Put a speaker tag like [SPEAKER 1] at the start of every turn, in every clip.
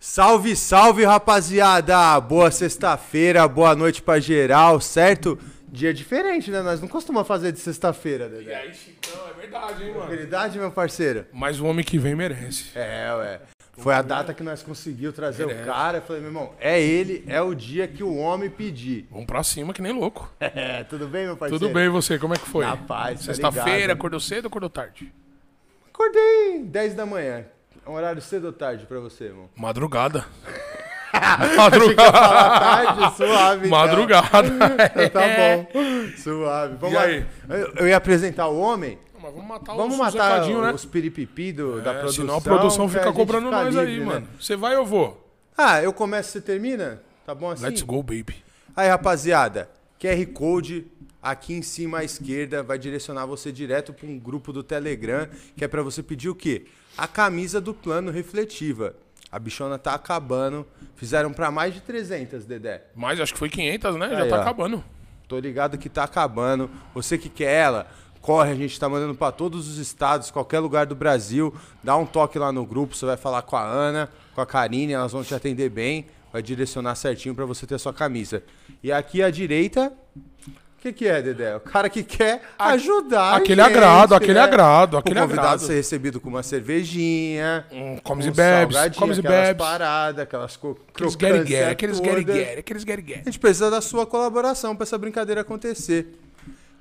[SPEAKER 1] Salve, salve, rapaziada! Boa sexta-feira, boa noite pra geral, certo? Dia diferente, né? Nós não costumamos fazer de sexta-feira,
[SPEAKER 2] E
[SPEAKER 1] Dedé.
[SPEAKER 2] aí, Chicão, é verdade, hein, mano?
[SPEAKER 1] Verdade, meu parceiro?
[SPEAKER 2] Mas o homem que vem merece.
[SPEAKER 1] É, ué. Foi a
[SPEAKER 2] é.
[SPEAKER 1] data que nós conseguiu trazer o cara. Eu falei, meu irmão, é ele, é o dia que o homem pedir.
[SPEAKER 2] Vamos pra cima que nem louco.
[SPEAKER 1] É, tudo bem, meu parceiro?
[SPEAKER 2] Tudo bem, e você? Como é que foi?
[SPEAKER 1] Na paz, tá ligado.
[SPEAKER 2] Sexta-feira, acordou cedo ou acordou tarde?
[SPEAKER 1] Acordei 10 da manhã. É um horário cedo ou tarde pra você, irmão?
[SPEAKER 2] Madrugada.
[SPEAKER 1] Fala
[SPEAKER 2] Madrugada.
[SPEAKER 1] tarde, suave. então.
[SPEAKER 2] Madrugada.
[SPEAKER 1] Então tá bom. Suave. Vamos
[SPEAKER 2] E aí?
[SPEAKER 1] lá. Eu- Eu ia apresentar o homem.
[SPEAKER 2] Mas vamos matar
[SPEAKER 1] Vamos
[SPEAKER 2] os,
[SPEAKER 1] matar
[SPEAKER 2] os
[SPEAKER 1] os,
[SPEAKER 2] né?
[SPEAKER 1] piripipi do, da
[SPEAKER 2] É,
[SPEAKER 1] produção.
[SPEAKER 2] senão a produção
[SPEAKER 1] que a
[SPEAKER 2] fica
[SPEAKER 1] gente
[SPEAKER 2] cobrando
[SPEAKER 1] fica
[SPEAKER 2] nós aí,
[SPEAKER 1] livre, né?
[SPEAKER 2] mano. Você vai ou vou?
[SPEAKER 1] Ah, eu começo, você termina? Tá bom assim?
[SPEAKER 2] Let's go, baby.
[SPEAKER 1] Aí, rapaziada, QR Code aqui em cima à esquerda vai direcionar você direto para um grupo do Telegram, que é para você pedir o quê? A camisa do plano refletiva. A bichona tá acabando. Fizeram para mais de 300, Dedé.
[SPEAKER 2] Mas acho que foi 500, né?
[SPEAKER 1] Aí,
[SPEAKER 2] Já tá
[SPEAKER 1] ó.
[SPEAKER 2] acabando.
[SPEAKER 1] Tô ligado que tá acabando. Você que quer ela, corre, a gente tá mandando pra todos os estados, qualquer lugar do Brasil. Dá um toque lá no grupo, você vai falar com a Ana, com a Karine, elas vão te atender bem, vai direcionar certinho pra você ter a sua camisa. E aqui à direita, o que que é, Dedé? O cara que quer ajudar a
[SPEAKER 2] aquele
[SPEAKER 1] gente, né?
[SPEAKER 2] agrado, aquele agrado,
[SPEAKER 1] o
[SPEAKER 2] aquele
[SPEAKER 1] convidado
[SPEAKER 2] agrado.
[SPEAKER 1] ser recebido com uma cervejinha,
[SPEAKER 2] Hum, comes
[SPEAKER 1] um
[SPEAKER 2] e bebes,
[SPEAKER 1] salgadinho,
[SPEAKER 2] comes e
[SPEAKER 1] aquelas
[SPEAKER 2] bebes.
[SPEAKER 1] paradas, aquelas co-
[SPEAKER 2] Aqueles
[SPEAKER 1] crocância
[SPEAKER 2] guerigueri, aqueles
[SPEAKER 1] toda.
[SPEAKER 2] guerigueri, aqueles
[SPEAKER 1] A
[SPEAKER 2] guerigueri.
[SPEAKER 1] gente precisa da sua colaboração pra essa brincadeira acontecer.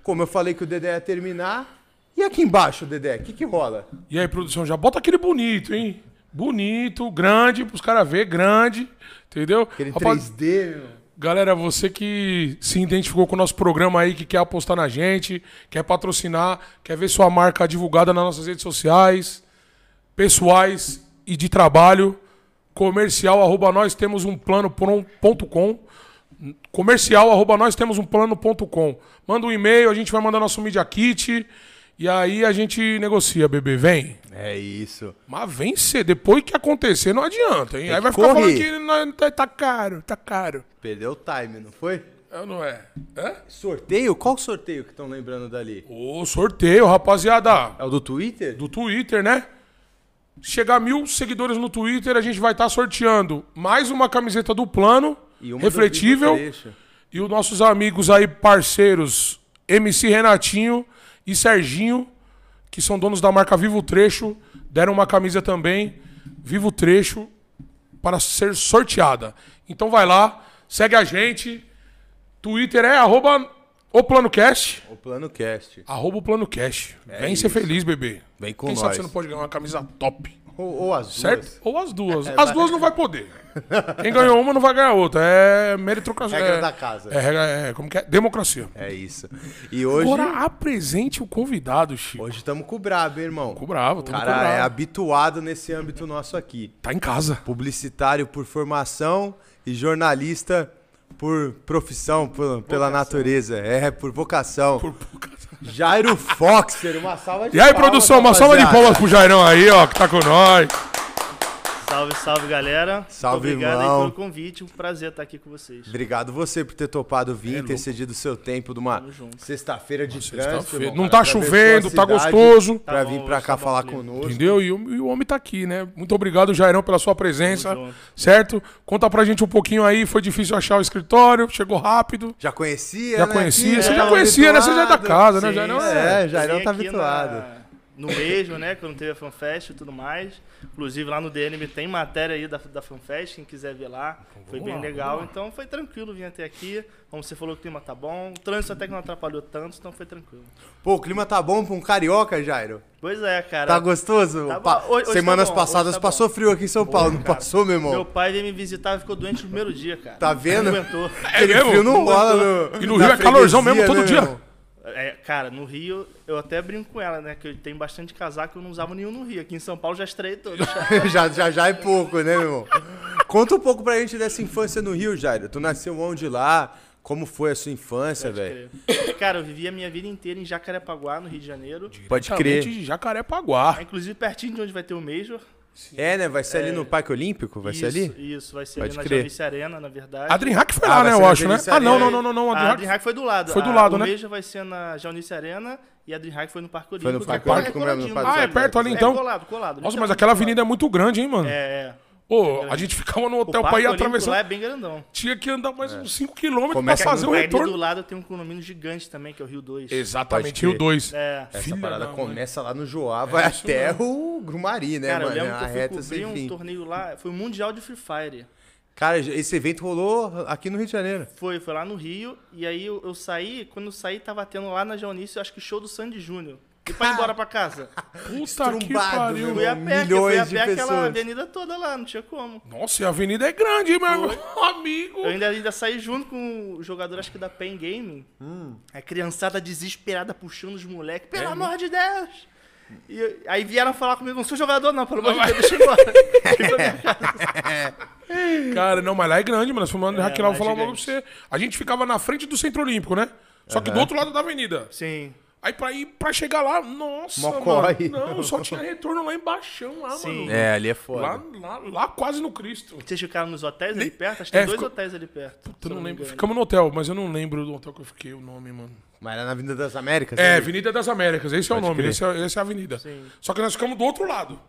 [SPEAKER 1] Como eu falei que o Dedé ia terminar. E aqui embaixo, Dedé, o que, que rola?
[SPEAKER 2] E aí, produção, já bota aquele bonito, hein? Bonito, grande, pros caras ver, grande. Entendeu?
[SPEAKER 1] Aquele
[SPEAKER 2] Rapaz-
[SPEAKER 1] 3D, meu.
[SPEAKER 2] Galera, você que se identificou com o nosso programa aí, que quer apostar na gente, quer patrocinar, quer ver sua marca divulgada nas nossas redes sociais, pessoais e de trabalho, comercial, arroba nós temos um plano pron- ponto com, comercial, arroba nós temos um plano ponto com. Manda um e-mail, a gente vai mandar nosso Media Kit e aí a gente negocia, bebê, vem.
[SPEAKER 1] É isso.
[SPEAKER 2] Mas vencer, depois que acontecer não adianta, hein? Aí
[SPEAKER 1] que
[SPEAKER 2] vai ficar falando
[SPEAKER 1] correr.
[SPEAKER 2] que não- tá- tá caro, tá caro.
[SPEAKER 1] Perdeu o time, não foi?
[SPEAKER 2] É ou não é? Hã?
[SPEAKER 1] Sorteio? Qual sorteio que estão lembrando dali?
[SPEAKER 2] Ô, sorteio, rapaziada.
[SPEAKER 1] É o do Twitter?
[SPEAKER 2] Do Twitter, né? Chegar mil seguidores no Twitter, a gente vai estar sorteando mais uma camiseta do plano,
[SPEAKER 1] E uma do
[SPEAKER 2] refletível.
[SPEAKER 1] Vivo Freixo.
[SPEAKER 2] E os nossos amigos aí, parceiros, MC Renatinho e Serginho, que são donos da marca Vivo Trecho, deram uma camisa também, Vivo Trecho, para ser sorteada. Então vai lá, segue a gente. Twitter é arroba o PlanoCast.
[SPEAKER 1] O Plano Cast.
[SPEAKER 2] Arroba o Plano Cash. Vem ser feliz, bebê.
[SPEAKER 1] Vem com
[SPEAKER 2] Quem
[SPEAKER 1] nós.
[SPEAKER 2] sabe você não pode ganhar uma camisa top,
[SPEAKER 1] Ou, ou as duas.
[SPEAKER 2] certo? Ou as duas. As duas não vai poder. Quem ganhou uma não vai ganhar outra. É meritocracia.
[SPEAKER 1] Regra
[SPEAKER 2] é,
[SPEAKER 1] da casa.
[SPEAKER 2] É, regra- é, como que é? Democracia.
[SPEAKER 1] É isso. E hoje,
[SPEAKER 2] Agora apresente o convidado, Chico.
[SPEAKER 1] hoje estamos com o Brabo, hein, irmão.
[SPEAKER 2] Ficou bravo,
[SPEAKER 1] O
[SPEAKER 2] tá muito
[SPEAKER 1] cara é
[SPEAKER 2] bravo.
[SPEAKER 1] habituado nesse âmbito nosso aqui.
[SPEAKER 2] Tá em casa.
[SPEAKER 1] publicitário por formação e jornalista por profissão, por- pela natureza. É, por vocação. Jairo Foxer, uma salva de
[SPEAKER 2] E aí,
[SPEAKER 1] palmas,
[SPEAKER 2] produção, uma salva de
[SPEAKER 1] rapaziada.
[SPEAKER 2] palmas pro Jairão aí, ó, que tá com nós.
[SPEAKER 3] Salve, salve, galera. Muito
[SPEAKER 1] Salve,
[SPEAKER 3] Obrigado
[SPEAKER 1] irmão.
[SPEAKER 3] aí pelo convite. Um prazer estar aqui com vocês.
[SPEAKER 1] Obrigado você por ter topado
[SPEAKER 2] É
[SPEAKER 1] vir, ter cedido o seu tempo de uma sexta-feira de trânsito.
[SPEAKER 2] sexta-feira.
[SPEAKER 1] irmão.
[SPEAKER 2] Não tá
[SPEAKER 1] Atravessou a
[SPEAKER 2] chovendo, tá
[SPEAKER 1] cidade
[SPEAKER 2] gostoso.
[SPEAKER 1] Pra
[SPEAKER 3] Tá
[SPEAKER 1] vir
[SPEAKER 3] bom,
[SPEAKER 1] pra
[SPEAKER 3] hoje
[SPEAKER 1] cá
[SPEAKER 3] tá bom
[SPEAKER 1] falar
[SPEAKER 3] clima.
[SPEAKER 1] conosco.
[SPEAKER 2] Entendeu? E o, e o homem tá aqui, né? Muito obrigado, Jairão, pela sua presença.
[SPEAKER 3] Tamo junto.
[SPEAKER 2] Certo? Conta pra gente um pouquinho aí. Foi difícil achar o escritório, chegou rápido.
[SPEAKER 1] Já conhecia,
[SPEAKER 2] Já
[SPEAKER 1] né?
[SPEAKER 2] conhecia,
[SPEAKER 1] Aqui,
[SPEAKER 2] você
[SPEAKER 1] é,
[SPEAKER 2] já
[SPEAKER 1] um
[SPEAKER 2] conhecia, né? Você já é da
[SPEAKER 1] habituado.
[SPEAKER 2] casa, né?
[SPEAKER 3] Sim,
[SPEAKER 2] Já não é.
[SPEAKER 1] É, Jairão
[SPEAKER 3] Vim
[SPEAKER 1] tá
[SPEAKER 3] aqui
[SPEAKER 1] habituado.
[SPEAKER 3] na- No mesmo, né? Quando teve a FanFest e tudo mais. Inclusive lá no DNB tem matéria aí da, da FanFest, quem quiser ver lá. Foi bem
[SPEAKER 2] lá,
[SPEAKER 3] legal. Então foi tranquilo vir até aqui. Como você falou, o clima tá bom. O trânsito até que não atrapalhou tanto, então foi tranquilo.
[SPEAKER 1] Pô, o clima tá bom pra um carioca, Jairo?
[SPEAKER 3] Pois é, cara.
[SPEAKER 1] Tá gostoso?
[SPEAKER 3] Tá bom.
[SPEAKER 1] Pa-
[SPEAKER 3] Hoje- hoje tá
[SPEAKER 1] Semanas
[SPEAKER 3] bom, hoje
[SPEAKER 1] passadas
[SPEAKER 3] tá bom.
[SPEAKER 1] passou frio aqui em São Paulo, não
[SPEAKER 3] cara.
[SPEAKER 1] passou, meu irmão?
[SPEAKER 3] Meu pai veio me visitar e ficou doente no primeiro dia, cara.
[SPEAKER 1] Tá vendo?
[SPEAKER 3] Não aguentou.
[SPEAKER 1] Aquele
[SPEAKER 2] mesmo?
[SPEAKER 1] frio não rola no,
[SPEAKER 2] E no
[SPEAKER 1] na
[SPEAKER 2] Rio é calorzão mesmo
[SPEAKER 1] freguesia,
[SPEAKER 2] todo
[SPEAKER 1] né,
[SPEAKER 2] dia?
[SPEAKER 1] meu irmão?
[SPEAKER 3] É, cara, no Rio, eu até brinco com ela, né? Que eu tenho bastante casaco, eu não usava nenhum no Rio. Aqui em São Paulo já estrei todos.
[SPEAKER 1] já, já, já é pouco, né, meu irmão? Conta um pouco pra gente dessa infância no Rio, Jairo. Tu nasceu onde lá? Como foi a sua infância, velho?
[SPEAKER 3] cara, eu vivi a minha vida inteira em Jacarepaguá, no Rio de Janeiro. Ah,
[SPEAKER 1] Pode
[SPEAKER 2] Diretamente
[SPEAKER 1] crer.
[SPEAKER 2] de Jacarepaguá.
[SPEAKER 3] Inclusive pertinho de onde vai ter o Major.
[SPEAKER 1] É, né? Vai ser ali no Parque Olímpico? Vai ser
[SPEAKER 3] Isso,
[SPEAKER 1] ali?
[SPEAKER 3] Isso, vai ser
[SPEAKER 1] Pode
[SPEAKER 3] ali na
[SPEAKER 1] crer.
[SPEAKER 3] Javice Arena, na verdade.
[SPEAKER 2] A DreamHack foi
[SPEAKER 1] Ah,
[SPEAKER 2] lá,
[SPEAKER 1] vai
[SPEAKER 2] né?
[SPEAKER 1] ser
[SPEAKER 2] Eu
[SPEAKER 1] na
[SPEAKER 2] acho, né?
[SPEAKER 1] Delícia
[SPEAKER 2] Ah, não,
[SPEAKER 1] Arena.
[SPEAKER 2] não, não, não. não. A
[SPEAKER 3] A
[SPEAKER 2] DreamHack...
[SPEAKER 3] DreamHack foi do lado.
[SPEAKER 2] Foi do
[SPEAKER 3] A-
[SPEAKER 2] lado,
[SPEAKER 3] o
[SPEAKER 2] né?
[SPEAKER 3] O Major vai ser na Jaunice Arena e a DreamHack foi no Parque
[SPEAKER 1] Foi no
[SPEAKER 3] Olímpico.
[SPEAKER 1] Parque
[SPEAKER 3] que é
[SPEAKER 1] Olímpico mesmo, no
[SPEAKER 3] coladinho,
[SPEAKER 1] Parque
[SPEAKER 2] Ah, é
[SPEAKER 3] mais ou
[SPEAKER 1] Olímpico.
[SPEAKER 3] menos.
[SPEAKER 2] perto ali então?
[SPEAKER 3] É colado,
[SPEAKER 2] Nossa,
[SPEAKER 3] colado.
[SPEAKER 2] mas
[SPEAKER 3] literalmente
[SPEAKER 2] aquela
[SPEAKER 3] colado.
[SPEAKER 2] avenida é muito grande, hein, mano?
[SPEAKER 3] É, é.
[SPEAKER 2] Pô, a gente ficava no hotel pra
[SPEAKER 3] Parque
[SPEAKER 2] ir
[SPEAKER 3] Olímpico
[SPEAKER 2] atravessando.
[SPEAKER 3] lá é bem grandão.
[SPEAKER 2] Tinha que andar mais uns 5km
[SPEAKER 1] Como
[SPEAKER 2] pra
[SPEAKER 1] é que é
[SPEAKER 2] fazer o
[SPEAKER 1] no-
[SPEAKER 3] Aí ali
[SPEAKER 2] retorno.
[SPEAKER 3] É. do lado tem um condomínio gigante também, que é o Rio 2.
[SPEAKER 1] Pode
[SPEAKER 2] Exatamente,
[SPEAKER 1] crer.
[SPEAKER 2] Rio 2.
[SPEAKER 3] É.
[SPEAKER 1] Essa
[SPEAKER 2] Filha
[SPEAKER 1] parada
[SPEAKER 2] da mãe.
[SPEAKER 1] começa lá no Joá, vai
[SPEAKER 2] isso
[SPEAKER 1] até o Grumari, né,
[SPEAKER 3] Cara, eu
[SPEAKER 1] mano? É
[SPEAKER 3] lembro que
[SPEAKER 1] uma
[SPEAKER 3] eu fui
[SPEAKER 1] reta sem
[SPEAKER 3] cobrir um
[SPEAKER 1] fim.
[SPEAKER 3] torneio lá, foi o Mundial de Free Fire.
[SPEAKER 1] Cara, esse evento rolou aqui no Rio de Janeiro.
[SPEAKER 3] Foi, foi lá no Rio, e aí eu, eu saí, quando eu saí tava tendo lá na Jaunício, acho que show do Sandy Júnior. E pra ir embora pra casa?
[SPEAKER 2] Puta que
[SPEAKER 1] Estrumbado,
[SPEAKER 2] pariu.
[SPEAKER 1] viu?
[SPEAKER 3] Fui a pé, que
[SPEAKER 1] Milhões
[SPEAKER 3] fui a
[SPEAKER 1] de
[SPEAKER 3] pé aquela
[SPEAKER 1] pessoas.
[SPEAKER 3] avenida toda lá, não tinha como.
[SPEAKER 2] Nossa, e a avenida é grande, hein, meu amigo.
[SPEAKER 3] Eu ainda, ainda saí junto com o jogador, acho que da Pen Gaming.
[SPEAKER 1] Hum.
[SPEAKER 3] A criançada desesperada puxando os moleques.
[SPEAKER 1] É,
[SPEAKER 3] Pelo
[SPEAKER 1] né?"
[SPEAKER 3] amor de Deus! E eu- aí vieram falar comigo, não sou jogador não, pelo amor de Deus, deixa eu ir embora.
[SPEAKER 2] Cara, não, mas lá é grande, mano. Nós fomos lá no
[SPEAKER 3] É,
[SPEAKER 2] Raquel, eu
[SPEAKER 3] lá é
[SPEAKER 2] vou falar logo pra
[SPEAKER 3] gigante.
[SPEAKER 2] você. A gente ficava na frente do Centro Olímpico, né? Só que do outro lado da avenida.
[SPEAKER 3] Sim,
[SPEAKER 2] Aí pra ir, pra chegar lá, nossa,
[SPEAKER 1] Mocói.
[SPEAKER 2] mano. Não, só tinha retorno lá embaixo, lá,
[SPEAKER 3] Sim.
[SPEAKER 2] mano.
[SPEAKER 1] É, ali é foda.
[SPEAKER 2] Lá, lá, lá quase no Cristo.
[SPEAKER 3] vocês ficaram nos hotéis
[SPEAKER 2] Nem-
[SPEAKER 3] ali perto? Acho que tem
[SPEAKER 2] É,
[SPEAKER 3] dois
[SPEAKER 2] ficou-
[SPEAKER 3] hotéis ali perto. se
[SPEAKER 2] Eu não
[SPEAKER 3] me
[SPEAKER 2] lembro.
[SPEAKER 3] engano.
[SPEAKER 2] Ficamos no hotel, mas eu não lembro do hotel que eu fiquei, o nome, mano.
[SPEAKER 1] Mas era na Avenida das Américas.
[SPEAKER 2] É,
[SPEAKER 1] né?
[SPEAKER 2] Avenida das Américas, esse é o nome,
[SPEAKER 1] crer.
[SPEAKER 2] esse é, essa é a avenida.
[SPEAKER 3] Sim.
[SPEAKER 2] Só que nós ficamos do outro lado.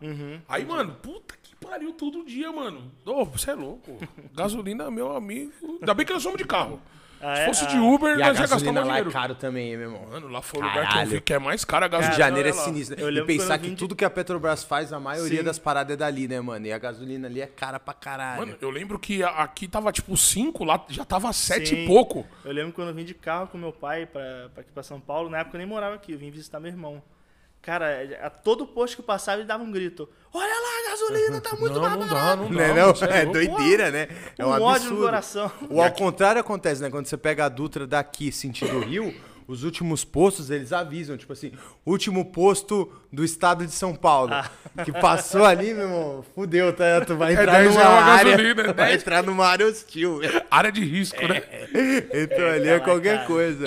[SPEAKER 2] Aí, mano, puta que pariu todo dia, mano. Ô, você é louco. Gasolina, meu amigo. Ainda bem que nós somos de carro.
[SPEAKER 3] Ah,
[SPEAKER 2] Se
[SPEAKER 3] é?
[SPEAKER 2] fosse
[SPEAKER 3] Ah.
[SPEAKER 2] de Uber,
[SPEAKER 1] E a
[SPEAKER 2] nós já
[SPEAKER 1] gasolina
[SPEAKER 2] gastamos
[SPEAKER 1] lá é
[SPEAKER 2] dinheiro.
[SPEAKER 1] caro também, meu irmão.
[SPEAKER 2] Mano, lá foi o lugar que eu
[SPEAKER 1] Caralho.
[SPEAKER 2] vi que é mais caro a
[SPEAKER 1] Rio de
[SPEAKER 2] gasolina.
[SPEAKER 3] Cara,
[SPEAKER 1] Janeiro é
[SPEAKER 3] olha lá.
[SPEAKER 1] sinistro.
[SPEAKER 3] Eu
[SPEAKER 1] né? E
[SPEAKER 3] lembro quando
[SPEAKER 1] pensar
[SPEAKER 3] eu vim
[SPEAKER 1] que
[SPEAKER 3] de-
[SPEAKER 1] tudo que a Petrobras faz, a maioria
[SPEAKER 3] Sim.
[SPEAKER 1] das paradas é dali, né, mano? E a gasolina ali é cara pra caralho.
[SPEAKER 2] Mano, eu lembro que a- aqui tava tipo 5, lá já tava 7
[SPEAKER 3] Sim.
[SPEAKER 2] e pouco.
[SPEAKER 3] Eu lembro quando eu vim de carro com meu pai pra, pra aqui pra São Paulo, na época eu nem morava aqui, eu vim visitar meu irmão. Cara, a todo posto que eu passava ele dava um grito. Olha lá, a gasolina tá
[SPEAKER 2] não, não
[SPEAKER 3] muito barata.
[SPEAKER 2] dá, não dá.
[SPEAKER 1] Não é, não?
[SPEAKER 2] você
[SPEAKER 1] É
[SPEAKER 2] louco.
[SPEAKER 1] doideira, né? É um,
[SPEAKER 3] Um ódio no
[SPEAKER 1] absurdo.
[SPEAKER 3] coração.
[SPEAKER 1] O ao contrário acontece, né? Quando você pega a Dutra daqui, sentido Rio, os últimos postos, eles avisam, tipo assim, último posto do estado de São Paulo.
[SPEAKER 3] Ah.
[SPEAKER 1] Que passou ali, meu irmão, fudeu, tá? Tu vai entrar
[SPEAKER 2] 10
[SPEAKER 1] numa
[SPEAKER 2] real É a
[SPEAKER 1] área.
[SPEAKER 2] gasolina, é
[SPEAKER 1] vai
[SPEAKER 2] 10.
[SPEAKER 1] entrar numa área hostil.
[SPEAKER 2] Área de risco, né?
[SPEAKER 1] Então ali é
[SPEAKER 3] lá,
[SPEAKER 1] qualquer
[SPEAKER 3] cara.
[SPEAKER 1] coisa.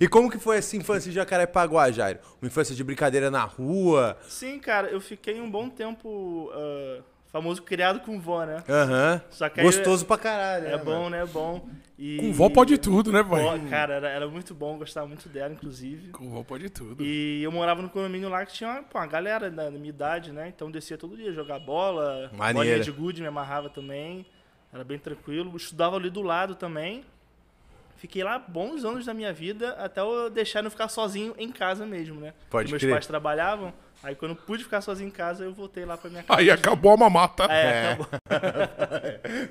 [SPEAKER 1] E como que foi essa infância de Jacarepaguá, Jairo? Uma infância de brincadeira na rua?
[SPEAKER 3] Sim, cara, eu fiquei um bom tempo ah, famoso criado com vó, né?
[SPEAKER 1] Aham.
[SPEAKER 3] Só que aí-
[SPEAKER 1] Gostoso pra caralho.
[SPEAKER 3] É
[SPEAKER 1] né, mano?
[SPEAKER 3] bom, né? É bom. E...
[SPEAKER 2] Com vó pode tudo, né, pai?
[SPEAKER 3] Vó, Cara, era, era muito bom, gostava muito dela, inclusive.
[SPEAKER 2] Com vó pode tudo.
[SPEAKER 3] E eu morava no condomínio lá que tinha uma, pô, uma galera da, da minha idade, né? Então eu descia todo dia jogar bola,
[SPEAKER 1] Maneiro.
[SPEAKER 3] bolinha de gude, me amarrava também. Era bem tranquilo. Estudava ali do lado também. Fiquei lá bons anos da minha vida até eu deixar eu ficar sozinho em casa mesmo, né?
[SPEAKER 1] Pode
[SPEAKER 3] Porque meus
[SPEAKER 1] crer.
[SPEAKER 3] pais trabalhavam. Aí quando eu pude ficar sozinho em casa, eu voltei lá pra minha casa.
[SPEAKER 2] Aí acabou a mamata.
[SPEAKER 3] É, acabou.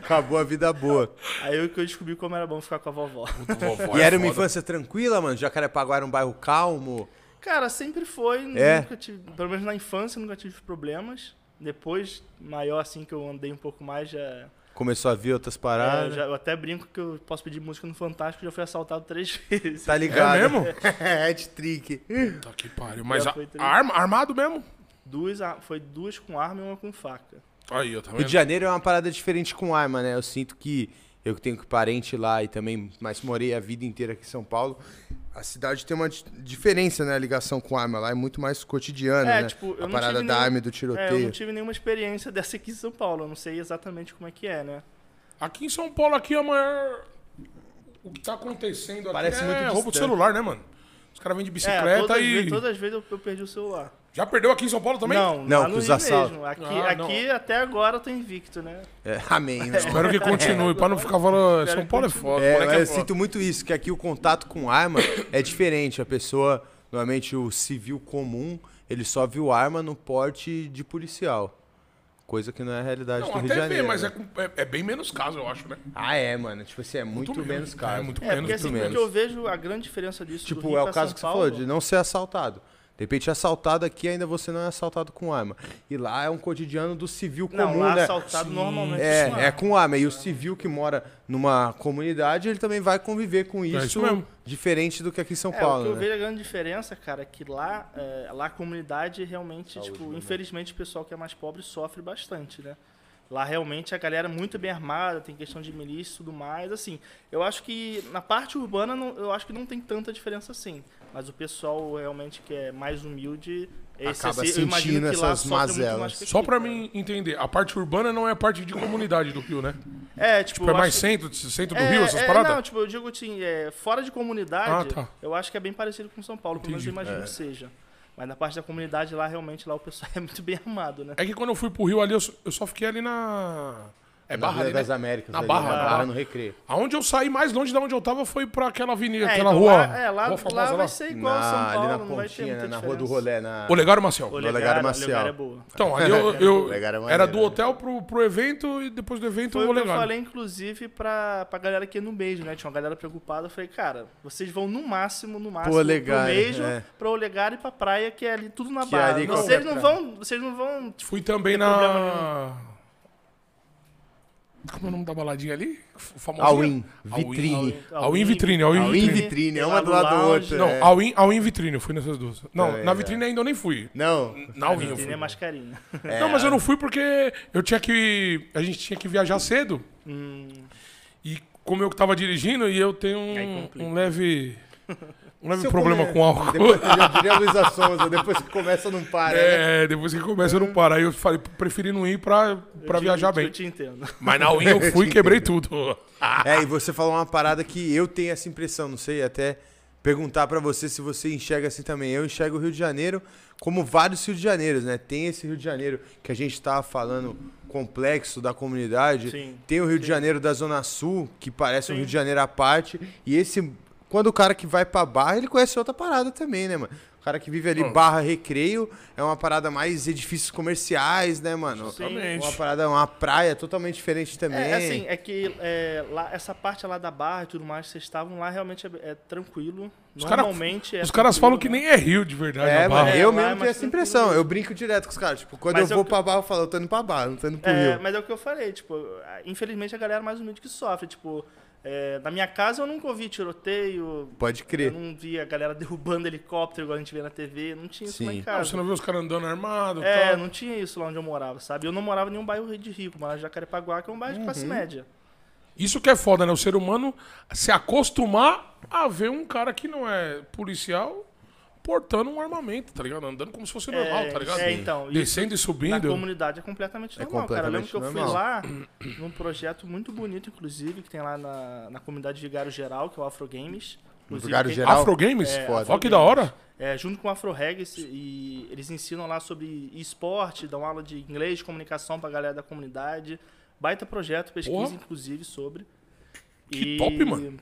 [SPEAKER 1] Acabou a vida boa.
[SPEAKER 3] Aí eu que eu descobri como era bom ficar com a vovó.
[SPEAKER 2] Vovó
[SPEAKER 1] e
[SPEAKER 2] é
[SPEAKER 1] era uma
[SPEAKER 2] foda.
[SPEAKER 1] infância tranquila, mano? Jacarepaguá era um bairro calmo?
[SPEAKER 3] Cara, sempre foi.
[SPEAKER 1] É?
[SPEAKER 3] Nunca tive, pelo menos na infância, nunca tive problemas. Depois, maior assim que eu andei um pouco mais, já,
[SPEAKER 1] Começou a ver outras
[SPEAKER 3] é,
[SPEAKER 1] paradas?
[SPEAKER 3] já- eu até brinco que eu posso pedir música no Fantástico, já fui assaltado três vezes.
[SPEAKER 1] Tá ligado?
[SPEAKER 2] É mesmo?
[SPEAKER 1] É, de trick.
[SPEAKER 2] Tá que pariu. Mas
[SPEAKER 3] Já
[SPEAKER 2] a-
[SPEAKER 3] foi triste.
[SPEAKER 2] arma- armado mesmo?
[SPEAKER 3] Duas, a- foi duas com arma e uma com faca. É,
[SPEAKER 2] Aí, tá eu também.
[SPEAKER 1] Rio de Janeiro é uma parada diferente com arma, né? Eu sinto que eu que tenho que parente lá e também, mas morei a vida inteira aqui em São Paulo. A cidade tem uma di- diferença, né? A ligação com arma lá é muito mais cotidiana,
[SPEAKER 3] É,
[SPEAKER 1] né?
[SPEAKER 3] tipo, eu
[SPEAKER 1] a
[SPEAKER 3] não
[SPEAKER 1] parada
[SPEAKER 3] tive
[SPEAKER 1] da
[SPEAKER 3] nenhum-
[SPEAKER 1] arma e do
[SPEAKER 3] É, eu não
[SPEAKER 1] tiroteio.
[SPEAKER 3] tive nenhuma experiência dessa aqui em São Paulo, eu não sei exatamente como é que é, né?
[SPEAKER 2] Aqui em São Paulo, aqui é a maior. O que tá acontecendo aqui
[SPEAKER 1] Parece
[SPEAKER 2] é
[SPEAKER 1] muito
[SPEAKER 2] roubo
[SPEAKER 1] distante.
[SPEAKER 2] de celular, né, mano? Os caras vêm de
[SPEAKER 3] É,
[SPEAKER 2] bicicleta
[SPEAKER 3] todas, as
[SPEAKER 2] e.
[SPEAKER 3] vezes, todas as vezes eu, eu perdi o celular.
[SPEAKER 2] Já perdeu aqui em São Paulo também?
[SPEAKER 3] Não,
[SPEAKER 1] Não,
[SPEAKER 3] lá no
[SPEAKER 1] com os
[SPEAKER 3] Rio
[SPEAKER 1] assaltos.
[SPEAKER 3] mesmo. Aqui,
[SPEAKER 2] Ah, não.
[SPEAKER 3] aqui até agora eu tô invicto, né?
[SPEAKER 1] É, amém. né?
[SPEAKER 2] Espero que continue, pra não ficar falando. São Paulo é foda.
[SPEAKER 1] É,
[SPEAKER 2] moleque
[SPEAKER 1] mas
[SPEAKER 2] é
[SPEAKER 1] eu
[SPEAKER 2] foda.
[SPEAKER 1] sinto muito isso, que aqui o contato com arma é diferente. A pessoa, normalmente o civil comum, ele só viu arma no porte de policial. Coisa que não é a realidade
[SPEAKER 2] Não,
[SPEAKER 1] do Rio de
[SPEAKER 2] até vê,
[SPEAKER 1] Janeiro.
[SPEAKER 2] mas é,
[SPEAKER 1] né?
[SPEAKER 2] com- é- é bem menos caso, eu acho, né?
[SPEAKER 1] Ah, é, mano. Tipo assim, é muito, menos caro.
[SPEAKER 2] É, muito
[SPEAKER 3] É,
[SPEAKER 2] menos.
[SPEAKER 3] porque assim,
[SPEAKER 1] menos.
[SPEAKER 3] porque eu vejo a grande diferença disso do
[SPEAKER 1] Tipo,
[SPEAKER 3] Rio
[SPEAKER 1] é
[SPEAKER 3] pra
[SPEAKER 1] o caso
[SPEAKER 3] São
[SPEAKER 1] que você
[SPEAKER 3] Paulo,
[SPEAKER 1] falou, de não ser assaltado. De repente, assaltado aqui, ainda você não é assaltado com arma. E lá é um cotidiano do civil comum,
[SPEAKER 3] Não, lá
[SPEAKER 1] né?
[SPEAKER 3] assaltado normalmente com
[SPEAKER 1] É, é
[SPEAKER 3] arma.
[SPEAKER 1] com arma. E o civil que mora numa comunidade, ele também vai conviver com isso,
[SPEAKER 2] É isso mesmo.
[SPEAKER 1] diferente do que aqui em São
[SPEAKER 3] É, o
[SPEAKER 1] Paulo.
[SPEAKER 3] que eu
[SPEAKER 1] né?
[SPEAKER 3] vejo a grande diferença, cara, é que lá, é, lá a comunidade realmente, tipo, infelizmente o pessoal que é mais pobre sofre bastante, né? Lá realmente a galera é muito bem armada, tem questão de milícia e tudo mais, assim. Eu acho que na parte urbana não- eu acho que não tem tanta diferença assim. Mas o pessoal realmente que é mais humilde, esse,
[SPEAKER 1] Acaba
[SPEAKER 3] assim, eu imagino
[SPEAKER 1] sentindo
[SPEAKER 3] que lá
[SPEAKER 1] essas
[SPEAKER 3] sofre muito
[SPEAKER 1] mazelas.
[SPEAKER 3] mais que
[SPEAKER 2] Só
[SPEAKER 3] aqui,
[SPEAKER 2] pra
[SPEAKER 3] cara.
[SPEAKER 2] mim entender, a parte urbana não é a parte de comunidade do Rio, né?
[SPEAKER 3] É, tipo,
[SPEAKER 2] Tipo, é
[SPEAKER 3] eu
[SPEAKER 2] mais
[SPEAKER 3] acho que-
[SPEAKER 2] centro, centro do Rio, essas
[SPEAKER 3] Não,
[SPEAKER 2] paradas?
[SPEAKER 3] tipo, eu digo assim, é, fora de comunidade,
[SPEAKER 2] Ah, tá.
[SPEAKER 3] eu acho que é bem parecido com São Paulo, pelo menos eu
[SPEAKER 2] Entendi.
[SPEAKER 3] imagino que seja. Mas na parte da comunidade lá, realmente, lá o pessoal é muito bem armado, né?
[SPEAKER 2] É que quando eu fui pro Rio ali, eu só, eu só fiquei ali na. É
[SPEAKER 1] Na
[SPEAKER 2] Barra
[SPEAKER 1] Vila
[SPEAKER 2] ali,
[SPEAKER 1] das
[SPEAKER 2] né?
[SPEAKER 1] Américas.
[SPEAKER 2] Na
[SPEAKER 1] ali,
[SPEAKER 2] Barra,
[SPEAKER 1] na
[SPEAKER 2] na
[SPEAKER 1] barra
[SPEAKER 2] Barra.
[SPEAKER 1] no recreio.
[SPEAKER 2] Aonde eu saí mais longe de onde eu tava foi pra aquela avenida,
[SPEAKER 3] É,
[SPEAKER 2] aquela
[SPEAKER 3] então
[SPEAKER 2] rua.
[SPEAKER 3] Lá, é, lá,
[SPEAKER 2] rua famosa
[SPEAKER 3] lá
[SPEAKER 2] lá.
[SPEAKER 3] vai ser igual a São
[SPEAKER 1] Na,
[SPEAKER 3] Paulo,
[SPEAKER 1] ali na
[SPEAKER 3] não vai ter
[SPEAKER 1] pontinha,
[SPEAKER 3] muita
[SPEAKER 1] né? Na
[SPEAKER 3] diferença.
[SPEAKER 1] rua do rolê. Na...
[SPEAKER 2] Olegário Marcel.
[SPEAKER 1] Olegário
[SPEAKER 3] Olegário,
[SPEAKER 1] Maciel.
[SPEAKER 3] Olegário é boa.
[SPEAKER 2] Então, ali eu, eu-
[SPEAKER 1] Olegário é maneiro,
[SPEAKER 2] era do
[SPEAKER 1] né?
[SPEAKER 2] hotel pro, pro evento e depois do evento
[SPEAKER 3] Foi
[SPEAKER 2] o
[SPEAKER 3] o que eu
[SPEAKER 2] Olegário.
[SPEAKER 3] falei, inclusive, pra, pra galera aqui no beijo, né? Tinha uma galera preocupada. Eu falei, cara, vocês vão no máximo, no máximo,
[SPEAKER 1] Olegário,
[SPEAKER 3] pro beijo,
[SPEAKER 1] é.
[SPEAKER 3] pro Olegário e pra praia, que é ali tudo na
[SPEAKER 1] Que
[SPEAKER 3] barra.
[SPEAKER 1] ali
[SPEAKER 3] vocês,
[SPEAKER 1] qualquer
[SPEAKER 3] não
[SPEAKER 1] praia.
[SPEAKER 3] vão, vocês não vão. tipo,
[SPEAKER 2] Fui também
[SPEAKER 3] Não tem
[SPEAKER 2] na. Como é o nome da baladinha ali? Famosinha?
[SPEAKER 1] Alwin, Vitrine.
[SPEAKER 2] Alwin Vitrine, Alwin
[SPEAKER 1] Alwin
[SPEAKER 2] Vitrine.
[SPEAKER 1] Vitrine, é
[SPEAKER 3] Tem
[SPEAKER 1] uma
[SPEAKER 3] lá
[SPEAKER 1] do
[SPEAKER 3] no
[SPEAKER 1] lado do
[SPEAKER 3] lounge.
[SPEAKER 1] outro.
[SPEAKER 2] Não,
[SPEAKER 1] é.
[SPEAKER 2] Alwin, Alwin Vitrine, eu fui nessas duas. Não,
[SPEAKER 1] Também,
[SPEAKER 2] na
[SPEAKER 1] é.
[SPEAKER 2] Vitrine ainda eu nem fui.
[SPEAKER 1] Não.
[SPEAKER 2] Na Alwin eu
[SPEAKER 3] Vitrine é
[SPEAKER 2] fui.
[SPEAKER 3] mais carinho.
[SPEAKER 2] Não, mas eu não fui porque eu tinha que. A gente tinha que viajar cedo.
[SPEAKER 3] Hum.
[SPEAKER 2] E como eu que tava dirigindo, e eu tenho
[SPEAKER 3] Aí
[SPEAKER 2] um,
[SPEAKER 3] complica.
[SPEAKER 2] um leve. Um leve
[SPEAKER 1] Seu
[SPEAKER 2] problema
[SPEAKER 1] come-
[SPEAKER 2] com álcool.
[SPEAKER 1] Depois, eu já diria a Luísa Sonza, depois que começa não para, né?
[SPEAKER 2] É, depois que começa eu não paro. Aí eu falei, preferi não ir pra, pra
[SPEAKER 3] Eu te-
[SPEAKER 2] viajar bem.
[SPEAKER 3] Eu te entendo.
[SPEAKER 2] Mas na Win eu fui e quebrei tudo.
[SPEAKER 1] É, e você falou uma parada que eu tenho essa impressão, não sei, até perguntar pra você se você enxerga assim também. Eu enxergo o Rio de Janeiro como vários Rio de Janeiros, né? Tem esse Rio de Janeiro que a gente tava falando complexo da comunidade,
[SPEAKER 3] Sim.
[SPEAKER 1] tem o Rio de Janeiro da Zona Sul, que parece um Rio de Janeiro à parte, e esse quando o cara que vai pra barra, ele conhece outra parada também, né, mano? O cara que vive ali barra recreio é uma parada mais edifícios comerciais, né, mano?
[SPEAKER 2] Exatamente.
[SPEAKER 1] Uma parada, uma praia totalmente diferente também.
[SPEAKER 2] Né?
[SPEAKER 3] É, assim, é que é, lá, essa parte lá da barra e tudo mais que vocês estavam lá realmente é, é tranquilo.
[SPEAKER 2] Os cara-
[SPEAKER 3] Normalmente é
[SPEAKER 2] Os caras falam que
[SPEAKER 3] tranquilo, né?
[SPEAKER 2] nem é Rio de verdade.
[SPEAKER 1] É,
[SPEAKER 2] a
[SPEAKER 1] mano,
[SPEAKER 2] barra.
[SPEAKER 3] é,
[SPEAKER 1] eu
[SPEAKER 3] lá
[SPEAKER 1] mesmo
[SPEAKER 3] é mais
[SPEAKER 1] tenho essa
[SPEAKER 3] tranquilo
[SPEAKER 1] impressão.
[SPEAKER 3] mesmo.
[SPEAKER 1] Eu brinco direto com os caras. Tipo, quando
[SPEAKER 3] Mas
[SPEAKER 1] eu
[SPEAKER 3] é
[SPEAKER 1] vou
[SPEAKER 3] o que-
[SPEAKER 1] pra barra, eu falo, eu tô indo pra barra, não tô indo pro
[SPEAKER 3] É,
[SPEAKER 1] Rio.
[SPEAKER 3] mas é o que eu falei, tipo, infelizmente a galera mais humilde que sofre, tipo, é, na minha casa eu nunca ouvi tiroteio,
[SPEAKER 1] Pode
[SPEAKER 3] eu
[SPEAKER 1] crer.
[SPEAKER 3] não vi a galera derrubando helicóptero igual a gente vê na TV, não tinha isso lá
[SPEAKER 1] Sim.
[SPEAKER 3] em
[SPEAKER 2] Não, você tá-
[SPEAKER 3] casa.
[SPEAKER 2] não vê os caras andando armado e
[SPEAKER 3] é,
[SPEAKER 2] tal.
[SPEAKER 3] não tinha isso lá onde eu morava, sabe? Eu não morava em nenhum bairro de rico, mas Jacarepaguá que é um bairro de classe
[SPEAKER 2] Uhum.
[SPEAKER 3] média.
[SPEAKER 2] Isso que é foda, né? O ser humano se acostumar a ver um cara que não é policial portando um armamento, tá ligado? Andando como se fosse normal, tá ligado?
[SPEAKER 3] é, então, isso
[SPEAKER 2] Descendo e
[SPEAKER 3] Na
[SPEAKER 2] subindo.
[SPEAKER 3] comunidade é completamente
[SPEAKER 1] É
[SPEAKER 3] normal, cara. Eu lembro
[SPEAKER 1] completamente
[SPEAKER 3] que eu fui
[SPEAKER 1] normal.
[SPEAKER 3] lá num projeto muito bonito, inclusive, que tem lá na, na comunidade Vigário Geral, que é o Afro Games. Inclusive,
[SPEAKER 1] Vigário
[SPEAKER 3] quem-
[SPEAKER 1] Geral?
[SPEAKER 2] Afro Games?
[SPEAKER 1] É, foda.
[SPEAKER 2] Ó, que da hora.
[SPEAKER 3] É, junto com o Afro Reggae, se- e eles ensinam lá sobre esporte, dão aula de inglês, comunicação pra galera da comunidade. Baita projeto, pesquisa
[SPEAKER 2] Porra.
[SPEAKER 3] inclusive sobre.
[SPEAKER 2] Que top, mano.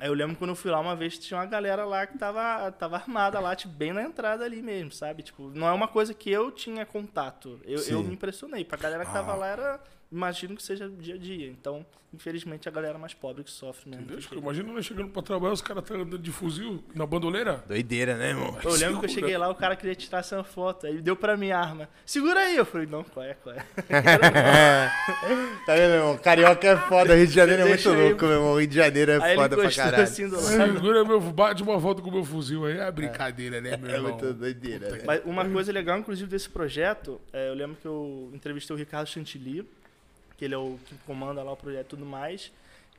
[SPEAKER 3] Aí eu lembro quando eu fui lá uma vez, tinha uma galera lá que tava, tava armada lá, tipo, bem na entrada ali mesmo, sabe? Tipo, não é uma coisa que eu tinha contato. Eu, eu
[SPEAKER 1] Sim.
[SPEAKER 3] me impressionei. Pra galera que
[SPEAKER 2] Ah.
[SPEAKER 3] tava lá era. Imagino que seja dia a dia. Então, infelizmente, a galera mais pobre que sofre né? mesmo.
[SPEAKER 2] Deus, cara, Imagina nós chegando pra trabalhar, os caras tá andando de fuzil na bandoleira.
[SPEAKER 1] Doideira, né, irmão?
[SPEAKER 3] Eu lembro que eu cheguei lá, o cara queria tirar essa foto. Aí deu pra mim a arma. Segura aí. Eu falei, não, qual é, qual é.
[SPEAKER 1] Tá vendo, meu irmão? Carioca é foda, Rio de Janeiro é muito
[SPEAKER 3] Deixa aí.
[SPEAKER 1] louco, meu irmão. Rio de Janeiro é
[SPEAKER 3] Aí ele
[SPEAKER 1] foda pra
[SPEAKER 3] gostou
[SPEAKER 1] caralho.
[SPEAKER 3] assim do lado.
[SPEAKER 2] Segura meu, bate uma volta com o meu fuzil aí. É brincadeira, né, meu
[SPEAKER 1] É
[SPEAKER 2] irmão?
[SPEAKER 1] muito doideira, né?
[SPEAKER 3] Mas uma coisa legal, inclusive, desse projeto, é, eu lembro que eu entrevistei o Ricardo Chantilly, que ele é o que comanda lá o projeto e tudo mais.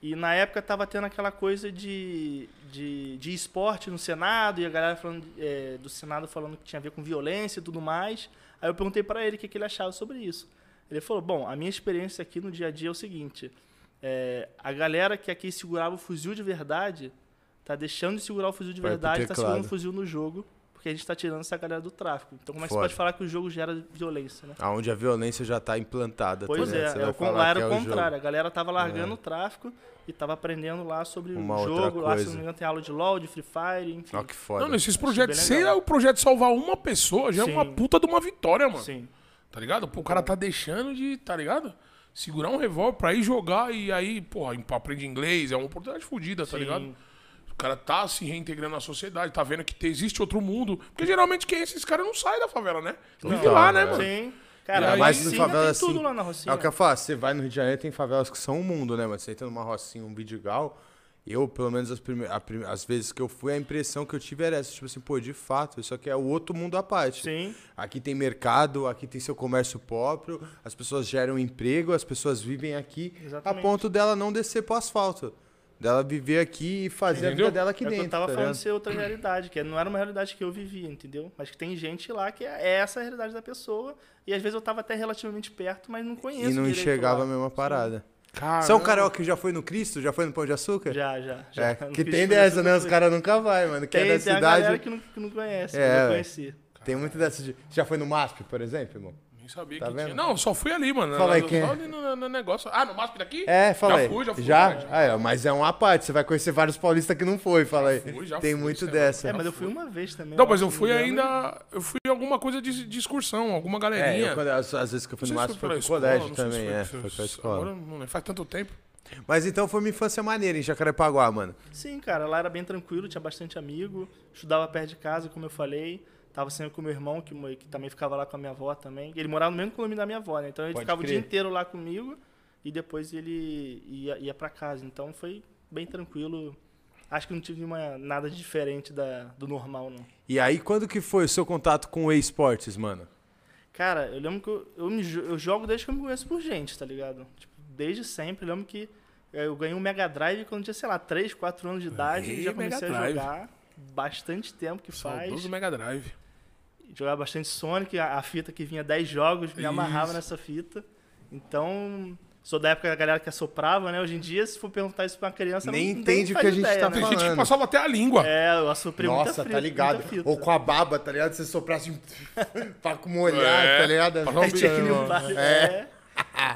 [SPEAKER 3] E na época tava tendo aquela coisa de, de, de esporte no Senado, e a galera falando, é, do Senado falando que tinha a ver com violência e tudo mais. Aí eu perguntei pra ele o que, que ele achava sobre isso. Ele falou: Bom, a minha experiência aqui no dia a dia é o seguinte: é, a galera que aqui segurava o fuzil de verdade tá deixando de segurar o fuzil de
[SPEAKER 1] Vai pro
[SPEAKER 3] verdade, tá
[SPEAKER 1] teclado.
[SPEAKER 3] segurando o fuzil no jogo, porque a gente tá tirando essa galera do tráfico. Então, como é que
[SPEAKER 1] Foda.
[SPEAKER 3] você pode falar que o jogo gera violência, né?
[SPEAKER 1] Aonde a violência já tá implantada.
[SPEAKER 3] Pois
[SPEAKER 1] tá ligado? Você
[SPEAKER 3] é, é
[SPEAKER 1] vai
[SPEAKER 3] o con-
[SPEAKER 1] falar
[SPEAKER 3] lá
[SPEAKER 1] que
[SPEAKER 3] era o
[SPEAKER 1] é jogo. É.
[SPEAKER 3] contrário. A galera tava largando o tráfico e tava aprendendo lá sobre
[SPEAKER 1] Uma
[SPEAKER 3] o
[SPEAKER 1] outra
[SPEAKER 3] jogo. Lá, se
[SPEAKER 1] coisa.
[SPEAKER 3] não me engano, tem aula de LOL, de Free Fire, enfim.
[SPEAKER 1] Ó, que foda.
[SPEAKER 2] Não, nesses projetos,
[SPEAKER 3] bem
[SPEAKER 2] se
[SPEAKER 3] legal.
[SPEAKER 2] é o projeto salvar uma pessoa, já é
[SPEAKER 3] Sim.
[SPEAKER 2] uma puta de uma vitória, mano.
[SPEAKER 3] Sim.
[SPEAKER 2] Tá ligado? Pô, o cara tá deixando de, tá ligado? Segurar um revólver pra ir jogar e aí, porra, aprende inglês, é uma oportunidade fodida, tá
[SPEAKER 3] Sim.
[SPEAKER 2] ligado? O cara tá se reintegrando na sociedade, tá vendo que te- existe outro mundo. Porque geralmente quem é esses caras não sai da favela, né? Vive
[SPEAKER 1] Total,
[SPEAKER 2] lá, né,
[SPEAKER 1] né?
[SPEAKER 2] mano?
[SPEAKER 3] Então, Sim. Cara,
[SPEAKER 2] Ainda
[SPEAKER 3] a
[SPEAKER 1] mais
[SPEAKER 3] Rocinha
[SPEAKER 1] em favela
[SPEAKER 3] tem
[SPEAKER 1] assim.
[SPEAKER 3] tudo lá na
[SPEAKER 1] É
[SPEAKER 3] Rocinha.
[SPEAKER 1] o que eu falo, você vai no Rio de Janeiro, tem favelas que são um mundo, né, mano? Você entra numa rocinha, um vidigal. Eu, pelo menos, as, prime- a prime- as vezes que eu fui, a impressão que eu tive era essa. Tipo assim, pô, de fato, isso aqui é o outro mundo à parte.
[SPEAKER 3] Sim.
[SPEAKER 1] Aqui tem mercado, aqui tem seu comércio próprio, as pessoas geram emprego, as pessoas vivem aqui, a
[SPEAKER 3] Exatamente.
[SPEAKER 1] ponto dela não descer pro asfalto. Dela viver aqui e fazer
[SPEAKER 2] Entendeu?
[SPEAKER 1] a vida dela aqui
[SPEAKER 3] é o que
[SPEAKER 1] dentro.
[SPEAKER 3] eu tava
[SPEAKER 1] tá
[SPEAKER 3] falando
[SPEAKER 1] ligado?
[SPEAKER 3] ser outra realidade, que não era uma realidade que eu vivia, entendeu? Mas que tem gente lá que é essa a realidade da pessoa. E às vezes eu tava até relativamente perto, mas não conheço.
[SPEAKER 1] e não
[SPEAKER 3] direito
[SPEAKER 1] enxergava
[SPEAKER 3] lá.
[SPEAKER 1] a mesma parada.
[SPEAKER 2] Caramba.
[SPEAKER 1] São Carioca que já foi no Cristo? Já foi no Pão de Açúcar?
[SPEAKER 3] Já, já. já.
[SPEAKER 1] É,
[SPEAKER 3] Não
[SPEAKER 1] que
[SPEAKER 3] quis
[SPEAKER 1] tem
[SPEAKER 3] conhecer
[SPEAKER 1] dessa, né?
[SPEAKER 3] outra
[SPEAKER 1] Os
[SPEAKER 3] coisa.
[SPEAKER 1] caras nunca vai, mano. Que
[SPEAKER 3] Tem,
[SPEAKER 1] é da
[SPEAKER 3] tem a galera
[SPEAKER 1] cidade.
[SPEAKER 3] que não, que não conhece,
[SPEAKER 1] É,
[SPEAKER 3] que eu
[SPEAKER 1] ué.
[SPEAKER 3] conheci.
[SPEAKER 4] Tem muito dessa. de- Já foi no MASP, por exemplo, irmão?
[SPEAKER 2] Nem sabia
[SPEAKER 4] Tá
[SPEAKER 2] que tinha.
[SPEAKER 4] vendo?
[SPEAKER 2] Não, eu só fui ali, mano.
[SPEAKER 4] Fala aí,
[SPEAKER 2] Só
[SPEAKER 4] quem é?
[SPEAKER 2] ali no, no negócio. Ah, no MASP daqui?
[SPEAKER 4] É, fala aí.
[SPEAKER 2] Já fui, já fui.
[SPEAKER 4] Já?
[SPEAKER 2] né?
[SPEAKER 4] Ah, é, mas é uma parte. Você vai conhecer vários paulistas que não foi, fala aí.
[SPEAKER 2] fui, já
[SPEAKER 4] Tem
[SPEAKER 2] fui,
[SPEAKER 4] muito
[SPEAKER 2] sei lá.
[SPEAKER 4] dessa.
[SPEAKER 1] Então
[SPEAKER 3] É, mas eu fui uma vez também.
[SPEAKER 2] Não,
[SPEAKER 3] eu
[SPEAKER 2] mas eu
[SPEAKER 3] acho, se
[SPEAKER 2] fui
[SPEAKER 3] me engano.
[SPEAKER 2] ainda. Eu fui em alguma coisa de, de excursão, alguma
[SPEAKER 4] É,
[SPEAKER 2] galerinha.
[SPEAKER 4] eu, quando, às, às vezes que eu fui no
[SPEAKER 2] Não sei
[SPEAKER 4] MASP
[SPEAKER 2] se
[SPEAKER 4] foi
[SPEAKER 2] pela
[SPEAKER 4] pro
[SPEAKER 2] escola,
[SPEAKER 4] colégio
[SPEAKER 2] não sei se
[SPEAKER 4] também, é.
[SPEAKER 2] foi-
[SPEAKER 4] Foi pra
[SPEAKER 2] Agora
[SPEAKER 4] escola.
[SPEAKER 2] não faz tanto tempo.
[SPEAKER 4] Mas então foi uma infância maneira em Jacarepaguá, mano.
[SPEAKER 3] Sim, cara, lá era bem tranquilo, tinha bastante amigo, estudava perto de casa, como eu falei. Tava sempre com meu irmão, que, mo- que também ficava lá com a minha avó também. Ele morava no mesmo condomínio da minha avó, né? Então ele
[SPEAKER 4] Pode
[SPEAKER 3] ficava
[SPEAKER 4] crer.
[SPEAKER 3] o dia inteiro lá comigo e depois ele ia, ia para casa. Então foi bem tranquilo. Acho que não tive nenhuma, nada de diferente da, do normal, não.
[SPEAKER 4] E aí, quando que foi o seu contato com o esportes, mano?
[SPEAKER 3] Cara, eu lembro que eu, eu, me jo- eu jogo desde que eu me conheço por gente, tá ligado? Tipo, desde sempre. Eu lembro que eh, eu ganhei um Mega Drive quando eu tinha, sei lá, 3, 4 anos de idade.
[SPEAKER 2] Ei,
[SPEAKER 3] e já comecei
[SPEAKER 2] Mega
[SPEAKER 3] a
[SPEAKER 2] Drive.
[SPEAKER 3] jogar. Bastante tempo que faz.
[SPEAKER 2] Saudoso Mega Drive.
[SPEAKER 3] Jogava bastante Sonic, a, a fita que vinha 10 jogos, me
[SPEAKER 2] Isso.
[SPEAKER 3] amarrava nessa fita. Então, sou da época da galera que assoprava, né? Hoje em dia, se for perguntar isso pra uma criança,
[SPEAKER 4] Nem
[SPEAKER 3] não
[SPEAKER 4] entende o que
[SPEAKER 3] faz
[SPEAKER 4] a gente
[SPEAKER 3] ideia,
[SPEAKER 4] tá
[SPEAKER 3] né?
[SPEAKER 2] Tem gente que
[SPEAKER 4] falando.
[SPEAKER 2] passava até a língua.
[SPEAKER 3] É, eu assoprei muita
[SPEAKER 4] Nossa,
[SPEAKER 3] fita.
[SPEAKER 4] tá ligado?
[SPEAKER 3] muita fita.
[SPEAKER 4] Ou com a baba, tá ligado? Você soprasse um- pra molhar,
[SPEAKER 2] É.
[SPEAKER 4] tá ligado?
[SPEAKER 2] Passava um
[SPEAKER 3] É, tinha aquele
[SPEAKER 2] bichão.
[SPEAKER 3] bar, é.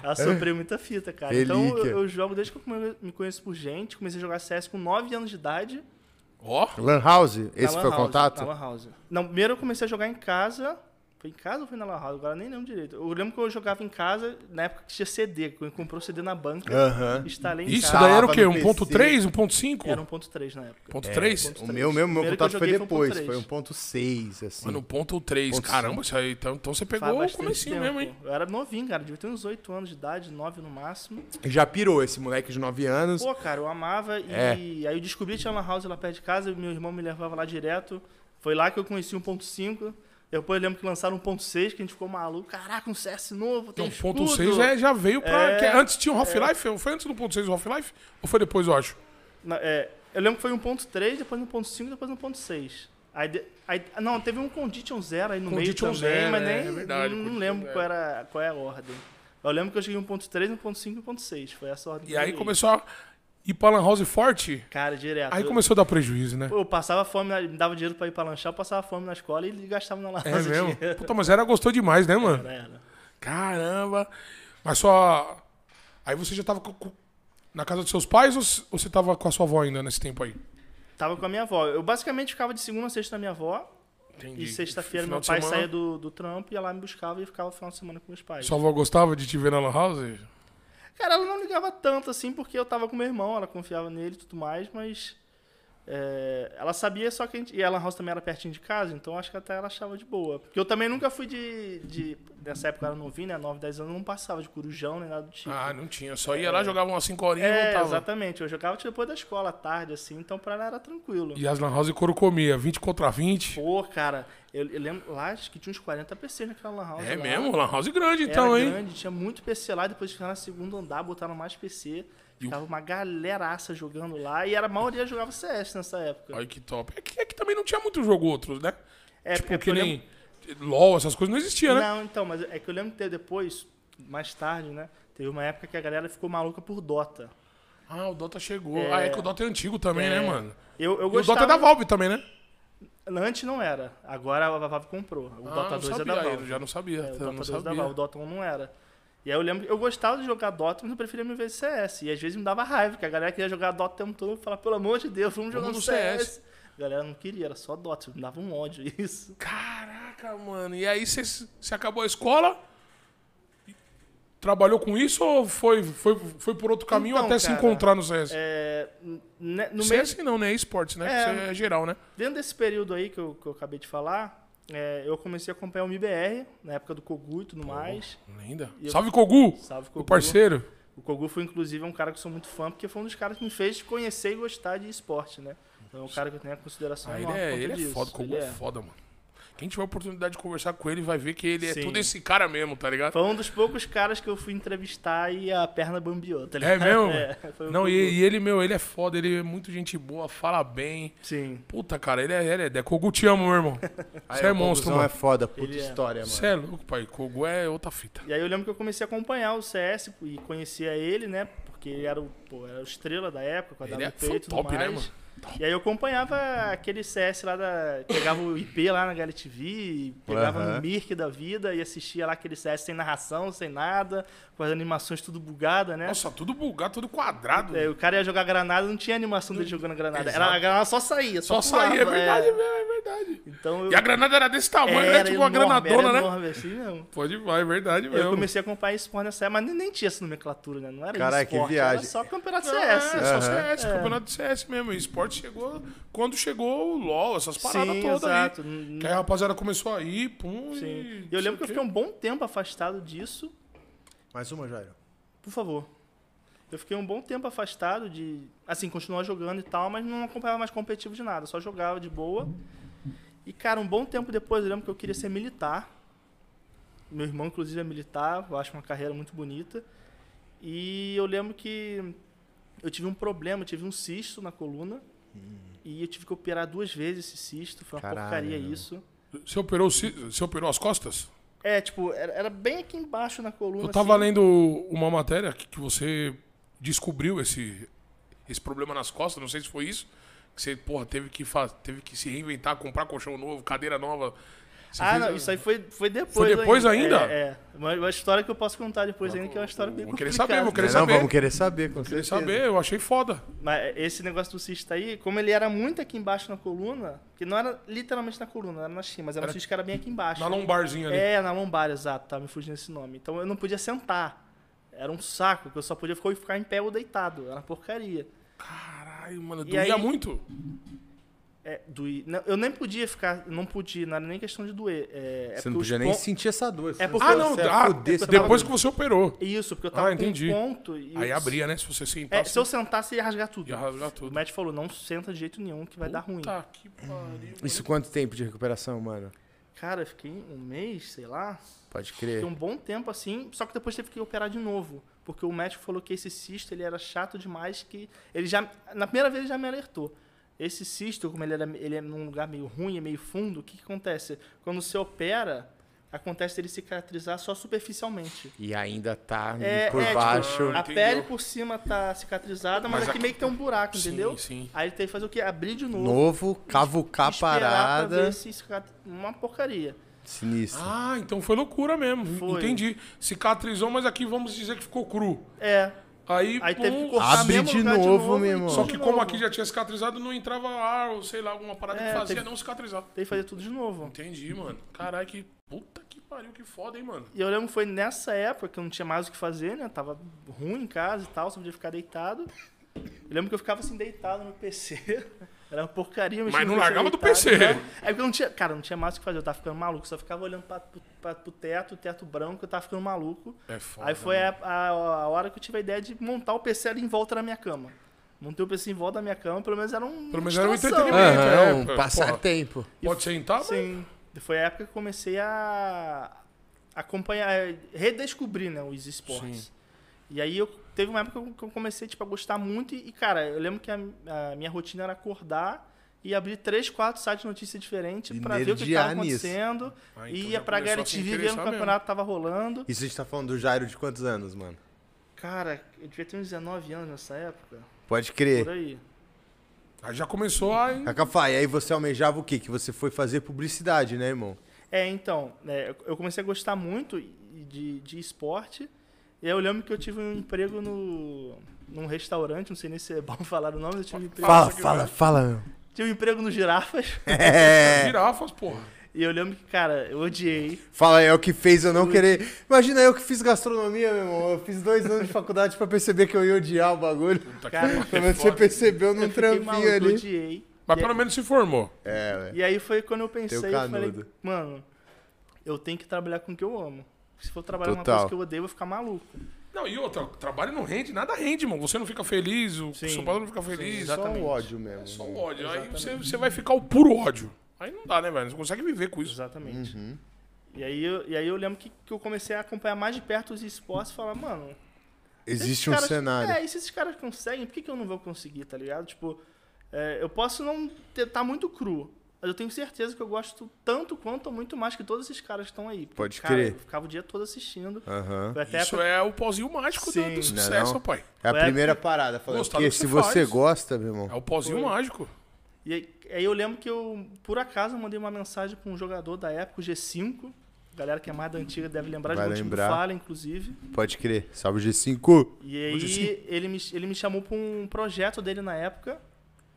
[SPEAKER 3] Assoprei muita fita, cara. Então
[SPEAKER 4] Relíquia.
[SPEAKER 3] eu, eu jogo desde que eu come- me conheço por gente. Comecei a jogar CS com 9 anos de idade.
[SPEAKER 2] Ó,
[SPEAKER 4] Lan House,
[SPEAKER 3] na
[SPEAKER 4] esse
[SPEAKER 3] Tá Lan
[SPEAKER 4] foi o
[SPEAKER 3] House,
[SPEAKER 4] contato?
[SPEAKER 3] Na Lan House. Não, primeiro eu comecei a jogar em casa. Foi em casa ou foi na Lan House? Agora eu nem lembro direito. Eu lembro que eu jogava em casa na época que tinha CD. que Eu comprei o CD na banca.
[SPEAKER 4] Aham.
[SPEAKER 3] Instalei em
[SPEAKER 2] isso
[SPEAKER 3] casa.
[SPEAKER 2] daí era o quê?
[SPEAKER 4] no PC.
[SPEAKER 2] 1.3,
[SPEAKER 3] Era É,
[SPEAKER 2] 1.5?
[SPEAKER 3] 1.3 na época.
[SPEAKER 2] 1.3?
[SPEAKER 4] O meu mesmo, meu
[SPEAKER 3] Primeiro que eu
[SPEAKER 4] contato foi
[SPEAKER 3] joguei foi
[SPEAKER 4] depois,
[SPEAKER 3] 1.3.
[SPEAKER 4] foi 1.6, assim.
[SPEAKER 2] Mano, 1.3.
[SPEAKER 4] Ponto
[SPEAKER 2] Caramba, isso aí. Então, então você
[SPEAKER 3] Faz
[SPEAKER 2] pegou o
[SPEAKER 3] bastante
[SPEAKER 2] comecinho
[SPEAKER 3] tempo.
[SPEAKER 2] mesmo, hein?
[SPEAKER 3] Eu era novinho, cara. Devia ter uns 8 anos de idade, 9 no máximo.
[SPEAKER 4] Já pirou esse moleque de 9 anos.
[SPEAKER 3] Pô, cara, eu amava e
[SPEAKER 4] É.
[SPEAKER 3] aí eu descobri que tinha uma house lá perto de casa, e meu irmão me levava lá direto. Foi lá que eu conheci 1.5. Depois eu lembro que lançaram 1.6, que a gente ficou maluco. Caraca, um CS novo, tem
[SPEAKER 2] Então,
[SPEAKER 3] escudo.
[SPEAKER 2] 1.6 é, já veio pra.
[SPEAKER 3] É.
[SPEAKER 2] que antes tinha um Half-Life? Foi antes do 1.6 o Half-Life? Ou foi depois, eu acho?
[SPEAKER 3] Na- é, eu lembro que foi 1.3, depois 1.5, depois 1.6. Aí, de- aí- não, teve um Condition Zero aí no
[SPEAKER 2] Condition
[SPEAKER 3] meio também,
[SPEAKER 2] Zero,
[SPEAKER 3] mas
[SPEAKER 2] é,
[SPEAKER 3] nem
[SPEAKER 2] é verdade,
[SPEAKER 3] não
[SPEAKER 2] Condition
[SPEAKER 3] lembro
[SPEAKER 2] Zero.
[SPEAKER 3] qual era qual é a ordem. Eu lembro que eu cheguei em 1.3, 1.5 e 1.6. Foi essa a ordem.
[SPEAKER 2] E
[SPEAKER 3] que eu
[SPEAKER 2] aí
[SPEAKER 3] joguei.
[SPEAKER 2] começou a ir pra Lan House forte.
[SPEAKER 3] Cara, direto.
[SPEAKER 2] Aí
[SPEAKER 3] Eu-
[SPEAKER 2] começou a dar prejuízo, né?
[SPEAKER 3] Pô, Eu passava fome, na- me dava dinheiro pra ir pra lanchar, eu passava fome na escola e gastava na lança.
[SPEAKER 2] É mesmo? Puta, mas era gostou demais, né, mano?
[SPEAKER 3] Era.
[SPEAKER 2] Caramba. Mas só. Aí você já tava co- co- na casa dos seus pais ou s- ou você tava com a sua avó ainda nesse tempo aí?
[SPEAKER 3] Tava com a minha avó. Eu basicamente ficava de segunda a sexta na minha avó.
[SPEAKER 2] Entendi.
[SPEAKER 3] E sexta-feira
[SPEAKER 2] Final
[SPEAKER 3] meu
[SPEAKER 2] de
[SPEAKER 3] pai
[SPEAKER 2] semana,
[SPEAKER 3] saía do, do trampo, ia lá me buscava e ficava o final de semana com meus pais.
[SPEAKER 2] Sua avó gostava de te ver na Lan House?
[SPEAKER 3] Cara, ela não ligava tanto assim, porque eu tava com meu irmão, ela confiava nele e tudo mais, mas. é, ela sabia só que a gente. E a Lan House também era pertinho de casa, então acho que até ela achava de boa. Porque eu também nunca fui de. de nessa época eu era novinho, né? 9, 10 anos, eu não passava de corujão nem nada do tipo.
[SPEAKER 2] Ah, não tinha. Só ia lá, jogava umas 5 horinhas e
[SPEAKER 3] É,
[SPEAKER 2] voltava.
[SPEAKER 3] exatamente. Eu jogava tipo, depois da escola, à tarde, assim, então pra ela era tranquilo.
[SPEAKER 2] E as Lan House couro comia, 20 contra 20.
[SPEAKER 3] Pô, cara, eu, eu lembro lá, acho que tinha uns 40 PC naquela lan house.
[SPEAKER 2] É
[SPEAKER 3] lá.
[SPEAKER 2] mesmo? Lan House grande
[SPEAKER 3] Era
[SPEAKER 2] então, hein?
[SPEAKER 3] grande, tinha muito PC lá, depois ficaram no segundo andar, botaram mais PC. Ficava uma galeraça jogando lá, e era, a maioria jogava CS nessa época.
[SPEAKER 2] Olha que top. É que, é que também não tinha muito jogo outro, né?
[SPEAKER 3] É,
[SPEAKER 2] tipo,
[SPEAKER 3] é porque
[SPEAKER 2] que
[SPEAKER 3] eu
[SPEAKER 2] nem LOL, essas coisas não existiam, né?
[SPEAKER 3] Não, então, mas é que eu lembro que teve depois, mais tarde, né? Teve uma época que a galera ficou maluca por Dota.
[SPEAKER 2] Ah, o Dota chegou.
[SPEAKER 3] É.
[SPEAKER 2] Ah, é que o Dota é antigo também, né, mano?
[SPEAKER 3] Eu, eu
[SPEAKER 2] E o Dota
[SPEAKER 3] gostava.
[SPEAKER 2] é da Valve também, né?
[SPEAKER 3] Antes não era. Agora a Valve comprou. O
[SPEAKER 2] Ah,
[SPEAKER 3] Dota
[SPEAKER 2] não
[SPEAKER 3] 2 é
[SPEAKER 2] sabia.
[SPEAKER 3] da
[SPEAKER 2] Eu
[SPEAKER 3] Valve.
[SPEAKER 2] já não sabia.
[SPEAKER 3] É, o
[SPEAKER 2] eu
[SPEAKER 3] Dota
[SPEAKER 2] não
[SPEAKER 3] 2 dava, o
[SPEAKER 2] sabia.
[SPEAKER 3] Dota 1 não era. E aí eu lembro, eu gostava de jogar Dota, mas eu preferia me ver CS. E às vezes me dava raiva, porque a galera queria jogar Dota o tempo todo e falava, pelo amor de Deus, vamos jogar
[SPEAKER 2] Vamos
[SPEAKER 3] no
[SPEAKER 2] no
[SPEAKER 3] CS.
[SPEAKER 2] CS.
[SPEAKER 3] A galera não queria, era só Dota, me dava um ódio isso.
[SPEAKER 2] Caraca, mano. E aí você- você acabou a escola? Trabalhou com isso ou foi, foi, foi por outro caminho
[SPEAKER 3] Então,
[SPEAKER 2] até se
[SPEAKER 3] cara,
[SPEAKER 2] encontrar no CS?
[SPEAKER 3] É, né, no meio,
[SPEAKER 2] CS não, né? Esportes, né?
[SPEAKER 3] É.
[SPEAKER 2] Isso é geral, né?
[SPEAKER 3] dentro desse período aí que eu, que eu acabei de falar, é, eu comecei a acompanhar o MBR, na época do Kogu e tudo mais.
[SPEAKER 2] Linda.
[SPEAKER 3] E eu-
[SPEAKER 2] Salve, Kogu!
[SPEAKER 3] Salve,
[SPEAKER 2] O
[SPEAKER 3] Kogu.
[SPEAKER 2] parceiro.
[SPEAKER 3] O Kogu foi, inclusive, um cara que eu sou muito fã, porque foi um dos caras que me fez conhecer e gostar de esporte, né? Então é um cara que eu tenho a consideração
[SPEAKER 2] Ah, ele
[SPEAKER 3] enorme
[SPEAKER 2] é,
[SPEAKER 3] por conta
[SPEAKER 2] ele é
[SPEAKER 3] disso.
[SPEAKER 2] foda, o Kogu
[SPEAKER 3] Ele
[SPEAKER 2] é foda, mano. Quem tiver a oportunidade de conversar com ele vai ver que ele é
[SPEAKER 3] Sim.
[SPEAKER 2] tudo esse cara mesmo, tá ligado?
[SPEAKER 3] Foi um dos poucos caras que eu fui entrevistar e a perna bambiou, tá
[SPEAKER 2] É
[SPEAKER 3] ligado?
[SPEAKER 2] mesmo?
[SPEAKER 3] foi um
[SPEAKER 2] não, e,
[SPEAKER 3] pouco-
[SPEAKER 2] e ele, meu, ele é foda, ele é muito gente boa, fala bem.
[SPEAKER 3] Sim.
[SPEAKER 2] Puta, cara, ele é, ele é, é Kogu, te amo, meu irmão. Você é
[SPEAKER 4] o
[SPEAKER 2] monstro,
[SPEAKER 4] Coguzão é
[SPEAKER 2] mano.
[SPEAKER 4] foda, puta
[SPEAKER 3] Ele é.
[SPEAKER 4] história, mano.
[SPEAKER 2] Você é louco, pai. Kogu é outra fita.
[SPEAKER 3] E aí eu lembro que eu comecei a acompanhar o CS e conhecia ele, né? Porque ele era o, pô, era o estrela da época, com a
[SPEAKER 2] Ele é-
[SPEAKER 3] WP
[SPEAKER 2] foi
[SPEAKER 3] e
[SPEAKER 2] o
[SPEAKER 3] tudo
[SPEAKER 2] top, né,
[SPEAKER 3] mais.
[SPEAKER 2] mano?
[SPEAKER 3] E aí eu acompanhava aquele CS lá da. Pegava o IP lá na GalTV, pegava
[SPEAKER 4] Aham.
[SPEAKER 3] no Mirk da vida e assistia lá aquele CS sem narração, sem nada, com as animações tudo bugada, né?
[SPEAKER 2] Nossa, tudo bugado, tudo quadrado.
[SPEAKER 3] É, o cara ia jogar granada, não tinha animação dele jogando granada. Era, a
[SPEAKER 2] Exato.
[SPEAKER 3] granada só saía,
[SPEAKER 2] Só
[SPEAKER 3] só, pulava,
[SPEAKER 2] saía, é verdade
[SPEAKER 3] é.
[SPEAKER 2] mesmo, é verdade.
[SPEAKER 3] Então eu,
[SPEAKER 2] E a granada era desse tamanho, né? Tipo uma granadona, né?
[SPEAKER 3] enorme, assim, não.
[SPEAKER 2] Pode vai, é verdade mesmo.
[SPEAKER 3] Eu comecei a acompanhar esporte nessa época, mas nem, nem tinha essa nomenclatura, né? Não era
[SPEAKER 4] Caraca,
[SPEAKER 3] esporte,
[SPEAKER 4] que viagem.
[SPEAKER 3] era só campeonato
[SPEAKER 2] É,
[SPEAKER 3] CS.
[SPEAKER 2] só CS, campeonato de CS mesmo. E esporte chegou quando chegou o LOL, essas paradas
[SPEAKER 3] Sim,
[SPEAKER 2] todas
[SPEAKER 3] exato.
[SPEAKER 2] aí.
[SPEAKER 3] N-
[SPEAKER 2] Que aí a rapaziada começou a ir, pum.
[SPEAKER 3] Sim.
[SPEAKER 2] E
[SPEAKER 3] E eu lembro que eu
[SPEAKER 2] sei
[SPEAKER 3] fiquei
[SPEAKER 2] o
[SPEAKER 3] um bom tempo afastado disso.
[SPEAKER 4] Mais uma, Jairo.
[SPEAKER 3] Por favor. Eu fiquei um bom tempo afastado de. Assim, continuar jogando e tal, mas não acompanhava mais competitivo de nada, só jogava de boa. E, cara, um bom tempo depois eu lembro que eu queria ser militar. Meu irmão, inclusive, é militar, eu acho uma carreira muito bonita. E eu lembro que eu tive um problema, eu tive um cisto na coluna. E eu tive que operar duas vezes esse cisto, foi uma
[SPEAKER 4] Caralho.
[SPEAKER 3] porcaria isso.
[SPEAKER 2] quê? Você operou, o ci- você operou as costas?
[SPEAKER 3] É, tipo, era, era bem aqui embaixo na coluna.
[SPEAKER 2] Eu tava
[SPEAKER 3] assim.
[SPEAKER 2] lendo uma matéria que, que você descobriu esse, esse problema nas costas, não sei se foi isso. Que você, porra, teve que, fa- teve que se reinventar, comprar colchão novo, cadeira nova. Você
[SPEAKER 3] ah,
[SPEAKER 2] fez-
[SPEAKER 3] não, isso aí foi, foi depois.
[SPEAKER 2] Foi depois ainda?
[SPEAKER 3] É, é. Uma, uma história que eu posso contar depois ainda, que é uma história bem
[SPEAKER 2] Vou querer
[SPEAKER 3] complicada.
[SPEAKER 2] saber, vou querer
[SPEAKER 4] Não,
[SPEAKER 2] saber.
[SPEAKER 4] vamos querer saber, com
[SPEAKER 2] Queria
[SPEAKER 4] certeza.
[SPEAKER 2] saber, eu achei foda.
[SPEAKER 3] Mas esse negócio do cisto aí, como ele era muito aqui embaixo na coluna, que não era literalmente na coluna, era na China, mas era, um cisto que era bem aqui embaixo.
[SPEAKER 2] Na lombarzinha ali.
[SPEAKER 3] É, na lombar, exato, tá me fugindo esse nome. Então eu não podia sentar. Era um saco, que eu só podia ficar, ficar em pé ou deitado. Era uma porcaria.
[SPEAKER 2] Caralho, mano,
[SPEAKER 3] E
[SPEAKER 2] doía
[SPEAKER 3] aí-
[SPEAKER 2] muito.
[SPEAKER 3] É, doí- não, eu nem podia ficar, não podia, não era nem questão de doer. É, é
[SPEAKER 4] Você não
[SPEAKER 3] porque os
[SPEAKER 4] podia nem
[SPEAKER 3] pon-
[SPEAKER 4] sentir essa dor.
[SPEAKER 3] É porque
[SPEAKER 2] Ah, não,
[SPEAKER 4] Você
[SPEAKER 2] ah,
[SPEAKER 4] fuder, você
[SPEAKER 2] depois que
[SPEAKER 4] fala-
[SPEAKER 2] você operou.
[SPEAKER 3] Isso, porque eu tava
[SPEAKER 2] Ah, entendi.
[SPEAKER 3] com um ponto. E
[SPEAKER 2] Aí
[SPEAKER 3] eu-
[SPEAKER 2] abria, né? Se você sentar,
[SPEAKER 3] É, se eu sentasse, ia rasgar tudo.
[SPEAKER 2] ia rasgar tudo.
[SPEAKER 3] O médico falou, não senta de jeito nenhum, que vai dar é ruim.
[SPEAKER 2] Puta que pariu.
[SPEAKER 4] Isso quanto tempo de recuperação, mano?
[SPEAKER 3] Cara, eu fiquei um mês, sei lá.
[SPEAKER 4] Pode
[SPEAKER 3] Fiquei
[SPEAKER 4] crer.
[SPEAKER 3] um bom tempo assim, só que depois teve que operar de novo. Porque o médico falou que esse cisto, ele era chato demais, que ele já... Na primeira vez ele já me alertou. Esse cisto, como ele, era, ele é num lugar meio ruim, é meio fundo, o que, que acontece? Quando você opera, acontece dele cicatrizar só superficialmente.
[SPEAKER 4] E ainda tá
[SPEAKER 3] É,
[SPEAKER 4] por
[SPEAKER 3] é, tipo,
[SPEAKER 4] baixo.
[SPEAKER 3] A
[SPEAKER 2] Entendeu.
[SPEAKER 3] pele por cima tá cicatrizada, mas,
[SPEAKER 2] Mas
[SPEAKER 3] aqui
[SPEAKER 2] a-
[SPEAKER 3] meio que tem um buraco,
[SPEAKER 2] Sim,
[SPEAKER 3] entendeu?
[SPEAKER 2] sim.
[SPEAKER 3] Aí ele tem que fazer o quê? Abrir de novo.
[SPEAKER 4] novo, cavucar a
[SPEAKER 3] esperar Pra
[SPEAKER 4] parada.
[SPEAKER 3] ver se cicatri- Uma porcaria.
[SPEAKER 4] Sinistro.
[SPEAKER 2] Ah, então foi loucura mesmo.
[SPEAKER 3] Foi.
[SPEAKER 2] Entendi. Cicatrizou, mas aqui vamos dizer que ficou cru.
[SPEAKER 3] É.
[SPEAKER 2] Aí,
[SPEAKER 3] Aí
[SPEAKER 2] pum,
[SPEAKER 3] teve que cortar
[SPEAKER 4] Abre
[SPEAKER 3] mesmo
[SPEAKER 4] de
[SPEAKER 3] lugar
[SPEAKER 4] novo,
[SPEAKER 3] e
[SPEAKER 4] meu irmão.
[SPEAKER 2] Só
[SPEAKER 3] tudo
[SPEAKER 2] que
[SPEAKER 3] de
[SPEAKER 2] como
[SPEAKER 3] novo.
[SPEAKER 2] aqui já tinha cicatrizado, não entrava ar, ou sei lá, alguma parada
[SPEAKER 3] É,
[SPEAKER 2] que fazia
[SPEAKER 3] teve-
[SPEAKER 2] não cicatrizar.
[SPEAKER 3] Tem que fazer tudo de novo.
[SPEAKER 2] Entendi, mano. Caralho, que puta que pariu, que foda, hein, mano.
[SPEAKER 3] E eu lembro que foi nessa época que eu não tinha mais o que fazer, né? Tava ruim em casa e tal, só podia ficar deitado. Eu lembro que eu ficava assim, deitado no PC. Era uma porcaria. mexendo
[SPEAKER 2] Mas não
[SPEAKER 3] no
[SPEAKER 2] largava do
[SPEAKER 3] deitado,
[SPEAKER 2] PC.
[SPEAKER 3] né? É porque eu não tinha... Cara, eu não tinha mais o que fazer. Eu tava ficando maluco. Só ficava olhando pra, pro- pra, pro teto, teto branco. Eu tava ficando maluco.
[SPEAKER 2] É foda.
[SPEAKER 3] Aí foi
[SPEAKER 4] né?
[SPEAKER 2] mano.
[SPEAKER 3] a, a, a hora que eu tive a ideia de montar o PC ali em volta da minha cama. Montei o PC em volta da minha cama, pelo menos era um.
[SPEAKER 2] Pelo menos era um
[SPEAKER 3] distração.
[SPEAKER 2] entretenimento. é,
[SPEAKER 4] um
[SPEAKER 2] pô,
[SPEAKER 4] passatempo.
[SPEAKER 2] Pode sentar, mas
[SPEAKER 3] Sim. Foi a época que eu comecei a acompanhar, a redescobrir né, os esportes.
[SPEAKER 2] Sim.
[SPEAKER 3] E aí eu teve uma época que eu comecei tipo, a gostar muito e, e, cara, eu lembro que a, a minha rotina era acordar e abrir três, quatro sites de notícia diferentes
[SPEAKER 4] E
[SPEAKER 3] para ver o que
[SPEAKER 4] nerdear
[SPEAKER 3] estava
[SPEAKER 4] nisso.
[SPEAKER 3] acontecendo.
[SPEAKER 2] Ah, então
[SPEAKER 3] e
[SPEAKER 2] já
[SPEAKER 3] ia pra
[SPEAKER 2] começou a se
[SPEAKER 3] HLTV ver o
[SPEAKER 2] interessar mesmo.
[SPEAKER 3] campeonato que tava rolando.
[SPEAKER 4] Isso a gente tá falando do Jairo de quantos anos, mano?
[SPEAKER 3] Cara, eu devia ter uns 19 anos nessa época.
[SPEAKER 4] Pode
[SPEAKER 3] Por
[SPEAKER 4] crer.
[SPEAKER 3] aí.
[SPEAKER 2] aí já começou a.
[SPEAKER 4] Cacafá, e aí você almejava o quê? Que você foi fazer publicidade, né, irmão?
[SPEAKER 3] É, então, né, eu comecei a gostar muito de, de esporte. E aí eu lembro que eu tive um emprego no, num restaurante, não sei nem se é bom falar o nome, eu tive um emprego,
[SPEAKER 4] Fala, fala, fala. meu.
[SPEAKER 3] tive um emprego no Girafas.
[SPEAKER 4] É.
[SPEAKER 2] Girafas, porra.
[SPEAKER 3] E eu lembro que, cara, eu odiei.
[SPEAKER 4] Fala, é o que fez eu não querer. Imagina eu que fiz gastronomia, meu irmão. Eu fiz dois anos de faculdade pra perceber que eu ia odiar o bagulho.
[SPEAKER 2] Puta que
[SPEAKER 3] Cara,
[SPEAKER 2] pariu,
[SPEAKER 4] Pelo
[SPEAKER 2] é
[SPEAKER 4] menos você
[SPEAKER 2] foda.
[SPEAKER 4] percebeu
[SPEAKER 3] Eu
[SPEAKER 4] num
[SPEAKER 3] fiquei maluco,
[SPEAKER 4] trampinho
[SPEAKER 3] eu
[SPEAKER 4] ali.
[SPEAKER 3] odiei.
[SPEAKER 2] Mas
[SPEAKER 3] E aí-
[SPEAKER 2] pelo menos se formou.
[SPEAKER 4] É, velho.
[SPEAKER 3] E aí foi quando eu pensei,
[SPEAKER 4] Teu
[SPEAKER 3] eu falei,
[SPEAKER 4] canudo.
[SPEAKER 3] mano, eu tenho que trabalhar com o que eu amo. Se for trabalhar com uma
[SPEAKER 4] Total.
[SPEAKER 3] coisa que eu odeio, eu vou ficar maluco.
[SPEAKER 2] Não, e outra, trabalho não rende, nada rende, mano. Você não fica feliz, o
[SPEAKER 3] Sim.
[SPEAKER 2] seu patrão não fica feliz.
[SPEAKER 3] exato. exatamente.
[SPEAKER 4] Só o ódio mesmo.
[SPEAKER 2] só o um ódio. Aí você, você vai ficar o puro ódio. Aí não dá, né, velho? Você não consegue viver com isso.
[SPEAKER 3] Exatamente.
[SPEAKER 4] Uhum.
[SPEAKER 3] E, aí eu, e aí eu lembro que, que eu comecei a acompanhar mais de perto os esportes e falar, mano,
[SPEAKER 4] Existe
[SPEAKER 3] esses
[SPEAKER 4] um
[SPEAKER 3] caras-
[SPEAKER 4] cenário.
[SPEAKER 3] É, e se esses caras conseguem, por que, que eu não vou conseguir, tá ligado? Tipo, é, eu posso não estar tá muito cru. mas eu tenho certeza que eu gosto tanto quanto ou muito mais que todos esses caras que estão aí. Porque,
[SPEAKER 1] Pode
[SPEAKER 3] cara,
[SPEAKER 1] crer. Ah,
[SPEAKER 3] Eu ficava o dia todo assistindo.
[SPEAKER 1] Aham.
[SPEAKER 3] Foi até
[SPEAKER 2] Isso é o pozinho mágico do,
[SPEAKER 3] Sim. né,
[SPEAKER 2] do
[SPEAKER 1] Não é
[SPEAKER 2] sucesso,
[SPEAKER 1] não?
[SPEAKER 2] pai.
[SPEAKER 1] É a
[SPEAKER 3] Foi a-
[SPEAKER 1] primeira parada. Falando,
[SPEAKER 2] Gostar do
[SPEAKER 1] porque
[SPEAKER 2] que
[SPEAKER 1] se
[SPEAKER 2] você
[SPEAKER 1] você
[SPEAKER 2] faz.
[SPEAKER 1] gosta, meu irmão.
[SPEAKER 2] É o pozinho mágico.
[SPEAKER 3] E aí, aí eu lembro que eu, por acaso, eu mandei uma mensagem para um jogador da época, o G5. Galera que é mais da antiga deve lembrar,
[SPEAKER 1] Vai
[SPEAKER 3] jogou o time do
[SPEAKER 1] lembrar.
[SPEAKER 3] Falha, inclusive.
[SPEAKER 1] Pode crer. Salve G5.
[SPEAKER 3] E
[SPEAKER 2] O
[SPEAKER 3] aí
[SPEAKER 2] G5.
[SPEAKER 3] ele me, ele me chamou para um projeto dele na época,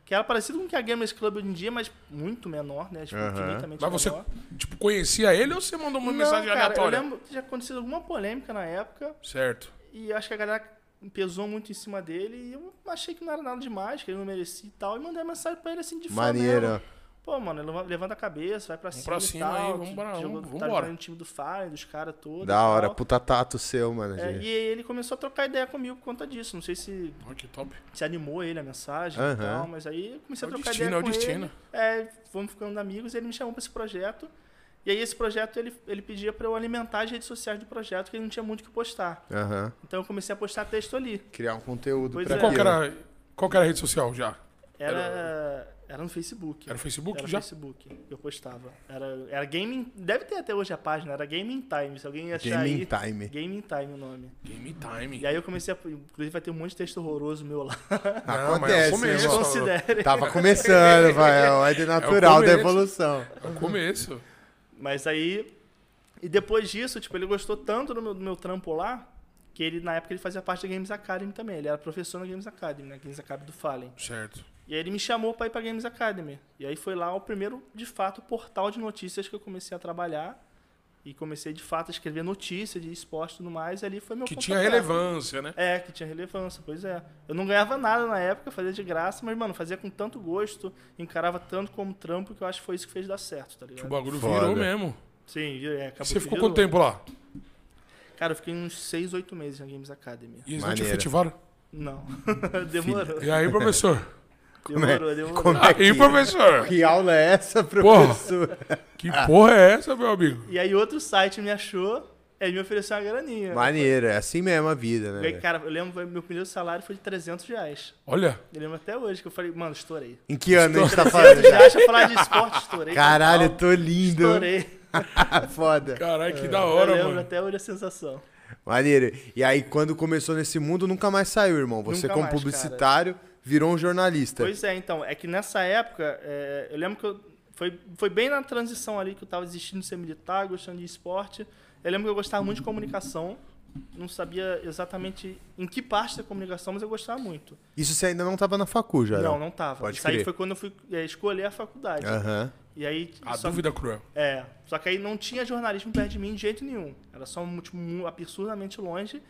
[SPEAKER 3] que era parecido com o que a Gamers Club hoje em dia, mas muito menor, né? Tipo,
[SPEAKER 1] Aham.
[SPEAKER 3] infinitamente
[SPEAKER 2] Mas você,
[SPEAKER 3] menor.
[SPEAKER 2] tipo, conhecia ele ou você mandou uma
[SPEAKER 3] Não,
[SPEAKER 2] mensagem
[SPEAKER 3] cara,
[SPEAKER 2] aleatória?
[SPEAKER 3] Eu lembro que tinha acontecido alguma polêmica na época,
[SPEAKER 2] Certo.
[SPEAKER 3] e acho que a galera pesou muito em cima dele, e eu achei que não era nada demais, que ele não merecia e tal, e mandei uma mensagem pra ele assim de fã mesmo.
[SPEAKER 1] Maneiro.
[SPEAKER 3] Pô, mano, leva- levanta a cabeça, vai pra cima.
[SPEAKER 2] pra
[SPEAKER 3] e
[SPEAKER 2] cima
[SPEAKER 3] tal,
[SPEAKER 2] aí,
[SPEAKER 3] que
[SPEAKER 2] vamos pra-
[SPEAKER 3] jogou-
[SPEAKER 2] vamos-
[SPEAKER 3] tá
[SPEAKER 2] vambora.
[SPEAKER 3] jogando no time do Fire, dos caras todos. e
[SPEAKER 1] Da
[SPEAKER 3] tal.
[SPEAKER 1] hora. Puta tato seu, mano. G.
[SPEAKER 3] É, e ele começou a trocar ideia comigo por conta disso. Não sei se,
[SPEAKER 2] Olha que top.
[SPEAKER 3] se animou ele a mensagem e
[SPEAKER 1] Aham.
[SPEAKER 3] tal, mas aí eu
[SPEAKER 2] É
[SPEAKER 3] comecei a
[SPEAKER 2] o
[SPEAKER 3] trocar
[SPEAKER 2] destino,
[SPEAKER 3] ideia
[SPEAKER 2] é o
[SPEAKER 3] com
[SPEAKER 2] destino.
[SPEAKER 3] ele. É, fomos ficando amigos e ele me chamou pra esse projeto. E aí esse projeto ele, ele pedia pra eu alimentar as redes sociais do projeto, que ele não tinha muito o que postar.
[SPEAKER 1] Aham.
[SPEAKER 3] Então eu comecei a postar texto ali.
[SPEAKER 1] Criar um conteúdo
[SPEAKER 3] Pois
[SPEAKER 1] pra
[SPEAKER 3] é.
[SPEAKER 2] Qual,
[SPEAKER 1] aquilo.
[SPEAKER 2] que era, qual que era a rede social já?
[SPEAKER 3] Era, era no Facebook.
[SPEAKER 2] Era o Facebook
[SPEAKER 3] Era
[SPEAKER 2] já?
[SPEAKER 3] Facebook que eu postava. Era, era Gaming. Deve ter até hoje a página, era Gaming Time. Se alguém achar
[SPEAKER 1] Game in
[SPEAKER 3] aí.
[SPEAKER 1] Time.
[SPEAKER 3] Gaming Time o nome.
[SPEAKER 2] Game Time.
[SPEAKER 3] E aí eu comecei a. Inclusive vai ter um monte de texto horroroso meu lá.
[SPEAKER 2] Não,
[SPEAKER 1] Acontece,
[SPEAKER 2] mas é o começo.
[SPEAKER 1] irmão.
[SPEAKER 3] Considere.
[SPEAKER 1] Tava começando, vai. É o ordem natural da
[SPEAKER 2] começo.
[SPEAKER 1] evolução.
[SPEAKER 3] Ah,
[SPEAKER 2] É o começo.
[SPEAKER 3] Mas aí. E depois disso, tipo, ele gostou tanto do meu, do meu trampo lá, que ele, na época, ele fazia parte da Games Academy também. Ele era professor na Games Academy, na Games Academy do Fallen.
[SPEAKER 2] Certo.
[SPEAKER 3] E aí ele me chamou pra ir pra Games Academy. E aí foi lá o primeiro, de fato, portal de notícias que eu comecei a trabalhar. E comecei, de fato, a escrever notícias de esporte e tudo mais. E ali foi meu
[SPEAKER 2] Que
[SPEAKER 3] ponto
[SPEAKER 2] tinha
[SPEAKER 3] de virada.
[SPEAKER 2] relevância, né?
[SPEAKER 3] É, que tinha relevância, pois é. Eu não ganhava nada na época, fazia de graça, mas, mano, fazia com tanto gosto, encarava tanto como trampo, que eu acho que foi isso que fez dar certo, tá
[SPEAKER 2] Que o
[SPEAKER 3] ligado?
[SPEAKER 2] bagulho
[SPEAKER 1] Foda.
[SPEAKER 2] virou mesmo.
[SPEAKER 3] Sim, é, acabou
[SPEAKER 2] Você
[SPEAKER 3] que
[SPEAKER 2] ficou
[SPEAKER 3] virou.
[SPEAKER 2] quanto tempo lá?
[SPEAKER 3] Cara, eu fiquei uns 6, 8 meses na Games Academy.
[SPEAKER 2] E eles não te
[SPEAKER 1] Maneiro.
[SPEAKER 2] efetivaram?
[SPEAKER 3] Não. demorou.
[SPEAKER 2] E aí, professor?
[SPEAKER 3] Demorou, demorou.
[SPEAKER 1] Como é
[SPEAKER 2] Aí,
[SPEAKER 1] que...
[SPEAKER 2] professor?
[SPEAKER 1] Que aula é essa,
[SPEAKER 2] Porra.
[SPEAKER 1] professor?
[SPEAKER 2] Que porra é essa, meu amigo?
[SPEAKER 3] E aí outro site me achou, aí me ofereceu uma graninha.
[SPEAKER 1] Maneiro, é assim mesmo a vida, né?
[SPEAKER 3] E aí,
[SPEAKER 1] velho?
[SPEAKER 3] cara, eu lembro, meu primeiro salário foi de 300 reais.
[SPEAKER 2] Olha,
[SPEAKER 3] Eu lembro até hoje que eu falei, mano, estourei.
[SPEAKER 1] Em que ano a gente tá
[SPEAKER 3] 300
[SPEAKER 1] falando? já?
[SPEAKER 3] reais pra falar de esporte, estourei.
[SPEAKER 1] Caralho, é eu
[SPEAKER 3] total.
[SPEAKER 1] tô lindo. Ah,
[SPEAKER 3] Estourei.
[SPEAKER 1] Foda.
[SPEAKER 2] caralho, que da
[SPEAKER 3] É, Eu
[SPEAKER 2] hora,
[SPEAKER 3] lembro
[SPEAKER 2] mano.
[SPEAKER 3] até hoje a sensação.
[SPEAKER 1] Maneiro. E aí, quando começou nesse mundo, nunca mais saiu, irmão. Você,
[SPEAKER 3] Nunca
[SPEAKER 1] como
[SPEAKER 3] mais,
[SPEAKER 1] publicitário, virou um jornalista.
[SPEAKER 3] Pois é, então, é que nessa época, é, eu lembro que eu, foi, foi bem na transição ali que eu tava desistindo de ser militar, gostando de esporte. Eu lembro que eu gostava muito de comunicação, não sabia exatamente em que parte da comunicação, mas eu gostava muito.
[SPEAKER 1] Isso você ainda não tava na facu, já.
[SPEAKER 3] Não, não tava.
[SPEAKER 1] Pode
[SPEAKER 3] Isso aí
[SPEAKER 1] crer. Ah.
[SPEAKER 3] foi quando eu fui é, escolher a faculdade.
[SPEAKER 1] Aham.
[SPEAKER 3] E aí,
[SPEAKER 2] A
[SPEAKER 3] só,
[SPEAKER 2] dúvida cruel.
[SPEAKER 3] é, só que aí não tinha jornalismo perto de mim de jeito nenhum. Era só tipo, mu- absurdamente longe.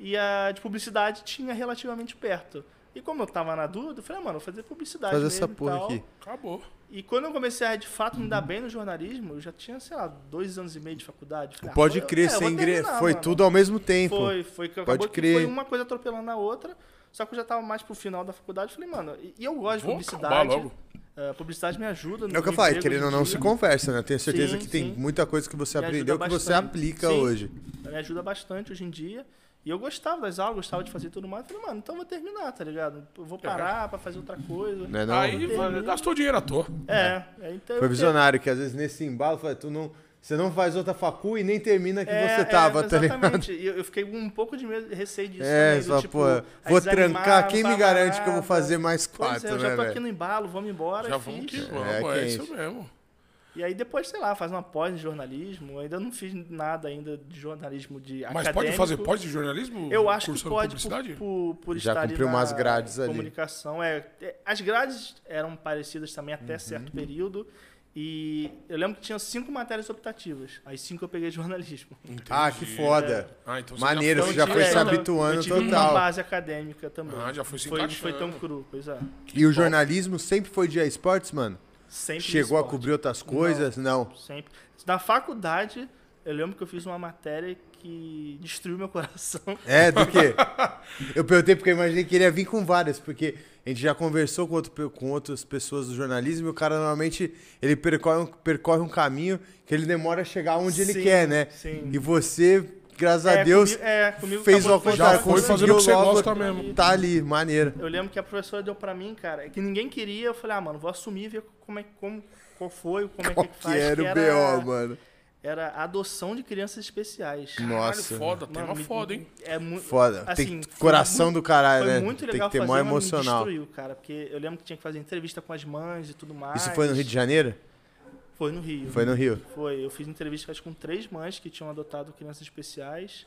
[SPEAKER 3] E a de publicidade tinha relativamente perto. E como eu tava na dúvida, eu falei, ah, mano, vou fazer publicidade
[SPEAKER 1] Faz
[SPEAKER 3] mesmo
[SPEAKER 1] essa
[SPEAKER 3] e
[SPEAKER 1] porra
[SPEAKER 3] tal.
[SPEAKER 1] aqui.
[SPEAKER 2] Acabou.
[SPEAKER 3] E quando eu comecei a, de fato, me dar bem no jornalismo, eu já tinha, sei lá, dois anos e meio de faculdade. Falei, ah,
[SPEAKER 1] Pode
[SPEAKER 3] vou-
[SPEAKER 1] crer,
[SPEAKER 3] é, eu
[SPEAKER 1] sem
[SPEAKER 3] vou
[SPEAKER 1] ingre...
[SPEAKER 3] terminar,
[SPEAKER 1] Foi
[SPEAKER 3] mano.
[SPEAKER 1] tudo ao mesmo tempo.
[SPEAKER 3] Foi, foi que acabou que
[SPEAKER 1] crer.
[SPEAKER 3] foi uma coisa atropelando a outra. Só que eu já tava mais pro final da faculdade. Falei, mano, e e eu gosto de
[SPEAKER 2] Vou
[SPEAKER 3] publicidade.
[SPEAKER 2] acabar logo.
[SPEAKER 3] eh, publicidade me ajuda. no
[SPEAKER 1] É o que eu
[SPEAKER 3] meu
[SPEAKER 1] falei,
[SPEAKER 3] emprego
[SPEAKER 1] querendo ou
[SPEAKER 3] hoje em
[SPEAKER 1] não,
[SPEAKER 3] dia.
[SPEAKER 1] se conversa, né? Eu Tenho certeza
[SPEAKER 3] Sim,
[SPEAKER 1] que tem
[SPEAKER 3] sim.
[SPEAKER 1] muita coisa que você
[SPEAKER 3] Me
[SPEAKER 1] aprendeu que
[SPEAKER 3] ajuda
[SPEAKER 1] você
[SPEAKER 3] bastante.
[SPEAKER 1] aplica
[SPEAKER 3] Sim.
[SPEAKER 1] hoje.
[SPEAKER 3] Me ajuda bastante hoje em dia. E eu gostava das aulas, gostava de fazer tudo mais. Falei, mano, então eu vou terminar, tá ligado? Eu vou parar pra fazer outra coisa.
[SPEAKER 1] Né, É. não?
[SPEAKER 2] aí mano, gastou dinheiro à toa.
[SPEAKER 3] É, é, então eu
[SPEAKER 1] Foi
[SPEAKER 3] ter-
[SPEAKER 1] visionário, que às vezes nesse embalo, fala, tu não... você não faz outra facu e nem termina que você tava, tá ligado?
[SPEAKER 3] É, Exatamente. E Eu, eu fiquei com um pouco de medo, receio disso.
[SPEAKER 1] É,
[SPEAKER 3] também, do
[SPEAKER 1] só,
[SPEAKER 3] tipo,
[SPEAKER 1] pô,
[SPEAKER 3] aí
[SPEAKER 1] vou
[SPEAKER 3] desanimar,
[SPEAKER 1] trancar, quem me
[SPEAKER 3] parada.
[SPEAKER 1] garante que eu vou fazer mais
[SPEAKER 3] Pois
[SPEAKER 1] quatro,
[SPEAKER 3] é, eu
[SPEAKER 1] né,
[SPEAKER 3] já tô aqui
[SPEAKER 1] velho?
[SPEAKER 3] no embalo, vamos embora.
[SPEAKER 2] Já
[SPEAKER 3] e
[SPEAKER 2] vamos
[SPEAKER 3] fiz.
[SPEAKER 1] É,
[SPEAKER 2] que vamos,
[SPEAKER 1] que
[SPEAKER 2] é
[SPEAKER 1] é
[SPEAKER 2] isso
[SPEAKER 1] isso.
[SPEAKER 2] mesmo.
[SPEAKER 3] E aí depois, sei lá, faz uma pós em jornalismo. Eu ainda não fiz nada ainda de jornalismo de
[SPEAKER 2] Mas
[SPEAKER 3] acadêmico.
[SPEAKER 2] pode fazer pós de jornalismo?
[SPEAKER 3] Eu acho que
[SPEAKER 2] cursando
[SPEAKER 3] pode
[SPEAKER 2] publicidade?
[SPEAKER 3] por, por, por
[SPEAKER 1] Já
[SPEAKER 3] estar ali
[SPEAKER 1] cumpriu
[SPEAKER 3] na
[SPEAKER 1] umas grades ali.
[SPEAKER 3] comunicação. É, é, as grades eram parecidas também
[SPEAKER 1] Uhum.
[SPEAKER 3] até certo período. E eu lembro que tinha cinco matérias optativas. As cinco eu peguei jornalismo.
[SPEAKER 1] Ah, que foda.
[SPEAKER 2] Ah, então você
[SPEAKER 1] Maneiro, você já
[SPEAKER 2] já foi,
[SPEAKER 1] foi
[SPEAKER 3] É,
[SPEAKER 1] se
[SPEAKER 3] então,
[SPEAKER 1] habituando
[SPEAKER 3] eu tive uma
[SPEAKER 1] total.
[SPEAKER 3] base acadêmica também.
[SPEAKER 2] Ah, já foi se
[SPEAKER 3] foi,
[SPEAKER 2] encaixando.
[SPEAKER 3] foi tão cru, pois é.
[SPEAKER 1] E o jornalismo sempre foi de esportes, mano?
[SPEAKER 3] Sempre
[SPEAKER 1] Chegou a
[SPEAKER 3] esporte,
[SPEAKER 1] cobrir outras coisas? Não.
[SPEAKER 3] Sempre. Na faculdade, eu lembro que eu fiz uma matéria que destruiu meu coração.
[SPEAKER 1] É, do quê? eu perguntei porque eu imaginei que ele ia vir com várias, porque a gente já conversou com, outro pe- com outras pessoas do jornalismo e o cara normalmente ele percorre um, percorre um caminho que ele demora a chegar onde ele
[SPEAKER 3] Sim,
[SPEAKER 1] quer, né?
[SPEAKER 3] sim.
[SPEAKER 1] E você, graças a
[SPEAKER 3] É,
[SPEAKER 1] Deus,
[SPEAKER 3] comigo- é, comigo
[SPEAKER 1] fez o
[SPEAKER 3] acabou que foi
[SPEAKER 1] contrário,
[SPEAKER 2] Já foi fazendo
[SPEAKER 1] conseguiu
[SPEAKER 2] o que você
[SPEAKER 1] logo
[SPEAKER 2] gosta mesmo.
[SPEAKER 1] Tá ali, maneiro.
[SPEAKER 3] Eu lembro que a professora deu pra mim, cara, que ninguém queria. Eu falei, ah, mano, vou assumir e ver como é, como, qual foi, como é
[SPEAKER 1] Qual
[SPEAKER 3] que,
[SPEAKER 1] que
[SPEAKER 3] faz.
[SPEAKER 1] era o
[SPEAKER 3] que
[SPEAKER 1] BO, mano?
[SPEAKER 3] Era a adoção de crianças especiais.
[SPEAKER 1] Nossa.
[SPEAKER 2] Foda,
[SPEAKER 3] Mano,
[SPEAKER 2] tema
[SPEAKER 3] me-
[SPEAKER 2] foda, hein?
[SPEAKER 3] É muito
[SPEAKER 1] Foda.
[SPEAKER 3] Assim,
[SPEAKER 1] Tem
[SPEAKER 3] foi
[SPEAKER 1] coração
[SPEAKER 3] muito-
[SPEAKER 1] do caralho,
[SPEAKER 3] Foi
[SPEAKER 1] né?
[SPEAKER 3] muito
[SPEAKER 1] Tem que
[SPEAKER 3] legal
[SPEAKER 1] ter mó
[SPEAKER 3] fazer, mas
[SPEAKER 1] emocional.
[SPEAKER 3] me destruiu, cara, porque eu lembro que tinha que fazer entrevista com as mães e tudo mais.
[SPEAKER 1] Isso foi no Rio de Janeiro?
[SPEAKER 3] Foi no Rio.
[SPEAKER 1] Foi no Rio.
[SPEAKER 3] Foi, eu fiz entrevista acho, com três mães que tinham adotado crianças especiais.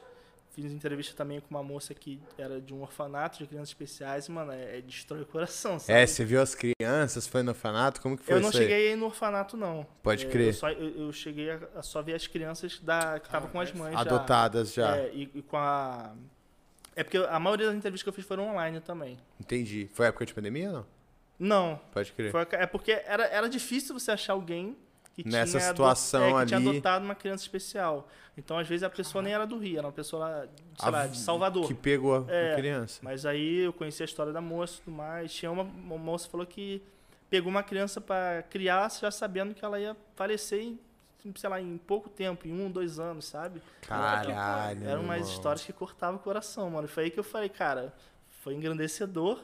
[SPEAKER 3] Fiz entrevista também com uma moça que era de um orfanato de crianças especiais, e, mano, é, é destrói o coração, sabe?
[SPEAKER 1] É, você viu as crianças, foi no orfanato? Como que foi
[SPEAKER 3] eu não
[SPEAKER 1] isso aí?
[SPEAKER 3] cheguei aí no orfanato, não.
[SPEAKER 1] Pode
[SPEAKER 3] É,
[SPEAKER 1] crer.
[SPEAKER 3] Eu, só, eu, eu cheguei a, a só ver as crianças da, que estavam com as mães. já.
[SPEAKER 1] Adotadas já.
[SPEAKER 3] É, e, e com a. É porque a maioria das entrevistas que eu fiz foram online também.
[SPEAKER 1] Entendi. Foi época de pandemia ou não?
[SPEAKER 3] Não.
[SPEAKER 1] Pode crer.
[SPEAKER 3] foi a- é porque era, era difícil você achar alguém que
[SPEAKER 1] Nessa
[SPEAKER 3] tinha ado-
[SPEAKER 1] situação
[SPEAKER 3] é, que tinha
[SPEAKER 1] ali.
[SPEAKER 3] adotado uma criança especial. Então, às vezes, a pessoa nem era do Rio, era uma pessoa lá, sei
[SPEAKER 1] A
[SPEAKER 3] lá,
[SPEAKER 1] v-
[SPEAKER 3] de Salvador.
[SPEAKER 1] Que pegou a
[SPEAKER 3] É,
[SPEAKER 1] criança.
[SPEAKER 3] Mas aí eu conheci a história da moça e tudo mais. Tinha uma, uma moça que falou que pegou uma criança para criar, já sabendo que ela ia falecer em, sei lá, em pouco tempo, em um, dois anos, sabe?
[SPEAKER 1] Caralho,
[SPEAKER 3] Eram umas
[SPEAKER 1] irmão.
[SPEAKER 3] histórias que cortavam o coração, mano. Foi aí que eu falei, cara, foi engrandecedor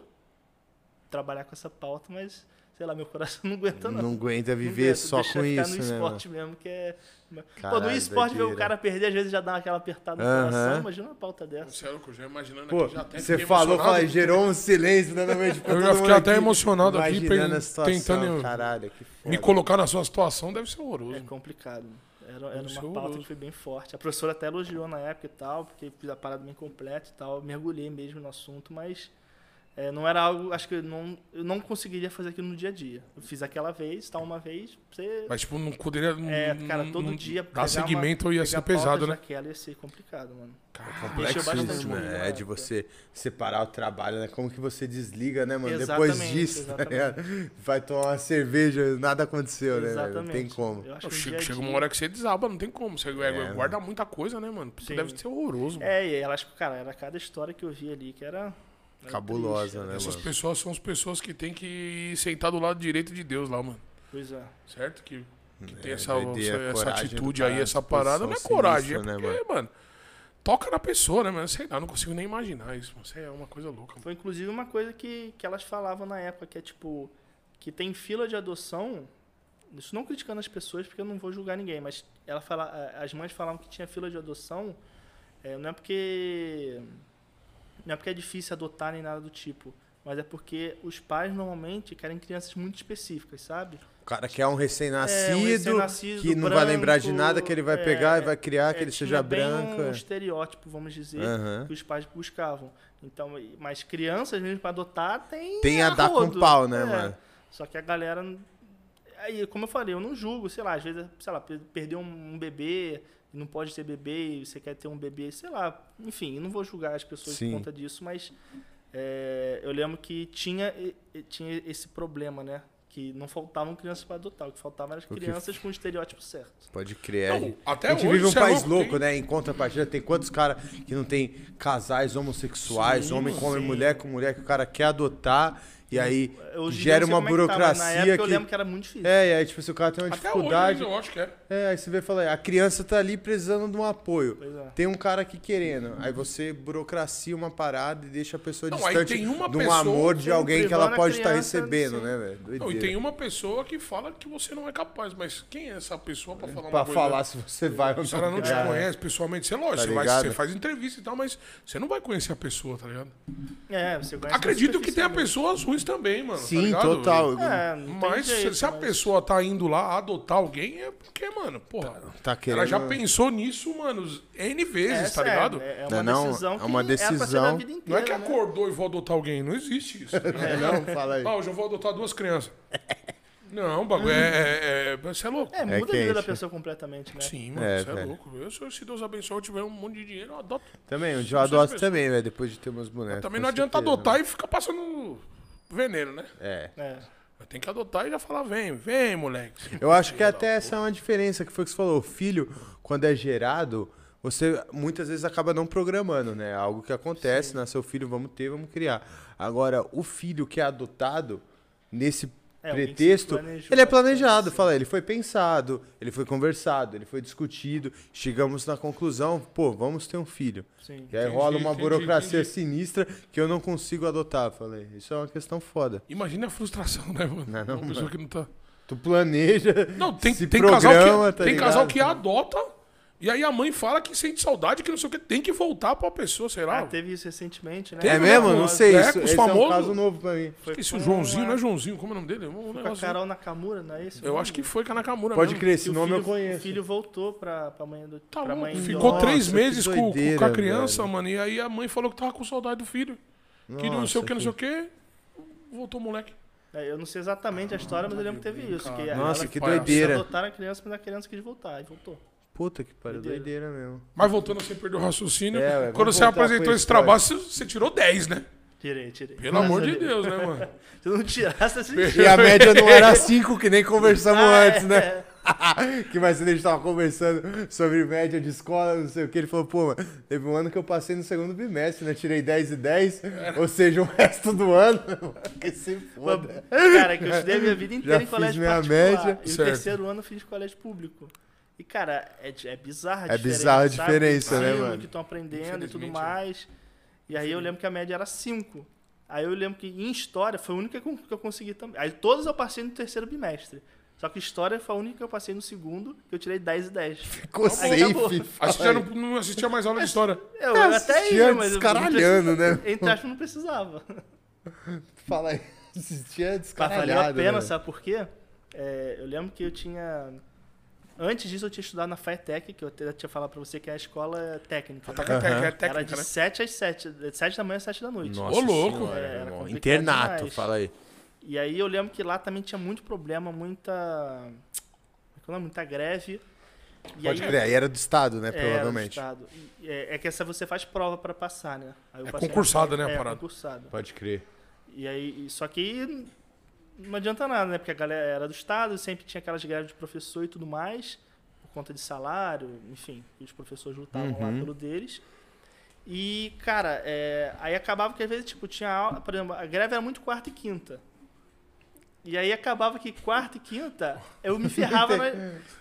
[SPEAKER 3] trabalhar com essa pauta, mas, sei lá, meu coração não aguenta, não.
[SPEAKER 1] Não aguenta
[SPEAKER 3] tá Não
[SPEAKER 1] viver
[SPEAKER 3] aguento,
[SPEAKER 1] só
[SPEAKER 3] deixa
[SPEAKER 1] com
[SPEAKER 3] ficar
[SPEAKER 1] isso,
[SPEAKER 3] no
[SPEAKER 1] né? mano?
[SPEAKER 3] esporte mesmo, que é. Pô,
[SPEAKER 1] Caralho,
[SPEAKER 3] no esporte ver o
[SPEAKER 1] doideira.
[SPEAKER 3] cara perder, às vezes já dá aquela apertada no
[SPEAKER 1] Aham.
[SPEAKER 3] coração. Imagina uma pauta dessa.
[SPEAKER 2] Você é louco, eu já imaginando
[SPEAKER 1] Pô,
[SPEAKER 2] aqui já até
[SPEAKER 1] você
[SPEAKER 2] fiquei
[SPEAKER 1] falou,
[SPEAKER 2] emocionado.
[SPEAKER 1] falei, gerou um silêncio né, na minha mente.
[SPEAKER 2] Eu já fiquei até emocionado aqui, pen- tentando-
[SPEAKER 1] Caralho, que foda.
[SPEAKER 2] Me colocar na sua situação deve ser
[SPEAKER 3] É
[SPEAKER 2] horroroso.
[SPEAKER 3] complicado. Era, era
[SPEAKER 2] Isso é
[SPEAKER 3] uma pauta
[SPEAKER 2] horroroso.
[SPEAKER 3] que foi bem forte. A professora até elogiou na época e tal, porque fiz a parada bem completa e tal. Eu mergulhei mesmo no assunto, mas é, não era algo. Acho que eu não, eu não conseguiria fazer aquilo no dia a dia. Eu fiz aquela vez, tal, uma vez, você.
[SPEAKER 2] Mas, tipo, não poderia. não-
[SPEAKER 3] É, cara,
[SPEAKER 2] não-
[SPEAKER 3] todo
[SPEAKER 2] não-
[SPEAKER 3] dia. pegar
[SPEAKER 2] Dar seguimento
[SPEAKER 3] uma,
[SPEAKER 2] ia
[SPEAKER 3] pegar
[SPEAKER 2] ser
[SPEAKER 3] pautas
[SPEAKER 2] pesado, né?
[SPEAKER 3] Daquela ia ser complicado, mano.
[SPEAKER 1] Complexo
[SPEAKER 3] Mexeu bastante
[SPEAKER 1] isso,
[SPEAKER 3] comigo
[SPEAKER 1] mano.
[SPEAKER 3] na
[SPEAKER 1] É de
[SPEAKER 3] época.
[SPEAKER 1] você separar o trabalho, né? Como que você desliga, né, mano? Depois
[SPEAKER 3] Exatamente,
[SPEAKER 1] disso, tá ligado? Vai tomar uma cerveja, nada aconteceu, né? velho? Não tem como.
[SPEAKER 3] Eu acho
[SPEAKER 2] Não,
[SPEAKER 3] que no
[SPEAKER 2] chega,
[SPEAKER 3] dia a
[SPEAKER 2] chega
[SPEAKER 3] dia-
[SPEAKER 2] uma hora que você desaba, não tem como. Você
[SPEAKER 1] É.
[SPEAKER 2] guarda muita coisa, né, mano? Isso
[SPEAKER 3] Sim.
[SPEAKER 2] deve ser horroroso, mano.
[SPEAKER 3] É, e elas, cara, era cada história que eu vi ali que era. era triste,
[SPEAKER 1] Cabulosa,
[SPEAKER 3] era-
[SPEAKER 1] né,
[SPEAKER 2] Essas
[SPEAKER 1] mano?
[SPEAKER 2] pessoas são as pessoas que tem que sentar do lado direito de Deus lá, mano.
[SPEAKER 3] Pois é.
[SPEAKER 2] Certo? Que, que tem
[SPEAKER 1] É,
[SPEAKER 2] essa,
[SPEAKER 1] doideira,
[SPEAKER 2] essa- essa
[SPEAKER 1] coragem do
[SPEAKER 2] atitude
[SPEAKER 1] cara,
[SPEAKER 2] aí, essa
[SPEAKER 1] disposição
[SPEAKER 2] parada. Não é
[SPEAKER 1] sinistra,
[SPEAKER 2] coragem, é
[SPEAKER 1] né,
[SPEAKER 2] porque, mano? toca na pessoa, né, mano? Sei lá, não consigo nem imaginar isso. Mano. Isso é uma coisa louca, mano.
[SPEAKER 3] Foi inclusive uma coisa que, que elas falavam na época, que é tipo, que tem fila de adoção. Isso não criticando as pessoas, porque eu não vou julgar ninguém, mas ela fala, a- as mães falavam que tinha fila de adoção, é, não é porque. Não é porque é difícil adotar nem nada do tipo. Mas é porque os pais normalmente querem crianças muito específicas, sabe?
[SPEAKER 1] O cara quer um
[SPEAKER 3] É, um
[SPEAKER 1] recém-nascido
[SPEAKER 3] recém-nascido,
[SPEAKER 1] que não vai lembrar de
[SPEAKER 3] branco,
[SPEAKER 1] nada, que ele vai
[SPEAKER 3] é,
[SPEAKER 1] pegar e vai criar, Ah, que
[SPEAKER 3] É,
[SPEAKER 1] ele
[SPEAKER 3] tinha
[SPEAKER 1] seja É.
[SPEAKER 3] bem
[SPEAKER 1] branco.
[SPEAKER 3] um
[SPEAKER 1] é.
[SPEAKER 3] estereótipo, vamos dizer,
[SPEAKER 1] Aham.
[SPEAKER 3] que os pais buscavam. Então, e- mas crianças mesmo para adotar tem
[SPEAKER 1] Tem a dar com
[SPEAKER 3] rodo.
[SPEAKER 1] pau, né,
[SPEAKER 3] É.
[SPEAKER 1] mano?
[SPEAKER 3] Só que a galera aí, como eu falei, eu não julgo, sei lá, às vezes, sei lá, per- perdeu um um bebê, não pode ter bebê, e você quer ter um bebê, sei lá, enfim, eu não vou julgar as pessoas
[SPEAKER 1] Sim.
[SPEAKER 3] por conta disso, mas é, eu lembro que tinha e- e- tinha esse problema, né? Que não faltavam crianças para adotar, o que faltavam eram as
[SPEAKER 1] que-
[SPEAKER 3] crianças com o estereótipo certo.
[SPEAKER 1] Pode crer.
[SPEAKER 2] Não,
[SPEAKER 1] a gente-
[SPEAKER 2] até
[SPEAKER 1] a gente
[SPEAKER 2] hoje
[SPEAKER 1] vive um
[SPEAKER 2] isso é
[SPEAKER 1] país
[SPEAKER 2] louco,
[SPEAKER 1] louco,
[SPEAKER 2] tem-
[SPEAKER 1] né? Em contrapartida, tem quantos caras que não tem casais homossexuais, homem com homem, mulher com mulher, que o cara quer adotar e aí
[SPEAKER 3] Hoje em dia eu
[SPEAKER 1] gera
[SPEAKER 3] não sei
[SPEAKER 1] uma
[SPEAKER 3] como é que tá, mas
[SPEAKER 1] burocracia
[SPEAKER 3] na época eu
[SPEAKER 1] que...
[SPEAKER 3] lembro que né, era muito difícil.
[SPEAKER 1] É, e aí, tipo, se o cara tem uma
[SPEAKER 2] Até hoje,
[SPEAKER 1] dificuldade.
[SPEAKER 2] ainda, eu acho que é.
[SPEAKER 1] É, aí você vê e fala, a criança tá ali precisando de um apoio.
[SPEAKER 3] Pois é.
[SPEAKER 1] Tem um cara aqui querendo. Aí você burocracia uma parada e deixa a pessoa
[SPEAKER 2] Não, aí
[SPEAKER 1] distante
[SPEAKER 2] tem uma
[SPEAKER 1] de um
[SPEAKER 2] pessoa
[SPEAKER 1] amor de
[SPEAKER 3] sempre
[SPEAKER 1] alguém que ela
[SPEAKER 3] privando a
[SPEAKER 1] pode estar
[SPEAKER 3] criança,
[SPEAKER 1] recebendo,
[SPEAKER 3] sim.
[SPEAKER 1] né, velho?
[SPEAKER 2] Não, e
[SPEAKER 1] Doideira.
[SPEAKER 2] tem uma pessoa que fala que você não é capaz, mas quem é essa pessoa pra falar uma
[SPEAKER 1] Pra
[SPEAKER 2] coisa?
[SPEAKER 1] falar se você vai ou não.
[SPEAKER 2] Se ela não te
[SPEAKER 1] É.
[SPEAKER 2] conhece pessoalmente, você é lógico,
[SPEAKER 1] Tá
[SPEAKER 2] você, vai-
[SPEAKER 1] ligado?
[SPEAKER 2] você faz entrevista e tal, mas você não vai conhecer a pessoa, tá ligado?
[SPEAKER 3] É, você conhece
[SPEAKER 2] Acredito que tenha
[SPEAKER 3] superficialmente.
[SPEAKER 2] pessoas ruins também, mano. tá
[SPEAKER 1] Sim,
[SPEAKER 2] ligado?
[SPEAKER 1] total. Tá
[SPEAKER 3] É, não tem
[SPEAKER 2] Mas
[SPEAKER 3] jeito,
[SPEAKER 2] se, se a
[SPEAKER 3] mas-
[SPEAKER 2] pessoa tá indo lá adotar alguém, é porque, mano, porra.
[SPEAKER 1] Tá
[SPEAKER 2] Ela
[SPEAKER 1] querendo-
[SPEAKER 2] já pensou nisso, mano, N vezes,
[SPEAKER 3] É,
[SPEAKER 2] tá
[SPEAKER 3] sério,
[SPEAKER 2] ligado?
[SPEAKER 3] É, é
[SPEAKER 1] Não é
[SPEAKER 3] uma
[SPEAKER 1] não?
[SPEAKER 3] decisão
[SPEAKER 1] É
[SPEAKER 3] que
[SPEAKER 1] uma
[SPEAKER 3] era pra ser
[SPEAKER 1] decisão.
[SPEAKER 3] na vida
[SPEAKER 2] Não
[SPEAKER 3] inteira,
[SPEAKER 2] é que
[SPEAKER 3] né?
[SPEAKER 2] acordou e vou adotar alguém, não existe isso. tá ligado?
[SPEAKER 1] É, Não, fala aí.
[SPEAKER 2] Ah, hoje eu vou adotar duas crianças. Não, o bagulho é, é, é. Você é louco.
[SPEAKER 3] É, muda
[SPEAKER 1] que
[SPEAKER 3] a
[SPEAKER 1] é
[SPEAKER 3] vida da
[SPEAKER 1] isso.
[SPEAKER 3] pessoa completamente, né?
[SPEAKER 2] Sim, mano,
[SPEAKER 1] É,
[SPEAKER 2] você é
[SPEAKER 1] velho.
[SPEAKER 2] louco. Eu, se se Deus abençoe, eu tiver um monte de dinheiro, eu adoto.
[SPEAKER 1] Também, um dia eu
[SPEAKER 2] Não sei
[SPEAKER 1] adoto
[SPEAKER 2] se-
[SPEAKER 1] também, velho, depois de ter meus bonecos.
[SPEAKER 2] Também
[SPEAKER 1] com
[SPEAKER 2] não adianta
[SPEAKER 1] certeza,
[SPEAKER 2] adotar
[SPEAKER 1] né?
[SPEAKER 2] e ficar passando veneno, né?
[SPEAKER 1] É.
[SPEAKER 3] É.
[SPEAKER 2] Tem que adotar e já falar, vem, vem, moleque.
[SPEAKER 1] Eu acho que até essa é uma diferença que foi que você falou. O filho, quando é gerado, você muitas vezes acaba não programando, né? Algo que acontece, nasceu filho, vamos ter, vamos criar. Agora, o filho que é adotado, nesse
[SPEAKER 3] É, alguém que se
[SPEAKER 1] pretexto,
[SPEAKER 3] planejou,
[SPEAKER 1] ele é
[SPEAKER 3] né?
[SPEAKER 1] planejado, fala, ele foi pensado, ele foi conversado, ele foi discutido, chegamos na conclusão, pô, vamos ter um filho.
[SPEAKER 3] Sim.
[SPEAKER 1] E aí
[SPEAKER 2] Entendi,
[SPEAKER 1] rola uma
[SPEAKER 2] entendi,
[SPEAKER 1] burocracia
[SPEAKER 2] entendi.
[SPEAKER 1] sinistra que eu não consigo adotar, falei. Isso é uma questão foda.
[SPEAKER 2] Imagina a frustração, né, mano?
[SPEAKER 1] Não é não,
[SPEAKER 2] Uma pessoa que não tá.
[SPEAKER 1] Tu planeja.
[SPEAKER 2] Não, tem,
[SPEAKER 1] se
[SPEAKER 2] tem
[SPEAKER 1] programa,
[SPEAKER 2] casal que,
[SPEAKER 1] tá
[SPEAKER 2] tem casal
[SPEAKER 1] ligado?
[SPEAKER 2] que adota e aí a mãe fala que sente saudade, que não sei o que, tem que voltar pra pessoa, sei lá.
[SPEAKER 3] Ah, teve isso recentemente, né?
[SPEAKER 1] É
[SPEAKER 2] Teve,
[SPEAKER 1] mesmo?
[SPEAKER 2] né?
[SPEAKER 1] Não sei.
[SPEAKER 2] É,
[SPEAKER 1] Isso,
[SPEAKER 2] com os
[SPEAKER 1] esse é um
[SPEAKER 2] famosos.
[SPEAKER 1] caso novo pra mim.
[SPEAKER 3] Foi
[SPEAKER 2] Esse
[SPEAKER 3] com
[SPEAKER 2] Joãozinho,
[SPEAKER 3] a-
[SPEAKER 2] não é Joãozinho? Como é o nome dele? Um
[SPEAKER 3] Com a
[SPEAKER 2] negócio-
[SPEAKER 3] Carol Nakamura, não é isso?
[SPEAKER 2] Eu acho que foi com a Nakamura
[SPEAKER 1] Pode
[SPEAKER 2] mesmo.
[SPEAKER 1] crer,
[SPEAKER 3] Que
[SPEAKER 1] esse
[SPEAKER 3] o
[SPEAKER 1] nome
[SPEAKER 3] filho-
[SPEAKER 1] eu conheço.
[SPEAKER 3] O filho voltou pra, pra mãe do.
[SPEAKER 2] Tá
[SPEAKER 3] pra
[SPEAKER 2] louco,
[SPEAKER 3] mãe
[SPEAKER 2] Ficou
[SPEAKER 3] idosa.
[SPEAKER 2] três
[SPEAKER 1] que
[SPEAKER 2] meses com- com,
[SPEAKER 1] doideira,
[SPEAKER 2] a criança,
[SPEAKER 1] velho.
[SPEAKER 2] mano. E aí a mãe falou que tava com saudade do filho. que não sei o que, não sei o que. Voltou o moleque.
[SPEAKER 3] É, Eu não sei exatamente a história, mas eu lembro que teve isso. Que
[SPEAKER 1] Nossa, que
[SPEAKER 2] palhaçada.
[SPEAKER 1] doideira.
[SPEAKER 3] adotaram a criança, mas a criança quis voltar. E voltou.
[SPEAKER 1] Puta que pariu,
[SPEAKER 3] Doideira.
[SPEAKER 1] doideira mesmo.
[SPEAKER 2] Mas voltando sem perder o raciocínio,
[SPEAKER 1] É, ué, vamos
[SPEAKER 2] quando você
[SPEAKER 1] voltar pra
[SPEAKER 2] apresentou esse
[SPEAKER 1] história.
[SPEAKER 2] trabalho, você, você tirou 10, né?
[SPEAKER 3] Tirei, tirei.
[SPEAKER 2] Pelo amor de Deus, né, mano?
[SPEAKER 3] Se eu não tirasse, assim.
[SPEAKER 1] E a média não era 5, que nem conversamos antes, né?
[SPEAKER 3] É.
[SPEAKER 1] que mais cedo a gente tava conversando sobre média de escola, não sei o que. Ele falou, pô, mano, teve um ano que eu passei no segundo bimestre, né? Tirei 10 e 10, ou seja, o resto do ano. que se foda.
[SPEAKER 3] Cara, que eu estudei a minha vida inteira
[SPEAKER 1] Já
[SPEAKER 3] em colégio
[SPEAKER 1] fiz minha
[SPEAKER 3] particular.
[SPEAKER 1] média.
[SPEAKER 3] E
[SPEAKER 2] Certo.
[SPEAKER 3] o terceiro ano eu fiz colégio público. E, cara, é, di- é bizarra a
[SPEAKER 1] É
[SPEAKER 3] diferença.
[SPEAKER 1] bizarra a
[SPEAKER 3] sabe?
[SPEAKER 1] diferença, né,
[SPEAKER 3] Ensino
[SPEAKER 1] mano?
[SPEAKER 3] que estão aprendendo e tudo
[SPEAKER 2] Infelizmente,
[SPEAKER 3] mais. E aí eu lembro que a média era 5. Aí eu lembro que em história foi a única com- que eu consegui também. Aí todas eu passei no terceiro bimestre. Só que história foi a única que eu passei no segundo, que eu tirei 10 e 10.
[SPEAKER 1] Ficou
[SPEAKER 3] acabou.
[SPEAKER 1] safe.
[SPEAKER 2] Aí você já não, não assistia mais aula de história.
[SPEAKER 3] Eu,
[SPEAKER 1] Tá
[SPEAKER 3] eu até
[SPEAKER 1] assistia
[SPEAKER 3] ia, mas eu não
[SPEAKER 1] descaralhando,
[SPEAKER 3] precisava-
[SPEAKER 1] né?
[SPEAKER 3] Entre aspas, não precisava.
[SPEAKER 1] Fala aí. Tinha
[SPEAKER 3] Mas valeu a
[SPEAKER 1] descaralhado,
[SPEAKER 3] é pena,
[SPEAKER 1] né?
[SPEAKER 3] sabe por quê? É, eu lembro que eu tinha. Antes disso, eu tinha estudado na FATEC, que eu até tinha falado pra você que é a escola técnica. né?
[SPEAKER 2] Ataque até- que é
[SPEAKER 3] Era
[SPEAKER 2] técnica,
[SPEAKER 3] de
[SPEAKER 2] né?
[SPEAKER 3] 7 às 7. De 7 da manhã às 7 da noite.
[SPEAKER 2] Ô, louco.
[SPEAKER 3] É, era complicado
[SPEAKER 4] Internato,
[SPEAKER 3] demais.
[SPEAKER 4] fala aí.
[SPEAKER 3] E aí eu lembro que lá também tinha muito problema, muita. como é que é o nome? Muita greve. E
[SPEAKER 1] Pode
[SPEAKER 3] aí-
[SPEAKER 1] crer, aí era do Estado, né?
[SPEAKER 3] É, era do
[SPEAKER 1] provavelmente.
[SPEAKER 3] estado. E É, é que essa você faz prova pra passar, né? Aí eu
[SPEAKER 2] É
[SPEAKER 3] passei-
[SPEAKER 2] concursada, né, a
[SPEAKER 3] É,
[SPEAKER 2] parada.
[SPEAKER 3] concursada.
[SPEAKER 4] Pode crer.
[SPEAKER 3] E aí, e- só que não adianta nada, né? Porque a galera era do Estado, sempre tinha aquelas greves de professor e tudo mais, por conta de salário, enfim, que os professores lutavam lá pelo deles. E, cara, é, aí acabava que às vezes, tipo, tinha aula, por exemplo, a greve era muito quarta e quinta. E aí acabava que quarta e quinta eu me ferrava na,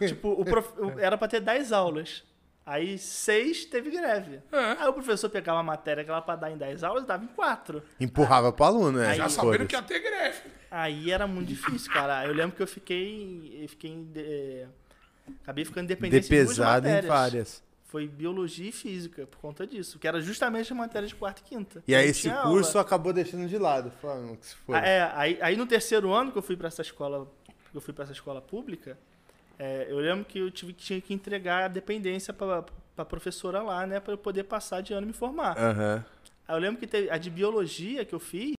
[SPEAKER 3] Tipo, o prof- o- era pra ter 10 aulas. Aí seis teve greve. Aí o professor pegava a matéria que era pra dar em 10 aulas e dava em quatro.
[SPEAKER 1] Empurrava pro aluno, né?
[SPEAKER 3] Aí-
[SPEAKER 2] Já
[SPEAKER 3] Aí-
[SPEAKER 2] sabendo
[SPEAKER 1] Foda-se.
[SPEAKER 2] que ia ter greve.
[SPEAKER 3] Aí era muito difícil, cara. Eu lembro que eu fiquei. Eu fiquei em de- é, acabei ficando dependente de duas
[SPEAKER 1] Depesado em
[SPEAKER 3] matérias.
[SPEAKER 1] várias.
[SPEAKER 3] Foi biologia e física, por conta disso. Que era justamente a matéria de quarta e quinta.
[SPEAKER 1] E aí
[SPEAKER 3] Não
[SPEAKER 1] esse
[SPEAKER 3] tinha
[SPEAKER 1] curso
[SPEAKER 3] aula.
[SPEAKER 1] acabou deixando de lado. Falando que se foi.
[SPEAKER 3] Ah, é, aí, aí no terceiro ano que eu fui pra essa escola. que Eu fui para essa escola pública. é, eu lembro que eu tive, que- tinha que entregar a dependência pra, pra professora lá, né? Pra eu poder passar de ano e me formar.
[SPEAKER 1] Aham.
[SPEAKER 3] Aí eu lembro que teve a de biologia que eu fiz,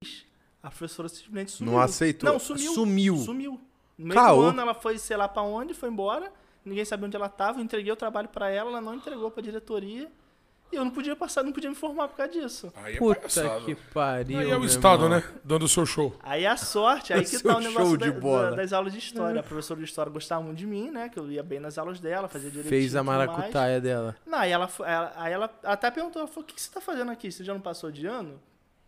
[SPEAKER 3] a professora simplesmente sumiu.
[SPEAKER 1] Não aceitou.
[SPEAKER 3] Não, sumiu.
[SPEAKER 1] Sumiu.
[SPEAKER 3] Sumiu. No meio
[SPEAKER 1] Caô.
[SPEAKER 3] do ano ela foi, sei lá pra onde, foi embora. Ninguém sabia onde ela tava. Eu entreguei o trabalho pra ela, ela não entregou pra diretoria. E eu não podia passar, não podia me formar por causa disso.
[SPEAKER 2] Aí é
[SPEAKER 5] Puta
[SPEAKER 2] palhaçada.
[SPEAKER 5] que pariu.
[SPEAKER 2] Aí é o
[SPEAKER 5] meu
[SPEAKER 2] Estado,
[SPEAKER 5] irmão.
[SPEAKER 2] né? Dando o seu show.
[SPEAKER 3] Aí a sorte, aí que
[SPEAKER 1] Seu
[SPEAKER 3] tá o negócio
[SPEAKER 1] é show
[SPEAKER 3] da-
[SPEAKER 1] de
[SPEAKER 3] da-
[SPEAKER 1] bola.
[SPEAKER 3] das aulas de história. A professora de história gostava muito de mim, né? Que eu ia bem nas aulas dela, fazia direitinho. e
[SPEAKER 5] Fez a
[SPEAKER 3] tudo mais.
[SPEAKER 5] maracutaia dela.
[SPEAKER 3] Não, aí ela, foi- ela- aí ela até perguntou, ela falou, o que que você tá fazendo aqui? Você já não passou de ano?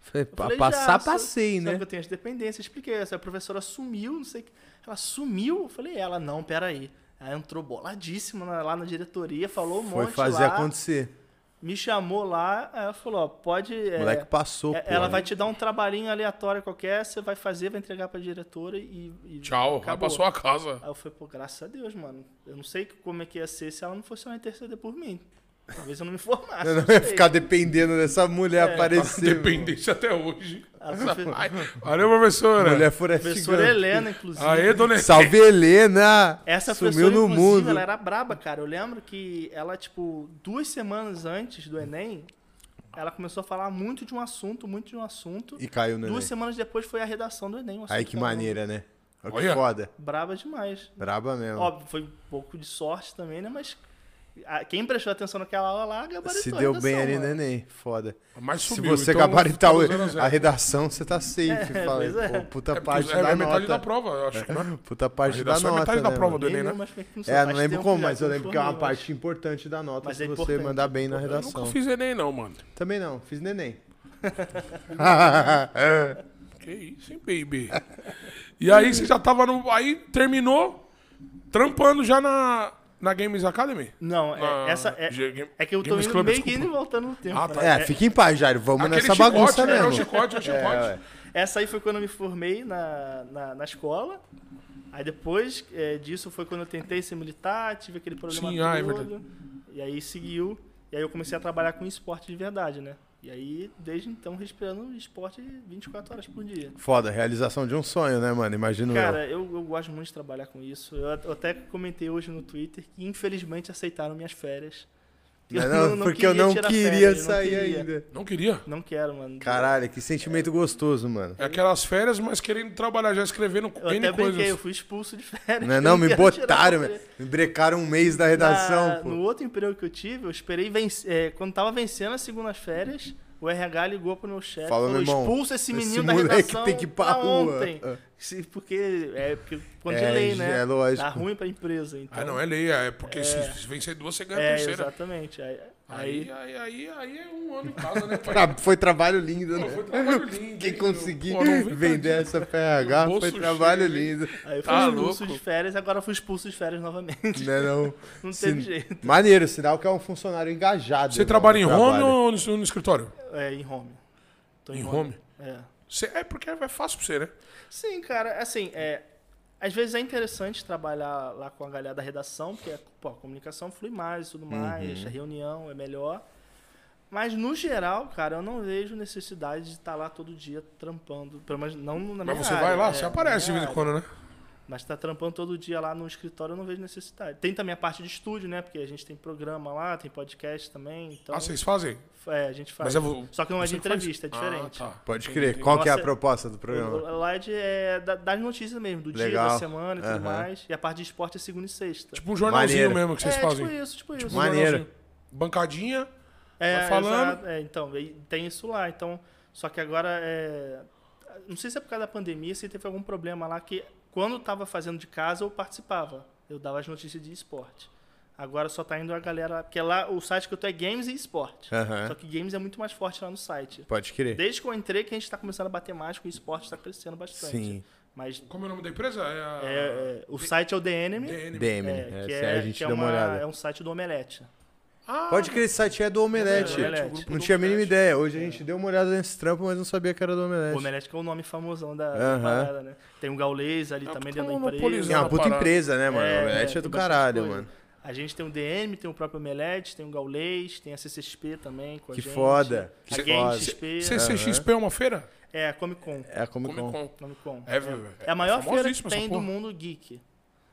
[SPEAKER 5] Falei,
[SPEAKER 3] Eu
[SPEAKER 5] "Pa-
[SPEAKER 3] falei,
[SPEAKER 5] passar,
[SPEAKER 3] já, só-
[SPEAKER 5] passei,
[SPEAKER 3] só
[SPEAKER 5] né?
[SPEAKER 3] que eu tenho as dependências, expliquei. Essa professora sumiu, não sei o que. Ela sumiu? Eu falei, ela, não, peraí. Ela entrou boladíssima na- lá na diretoria, falou um
[SPEAKER 1] Foi
[SPEAKER 3] monte
[SPEAKER 1] fazer
[SPEAKER 3] lá,
[SPEAKER 1] acontecer.
[SPEAKER 3] me chamou lá, aí ela falou, ó, pode... é,
[SPEAKER 1] O moleque passou,
[SPEAKER 3] é,
[SPEAKER 1] pô.
[SPEAKER 3] ela
[SPEAKER 1] né?
[SPEAKER 3] vai te dar um trabalhinho aleatório qualquer, você vai fazer, vai entregar pra diretora e... e
[SPEAKER 2] Tchau. Vai
[SPEAKER 3] acabou."
[SPEAKER 2] pra sua casa.
[SPEAKER 3] Aí eu falei, pô, graças a Deus, mano. Eu não sei como é que ia ser se ela não fosse lá interceder por mim. Talvez eu não me formasse.
[SPEAKER 1] Eu não
[SPEAKER 3] sei.
[SPEAKER 1] ia ficar dependendo dessa mulher
[SPEAKER 3] É.
[SPEAKER 1] aparecer.
[SPEAKER 2] Dependente até hoje.
[SPEAKER 3] A profe-
[SPEAKER 2] Ai, Valeu, professora.
[SPEAKER 1] Mulher foresta
[SPEAKER 3] né? professora
[SPEAKER 1] gigante.
[SPEAKER 3] Helena, inclusive.
[SPEAKER 2] Aê, dona
[SPEAKER 1] Salve Helena!
[SPEAKER 3] Essa
[SPEAKER 1] Sumiu
[SPEAKER 3] professora,
[SPEAKER 1] no
[SPEAKER 3] inclusive,
[SPEAKER 1] mundo.
[SPEAKER 3] ela era braba, cara. Eu lembro que ela, tipo, duas semanas antes do Enem, ela começou a falar muito de um assunto, muito de um assunto.
[SPEAKER 1] E caiu no
[SPEAKER 3] duas
[SPEAKER 1] Enem.
[SPEAKER 3] semanas depois foi a redação do Enem. o assunto
[SPEAKER 1] Aí que
[SPEAKER 3] dela.
[SPEAKER 1] maneira, né? Olha que
[SPEAKER 2] Olha.
[SPEAKER 1] foda.
[SPEAKER 3] Braba demais.
[SPEAKER 1] Braba mesmo.
[SPEAKER 3] Óbvio, foi um pouco de sorte também, né? Mas a- quem prestou atenção naquela aula lá, gabaritou
[SPEAKER 1] Se
[SPEAKER 3] a
[SPEAKER 1] deu
[SPEAKER 3] redação,
[SPEAKER 1] bem ali né? no
[SPEAKER 3] mano.
[SPEAKER 1] Enem. Foda.
[SPEAKER 2] Mas subiu.
[SPEAKER 1] Se você
[SPEAKER 2] então
[SPEAKER 1] gabaritar o-
[SPEAKER 2] ficou zero a zero.
[SPEAKER 1] a redação, você tá safe.
[SPEAKER 3] É,
[SPEAKER 1] fala aí,
[SPEAKER 3] pois é.
[SPEAKER 1] pô, puta
[SPEAKER 2] É,
[SPEAKER 1] parte
[SPEAKER 2] porque é,
[SPEAKER 1] da
[SPEAKER 2] é metade da
[SPEAKER 1] nota.
[SPEAKER 2] prova, eu acho. que, né?
[SPEAKER 1] Puta
[SPEAKER 2] A
[SPEAKER 1] parte da
[SPEAKER 2] redação é
[SPEAKER 1] nota.
[SPEAKER 2] metade da
[SPEAKER 1] né,
[SPEAKER 2] prova
[SPEAKER 1] mano?
[SPEAKER 2] do Enem, né?
[SPEAKER 3] Nem lembro, mas como que
[SPEAKER 1] É,
[SPEAKER 3] faz
[SPEAKER 1] não lembro
[SPEAKER 3] tempo
[SPEAKER 1] como,
[SPEAKER 3] já
[SPEAKER 1] mas
[SPEAKER 3] que né?
[SPEAKER 1] eu
[SPEAKER 3] me
[SPEAKER 1] lembro que é uma
[SPEAKER 3] formei, eu acho.
[SPEAKER 1] parte importante da nota
[SPEAKER 3] Mas
[SPEAKER 1] se
[SPEAKER 3] é
[SPEAKER 1] você
[SPEAKER 3] importante,
[SPEAKER 1] mandar bem na
[SPEAKER 2] Eu nunca
[SPEAKER 1] redação.
[SPEAKER 2] fiz Enem, não, mano.
[SPEAKER 1] Também não, fiz neném.
[SPEAKER 2] Que isso, hein, baby? E aí você já tava no. Aí terminou trampando já na, na Games Academy?
[SPEAKER 3] Não, é-
[SPEAKER 2] Na-
[SPEAKER 3] essa é,
[SPEAKER 2] G- Game-
[SPEAKER 3] é que eu tô
[SPEAKER 2] Ah, Games
[SPEAKER 3] indo
[SPEAKER 2] Club,
[SPEAKER 3] meio que
[SPEAKER 2] desculpa.
[SPEAKER 3] indo e voltando no tempo.
[SPEAKER 2] Ah, tá.
[SPEAKER 3] né?
[SPEAKER 1] É, fica em paz, Jairo. Vamos nessa bagunça
[SPEAKER 2] né? É o
[SPEAKER 1] mesmo.
[SPEAKER 2] chicote, é o chicote.
[SPEAKER 1] É, ué.
[SPEAKER 3] Essa aí foi quando eu me formei na, na, na escola. Aí depois é, disso foi quando eu tentei ser militar, tive aquele problema
[SPEAKER 2] Sim,
[SPEAKER 3] todo.
[SPEAKER 2] ah, é verdade.
[SPEAKER 3] E aí seguiu. E aí eu comecei a trabalhar com esporte de verdade, né? E aí, desde então, respirando esporte 24 horas por dia.
[SPEAKER 1] Foda, realização de um sonho, né, mano? Imagino eu.
[SPEAKER 3] Cara, eu, eu gosto muito de trabalhar com isso. Eu, at- eu até comentei hoje no Twitter que infelizmente aceitaram minhas férias.
[SPEAKER 1] Não, não, porque eu não
[SPEAKER 3] tirar
[SPEAKER 1] queria
[SPEAKER 3] férias, eu não
[SPEAKER 1] sair
[SPEAKER 3] queria.
[SPEAKER 1] ainda.
[SPEAKER 2] Não queria.
[SPEAKER 3] Não quero, mano.
[SPEAKER 1] Caralho, que sentimento gostoso, mano.
[SPEAKER 2] É aquelas férias, mas querendo trabalhar, já escrevendo
[SPEAKER 3] Eu
[SPEAKER 2] N
[SPEAKER 3] até brinquei, eu
[SPEAKER 2] coisas.
[SPEAKER 3] fui expulso de férias.
[SPEAKER 1] Não, é não,
[SPEAKER 3] eu
[SPEAKER 1] me
[SPEAKER 3] quero tirar
[SPEAKER 1] botaram,
[SPEAKER 3] férias.
[SPEAKER 1] mano. me brecaram um mês da redação,
[SPEAKER 3] Na-
[SPEAKER 1] pô.
[SPEAKER 3] No outro emprego que eu tive, eu esperei vencer. é, quando tava vencendo as segundas férias, o RH ligou pro meu chefe e
[SPEAKER 1] Fala,
[SPEAKER 3] falou:
[SPEAKER 1] meu irmão,
[SPEAKER 3] expulsa esse menino da
[SPEAKER 1] moleque
[SPEAKER 3] redação tá
[SPEAKER 1] tem que ir pra rua."
[SPEAKER 3] ontem. Se- Porque é porque quando
[SPEAKER 1] É,
[SPEAKER 3] de lei, né?
[SPEAKER 1] é lógico.
[SPEAKER 3] Tá ruim pra empresa. Então,
[SPEAKER 2] Ah, não, é lei, é porque se se vencer duas, você ganha a
[SPEAKER 3] É,
[SPEAKER 2] terceira.
[SPEAKER 3] exatamente. Aí,
[SPEAKER 2] Aí,
[SPEAKER 3] aí-
[SPEAKER 2] aí, aí, aí é um ano em casa, né, pai?
[SPEAKER 1] Tra- Foi trabalho lindo, né?
[SPEAKER 2] Foi trabalho lindo.
[SPEAKER 1] Quem
[SPEAKER 2] hein,
[SPEAKER 1] conseguir
[SPEAKER 2] meu? Pô, não vem
[SPEAKER 1] vender
[SPEAKER 2] tadinho.
[SPEAKER 1] essa PH
[SPEAKER 2] Bolso
[SPEAKER 1] foi trabalho
[SPEAKER 2] cheio, hein?
[SPEAKER 1] lindo.
[SPEAKER 3] aí eu fui
[SPEAKER 2] Tá
[SPEAKER 3] expulso
[SPEAKER 2] louco.
[SPEAKER 3] de férias, agora eu fui expulso de férias novamente.
[SPEAKER 1] Né, não?
[SPEAKER 3] Não teve
[SPEAKER 1] Sin-
[SPEAKER 3] jeito.
[SPEAKER 1] Maneiro, sinal que é um funcionário engajado.
[SPEAKER 2] Você
[SPEAKER 1] irmão,
[SPEAKER 2] trabalha em
[SPEAKER 1] no
[SPEAKER 2] home
[SPEAKER 1] trabalho.
[SPEAKER 2] ou no, no escritório?
[SPEAKER 3] É, em home. Tô
[SPEAKER 2] Em home.
[SPEAKER 3] É.
[SPEAKER 2] Você- é porque é fácil pra você, né?
[SPEAKER 3] Sim, cara, assim, é, às vezes é interessante trabalhar lá com a galera da redação, porque pô, a comunicação flui mais e tudo
[SPEAKER 2] Uhum.
[SPEAKER 3] mais, a reunião é melhor. Mas, no geral, cara, eu não vejo necessidade de estar lá todo dia trampando. Pelo menos não na minha
[SPEAKER 2] Mas você
[SPEAKER 3] área,
[SPEAKER 2] vai lá,
[SPEAKER 3] é,
[SPEAKER 2] você
[SPEAKER 3] na
[SPEAKER 2] aparece de
[SPEAKER 3] minha
[SPEAKER 2] vez em
[SPEAKER 3] área.
[SPEAKER 2] quando, né?
[SPEAKER 3] Mas tá trampando todo dia lá no escritório, eu não vejo necessidade. Tem também a parte de estúdio, né? Porque a gente tem programa lá, tem podcast também. Então,
[SPEAKER 2] Ah, vocês fazem?
[SPEAKER 3] é, a gente
[SPEAKER 2] Mas
[SPEAKER 3] faz.
[SPEAKER 2] é vo-
[SPEAKER 3] Só que não é de
[SPEAKER 2] você que faz?
[SPEAKER 3] entrevista, é diferente.
[SPEAKER 2] Ah, tá.
[SPEAKER 1] Pode crer. Qual que é a
[SPEAKER 3] Nossa,
[SPEAKER 1] proposta do
[SPEAKER 3] O
[SPEAKER 1] programa?
[SPEAKER 3] Light é da- das notícias mesmo, do dia,
[SPEAKER 1] Legal.
[SPEAKER 3] da semana e tudo
[SPEAKER 1] Aham.
[SPEAKER 3] mais. E a parte de esporte é segunda e sexta.
[SPEAKER 2] Tipo um jornalzinho
[SPEAKER 1] Maneiro.
[SPEAKER 2] mesmo que vocês
[SPEAKER 3] é,
[SPEAKER 2] fazem. Um
[SPEAKER 3] tipo isso, tipo isso.
[SPEAKER 1] Maneiro.
[SPEAKER 2] Bancadinha.
[SPEAKER 3] É,
[SPEAKER 2] Vai tá falando.
[SPEAKER 3] exato. É, então, e tem isso lá. Então, só que agora, é, não sei se é por causa da pandemia, se teve algum problema lá, que quando eu tava fazendo de casa, eu participava. Eu dava as notícias de esporte. Agora só tá indo a galera... Porque lá, o site que eu tô é Games e Esporte.
[SPEAKER 1] Aham.
[SPEAKER 3] Só que Games é muito mais forte lá no site.
[SPEAKER 1] Pode crer.
[SPEAKER 3] Desde que eu entrei, que a gente tá começando a bater mais com o esporte, tá crescendo bastante.
[SPEAKER 1] Sim.
[SPEAKER 3] Mas
[SPEAKER 2] Como é o nome da empresa? É a.
[SPEAKER 3] É, é, o site é o The Enemy.
[SPEAKER 2] DN.
[SPEAKER 1] DM,
[SPEAKER 3] é,
[SPEAKER 1] né?
[SPEAKER 3] que
[SPEAKER 1] Essa aí
[SPEAKER 3] é,
[SPEAKER 1] a gente
[SPEAKER 3] que é
[SPEAKER 1] dá uma
[SPEAKER 3] uma-
[SPEAKER 1] olhada.
[SPEAKER 3] é um site do Omelete.
[SPEAKER 2] Ah,
[SPEAKER 1] Pode crer, esse site é do Omelete.
[SPEAKER 3] é, Omelete.
[SPEAKER 2] o grupo
[SPEAKER 1] Não
[SPEAKER 2] do
[SPEAKER 1] tinha a mínima
[SPEAKER 2] Omelete.
[SPEAKER 1] ideia. Hoje a gente deu uma olhada nesse trampo, mas não sabia que era do
[SPEAKER 3] O
[SPEAKER 1] Omelete.
[SPEAKER 3] Omelete que é o nome famosão da, da
[SPEAKER 1] Aham.
[SPEAKER 3] parada, né? Tem o Gaules ali
[SPEAKER 2] Ah,
[SPEAKER 3] também
[SPEAKER 2] porque é
[SPEAKER 3] dentro da
[SPEAKER 2] monopolizado.
[SPEAKER 3] empresa.
[SPEAKER 1] É uma puta
[SPEAKER 2] Parada.
[SPEAKER 1] empresa, né, mano?
[SPEAKER 3] É,
[SPEAKER 1] o Omelete é,
[SPEAKER 3] tem
[SPEAKER 1] do
[SPEAKER 3] bastante
[SPEAKER 1] caralho,
[SPEAKER 3] coisa.
[SPEAKER 1] mano.
[SPEAKER 3] A gente tem o DM, tem o próprio Omelete, tem o Gaulês, tem a CCXP também com a
[SPEAKER 1] Que
[SPEAKER 3] gente.
[SPEAKER 1] foda,
[SPEAKER 3] A
[SPEAKER 1] que
[SPEAKER 3] Game
[SPEAKER 1] foda.
[SPEAKER 3] XP.
[SPEAKER 2] CCXP é uma feira?
[SPEAKER 3] É, a Comic Con.
[SPEAKER 1] É a Comic
[SPEAKER 2] Comic
[SPEAKER 1] Con.
[SPEAKER 2] Con.
[SPEAKER 3] Comic Con.
[SPEAKER 2] É, velho.
[SPEAKER 3] É a maior feira que
[SPEAKER 2] famosíssima essa
[SPEAKER 3] tem do
[SPEAKER 2] porra.
[SPEAKER 3] mundo geek.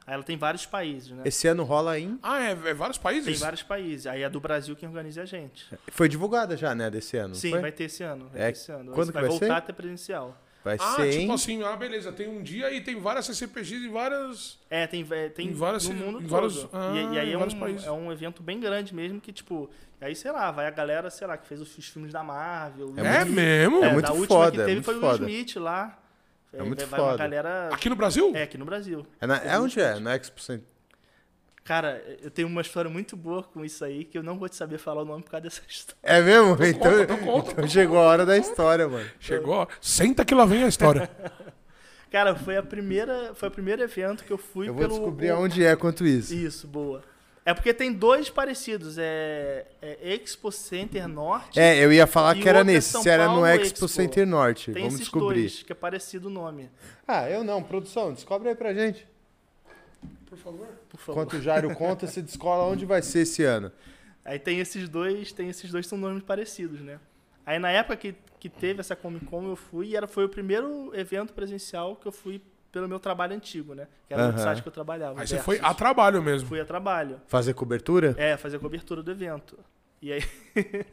[SPEAKER 3] Aí ela tem vários países, né?
[SPEAKER 1] É. Esse ano rola em.
[SPEAKER 2] Ah, é, é vários países?
[SPEAKER 3] Tem vários países. Aí é do Brasil quem organiza a gente.
[SPEAKER 1] Foi divulgada já, né? Desse ano. não
[SPEAKER 3] Sim,
[SPEAKER 1] foi?
[SPEAKER 3] vai ter esse ano. Vai
[SPEAKER 1] É,
[SPEAKER 3] ter esse ano.
[SPEAKER 1] quando
[SPEAKER 3] vai
[SPEAKER 1] que vai
[SPEAKER 3] voltar
[SPEAKER 1] ser?
[SPEAKER 3] até presencial.
[SPEAKER 1] Vai
[SPEAKER 2] Ah,
[SPEAKER 1] ser
[SPEAKER 2] tipo
[SPEAKER 1] em.
[SPEAKER 2] assim, ah, beleza, tem um dia e tem várias CCPGs e várias.
[SPEAKER 3] É, tem, é, tem
[SPEAKER 2] Em várias-
[SPEAKER 3] no mundo
[SPEAKER 2] em
[SPEAKER 3] todo.
[SPEAKER 2] vários- ah,
[SPEAKER 3] e, e aí
[SPEAKER 2] em
[SPEAKER 3] é
[SPEAKER 2] vários
[SPEAKER 3] um,
[SPEAKER 2] países.
[SPEAKER 3] é um evento bem grande mesmo que, tipo, aí, sei lá, vai a galera, sei lá, que fez os, os filmes da Marvel.
[SPEAKER 2] É, mesmo?
[SPEAKER 1] É muito
[SPEAKER 3] da última
[SPEAKER 1] foda,
[SPEAKER 3] que
[SPEAKER 1] é
[SPEAKER 3] teve
[SPEAKER 1] muito
[SPEAKER 3] foi o Will
[SPEAKER 1] foda.
[SPEAKER 3] Smith lá.
[SPEAKER 1] É muito
[SPEAKER 3] vai uma
[SPEAKER 1] foda.
[SPEAKER 3] galera.
[SPEAKER 2] Aqui no Brasil?
[SPEAKER 3] É, aqui no Brasil.
[SPEAKER 1] É, na- é onde é? Na Expo Cent-
[SPEAKER 3] Cara, eu tenho uma história muito boa com isso aí que eu não vou te saber falar o nome por causa dessa história.
[SPEAKER 1] É mesmo? então
[SPEAKER 2] então conta,
[SPEAKER 1] então chegou a hora da história, mano.
[SPEAKER 2] Chegou, ó. Senta que lá vem a história.
[SPEAKER 3] Cara, foi a primeira, foi o primeiro evento que eu fui
[SPEAKER 1] Eu vou
[SPEAKER 3] pelo
[SPEAKER 1] descobrir aonde é quanto isso.
[SPEAKER 3] Isso, boa. É porque tem dois parecidos, é, é Expo Center Norte.
[SPEAKER 1] É, eu ia falar
[SPEAKER 3] E
[SPEAKER 1] que era
[SPEAKER 3] outra é
[SPEAKER 1] nesse,
[SPEAKER 3] São
[SPEAKER 1] se era no
[SPEAKER 3] Paulo
[SPEAKER 1] Expo,
[SPEAKER 3] Expo.
[SPEAKER 1] Center Norte.
[SPEAKER 3] Tem
[SPEAKER 1] Vamos
[SPEAKER 3] esses
[SPEAKER 1] descobrir.
[SPEAKER 3] dois, que é parecido o nome.
[SPEAKER 1] Ah, eu não, produção, descobre aí pra gente.
[SPEAKER 2] Por favor.
[SPEAKER 3] Por favor.
[SPEAKER 1] Enquanto o Jairo conta, se descola onde vai ser esse ano.
[SPEAKER 3] Aí tem esses dois, tem esses dois são nomes parecidos, né? Aí na época que, que teve essa Comic Con eu fui e era, foi o primeiro evento presencial que eu fui pelo meu trabalho antigo, né? Que era o
[SPEAKER 1] Aham.
[SPEAKER 3] site que eu trabalhava.
[SPEAKER 2] Aí você
[SPEAKER 3] Versus.
[SPEAKER 2] foi a trabalho mesmo.
[SPEAKER 3] Fui a trabalho.
[SPEAKER 1] Fazer cobertura?
[SPEAKER 3] É, fazer a cobertura do evento. E aí.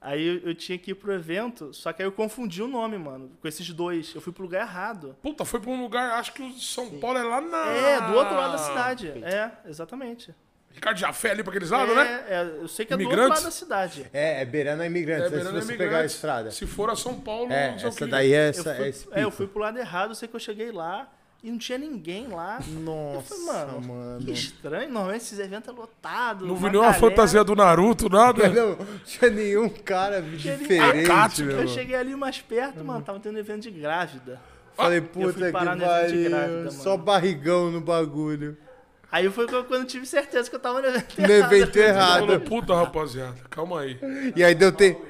[SPEAKER 3] aí eu, eu tinha que ir pro evento, só que aí eu confundi o nome, mano, com esses dois. Eu fui pro lugar errado.
[SPEAKER 2] Puta, foi pra um lugar, acho que o São Paulo é lá na.
[SPEAKER 3] É, do outro lado da
[SPEAKER 2] Ah,
[SPEAKER 3] cidade. É, exatamente.
[SPEAKER 2] Ricardo Jafé ali pra aqueles lados,
[SPEAKER 3] é,
[SPEAKER 2] né?
[SPEAKER 3] é, eu sei que é do outro
[SPEAKER 2] Imigrantes?
[SPEAKER 3] lado da cidade.
[SPEAKER 1] É, é beirando a imigrante, né, se
[SPEAKER 2] beirando
[SPEAKER 1] você
[SPEAKER 2] imigrantes.
[SPEAKER 1] pegar a estrada.
[SPEAKER 2] Se for a São Paulo,
[SPEAKER 1] É,
[SPEAKER 2] não sei o
[SPEAKER 1] essa
[SPEAKER 2] quê.
[SPEAKER 1] daí é,
[SPEAKER 3] Eu
[SPEAKER 1] essa,
[SPEAKER 3] fui-
[SPEAKER 1] é esse
[SPEAKER 3] é, eu
[SPEAKER 1] pico.
[SPEAKER 3] fui pro lado errado, eu sei que eu cheguei lá e não tinha ninguém lá. eu
[SPEAKER 1] Nossa,
[SPEAKER 3] falei, mano,
[SPEAKER 1] mano.
[SPEAKER 3] que estranho. Normalmente esses eventos é lotado.
[SPEAKER 2] Não
[SPEAKER 3] uma
[SPEAKER 2] vi nenhuma
[SPEAKER 3] galera.
[SPEAKER 2] fantasia do Naruto, nada.
[SPEAKER 1] Não, não tinha nenhum cara
[SPEAKER 3] Tinha ninguém.
[SPEAKER 1] diferente,
[SPEAKER 2] Akatsuki,
[SPEAKER 1] meu
[SPEAKER 3] Eu
[SPEAKER 1] irmão.
[SPEAKER 3] cheguei ali mais perto, mano, tava tendo evento de grávida.
[SPEAKER 1] Falei,
[SPEAKER 3] fui
[SPEAKER 1] puta que
[SPEAKER 3] parar no evento
[SPEAKER 1] pariu,
[SPEAKER 3] de grávida,
[SPEAKER 1] só
[SPEAKER 3] mano.
[SPEAKER 1] barrigão no bagulho.
[SPEAKER 3] Aí foi quando eu tive certeza que eu tava no evento
[SPEAKER 1] No
[SPEAKER 3] errado.
[SPEAKER 1] evento
[SPEAKER 2] Falou,
[SPEAKER 1] errado.
[SPEAKER 2] puta, rapaziada, calma aí.
[SPEAKER 1] E aí deu tempo.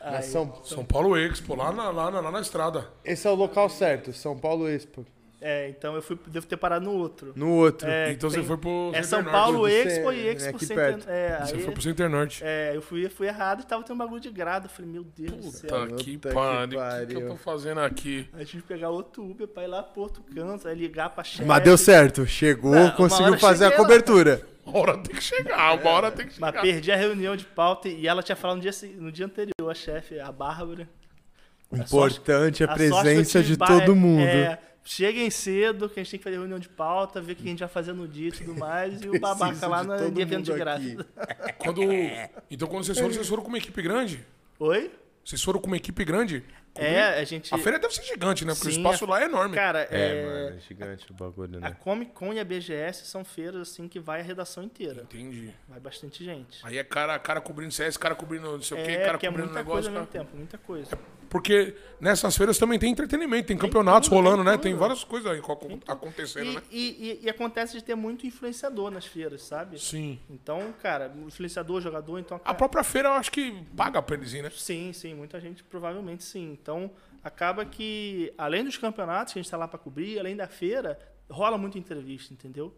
[SPEAKER 1] Ah,
[SPEAKER 3] Aí,
[SPEAKER 1] São...
[SPEAKER 2] São Paulo Expo, lá na, lá na, lá na estrada.
[SPEAKER 1] Esse é o local certo, São Paulo Expo.
[SPEAKER 3] É, então eu fui, devo ter parado no outro.
[SPEAKER 1] No outro.
[SPEAKER 3] É,
[SPEAKER 2] então
[SPEAKER 3] tem-
[SPEAKER 2] você foi pro.
[SPEAKER 3] É São
[SPEAKER 2] Center Norte.
[SPEAKER 3] Paulo
[SPEAKER 1] do
[SPEAKER 3] Expo
[SPEAKER 1] Cen-
[SPEAKER 3] e Expo
[SPEAKER 1] aqui
[SPEAKER 3] Center.
[SPEAKER 1] perto.
[SPEAKER 3] É,
[SPEAKER 2] Você
[SPEAKER 3] aí-
[SPEAKER 2] foi pro Center Norte.
[SPEAKER 3] é, eu fui, fui errado e tava tendo um bagulho de grado. Eu falei, meu Deus do céu.
[SPEAKER 2] Puta tá."
[SPEAKER 1] puta
[SPEAKER 2] que
[SPEAKER 1] que
[SPEAKER 2] pariu. O que, que
[SPEAKER 1] pariu.
[SPEAKER 2] eu tô fazendo aqui?
[SPEAKER 3] Aí tive que pegar outro Uber pra ir lá pro outro canto, aí ligar pra chefe.
[SPEAKER 1] Mas deu certo. Chegou,
[SPEAKER 3] Ah, uma
[SPEAKER 1] conseguiu
[SPEAKER 3] hora
[SPEAKER 1] fazer a
[SPEAKER 3] cheguei lá.
[SPEAKER 1] cobertura.
[SPEAKER 2] Uma hora tem que chegar, uma hora tem que
[SPEAKER 3] Mas
[SPEAKER 2] chegar.
[SPEAKER 3] perdi a reunião de pauta e ela tinha falado no dia, se- no dia anterior, a chefe, a Bárbara.
[SPEAKER 1] Importante é a
[SPEAKER 3] sorte que eu
[SPEAKER 1] presença
[SPEAKER 3] tive
[SPEAKER 1] de
[SPEAKER 3] ba-
[SPEAKER 1] todo
[SPEAKER 3] é,
[SPEAKER 1] mundo.
[SPEAKER 3] é, cheguem cedo, que a gente tem que fazer reunião de pauta, ver o que a gente vai fazer no dia e tudo mais, e o babaca
[SPEAKER 1] Preciso
[SPEAKER 3] lá
[SPEAKER 1] de
[SPEAKER 3] na
[SPEAKER 1] todo
[SPEAKER 3] evento de
[SPEAKER 1] mundo
[SPEAKER 3] graça.
[SPEAKER 1] aqui.
[SPEAKER 2] Quando... Então quando vocês foram, vocês foram com uma equipe grande?
[SPEAKER 3] Oi?
[SPEAKER 2] Vocês foram com uma equipe grande?
[SPEAKER 3] É, a gente.
[SPEAKER 2] A feira deve ser gigante, né? Porque o
[SPEAKER 3] Sim,
[SPEAKER 2] espaço
[SPEAKER 3] a-
[SPEAKER 2] lá é enorme.
[SPEAKER 3] Cara, é,
[SPEAKER 1] é gigante o bagulho, né?
[SPEAKER 3] a Comic Con e a BGS são feiras assim que vai a redação inteira.
[SPEAKER 2] Entendi.
[SPEAKER 3] Vai bastante gente.
[SPEAKER 2] Aí é cara, cara cobrindo CS, cara cobrindo não sei o quê,
[SPEAKER 3] É,
[SPEAKER 2] cara
[SPEAKER 3] porque é
[SPEAKER 2] cobrindo
[SPEAKER 3] muita
[SPEAKER 2] negócio. É
[SPEAKER 3] coisa ao mesmo
[SPEAKER 2] cara-
[SPEAKER 3] tempo, muita coisa.
[SPEAKER 2] Porque nessas feiras também tem entretenimento, tem campeonatos
[SPEAKER 3] tudo, tem
[SPEAKER 2] rolando, né? Tem
[SPEAKER 3] tudo.
[SPEAKER 2] várias coisas aí co- acontecendo,
[SPEAKER 3] E,
[SPEAKER 2] né?
[SPEAKER 3] e- e- e acontece de ter muito influenciador nas feiras, sabe?
[SPEAKER 2] Sim.
[SPEAKER 3] Então, cara, influenciador, jogador, então.
[SPEAKER 2] A própria feira eu acho que paga pra eles ir, né?
[SPEAKER 3] Sim, sim, muita gente provavelmente sim. Então, acaba que, além dos campeonatos que a gente tá lá pra cobrir, além da feira, rola muita entrevista, entendeu?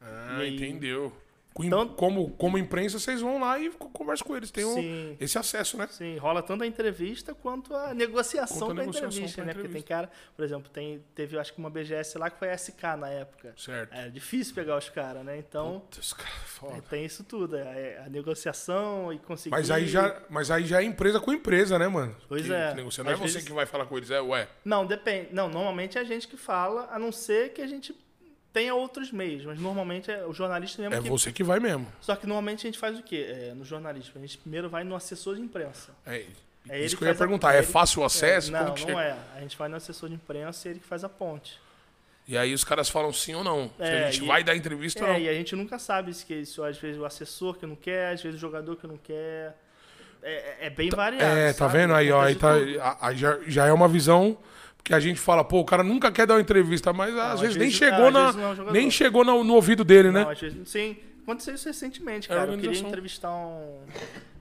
[SPEAKER 2] Ah,
[SPEAKER 3] E aí?
[SPEAKER 2] entendeu. Com-
[SPEAKER 3] Então-
[SPEAKER 2] como, como imprensa, vocês vão lá e co- conversam com eles. Tem um-
[SPEAKER 3] Sim.
[SPEAKER 2] esse acesso, né?
[SPEAKER 3] Sim, rola tanto a entrevista quanto a negociação
[SPEAKER 2] Quanto a
[SPEAKER 3] da
[SPEAKER 2] negociação
[SPEAKER 3] entrevista,
[SPEAKER 2] pra
[SPEAKER 3] né? Porque tem
[SPEAKER 2] entrevista.
[SPEAKER 3] cara, por exemplo, tem, teve acho que uma BGS lá que foi SK na época.
[SPEAKER 2] Certo.
[SPEAKER 3] Era difícil pegar os caras, né? É. Então,
[SPEAKER 2] Os caras
[SPEAKER 3] é,
[SPEAKER 2] foda.
[SPEAKER 3] tem isso tudo, é, a negociação e conseguir.
[SPEAKER 2] Mas aí, já, mas aí já é empresa com empresa, né, mano?
[SPEAKER 3] Pois
[SPEAKER 2] que,
[SPEAKER 3] é.
[SPEAKER 2] que negocia. Não é
[SPEAKER 3] Às
[SPEAKER 2] você
[SPEAKER 3] vezes-
[SPEAKER 2] que vai falar com eles, é ué.
[SPEAKER 3] Não, depende. Não, normalmente é a gente que fala, a não ser que a gente tenha outros meios, mas normalmente é o jornalista mesmo
[SPEAKER 2] É
[SPEAKER 3] que
[SPEAKER 2] você que vai mesmo.
[SPEAKER 3] Só que normalmente a gente faz o quê? É, no jornalismo, a gente primeiro vai no assessor de imprensa.
[SPEAKER 2] É,
[SPEAKER 3] É ele
[SPEAKER 2] isso que
[SPEAKER 3] que
[SPEAKER 2] eu ia
[SPEAKER 3] faz a-
[SPEAKER 2] perguntar.
[SPEAKER 3] é
[SPEAKER 2] É
[SPEAKER 3] ele-
[SPEAKER 2] fácil o acesso?
[SPEAKER 3] É, não,
[SPEAKER 2] Como que
[SPEAKER 3] não
[SPEAKER 2] chega?
[SPEAKER 3] é. A gente vai no assessor de imprensa e ele que faz a ponte.
[SPEAKER 2] E aí os caras falam sim ou não. Se a
[SPEAKER 3] É,
[SPEAKER 2] gente
[SPEAKER 3] e-
[SPEAKER 2] vai dar entrevista ou não.
[SPEAKER 3] É, e a gente nunca sabe se, que- se às vezes o assessor que não quer, às vezes o jogador que não quer. É, é- é bem variado.
[SPEAKER 2] É, tá
[SPEAKER 3] sabe?
[SPEAKER 2] vendo aí, ó, aí, tá,
[SPEAKER 3] Acontece de tudo.
[SPEAKER 2] a- aí já, já é uma visão que a gente fala, pô, o cara nunca quer dar uma entrevista, mas às
[SPEAKER 3] às
[SPEAKER 2] vezes, nem
[SPEAKER 3] vezes-
[SPEAKER 2] chegou,
[SPEAKER 3] ah, às
[SPEAKER 2] na,
[SPEAKER 3] vezes não é um jogador.
[SPEAKER 2] nem chegou no, no ouvido dele,
[SPEAKER 3] Não, é
[SPEAKER 2] né?
[SPEAKER 3] às vezes, sim. Aconteceu isso recentemente,
[SPEAKER 2] É a
[SPEAKER 3] cara. eu queria
[SPEAKER 2] organização.
[SPEAKER 3] entrevistar um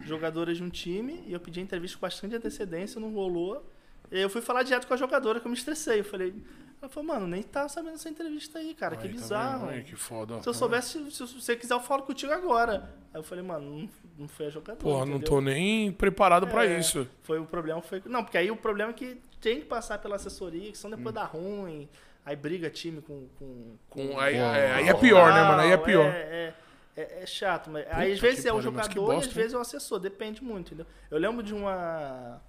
[SPEAKER 3] jogadora de um time e eu pedi a entrevista com bastante antecedência, não rolou. E aí eu fui falar direto com a jogadora, que eu me estressei. Eu falei, ela falou, mano, nem tava sabendo essa entrevista aí, cara. que
[SPEAKER 2] Aí, tá
[SPEAKER 3] bizarro.
[SPEAKER 2] vendo? Ai, que né? foda.
[SPEAKER 3] Se eu soubesse, se você quiser, eu falo contigo agora. Aí eu falei, mano, não, não foi a jogadora.
[SPEAKER 2] Porra, não
[SPEAKER 3] entendeu?
[SPEAKER 2] tô nem preparado pra
[SPEAKER 3] É,
[SPEAKER 2] isso.
[SPEAKER 3] Foi o problema, foi. Não, porque aí o problema é que tem que passar pela assessoria, que senão
[SPEAKER 2] Hum.
[SPEAKER 3] depois dá ruim. Aí briga time com. com,
[SPEAKER 2] Com- aí, é, aí é pior, né,
[SPEAKER 3] jornal,
[SPEAKER 2] mano? Aí é pior.
[SPEAKER 3] É, é- é- é chato. Mas, aí às
[SPEAKER 2] Puta
[SPEAKER 3] vezes
[SPEAKER 2] que
[SPEAKER 3] é o
[SPEAKER 2] pariu, mas que
[SPEAKER 3] jogador e às
[SPEAKER 2] bosta,
[SPEAKER 3] vezes é o assessor, depende muito, entendeu? Eu lembro de uma.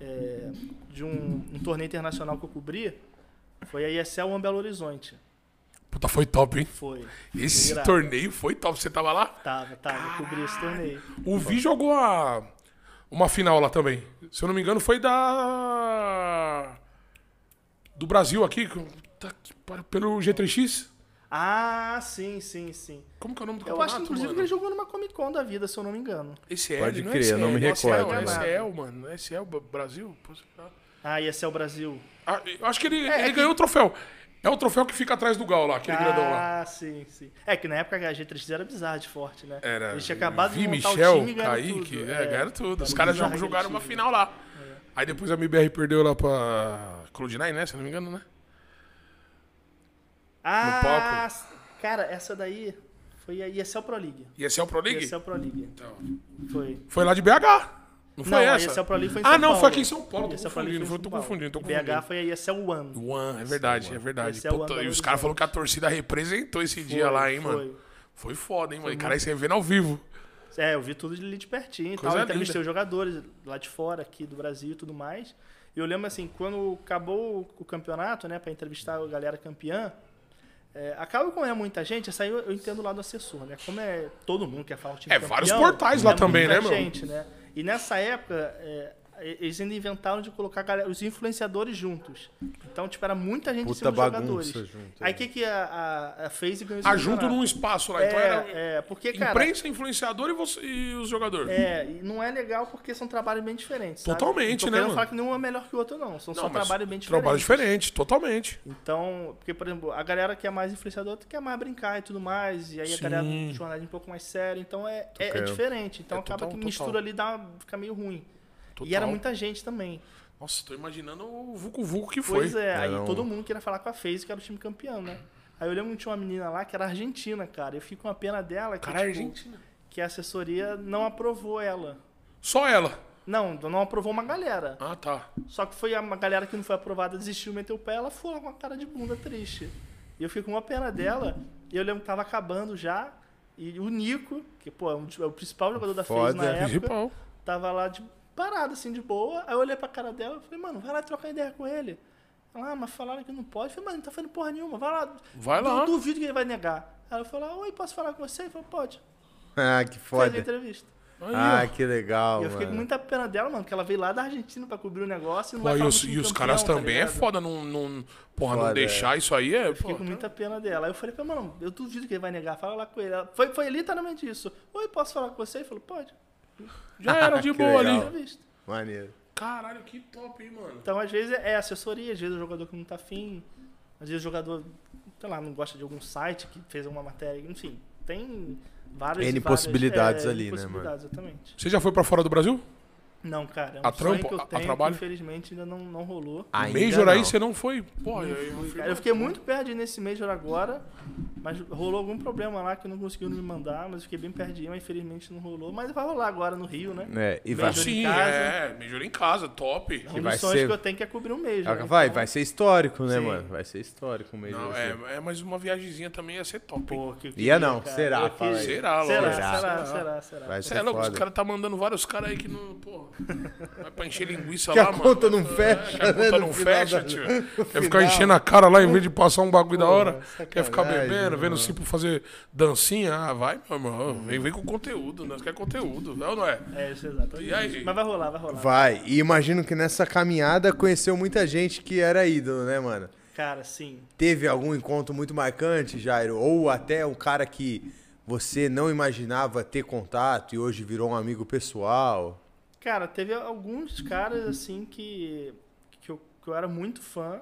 [SPEAKER 3] é, de um, um torneio internacional que eu cobri. Foi a ESL One Belo Horizonte.
[SPEAKER 2] Puta, foi top, hein?
[SPEAKER 3] Foi.
[SPEAKER 2] Esse
[SPEAKER 3] Irado.
[SPEAKER 2] torneio foi top. Você tava lá?
[SPEAKER 3] Tava, tava, eu cobri esse torneio.
[SPEAKER 2] O Vi jogou a, uma final lá também. Se eu não me engano, foi da. Do Brasil aqui. Puta que pariu, Pelo G3X?
[SPEAKER 3] Ah, sim, sim, sim.
[SPEAKER 2] Como que é o nome do
[SPEAKER 3] Eu
[SPEAKER 2] campeonato?
[SPEAKER 3] acho, inclusive,
[SPEAKER 2] mano?
[SPEAKER 3] que ele jogou numa Comic Con da vida, se eu não me engano.
[SPEAKER 2] Esse é
[SPEAKER 1] Pode
[SPEAKER 2] não é
[SPEAKER 1] crer, eu não me
[SPEAKER 2] SL,
[SPEAKER 1] recordo,
[SPEAKER 2] É
[SPEAKER 1] né?
[SPEAKER 2] SL, mano. É SL Ba- Brasil? Pô, sei lá.
[SPEAKER 3] Ah, ia ser o Brasil.
[SPEAKER 2] Ah, eu acho que
[SPEAKER 3] É,
[SPEAKER 2] ele, ele ganhou o troféu. É o troféu que fica atrás do Gal lá, aquele grandão lá.
[SPEAKER 3] Ah, sim, sim. É que na época a G3 era bizarro de forte, né?
[SPEAKER 2] Era.
[SPEAKER 3] Eles tinham acabado
[SPEAKER 2] Vi,
[SPEAKER 3] de montar
[SPEAKER 2] Michel,
[SPEAKER 3] o time e ganharam
[SPEAKER 2] Kaique,
[SPEAKER 3] tudo.
[SPEAKER 2] É, ganharam tudo. Os
[SPEAKER 3] Era
[SPEAKER 2] caras
[SPEAKER 3] bizarro
[SPEAKER 2] jogam- jogaram
[SPEAKER 3] aquele
[SPEAKER 2] uma
[SPEAKER 3] time. É.
[SPEAKER 2] final lá. Aí depois a MBR perdeu lá pra Cloud9, né? Se eu não me engano, né?
[SPEAKER 3] Ah, cara, essa daí foi a ESL Pro League.
[SPEAKER 2] E esse é o Pro League?
[SPEAKER 3] ESL Pro League.
[SPEAKER 2] Então,
[SPEAKER 3] Foi.
[SPEAKER 2] foi lá de BH. Não foi
[SPEAKER 3] não,
[SPEAKER 2] essa?
[SPEAKER 3] a ESL Pro League foi em
[SPEAKER 2] ah,
[SPEAKER 3] São
[SPEAKER 2] não,
[SPEAKER 3] Paulo.
[SPEAKER 2] foi aqui em São Paulo. Tô
[SPEAKER 3] ESL Pro League
[SPEAKER 2] confundindo,
[SPEAKER 3] foi
[SPEAKER 2] foi,
[SPEAKER 3] em
[SPEAKER 2] tô
[SPEAKER 3] São Paulo.
[SPEAKER 2] confundindo, tô
[SPEAKER 3] E BH
[SPEAKER 2] confundindo.
[SPEAKER 3] foi a ESL One.
[SPEAKER 2] One, é verdade, é verdade.
[SPEAKER 3] Esse é o
[SPEAKER 2] Puta,
[SPEAKER 3] One
[SPEAKER 2] e os
[SPEAKER 3] Belo
[SPEAKER 2] caras falaram que a torcida representou esse dia lá, hein, mano.
[SPEAKER 3] Foi.
[SPEAKER 2] Foi foda, hein, mano. E, Cara, aí você vendo ao vivo.
[SPEAKER 3] É, eu vi tudo ali de pertinho e
[SPEAKER 2] Coisa
[SPEAKER 3] tal. Entrevistei
[SPEAKER 2] linda.
[SPEAKER 3] os jogadores lá de fora, aqui do Brasil e tudo mais. E eu lembro assim, quando acabou o campeonato, né, pra entrevistar a galera campeã, é, acaba como é muita gente, essa aí eu, eu entendo lá do assessor, né? Como é todo mundo quer falar o time
[SPEAKER 2] É,
[SPEAKER 3] campeão,
[SPEAKER 2] vários portais lá
[SPEAKER 3] é
[SPEAKER 2] também,
[SPEAKER 3] muita
[SPEAKER 2] né, meu?
[SPEAKER 3] gente, né? E nessa época, é, eles ainda inventaram de colocar a galera- os influenciadores juntos. Então, tipo, era muita gente em
[SPEAKER 1] Puta
[SPEAKER 3] cima dos
[SPEAKER 1] bagunça
[SPEAKER 3] jogadores.
[SPEAKER 1] junto, né?
[SPEAKER 3] aí o que, que a, a- a fez e ganhou esse
[SPEAKER 2] Ah, junto
[SPEAKER 3] campeonato?
[SPEAKER 2] num espaço lá.
[SPEAKER 3] é,
[SPEAKER 2] então era
[SPEAKER 3] é, porque, cara,
[SPEAKER 2] imprensa, influenciador e, você, e os jogadores.
[SPEAKER 3] é, e não é legal porque são trabalhos bem diferentes. sabe?
[SPEAKER 2] Totalmente,
[SPEAKER 3] Não tô
[SPEAKER 2] né,
[SPEAKER 3] querendo
[SPEAKER 2] mano?
[SPEAKER 3] falar que nenhum é melhor que o outro, não. São
[SPEAKER 2] Não,
[SPEAKER 3] só
[SPEAKER 2] mas
[SPEAKER 3] trabalhos bem diferentes.
[SPEAKER 2] Trabalho diferente, totalmente.
[SPEAKER 3] Então, porque, por exemplo, a galera que é mais influenciadora quer mais brincar e tudo mais. E aí a galera
[SPEAKER 2] Sim.
[SPEAKER 3] do jornalismo é um pouco mais sério. Então é, é- é
[SPEAKER 1] querendo.
[SPEAKER 3] diferente. Então
[SPEAKER 2] É
[SPEAKER 3] acaba
[SPEAKER 2] total,
[SPEAKER 3] que
[SPEAKER 2] total.
[SPEAKER 3] mistura ali dá, fica meio ruim. E era muita gente também.
[SPEAKER 2] Nossa, tô imaginando o Vucu Vucu que foi.
[SPEAKER 3] Pois é, aí
[SPEAKER 1] Era um-
[SPEAKER 3] todo mundo queria falar com a FaZe, que era o time campeão, né? Aí eu lembro que tinha uma menina lá que era argentina, cara. Eu fiquei com a pena dela que,
[SPEAKER 2] Cara, é a
[SPEAKER 3] tipo,
[SPEAKER 2] Argentina.
[SPEAKER 3] que a assessoria não aprovou ela.
[SPEAKER 2] Só ela.
[SPEAKER 3] Não, não aprovou uma galera.
[SPEAKER 2] Ah, tá.
[SPEAKER 3] Só que foi a uma galera que não foi aprovada, desistiu, meteu o pé, ela foi lá com a cara de bunda triste. E eu fiquei com uma pena dela, e eu lembro que tava acabando já, e o Nico, que pô, é um dos- é o principal jogador da FaZe na
[SPEAKER 1] Foda.
[SPEAKER 3] época,
[SPEAKER 2] Principal.
[SPEAKER 3] tava lá de parado, assim, de boa. Aí eu olhei pra cara dela e falei, mano, vai lá trocar ideia com ele. Ela, ah, mas falaram que não pode. Eu falei, mano, não tá fazendo porra nenhuma, vai lá.
[SPEAKER 2] Vai
[SPEAKER 3] Du-
[SPEAKER 2] lá.
[SPEAKER 3] Duvido que ele vai negar. Aí ela falou, oi, posso falar com você? Ele falou, pode.
[SPEAKER 1] Ah, que
[SPEAKER 3] Fez a
[SPEAKER 1] foda.
[SPEAKER 3] entrevista.
[SPEAKER 2] Aí,
[SPEAKER 1] Ah,
[SPEAKER 2] ó.
[SPEAKER 1] que legal,
[SPEAKER 3] e eu fiquei com
[SPEAKER 1] mano.
[SPEAKER 3] muita pena dela, mano, que ela veio lá da Argentina pra cobrir o negócio e não
[SPEAKER 2] é. Pô,
[SPEAKER 3] vai
[SPEAKER 2] e
[SPEAKER 3] falar
[SPEAKER 2] os,
[SPEAKER 3] com o
[SPEAKER 2] e os
[SPEAKER 3] campeão,
[SPEAKER 2] caras
[SPEAKER 3] tá
[SPEAKER 2] também é
[SPEAKER 3] ligado?
[SPEAKER 2] foda não, não, porra, não
[SPEAKER 1] Foda,
[SPEAKER 2] deixar isso aí é.
[SPEAKER 3] Eu fiquei
[SPEAKER 2] pô,
[SPEAKER 3] com muita pena dela. Aí eu falei pra ela, mano, eu duvido que ele vai negar. Fala lá com ele. Ela- foi, foi literalmente isso. Oi, posso falar com você? Ele falou, pode.
[SPEAKER 2] Já era de
[SPEAKER 1] Que
[SPEAKER 2] boa
[SPEAKER 1] legal.
[SPEAKER 2] ali.
[SPEAKER 3] Entrevista.
[SPEAKER 1] Maneiro.
[SPEAKER 2] Caralho, que top, hein, mano.
[SPEAKER 3] Então, às vezes, é assessoria, às vezes o jogador que não tá afim, às vezes o jogador, sei lá, não gosta de algum site que fez alguma matéria, enfim. Tem várias...
[SPEAKER 1] N
[SPEAKER 3] várias-
[SPEAKER 1] possibilidades ali, né,
[SPEAKER 3] possibilidades, exatamente.
[SPEAKER 2] Você já foi pra fora do Brasil?
[SPEAKER 3] Não, cara, é um
[SPEAKER 2] A
[SPEAKER 3] sonho
[SPEAKER 2] trampo?
[SPEAKER 3] que eu
[SPEAKER 2] A- a
[SPEAKER 3] tenho que,
[SPEAKER 2] trabalho?
[SPEAKER 3] infelizmente, ainda não, não rolou.
[SPEAKER 1] Ainda
[SPEAKER 2] Major aí
[SPEAKER 1] não.
[SPEAKER 2] você não foi. Porra, eu, eu,
[SPEAKER 3] Cara, eu fiquei muito perto de ir nesse Major agora, mas rolou algum problema lá que não conseguiu me mandar, mas eu fiquei bem perto de ir, mas infelizmente não rolou. Mas vai rolar agora no Rio, né?
[SPEAKER 1] É, e vai,
[SPEAKER 3] Major em
[SPEAKER 2] Sim,
[SPEAKER 3] casa.
[SPEAKER 2] é. Major em casa, top.
[SPEAKER 3] Um
[SPEAKER 1] vai
[SPEAKER 3] dos sonhos
[SPEAKER 1] ser-
[SPEAKER 3] que eu tenho que é cobrir um Major.
[SPEAKER 1] Ah,
[SPEAKER 3] né?
[SPEAKER 1] vai, vai ser histórico, né,
[SPEAKER 3] Sim.
[SPEAKER 1] mano? Vai ser histórico mesmo.
[SPEAKER 2] Não,
[SPEAKER 1] assim.
[SPEAKER 2] é, é, mas uma viagemzinha também ia ser top. hein?
[SPEAKER 3] Pô, que eu
[SPEAKER 1] Ia
[SPEAKER 3] queria,
[SPEAKER 1] não,
[SPEAKER 3] cara.
[SPEAKER 1] será,
[SPEAKER 3] Eu
[SPEAKER 1] fala aí.
[SPEAKER 3] queria.
[SPEAKER 2] Será,
[SPEAKER 3] Será,
[SPEAKER 2] lógico.
[SPEAKER 3] será, será,
[SPEAKER 2] Será.
[SPEAKER 3] será,
[SPEAKER 1] Vai
[SPEAKER 2] Você
[SPEAKER 1] ser
[SPEAKER 2] é louco, os
[SPEAKER 1] foda.
[SPEAKER 2] caras tá mandando vários caras aí que não. Porra. Vai pra encher linguiça
[SPEAKER 1] Que a
[SPEAKER 2] lá, mano. É,
[SPEAKER 1] conta não fecha,
[SPEAKER 2] Que a
[SPEAKER 1] né,
[SPEAKER 2] conta
[SPEAKER 1] no
[SPEAKER 2] não
[SPEAKER 1] final
[SPEAKER 2] fecha,
[SPEAKER 1] da-
[SPEAKER 2] tio. Quer ficar enchendo a cara lá em vez de passar um bagulho da hora. Quer ficar
[SPEAKER 1] sacanagem,
[SPEAKER 2] bebendo, vendo
[SPEAKER 1] mano.
[SPEAKER 2] o Cipo fazer dancinha. Ah, vai, meu irmão. Vem, vem com conteúdo. Nós quer conteúdo. Não, não é?
[SPEAKER 3] É, isso é exato.
[SPEAKER 2] E aí, gente?
[SPEAKER 3] Mas vai rolar, vai rolar.
[SPEAKER 1] Vai, e imagino que nessa caminhada conheceu muita gente que era ídolo, né, mano?
[SPEAKER 3] Cara, sim.
[SPEAKER 1] Teve algum encontro muito marcante, Jairo? Ou até um cara que você não imaginava ter contato e hoje virou um amigo pessoal?
[SPEAKER 3] Cara, teve alguns caras, assim, que, que, eu, que eu era muito fã.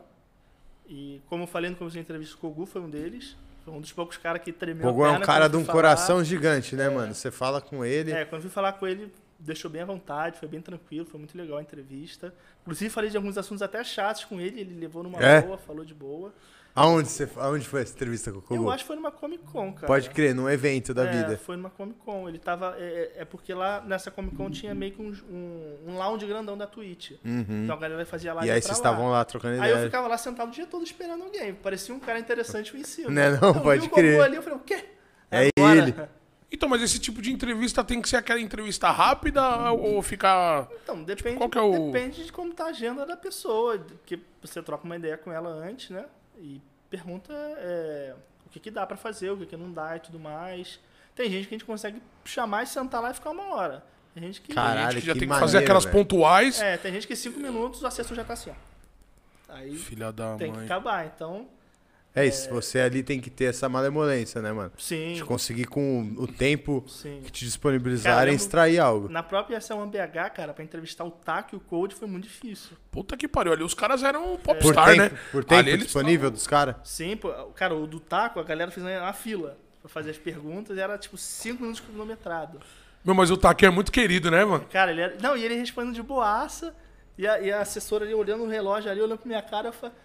[SPEAKER 3] E como eu falei no começo da entrevista, o Kogu foi um deles. Foi um dos poucos caras que tremeu
[SPEAKER 1] Pogô é
[SPEAKER 3] a
[SPEAKER 1] um
[SPEAKER 3] perna
[SPEAKER 1] cara
[SPEAKER 3] né, quando
[SPEAKER 1] de um
[SPEAKER 3] fui falar.
[SPEAKER 1] coração gigante, né, mano? Você fala com ele.
[SPEAKER 3] É, quando eu fui falar com ele, deixou bem à vontade, foi bem tranquilo, foi muito legal a entrevista. Inclusive, falei de alguns assuntos até chatos com ele, ele levou numa
[SPEAKER 1] É?
[SPEAKER 3] boa, falou de boa.
[SPEAKER 1] Aonde, você, aonde foi essa entrevista com o
[SPEAKER 3] Eu
[SPEAKER 1] Kogu?
[SPEAKER 3] acho que foi numa Comic Con, cara.
[SPEAKER 1] Pode crer, num evento da
[SPEAKER 3] é,
[SPEAKER 1] vida.
[SPEAKER 3] Foi numa Comic Con. Ele tava. É, é- é porque lá nessa Comic Con tinha meio que um, um, um lounge grandão da Twitch. Então a galera fazia live.
[SPEAKER 1] Uhum. E aí
[SPEAKER 3] ia
[SPEAKER 1] vocês
[SPEAKER 3] pra lá.
[SPEAKER 1] estavam lá né? trocando
[SPEAKER 3] Aí
[SPEAKER 1] ideia.
[SPEAKER 3] eu ficava lá sentado o dia todo esperando alguém. Parecia um cara interessante o ensino.
[SPEAKER 1] Né, não?
[SPEAKER 3] eu
[SPEAKER 1] Pode
[SPEAKER 3] vi o
[SPEAKER 1] crer.
[SPEAKER 3] Goku ali, eu falei, o quê?
[SPEAKER 1] É
[SPEAKER 3] Agora?
[SPEAKER 1] ele.
[SPEAKER 2] Então, mas esse tipo de entrevista tem que ser aquela entrevista rápida ou ficar.
[SPEAKER 3] Então, depende,
[SPEAKER 2] qual que é o-
[SPEAKER 3] depende de como tá a agenda da pessoa. Porque você troca uma ideia com ela antes, né? E pergunta é, o que, que dá pra fazer, o que, que não dá e tudo mais. Tem gente que a gente consegue chamar e sentar lá e ficar uma hora. Tem gente que.
[SPEAKER 1] Caralho,
[SPEAKER 2] gente que já
[SPEAKER 1] que
[SPEAKER 2] tem que fazer
[SPEAKER 1] maneiro,
[SPEAKER 2] aquelas
[SPEAKER 1] velho.
[SPEAKER 2] pontuais.
[SPEAKER 3] É, tem gente que em 5 minutos o acesso já tá assim, ó. Aí
[SPEAKER 2] Filha da
[SPEAKER 3] tem que
[SPEAKER 2] mãe.
[SPEAKER 3] acabar, então.
[SPEAKER 1] É isso, você ali tem que ter essa malemolência, né, mano?
[SPEAKER 3] Sim.
[SPEAKER 1] De conseguir com o tempo
[SPEAKER 3] Sim.
[SPEAKER 1] que te disponibilizarem
[SPEAKER 3] Caramba.
[SPEAKER 1] extrair algo.
[SPEAKER 3] Na própria ação BH, cara, pra entrevistar o Taco e o Cold foi muito difícil.
[SPEAKER 2] Puta que pariu. Ali os caras
[SPEAKER 3] É.
[SPEAKER 2] eram
[SPEAKER 1] Por
[SPEAKER 2] popstar, né?
[SPEAKER 1] tempo, por tempo
[SPEAKER 2] Ali eles
[SPEAKER 1] disponível dos caras?
[SPEAKER 3] Sim, pô, cara, o do Taco, a galera fez uma fila pra fazer as perguntas e era tipo 5 minutos cronometrado.
[SPEAKER 2] Meu, mas o Taquinho é muito querido, né, mano?
[SPEAKER 3] Cara, ele era... Não, e ele respondendo de boaça e a, e a assessora ali olhando o relógio ali, olhando pra minha cara, eu falei.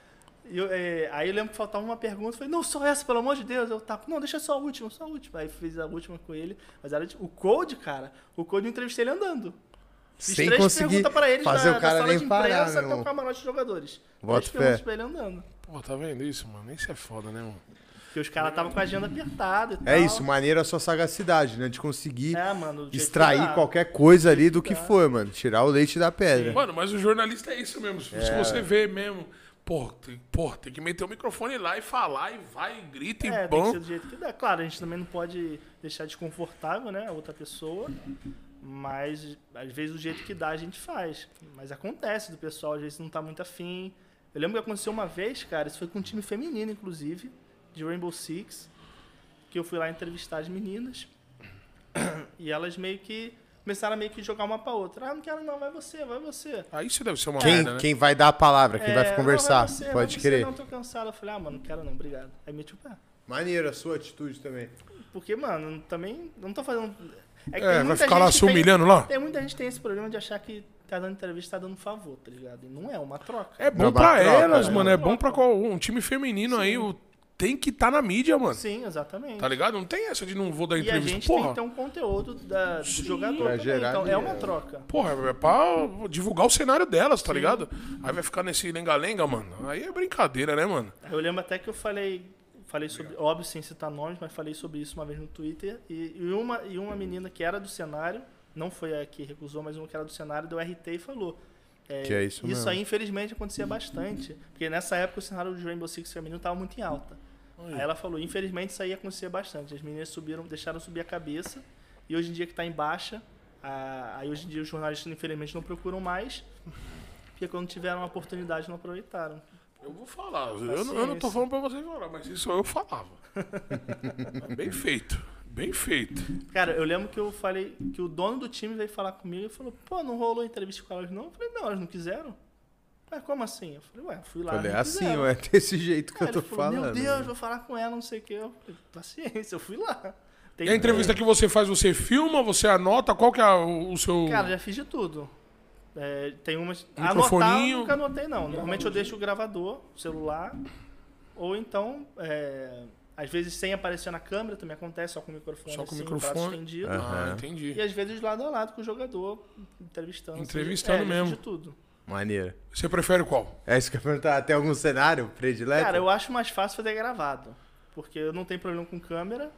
[SPEAKER 3] e eu, é, aí eu lembro que faltava uma pergunta, eu falei, não, só essa, pelo amor de Deus. Eu taco, não, deixa só a última, só a última. Aí fiz a última com ele. Mas era tipo, o Code, cara, o Code eu entrevistei ele andando. Fiz
[SPEAKER 1] Sem
[SPEAKER 3] três
[SPEAKER 1] conseguir
[SPEAKER 3] perguntas pra ele
[SPEAKER 1] fazer
[SPEAKER 3] da,
[SPEAKER 1] o cara
[SPEAKER 3] da sala de
[SPEAKER 1] nem parar,
[SPEAKER 3] imprensa
[SPEAKER 1] meu
[SPEAKER 3] até o
[SPEAKER 1] irmão.
[SPEAKER 3] camarote de jogadores.
[SPEAKER 1] Bota
[SPEAKER 3] três
[SPEAKER 1] fé.
[SPEAKER 3] perguntas pra ele andando.
[SPEAKER 2] Pô, tá vendo isso, mano? Isso é foda, né, mano?
[SPEAKER 3] Porque os caras estavam com a agenda apertada e tal.
[SPEAKER 1] É isso, maneiro é a sua sagacidade, né? De conseguir
[SPEAKER 3] É, mano, do jeito que
[SPEAKER 1] extrair
[SPEAKER 3] dá. Tá.
[SPEAKER 1] qualquer coisa ali do que for, mano. Tirar o leite da pedra.
[SPEAKER 2] É. Mano, mas o jornalista é isso mesmo. Se você vê mesmo. Pô, tem, pô, tem que meter o microfone lá e falar, e vai, e grita,
[SPEAKER 3] É,
[SPEAKER 2] e
[SPEAKER 3] tem que
[SPEAKER 2] bom.
[SPEAKER 3] ser do jeito que dá. Claro, a gente também não pode deixar desconfortável, né, a outra pessoa, mas às vezes do jeito que dá a gente faz. Mas acontece do pessoal, às vezes não tá muito afim. Eu lembro que aconteceu uma vez, cara, isso foi com um time feminino, inclusive, de Rainbow Six, que eu fui lá entrevistar as meninas, e elas meio que começaram a meio que jogar uma pra outra. Ah, não quero não, vai você, vai você.
[SPEAKER 2] Aí isso deve ser uma
[SPEAKER 1] Quem,
[SPEAKER 2] merda, né?
[SPEAKER 1] quem vai dar a palavra, quem
[SPEAKER 3] É,
[SPEAKER 1] vai
[SPEAKER 3] "Não,
[SPEAKER 1] conversar,
[SPEAKER 3] vai você, vai
[SPEAKER 1] pode
[SPEAKER 3] você,
[SPEAKER 1] crer.
[SPEAKER 3] Não, tô cansado. Eu falei, ah, mano, não quero não, obrigado. Aí meti o pé.
[SPEAKER 1] Maneiro a sua atitude também.
[SPEAKER 3] Porque, mano, também não tô fazendo.
[SPEAKER 2] É, vai ficar lá se humilhando lá?
[SPEAKER 3] Tem muita gente que tem esse problema de achar que tá dando entrevista, tá dando favor, tá ligado? E não é uma troca.
[SPEAKER 2] É bom
[SPEAKER 1] uma
[SPEAKER 2] pra
[SPEAKER 1] troca,
[SPEAKER 2] elas,
[SPEAKER 1] é
[SPEAKER 2] mano.
[SPEAKER 3] uma
[SPEAKER 2] É bom
[SPEAKER 3] troca.
[SPEAKER 2] pra qual, um time feminino aí. o- Tem que estar tá na mídia, mano.
[SPEAKER 3] Sim, exatamente.
[SPEAKER 2] Tá ligado? Não tem essa de não vou dar
[SPEAKER 3] E a
[SPEAKER 2] entrevista.
[SPEAKER 3] gente tem
[SPEAKER 2] Porra,
[SPEAKER 3] então conteúdo da, do jogador
[SPEAKER 1] Pra
[SPEAKER 3] também.
[SPEAKER 1] gerar
[SPEAKER 3] então é
[SPEAKER 1] dinheiro.
[SPEAKER 3] uma troca.
[SPEAKER 2] porra, é pra divulgar o cenário delas, tá ligado? Aí vai ficar nesse lenga-lenga, mano. Aí é brincadeira, né, mano?
[SPEAKER 3] Eu lembro até que eu falei, falei sobre, óbvio sem citar nomes, mas falei sobre isso uma vez no Twitter. E, e uma, e
[SPEAKER 1] Uhum.
[SPEAKER 3] uma menina que era do cenário, não foi a que recusou, mas uma que era do cenário, deu RT e falou. é,
[SPEAKER 1] Que é isso mesmo. Uhum.
[SPEAKER 3] aí, infelizmente, acontecia bastante. Porque nessa época o cenário de Rainbow Six feminino estava muito em alta. Aí ela falou, infelizmente isso aí acontecia bastante. As meninas subiram, deixaram subir a cabeça. E hoje em dia que está em baixa, a- aí hoje em dia os jornalistas infelizmente não procuram mais. Porque quando tiveram uma oportunidade não aproveitaram.
[SPEAKER 2] Eu vou falar. Eu, não- eu não tô
[SPEAKER 3] Paciência.
[SPEAKER 2] falando pra vocês falar, mas isso eu falava. bem feito. Bem feito.
[SPEAKER 3] Cara, eu lembro que eu falei que o dono do time veio falar comigo e falou: pô, não rolou entrevista com elas não? Eu falei: não, elas não quiseram. Ué, como assim? Eu falei: ué, fui lá.
[SPEAKER 1] Falei,
[SPEAKER 3] não
[SPEAKER 1] assim,
[SPEAKER 3] quiseram."
[SPEAKER 1] é desse jeito que
[SPEAKER 3] Aí
[SPEAKER 1] eu tô
[SPEAKER 3] ele falou,
[SPEAKER 1] falando. né?"
[SPEAKER 3] Meu Deus, vou falar com ela, não sei o que. Eu falei: paciência, eu fui lá. Tem
[SPEAKER 2] E a entrevista que você faz, você filma, você anota? Qual que é o, o seu.
[SPEAKER 3] Cara, já fiz de tudo. É, tem umas. Anotar,
[SPEAKER 2] Microfoninho.
[SPEAKER 3] eu nunca anotei, não. Normalmente eu deixo o gravador, o celular. Ou então, é, às vezes sem aparecer na câmera, também acontece, só com o microfone.
[SPEAKER 2] Só com o
[SPEAKER 3] assim, braço
[SPEAKER 2] microfone.
[SPEAKER 3] estendido.
[SPEAKER 2] Ah,
[SPEAKER 1] Aham.
[SPEAKER 2] entendi.
[SPEAKER 3] E às vezes lado a lado com o jogador, entrevistando. assim,
[SPEAKER 2] Entrevistando
[SPEAKER 3] é, já fiz
[SPEAKER 2] mesmo.
[SPEAKER 3] De tudo.
[SPEAKER 1] Maneira.
[SPEAKER 2] Você prefere qual?
[SPEAKER 1] É isso que eu ia perguntar. Tem algum cenário predileto?
[SPEAKER 3] Cara, eu acho mais fácil fazer gravado. Porque eu não tenho problema com câmera.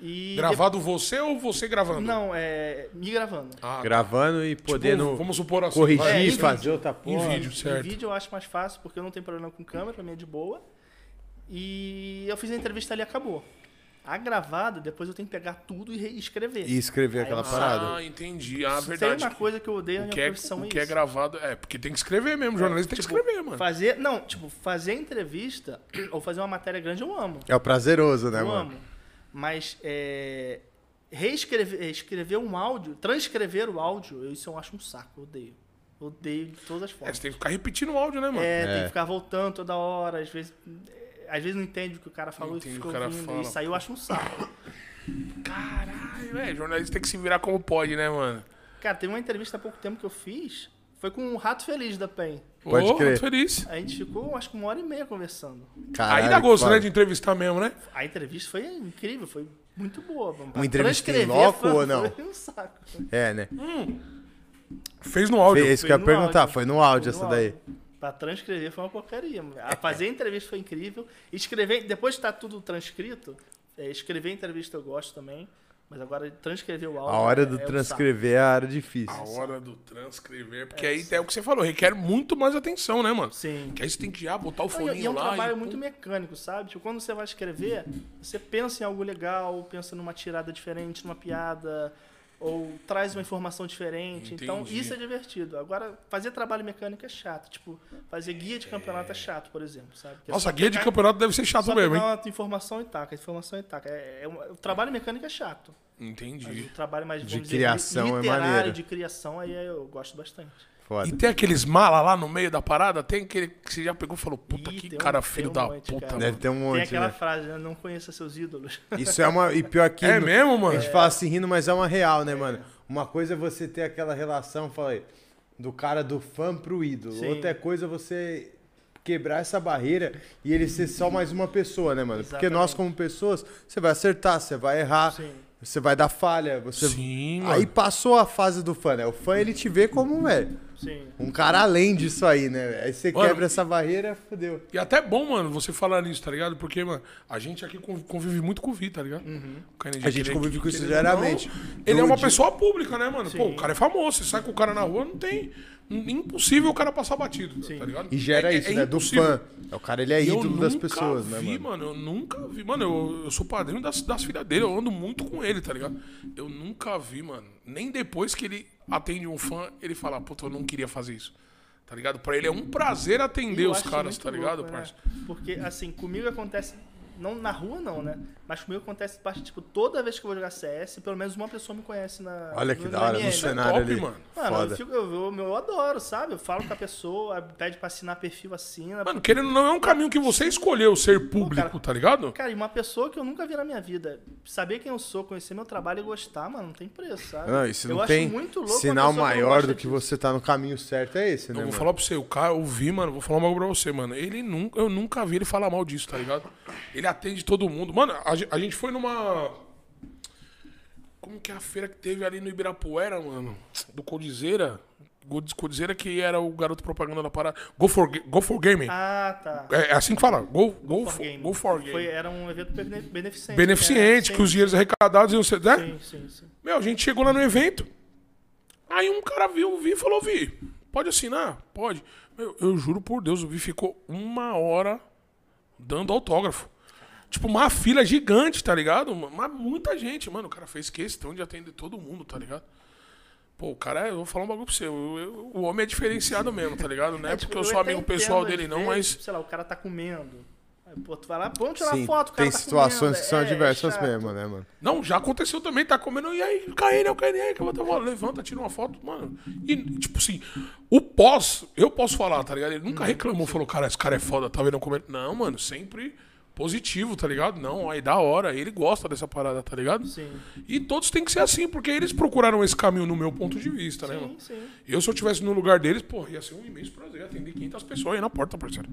[SPEAKER 3] E.
[SPEAKER 2] Gravado você ou você gravando?
[SPEAKER 3] Não, é. Me gravando.
[SPEAKER 2] Ah,
[SPEAKER 1] Gravando e
[SPEAKER 2] tipo,
[SPEAKER 1] podendo
[SPEAKER 2] Vamos supor assim.
[SPEAKER 1] corrigir,
[SPEAKER 2] vai.
[SPEAKER 3] É, em
[SPEAKER 1] fazer outra
[SPEAKER 2] Em
[SPEAKER 1] porra.
[SPEAKER 2] vídeo,
[SPEAKER 3] Em
[SPEAKER 2] certo.
[SPEAKER 3] vídeo eu acho mais fácil, porque eu não tenho problema com câmera, pra mim é de boa. E eu fiz a entrevista ali e acabou. A gravada, depois eu tenho que pegar tudo e reescrever.
[SPEAKER 1] E escrever aquela parada.
[SPEAKER 2] Ah, entendi. Ah,
[SPEAKER 3] Se
[SPEAKER 2] verdade.
[SPEAKER 3] Tem uma coisa que eu odeio na
[SPEAKER 2] o
[SPEAKER 3] minha
[SPEAKER 2] que, é,
[SPEAKER 3] profissão
[SPEAKER 2] o
[SPEAKER 3] é
[SPEAKER 2] que é
[SPEAKER 3] isso. Tipo,
[SPEAKER 2] gravado. É, porque tem que escrever mesmo. O jornalista tem que escrever, mano.
[SPEAKER 3] Fazer, não, tipo, fazer entrevista ou fazer uma matéria grande eu amo.
[SPEAKER 1] É o prazeroso, né,
[SPEAKER 3] Eu
[SPEAKER 1] mano?
[SPEAKER 3] amo. Mas é, reescrever escrever um áudio, transcrever o áudio, eu- isso eu acho um saco, eu odeio. Eu odeio de todas as
[SPEAKER 2] É,
[SPEAKER 3] formas.
[SPEAKER 2] você tem que ficar repetindo o áudio, né, mano?
[SPEAKER 3] É, tem
[SPEAKER 1] É.
[SPEAKER 3] que ficar voltando toda hora, às vezes. é, Às vezes não entende o que o cara falou
[SPEAKER 2] Não
[SPEAKER 3] e
[SPEAKER 2] entende
[SPEAKER 3] fica
[SPEAKER 2] o que o cara
[SPEAKER 3] ouvindo.
[SPEAKER 2] fala,
[SPEAKER 3] Isso aí eu acho um saco.
[SPEAKER 2] Caralho, é, jornalista tem que se virar como pode, né, mano?
[SPEAKER 3] Cara, teve uma entrevista há pouco tempo que eu fiz. Foi com um rato feliz da PEN.
[SPEAKER 1] Pode
[SPEAKER 2] Ô,
[SPEAKER 1] crer.
[SPEAKER 2] feliz.
[SPEAKER 3] A gente ficou, acho que uma hora e meia conversando.
[SPEAKER 1] Caralho,
[SPEAKER 2] Aí dá gosto,
[SPEAKER 1] foda.
[SPEAKER 2] né, de entrevistar mesmo, né?
[SPEAKER 3] A entrevista foi incrível, foi muito boa. mano.
[SPEAKER 1] Uma entrevista em
[SPEAKER 3] Transcrever
[SPEAKER 1] loco
[SPEAKER 3] foi-
[SPEAKER 1] ou não?
[SPEAKER 3] Foi um saco.
[SPEAKER 1] É, né?
[SPEAKER 2] Fez no áudio.
[SPEAKER 1] Foi isso que eu ia
[SPEAKER 3] no
[SPEAKER 1] perguntar.
[SPEAKER 3] áudio.
[SPEAKER 1] Foi no áudio
[SPEAKER 3] Foi
[SPEAKER 1] essa
[SPEAKER 3] no
[SPEAKER 1] daí.
[SPEAKER 3] áudio. Pra transcrever foi uma porcaria. mano. A fazer a entrevista foi incrível. Escrever, depois de estar tudo transcrito, é, escrever a entrevista eu gosto também. Mas agora transcrever o áudio.
[SPEAKER 1] A hora
[SPEAKER 3] é-
[SPEAKER 1] do
[SPEAKER 3] é um
[SPEAKER 1] transcrever é a hora difícil.
[SPEAKER 2] A hora do transcrever, porque aí é o que você falou, requer muito mais atenção, né, mano?
[SPEAKER 3] Sim.
[SPEAKER 2] Que aí você tem que já botar o
[SPEAKER 3] saco. Não,
[SPEAKER 2] foninho
[SPEAKER 3] e- e é um
[SPEAKER 2] lá.
[SPEAKER 3] trabalho
[SPEAKER 2] e-
[SPEAKER 3] muito mecânico, sabe? Tipo, quando você vai escrever, você pensa em algo legal, pensa numa tirada diferente, numa piada, ou traz uma informação diferente. Então,
[SPEAKER 2] Entendi.
[SPEAKER 3] isso é divertido. Agora, fazer trabalho mecânico é chato. Tipo, fazer guia de campeonato é chato, por exemplo, sabe? Porque é
[SPEAKER 2] Nossa,
[SPEAKER 3] só
[SPEAKER 2] guia de
[SPEAKER 3] pegar-
[SPEAKER 2] campeonato deve ser chato
[SPEAKER 3] Só
[SPEAKER 2] mesmo,
[SPEAKER 3] pegar
[SPEAKER 2] hein?
[SPEAKER 3] uma informação e taca, informação e taca. É, é um- o trabalho mecânico é chato. Mas
[SPEAKER 2] Entendi.
[SPEAKER 3] o trabalho mais vamos
[SPEAKER 1] De
[SPEAKER 3] dizer,
[SPEAKER 1] criação é
[SPEAKER 3] literário,
[SPEAKER 1] maneiro.
[SPEAKER 3] de criação, aí eu gosto bastante.
[SPEAKER 1] Foda.
[SPEAKER 2] E tem aqueles mala lá no meio da parada? Tem aquele que você já pegou e falou, puta,
[SPEAKER 3] Ih,
[SPEAKER 2] que
[SPEAKER 3] tem um-
[SPEAKER 2] cara
[SPEAKER 3] tem
[SPEAKER 2] filho
[SPEAKER 3] um
[SPEAKER 2] da
[SPEAKER 3] monte,
[SPEAKER 2] puta,
[SPEAKER 3] cara.
[SPEAKER 1] Deve
[SPEAKER 2] mano.
[SPEAKER 1] ter um
[SPEAKER 3] Tem
[SPEAKER 1] monte,
[SPEAKER 3] aquela
[SPEAKER 1] né?
[SPEAKER 3] frase, né? não conheça seus ídolos.
[SPEAKER 1] Isso é uma. E pior que.
[SPEAKER 2] É
[SPEAKER 1] no-
[SPEAKER 2] mesmo,
[SPEAKER 1] A
[SPEAKER 2] mano?
[SPEAKER 1] gente fala assim rindo, mas é uma real, né, mano? Uma coisa é você ter aquela relação, falei, do cara do fã pro ídolo.
[SPEAKER 3] Sim.
[SPEAKER 1] Outra coisa é você quebrar essa barreira e ele ser só mais uma pessoa, né, mano? Porque nós,
[SPEAKER 3] Exatamente.
[SPEAKER 1] como pessoas, você vai acertar, você vai errar,
[SPEAKER 3] Sim.
[SPEAKER 1] você vai dar falha. Você...
[SPEAKER 2] Sim, mano.
[SPEAKER 1] Aí passou a fase do fã, né? O fã, ele te vê como, velho,
[SPEAKER 3] Sim.
[SPEAKER 1] um cara além disso aí, né? Aí você
[SPEAKER 2] Mano,
[SPEAKER 1] quebra essa barreira, fodeu.
[SPEAKER 2] E até é bom, mano, você falar nisso, tá ligado? Porque, mano, a gente aqui conv- convive muito com o Vi, tá ligado?
[SPEAKER 3] Uhum.
[SPEAKER 2] Com energia
[SPEAKER 1] A gente
[SPEAKER 2] que ele- é
[SPEAKER 1] convive com
[SPEAKER 2] que
[SPEAKER 1] isso
[SPEAKER 2] ele-
[SPEAKER 1] diariamente.
[SPEAKER 2] Não, Ele
[SPEAKER 1] No
[SPEAKER 2] é uma
[SPEAKER 1] dia-
[SPEAKER 2] pessoa pública, né, mano? Pô, o cara é famoso. Você sai com o cara na rua, não tem. Impossível o cara passar batido, tá ligado?
[SPEAKER 1] E gera
[SPEAKER 2] É- é-
[SPEAKER 1] isso,
[SPEAKER 2] é
[SPEAKER 1] né? Do
[SPEAKER 2] impossível.
[SPEAKER 1] fã. O cara, ele é
[SPEAKER 2] E eu
[SPEAKER 1] ídolo das
[SPEAKER 2] nunca
[SPEAKER 1] pessoas, né,
[SPEAKER 2] vi,
[SPEAKER 1] mano?
[SPEAKER 2] Eu nunca vi. Mano, eu, eu sou padrinho das, das filhas dele, eu ando muito com ele, tá ligado? Eu nunca vi, mano. Nem depois que ele atende um fã, ele fala, puta, eu não queria fazer isso. Tá ligado? Pra ele é um prazer atender
[SPEAKER 3] Eu
[SPEAKER 2] os
[SPEAKER 3] acho
[SPEAKER 2] caras,
[SPEAKER 3] muito
[SPEAKER 2] tá
[SPEAKER 3] louco,
[SPEAKER 2] ligado,
[SPEAKER 3] né?
[SPEAKER 2] parça?
[SPEAKER 3] Porque, assim, comigo acontece. Não na rua, não, né? Mas comigo acontece parte, tipo, toda vez que eu vou jogar CS, pelo menos uma pessoa me conhece na.
[SPEAKER 1] Olha que da hora, no
[SPEAKER 3] ML.
[SPEAKER 1] cenário
[SPEAKER 2] top,
[SPEAKER 1] ali.
[SPEAKER 2] mano.
[SPEAKER 3] Mano,
[SPEAKER 1] Foda.
[SPEAKER 3] eu, fico- eu- eu- eu adoro, sabe? Eu falo com a pessoa, pede pra assinar perfil, assina.
[SPEAKER 2] Mano, querendo ou não, é um caminho que você escolheu ser
[SPEAKER 3] Pô,
[SPEAKER 2] público,
[SPEAKER 3] cara.
[SPEAKER 2] tá ligado?
[SPEAKER 3] Cara, e uma pessoa que eu nunca vi na minha vida, saber quem eu sou, conhecer meu trabalho e gostar, mano, não tem preço, sabe?
[SPEAKER 1] Não, isso
[SPEAKER 3] eu
[SPEAKER 1] não
[SPEAKER 3] acho
[SPEAKER 1] tem
[SPEAKER 3] muito louco uma
[SPEAKER 1] sinal
[SPEAKER 3] pessoa que é não
[SPEAKER 1] maior
[SPEAKER 3] gosta
[SPEAKER 1] do que
[SPEAKER 3] disso.
[SPEAKER 1] você tá no caminho certo é esse, né?
[SPEAKER 2] Eu vou
[SPEAKER 1] mano?
[SPEAKER 2] falar pra você, o cara, eu vi, mano, vou falar um bagulho pra você, mano. Ele nunca, eu nunca vi ele falar mal disso, tá ligado? Ele atende todo mundo. Mano, a, ge- a gente foi numa. Como que é a feira que teve ali no Ibirapuera, mano? Do Codizeira. Go- Codizeira que era o garoto propaganda da parada. Go for, Ga- go for Gaming.
[SPEAKER 3] Ah, tá.
[SPEAKER 2] É, é assim que fala. Go, go,
[SPEAKER 3] For
[SPEAKER 2] for,
[SPEAKER 3] Game.
[SPEAKER 2] go for Gaming.
[SPEAKER 3] Foi, era um evento bene- beneficente.
[SPEAKER 2] Beneficiente,
[SPEAKER 3] né?
[SPEAKER 2] que os dinheiros arrecadados iam ser. Né?
[SPEAKER 3] Sim, sim, sim.
[SPEAKER 2] Meu, a gente chegou lá no evento. Aí um cara viu o Vi e falou: Vi, pode assinar? Pode. Meu, eu juro por Deus, o Vi ficou uma hora dando autógrafo. Tipo, uma fila gigante, tá ligado? Mas muita gente, mano. O cara fez questão de atender todo mundo, tá ligado? Pô, o cara, é- eu vou falar um bagulho pra você. eu- eu- o homem é diferenciado mesmo, tá ligado? Não é
[SPEAKER 3] tipo,
[SPEAKER 2] porque eu
[SPEAKER 3] até
[SPEAKER 2] sou amigo
[SPEAKER 3] entendo,
[SPEAKER 2] pessoal
[SPEAKER 3] às
[SPEAKER 2] dele, não,
[SPEAKER 3] vezes,
[SPEAKER 2] mas.
[SPEAKER 3] Sei lá, o cara tá comendo. Aí, pô, tu vai lá, vamos tirar
[SPEAKER 1] Sim,
[SPEAKER 3] foto, o cara
[SPEAKER 1] tem
[SPEAKER 3] tá
[SPEAKER 1] situações
[SPEAKER 3] comendo,
[SPEAKER 1] que são
[SPEAKER 3] é, é
[SPEAKER 1] adversas
[SPEAKER 3] chato.
[SPEAKER 1] mesmo, né, mano?
[SPEAKER 2] Não, já aconteceu também, tá comendo. E aí, cai, né? Cai, né? Que eu vou ter uma- Levanta, tira uma foto, mano. E, tipo assim, o pós, eu posso falar, tá ligado? Ele
[SPEAKER 3] Uhum.
[SPEAKER 2] nunca reclamou, falou, cara, esse cara é foda, tá vendo? Comendo. Não, mano, sempre positivo, tá ligado? Não, aí da hora, ele gosta dessa parada, tá ligado?
[SPEAKER 3] Sim.
[SPEAKER 2] E todos têm que ser assim, porque eles procuraram esse caminho no meu ponto de vista, né, mano?
[SPEAKER 3] Sim, sim.
[SPEAKER 2] Eu, se eu tivesse no lugar deles, pô, ia ser um imenso prazer atender 500 pessoas aí na porta, parceiro.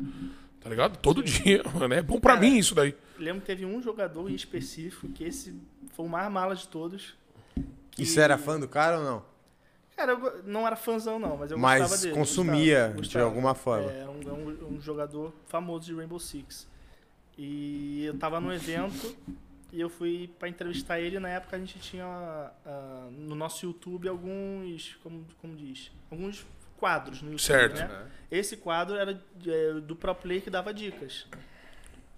[SPEAKER 2] Tá ligado? Todo dia, mano. É bom pra mim isso daí.
[SPEAKER 3] Lembro que teve um jogador em específico que esse foi o mais mala de todos.
[SPEAKER 1] E você era fã do cara ou não?
[SPEAKER 3] Cara, eu go- não era fãzão, não, mas eu
[SPEAKER 1] Mas
[SPEAKER 3] gostava dele.
[SPEAKER 1] consumia,
[SPEAKER 3] gostava,
[SPEAKER 1] de
[SPEAKER 3] gostava.
[SPEAKER 1] alguma forma.
[SPEAKER 3] É, um, um, um jogador famoso de Rainbow Six. E eu tava num evento e eu fui pra entrevistar ele. Na época a gente tinha ah, no nosso YouTube alguns, como, como diz, alguns quadros no YouTube,
[SPEAKER 2] Certo.
[SPEAKER 3] né? Esse quadro era é, do pro player que dava dicas.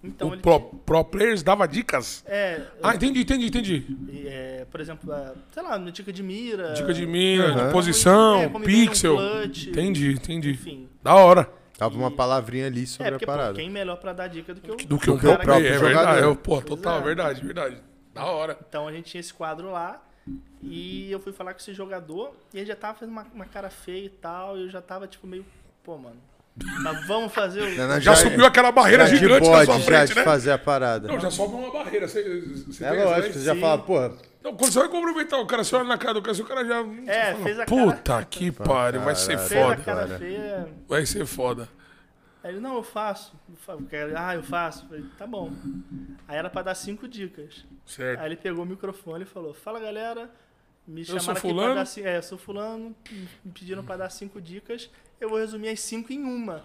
[SPEAKER 3] Então
[SPEAKER 2] o
[SPEAKER 3] ele...
[SPEAKER 2] pro, pro Players dava dicas.
[SPEAKER 3] É,
[SPEAKER 2] Ah, entendi, entendi, entendi.
[SPEAKER 3] E, é, por exemplo, a- sei lá, no dica de mira.
[SPEAKER 2] Dica de mira,
[SPEAKER 1] Aham.
[SPEAKER 2] de posição,
[SPEAKER 3] É, como ganha um
[SPEAKER 2] pixel.
[SPEAKER 3] clutch.
[SPEAKER 2] entendi, entendi.
[SPEAKER 3] Enfim.
[SPEAKER 2] Da hora.
[SPEAKER 1] Tava uma palavrinha ali
[SPEAKER 3] É,
[SPEAKER 1] sobre
[SPEAKER 3] porque
[SPEAKER 1] a
[SPEAKER 3] pô,
[SPEAKER 1] parada.
[SPEAKER 3] quem melhor pra dar dica do que o
[SPEAKER 2] Do que o
[SPEAKER 1] que o
[SPEAKER 2] meu
[SPEAKER 3] cara
[SPEAKER 2] próprio. É
[SPEAKER 1] jogador.
[SPEAKER 2] verdade. Eu, pô, total,
[SPEAKER 3] Exato.
[SPEAKER 2] verdade, verdade. Da hora.
[SPEAKER 3] Então a gente tinha esse quadro lá e eu fui falar com esse jogador e ele já tava fazendo uma, uma cara feia e tal, e eu já tava tipo meio, pô, mano, mas vamos fazer o.
[SPEAKER 1] Não, não,
[SPEAKER 2] Já, subiu aquela barreira
[SPEAKER 1] já te
[SPEAKER 2] gigante na
[SPEAKER 1] pode
[SPEAKER 2] sua
[SPEAKER 1] já
[SPEAKER 2] frente,
[SPEAKER 1] de
[SPEAKER 2] né?
[SPEAKER 1] fazer a parada.
[SPEAKER 2] Não, já sobe uma barreira. Você, você
[SPEAKER 1] é
[SPEAKER 2] tem essa
[SPEAKER 1] lógico,
[SPEAKER 2] aí?
[SPEAKER 1] você já
[SPEAKER 3] Sim.
[SPEAKER 1] fala, porra,
[SPEAKER 2] Não, quando você vai cumprimentar o cara, você olha na cara do cara, o cara já.
[SPEAKER 3] É,
[SPEAKER 2] fala,
[SPEAKER 3] fez a cara-
[SPEAKER 2] Puta que pariu, vai ser
[SPEAKER 3] Fez a
[SPEAKER 2] foda.
[SPEAKER 3] cara
[SPEAKER 1] cara.
[SPEAKER 3] feia.
[SPEAKER 2] Vai ser foda.
[SPEAKER 3] Aí ele, não, eu faço. Eu fa- eu quero- Ah, eu faço. Eu falei, tá bom. Aí era pra dar cinco dicas. Aí
[SPEAKER 2] Certo.
[SPEAKER 3] ele pegou o microfone e falou: Fala galera, me
[SPEAKER 2] sou
[SPEAKER 3] chamaram aqui pra
[SPEAKER 2] fulano.
[SPEAKER 3] dar cinco. É, eu sou fulano, me pediram pra dar cinco dicas, eu vou resumir as cinco em uma.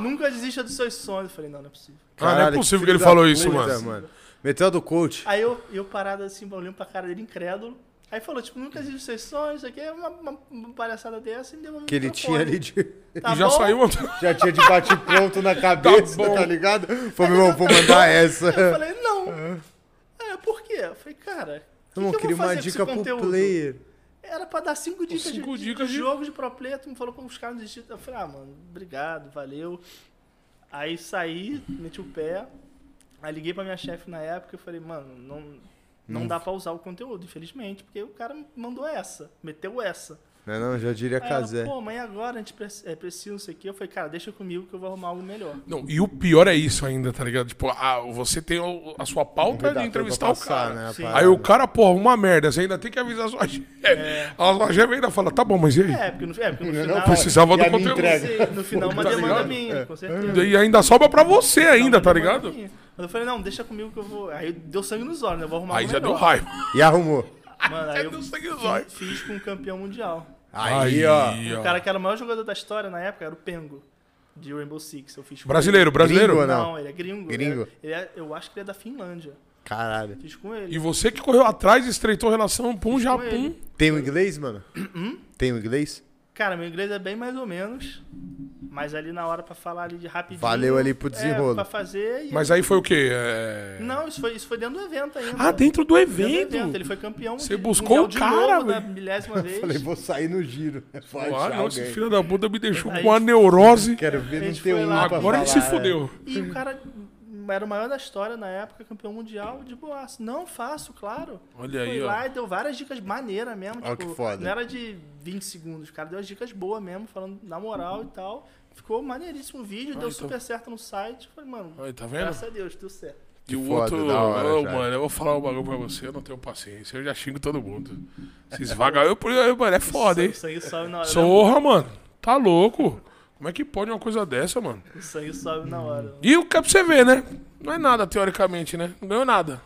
[SPEAKER 3] Nunca desista dos seus sonhos. Eu falei, não, não é possível.
[SPEAKER 2] Ah, não é
[SPEAKER 1] Caralho,
[SPEAKER 2] possível que
[SPEAKER 1] filho
[SPEAKER 2] ele
[SPEAKER 1] da
[SPEAKER 2] falou isso,
[SPEAKER 1] puta,
[SPEAKER 2] mano.
[SPEAKER 1] Metal do coach.
[SPEAKER 3] Aí eu, eu parado assim, olhando pra cara dele incrédulo. Aí falou, tipo, nunca existe seus sonhos, isso aqui é uma, uma- uma palhaçada dessa e me devolveu
[SPEAKER 1] Que ele tinha ali de...
[SPEAKER 3] Tá
[SPEAKER 2] E já saiu uma.
[SPEAKER 1] Já tinha de bate pronto na cabeça,
[SPEAKER 2] Tá bom.
[SPEAKER 1] tá, ligado? Falei, meu irmão, vou mandar essa.
[SPEAKER 3] Eu falei, não. É, por quê? Eu falei, cara, o que,
[SPEAKER 1] Irmão,
[SPEAKER 3] que eu
[SPEAKER 1] queria
[SPEAKER 3] vou fazer
[SPEAKER 1] uma
[SPEAKER 3] com esse
[SPEAKER 1] dica pro
[SPEAKER 3] conteúdo?
[SPEAKER 1] player.
[SPEAKER 3] Era pra dar cinco dicas,
[SPEAKER 2] Cinco
[SPEAKER 3] de,
[SPEAKER 2] dicas
[SPEAKER 3] de,
[SPEAKER 2] de-
[SPEAKER 3] jogo de pro player, tu me falou como os caras não desistiram. Eu falei, ah, mano, obrigado, valeu. Aí saí, meti o pé, aí liguei pra minha chefe na época e falei, mano, não, não, dá pra usar o conteúdo, infelizmente, porque o cara mandou essa, meteu essa.
[SPEAKER 1] Não, é não, já diria
[SPEAKER 3] Aí ela,
[SPEAKER 1] Casé.
[SPEAKER 3] pô, mas e agora? A gente preci- é, precisa isso aqui. Eu falei, cara, deixa comigo que eu vou arrumar algo melhor.
[SPEAKER 2] Não, e o pior é isso ainda, tá ligado? Tipo, ah, você tem o- a sua pauta de entrevistar o cara.
[SPEAKER 1] Né, a
[SPEAKER 3] Sim.
[SPEAKER 1] parada.
[SPEAKER 2] Aí o cara, porra, uma merda, você ainda tem que avisar a sua chefe. A sua chefe ainda fala, tá bom, mas e aí?
[SPEAKER 3] É, porque no, é, porque no
[SPEAKER 1] Não,
[SPEAKER 3] final.
[SPEAKER 1] não,
[SPEAKER 2] Precisava
[SPEAKER 1] E
[SPEAKER 2] do
[SPEAKER 1] a minha
[SPEAKER 2] conteúdo.
[SPEAKER 1] entrega? É.
[SPEAKER 3] Sim, no final uma
[SPEAKER 2] Tá
[SPEAKER 3] demanda
[SPEAKER 2] ligado?
[SPEAKER 3] minha, com certeza.
[SPEAKER 2] E ainda sobra pra você ainda, tá ligado?
[SPEAKER 3] Mas é eu falei, não, deixa comigo que eu vou. Aí deu sangue nos olhos, né? Eu vou arrumar
[SPEAKER 2] Aí
[SPEAKER 3] algo
[SPEAKER 2] já deu
[SPEAKER 3] melhor.
[SPEAKER 2] raiva.
[SPEAKER 1] E arrumou.
[SPEAKER 3] Mano, aí
[SPEAKER 2] Já
[SPEAKER 3] eu
[SPEAKER 2] deu sangue nos
[SPEAKER 3] fi-
[SPEAKER 2] olhos.
[SPEAKER 3] fiz com um campeão mundial.
[SPEAKER 1] Aí, ó.
[SPEAKER 3] O cara que era o maior jogador da história na época era o Pengo, de Rainbow Six. Eu fiz com
[SPEAKER 2] Brasileiro, brasileiro.
[SPEAKER 1] Gringo,
[SPEAKER 3] ele.
[SPEAKER 1] né?
[SPEAKER 3] Não, ele é gringo.
[SPEAKER 1] Gringo.
[SPEAKER 3] Ele é, ele é- eu acho que ele é da Finlândia.
[SPEAKER 1] Caralho.
[SPEAKER 3] Fiz com ele.
[SPEAKER 2] E você que correu atrás e estreitou relação um pum japum.
[SPEAKER 3] ele.
[SPEAKER 1] Tem o inglês, mano? Tem o inglês?
[SPEAKER 3] Cara, meu inglês é bem mais ou menos. Mas ali na hora pra falar ali de rapidinho.
[SPEAKER 1] Valeu ali pro
[SPEAKER 3] é,
[SPEAKER 1] desenrolo.
[SPEAKER 3] pra fazer. e-
[SPEAKER 2] Mas aí foi o quê? É...
[SPEAKER 3] Não, isso foi, isso foi dentro do evento ainda.
[SPEAKER 2] Ah, dentro do
[SPEAKER 3] Dentro do
[SPEAKER 2] evento.
[SPEAKER 3] evento. Ele foi campeão.
[SPEAKER 2] Você
[SPEAKER 3] de-
[SPEAKER 2] buscou
[SPEAKER 3] mundial
[SPEAKER 2] o
[SPEAKER 3] de
[SPEAKER 2] cara,
[SPEAKER 3] novo, da
[SPEAKER 2] velho.
[SPEAKER 3] milésima vez.
[SPEAKER 1] Falei, vou sair no giro. Vai
[SPEAKER 2] Ah,
[SPEAKER 1] achar
[SPEAKER 2] nossa,
[SPEAKER 1] alguém.
[SPEAKER 2] filho da puta me deixou
[SPEAKER 3] Aí-
[SPEAKER 2] com uma neurose.
[SPEAKER 1] Quero
[SPEAKER 3] A
[SPEAKER 1] ver,
[SPEAKER 3] gente
[SPEAKER 1] não tem
[SPEAKER 3] foi
[SPEAKER 1] um
[SPEAKER 3] lá,
[SPEAKER 1] pra
[SPEAKER 2] Agora ele se
[SPEAKER 1] falar, é.
[SPEAKER 2] fudeu.
[SPEAKER 3] E o cara me era o maior da história na época, campeão mundial de boas. Não faço, claro.
[SPEAKER 2] Olha
[SPEAKER 3] Foi
[SPEAKER 2] aí, ó.
[SPEAKER 3] lá e deu várias dicas maneiras mesmo.
[SPEAKER 1] Olha
[SPEAKER 3] tipo,
[SPEAKER 1] que foda.
[SPEAKER 3] Não era de 20 segundos, o cara deu as dicas boas mesmo, falando na moral e tal. Ficou maneiríssimo o vídeo, deu
[SPEAKER 2] então-
[SPEAKER 3] super certo no site. Falei, mano,
[SPEAKER 2] Aí, tá vendo?
[SPEAKER 3] graças a Deus, deu certo.
[SPEAKER 2] E o
[SPEAKER 1] foda,
[SPEAKER 2] outro,
[SPEAKER 1] da hora,
[SPEAKER 2] Ô,
[SPEAKER 1] cara.
[SPEAKER 2] mano, eu vou falar um bagulho pra você, eu não tenho paciência, eu já xingo todo mundo. Esses vagabundos, eu- eu- mano, é foda, hein?
[SPEAKER 3] O sangue sobe na hora. né?
[SPEAKER 2] Sorra, mano, tá louco. Como é que pode uma coisa dessa, mano?
[SPEAKER 3] O sangue sobe na hora.
[SPEAKER 2] E o que é pra você ver, né? Não é nada, teoricamente, né? Não ganhou nada.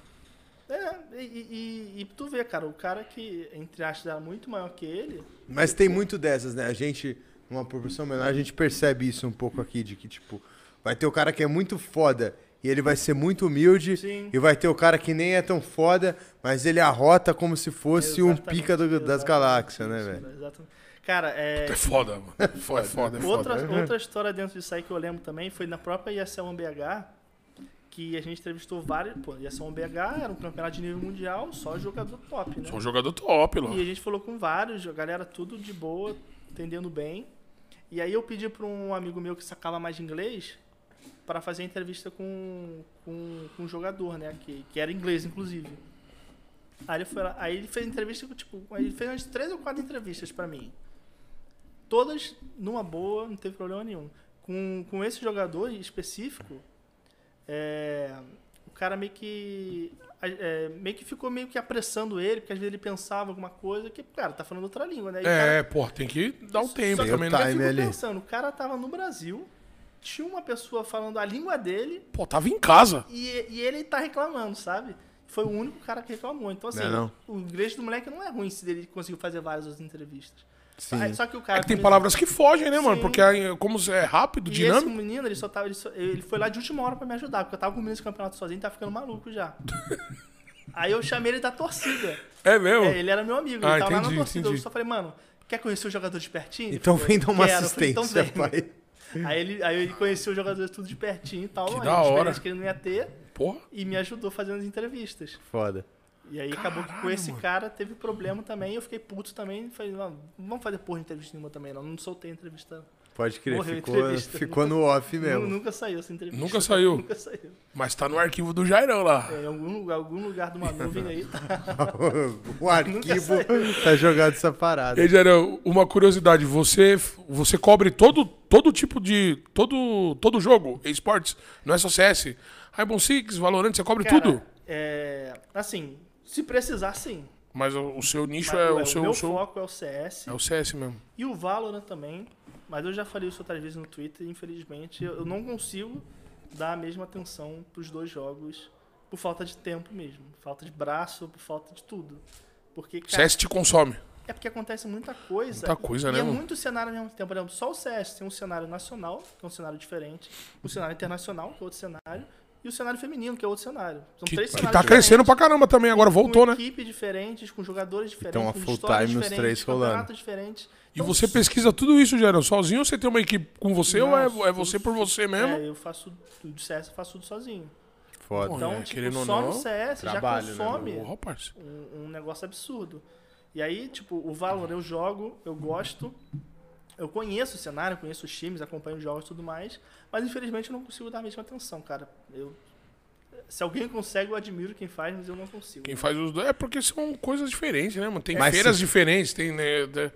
[SPEAKER 3] É, e, e- e- e tu vê, cara, o cara que, entre aspas, era muito maior que ele,
[SPEAKER 1] Mas tem muito dessas, né? A gente, numa proporção menor, a gente percebe isso um pouco aqui, de que, tipo, vai ter o cara que é muito foda e ele vai ser muito humilde,
[SPEAKER 3] Sim.
[SPEAKER 1] e vai ter o cara que nem é tão foda, mas ele arrota como se fosse um
[SPEAKER 3] Exatamente,
[SPEAKER 1] pica do- das
[SPEAKER 3] exatamente,
[SPEAKER 1] galáxias, né,
[SPEAKER 3] isso,
[SPEAKER 1] velho?
[SPEAKER 3] Exatamente. Cara, é,
[SPEAKER 2] É foda, mano. É foda, é
[SPEAKER 1] né?
[SPEAKER 2] foda. É foda.
[SPEAKER 3] outra, outra história dentro disso aí que eu lembro também foi na própria ISL1BH, que a gente entrevistou vários. Pô, ISL1BH era um campeonato de nível mundial, só jogador top, né?
[SPEAKER 2] Sou um jogador top,
[SPEAKER 3] E a
[SPEAKER 2] logo.
[SPEAKER 3] gente falou com vários, a galera tudo de boa, entendendo bem. E aí eu pedi para um amigo meu que sacava mais de inglês para fazer a entrevista com, com, com um jogador, né? Que, que era inglês, inclusive. Aí ele, foi lá- aí ele fez entrevista, com, tipo, aí ele fez umas três ou quatro entrevistas para mim. Todas numa boa, não teve problema nenhum. Com, com esse jogador em específico, é, o cara meio que a- é, meio que ficou meio que apressando ele, porque às vezes ele pensava alguma coisa que, cara, tá falando outra língua, né? E o cara-
[SPEAKER 2] É, porra, tem que dar um tempo
[SPEAKER 3] só que
[SPEAKER 2] também,
[SPEAKER 1] tá
[SPEAKER 2] né?
[SPEAKER 3] eu fico
[SPEAKER 1] ali.
[SPEAKER 3] pensando, o cara tava no Brasil, tinha uma pessoa falando a língua dele
[SPEAKER 2] Pô, tava em casa.
[SPEAKER 3] e, e ele tá reclamando, sabe? Foi o único cara que reclamou. Então, assim,
[SPEAKER 1] Não é não?
[SPEAKER 3] o inglês do moleque não é ruim se ele conseguiu fazer várias outras entrevistas.
[SPEAKER 1] Sim.
[SPEAKER 3] Aí- Só que o cara.
[SPEAKER 2] É que tem
[SPEAKER 3] também-
[SPEAKER 2] palavras que fogem, né, mano?
[SPEAKER 3] Sim.
[SPEAKER 2] Porque aí, como é rápido,
[SPEAKER 3] E esse
[SPEAKER 2] dinâmico.
[SPEAKER 3] menino, ele só tava. Ele, só- ele foi lá de última hora pra me ajudar, porque eu tava com o menino esse campeonato sozinho, tava ficando maluco já. Aí eu chamei ele da torcida.
[SPEAKER 2] É mesmo.
[SPEAKER 3] É, ele era meu amigo,
[SPEAKER 2] Ah,
[SPEAKER 3] ele tava lá
[SPEAKER 2] entendi,
[SPEAKER 3] na torcida.
[SPEAKER 2] entendi.
[SPEAKER 3] Eu só falei, mano, quer conhecer o jogador de pertinho? Ele
[SPEAKER 1] Então
[SPEAKER 3] falou,
[SPEAKER 1] vem dar uma
[SPEAKER 3] "Quero." Eu falei,
[SPEAKER 1] assistência,
[SPEAKER 3] então vem.
[SPEAKER 1] pai.
[SPEAKER 3] Aí ele, aí ele conheceu os jogadores tudo de pertinho e tal.
[SPEAKER 2] Que
[SPEAKER 3] uma
[SPEAKER 2] da hora.
[SPEAKER 3] experiência que ele não ia ter.
[SPEAKER 2] Porra.
[SPEAKER 3] E me ajudou fazendo as entrevistas.
[SPEAKER 1] Foda.
[SPEAKER 3] E aí acabou que com
[SPEAKER 2] Caralho,
[SPEAKER 3] esse
[SPEAKER 2] mano.
[SPEAKER 3] cara teve problema também. Eu fiquei puto também. Falei, não, não vamos fazer porra de entrevista nenhuma também, não. Não soltei a entrevista.
[SPEAKER 1] Pode crer,
[SPEAKER 3] Morreu a
[SPEAKER 1] ficou,
[SPEAKER 3] entrevista.
[SPEAKER 1] ficou no off
[SPEAKER 3] Nu-
[SPEAKER 1] mesmo.
[SPEAKER 3] Nunca saiu essa entrevista.
[SPEAKER 2] Nunca saiu?
[SPEAKER 3] Nunca saiu.
[SPEAKER 2] Mas tá no arquivo do Jairão lá.
[SPEAKER 3] É, em algum lugar, algum lugar de uma nuvem aí. Tá.
[SPEAKER 1] o arquivo tá jogado essa parada.
[SPEAKER 2] E aí, Jairão, uma curiosidade. Você, você cobre todo, todo tipo de... Todo, todo jogo, esportes. Não é só CS. Rainbow Six, Valorant, você cobre
[SPEAKER 3] Cara,
[SPEAKER 2] tudo.
[SPEAKER 3] É, assim, se precisar, sim.
[SPEAKER 2] Mas o o seu nicho
[SPEAKER 3] Mas,
[SPEAKER 2] é
[SPEAKER 3] ué,
[SPEAKER 2] o seu...
[SPEAKER 3] meu
[SPEAKER 2] o seu-
[SPEAKER 3] foco é o CS
[SPEAKER 2] É o CS mesmo.
[SPEAKER 3] e o Valorant também. Mas eu já falei isso outras vezes no Twitter. Infelizmente, eu eu não consigo dar a mesma atenção pros dois jogos por falta de tempo mesmo. Falta de braço, por falta de tudo. Porque, cara,
[SPEAKER 2] CS te consome.
[SPEAKER 3] é porque acontece muita coisa.
[SPEAKER 2] Muita coisa,
[SPEAKER 3] e,
[SPEAKER 2] né,
[SPEAKER 3] E é
[SPEAKER 2] mano?
[SPEAKER 3] muito cenário ao mesmo tempo. Por exemplo, só o CS tem um cenário nacional, que é um cenário diferente, um cenário internacional, que é outro cenário, e o cenário feminino, que é outro cenário. São
[SPEAKER 2] Que,
[SPEAKER 3] três
[SPEAKER 2] que
[SPEAKER 3] cenários
[SPEAKER 2] tá crescendo
[SPEAKER 3] diferentes
[SPEAKER 2] pra caramba também. Agora voltou,
[SPEAKER 3] com
[SPEAKER 2] né? Então,
[SPEAKER 3] equipe diferentes, com jogadores diferentes,
[SPEAKER 1] uma
[SPEAKER 3] com
[SPEAKER 1] full
[SPEAKER 3] histórias
[SPEAKER 1] time nos
[SPEAKER 3] diferentes,
[SPEAKER 1] três rolando.
[SPEAKER 3] campeonatos diferentes. Então,
[SPEAKER 2] E você pesquisa tudo isso, Jairão, sozinho ou você tem uma equipe com você ou
[SPEAKER 3] Não,
[SPEAKER 2] é, é você por você mesmo?
[SPEAKER 3] É, eu faço tudo de CS, eu faço tudo sozinho.
[SPEAKER 1] Foda.
[SPEAKER 2] Olha,
[SPEAKER 3] Então, tipo,
[SPEAKER 2] É, querendo ou
[SPEAKER 3] só
[SPEAKER 2] não,
[SPEAKER 3] no CS
[SPEAKER 1] trabalho, né,
[SPEAKER 3] já consome
[SPEAKER 2] Porra, parça.
[SPEAKER 3] um, um negócio absurdo. E aí, tipo, o Valor eu jogo, eu gosto, eu conheço o cenário, conheço os times, acompanho os jogos e tudo mais, mas infelizmente eu não consigo dar a mesma atenção, cara. Eu, se alguém consegue, eu admiro quem faz, mas eu não consigo.
[SPEAKER 2] Quem faz os dois. É porque são coisas diferentes, né, mano? Tem
[SPEAKER 1] Mas
[SPEAKER 2] feiras
[SPEAKER 1] se-
[SPEAKER 2] diferentes, tem né, da-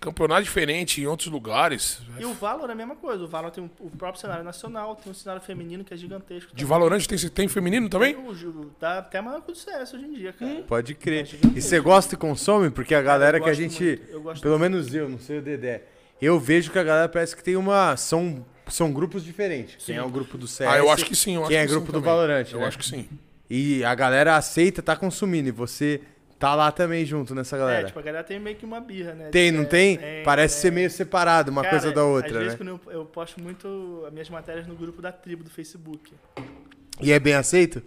[SPEAKER 2] campeonato diferente em outros lugares.
[SPEAKER 3] E o Valor é a mesma coisa. O Valor tem o o próprio cenário nacional, tem um cenário feminino que é gigantesco.
[SPEAKER 2] De Valorant tem, tem feminino também?
[SPEAKER 3] O jogo tá até maior que o do CS hoje em dia, cara.
[SPEAKER 1] Pode crer.
[SPEAKER 3] Acho que não
[SPEAKER 1] E
[SPEAKER 3] tem.
[SPEAKER 1] você gosta e consome? Porque a galera que a
[SPEAKER 3] gosto
[SPEAKER 1] gente.
[SPEAKER 3] muito, eu gosto
[SPEAKER 1] Pelo menos eu, não sei o Dedé. Eu vejo que a galera parece que tem uma. São, são grupos diferentes. Quem é o grupo do CS.
[SPEAKER 2] Ah, eu acho que sim. Eu acho
[SPEAKER 1] quem é
[SPEAKER 2] que sim
[SPEAKER 1] grupo do
[SPEAKER 2] também.
[SPEAKER 1] Valorant.
[SPEAKER 2] Eu
[SPEAKER 1] né?
[SPEAKER 2] acho que sim.
[SPEAKER 1] E a galera aceita, tá consumindo. E você tá lá também junto nessa
[SPEAKER 3] É,
[SPEAKER 1] galera.
[SPEAKER 3] tipo, a galera tem meio que uma birra, né?
[SPEAKER 1] tem, não
[SPEAKER 3] É,
[SPEAKER 1] tem? Parece ser meio separado uma
[SPEAKER 3] Cara,
[SPEAKER 1] coisa da
[SPEAKER 3] Às
[SPEAKER 1] outra,
[SPEAKER 3] vezes
[SPEAKER 1] né?
[SPEAKER 3] quando eu, eu posto muito as minhas matérias no grupo da tribo do Facebook.
[SPEAKER 1] E é bem aceito?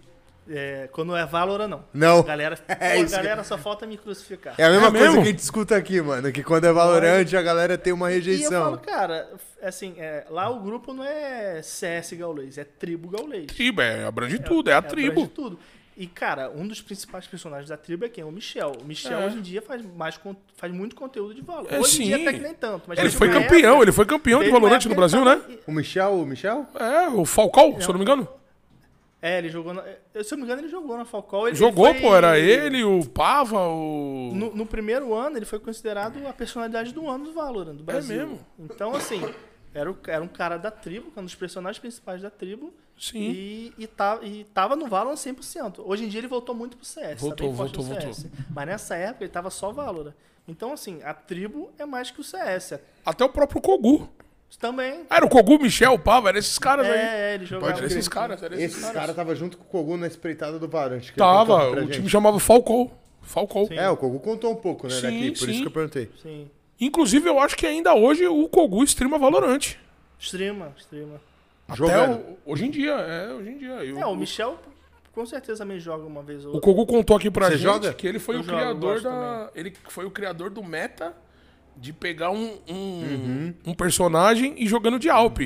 [SPEAKER 3] É, quando é Valorant, não.
[SPEAKER 1] Não.
[SPEAKER 3] Galera,
[SPEAKER 1] É
[SPEAKER 3] pô,
[SPEAKER 1] isso que-
[SPEAKER 3] galera só falta me crucificar.
[SPEAKER 1] É a mesma
[SPEAKER 2] É
[SPEAKER 1] coisa
[SPEAKER 2] mesmo?
[SPEAKER 1] que a gente escuta aqui, mano. Que quando é valorante, a galera tem uma
[SPEAKER 3] E eu falo,
[SPEAKER 1] rejeição.
[SPEAKER 3] cara, assim, é, lá o grupo não é CS Gaulês, é tribo Gaulês.
[SPEAKER 2] Tribo, é, abrange tudo, é a
[SPEAKER 3] abrange
[SPEAKER 2] tribo.
[SPEAKER 3] tudo. E, cara, um dos principais personagens da tribo é quem? O Michel. O Michel,
[SPEAKER 2] É.
[SPEAKER 3] hoje em dia, faz, mais, con- faz muito conteúdo de valor.
[SPEAKER 2] É,
[SPEAKER 3] hoje em dia,
[SPEAKER 2] sim.
[SPEAKER 3] até que nem tanto. Mas
[SPEAKER 2] Ele
[SPEAKER 3] teve
[SPEAKER 2] foi
[SPEAKER 3] uma
[SPEAKER 2] campeão,
[SPEAKER 3] é época-
[SPEAKER 2] ele foi campeão de
[SPEAKER 3] teve uma
[SPEAKER 2] Valorant
[SPEAKER 3] época
[SPEAKER 2] no né?
[SPEAKER 3] que ele
[SPEAKER 2] Brasil,
[SPEAKER 3] tava-
[SPEAKER 2] né?
[SPEAKER 1] O Michel, o Michel?
[SPEAKER 2] É, o Falcão, se eu não me engano.
[SPEAKER 3] É, ele jogou. Na, eu- se eu não me engano, ele jogou na Falcão. Ele
[SPEAKER 2] Jogou,
[SPEAKER 3] ele foi-
[SPEAKER 2] pô, era ele, o Pava, o.
[SPEAKER 3] No, no primeiro ano, ele foi considerado a personalidade do ano do Valorant, do Brasil.
[SPEAKER 2] É mesmo?
[SPEAKER 3] Então, assim, era, o- era um cara da tribo, que é um dos personagens principais da tribo.
[SPEAKER 2] Sim.
[SPEAKER 3] E, e, tá, e tava no Valorant 100%. Hoje em dia ele voltou muito pro CS. tá
[SPEAKER 2] Voltou,
[SPEAKER 3] bem forte
[SPEAKER 2] voltou,
[SPEAKER 3] no CS. Mas nessa época ele tava só Valorant. Então, assim, a tribo é mais que o CS.
[SPEAKER 2] Até o próprio Kogu.
[SPEAKER 3] Também.
[SPEAKER 2] Era o Kogu, Michel, o Pava, era esses caras aí.
[SPEAKER 3] É, é, ele jogava.
[SPEAKER 2] Era esses caras, era esses
[SPEAKER 1] Esses
[SPEAKER 2] caras.
[SPEAKER 1] caras tava junto com o Kogu na espreitada do Valorant. que ele
[SPEAKER 2] Tava,
[SPEAKER 1] contou pra
[SPEAKER 2] o
[SPEAKER 1] gente.
[SPEAKER 2] time chamava Falcão. Falcão.
[SPEAKER 3] Sim.
[SPEAKER 1] É, o Kogu contou um pouco, né,
[SPEAKER 2] Sim,
[SPEAKER 1] daqui. Por
[SPEAKER 2] sim.
[SPEAKER 1] isso que eu perguntei.
[SPEAKER 3] Sim.
[SPEAKER 2] Inclusive, eu acho que ainda hoje o Kogu streama Valorante.
[SPEAKER 3] Streama, streama.
[SPEAKER 2] Até
[SPEAKER 1] Jogando.
[SPEAKER 2] o- hoje em dia, é, hoje em dia. E o-
[SPEAKER 3] É, o Michel com certeza também joga uma vez ou
[SPEAKER 2] O
[SPEAKER 3] outra.
[SPEAKER 2] Kogu contou aqui pra
[SPEAKER 1] Você
[SPEAKER 2] gente
[SPEAKER 1] joga?
[SPEAKER 2] que ele foi
[SPEAKER 3] Eu
[SPEAKER 2] o
[SPEAKER 3] jogo,
[SPEAKER 2] criador
[SPEAKER 3] gosto
[SPEAKER 2] da. Ele foi o criador do meta de pegar um, um,
[SPEAKER 1] Uhum.
[SPEAKER 2] um personagem e jogando de Alp.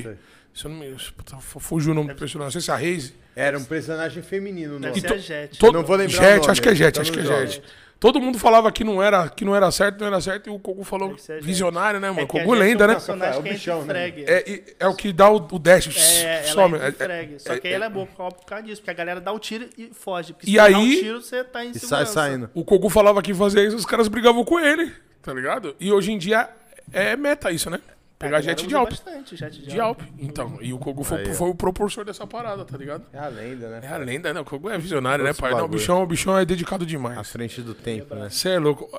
[SPEAKER 2] Se eu não me. puta, fu- Fugiu o nome do personagem. Não sei se é a Reise.
[SPEAKER 1] Era um personagem feminino, não.
[SPEAKER 3] Deve ser
[SPEAKER 2] to-
[SPEAKER 3] a Jet.
[SPEAKER 2] Todo...
[SPEAKER 1] Não vou lembrar
[SPEAKER 2] Jet,
[SPEAKER 1] o nome,
[SPEAKER 2] acho que é Jet,
[SPEAKER 1] então
[SPEAKER 2] acho que
[SPEAKER 1] não
[SPEAKER 2] é
[SPEAKER 1] joga.
[SPEAKER 2] Jet. Todo mundo falava que não era, que não era certo, não era certo, e o Kogu falou
[SPEAKER 3] Deve ser a Jet.
[SPEAKER 2] visionário, né, mano?
[SPEAKER 3] É que a
[SPEAKER 2] Kogu
[SPEAKER 3] Jet
[SPEAKER 2] lenda,
[SPEAKER 3] é um
[SPEAKER 2] né?
[SPEAKER 3] personagem
[SPEAKER 1] É o
[SPEAKER 3] que
[SPEAKER 1] bichão,
[SPEAKER 3] bichão,
[SPEAKER 1] né?
[SPEAKER 3] frag.
[SPEAKER 2] É, e- é o que dá o, o dash.
[SPEAKER 3] É, ela
[SPEAKER 2] some.
[SPEAKER 3] é
[SPEAKER 2] É- é-
[SPEAKER 3] entregue. Só que aí ela é boa por causa- por causa disso, porque a galera dá o tiro e foge. Porque se
[SPEAKER 2] E
[SPEAKER 3] você dá um
[SPEAKER 2] aí-
[SPEAKER 3] tiro, você tá em
[SPEAKER 1] E sai
[SPEAKER 3] segurança.
[SPEAKER 1] saindo.
[SPEAKER 2] O Kogu falava que fazia isso, os caras brigavam com ele, tá ligado? E hoje em dia é meta isso, né? Pegar
[SPEAKER 3] A galera
[SPEAKER 2] jet de
[SPEAKER 1] é
[SPEAKER 3] usa
[SPEAKER 2] Alp.
[SPEAKER 3] Bastante, jet de
[SPEAKER 2] De
[SPEAKER 3] Alp.
[SPEAKER 2] Alp. Então, e o Kogu foi, foi o propulsor dessa parada, tá ligado?
[SPEAKER 1] É a lenda, né?
[SPEAKER 2] É a lenda, né? O Kogu é visionário, né,
[SPEAKER 1] Outros
[SPEAKER 2] pai? Não, o
[SPEAKER 1] bagulho.
[SPEAKER 2] bichão, o bichão é dedicado
[SPEAKER 1] À
[SPEAKER 2] demais.
[SPEAKER 1] frente do tempo, né?
[SPEAKER 2] Você é louco.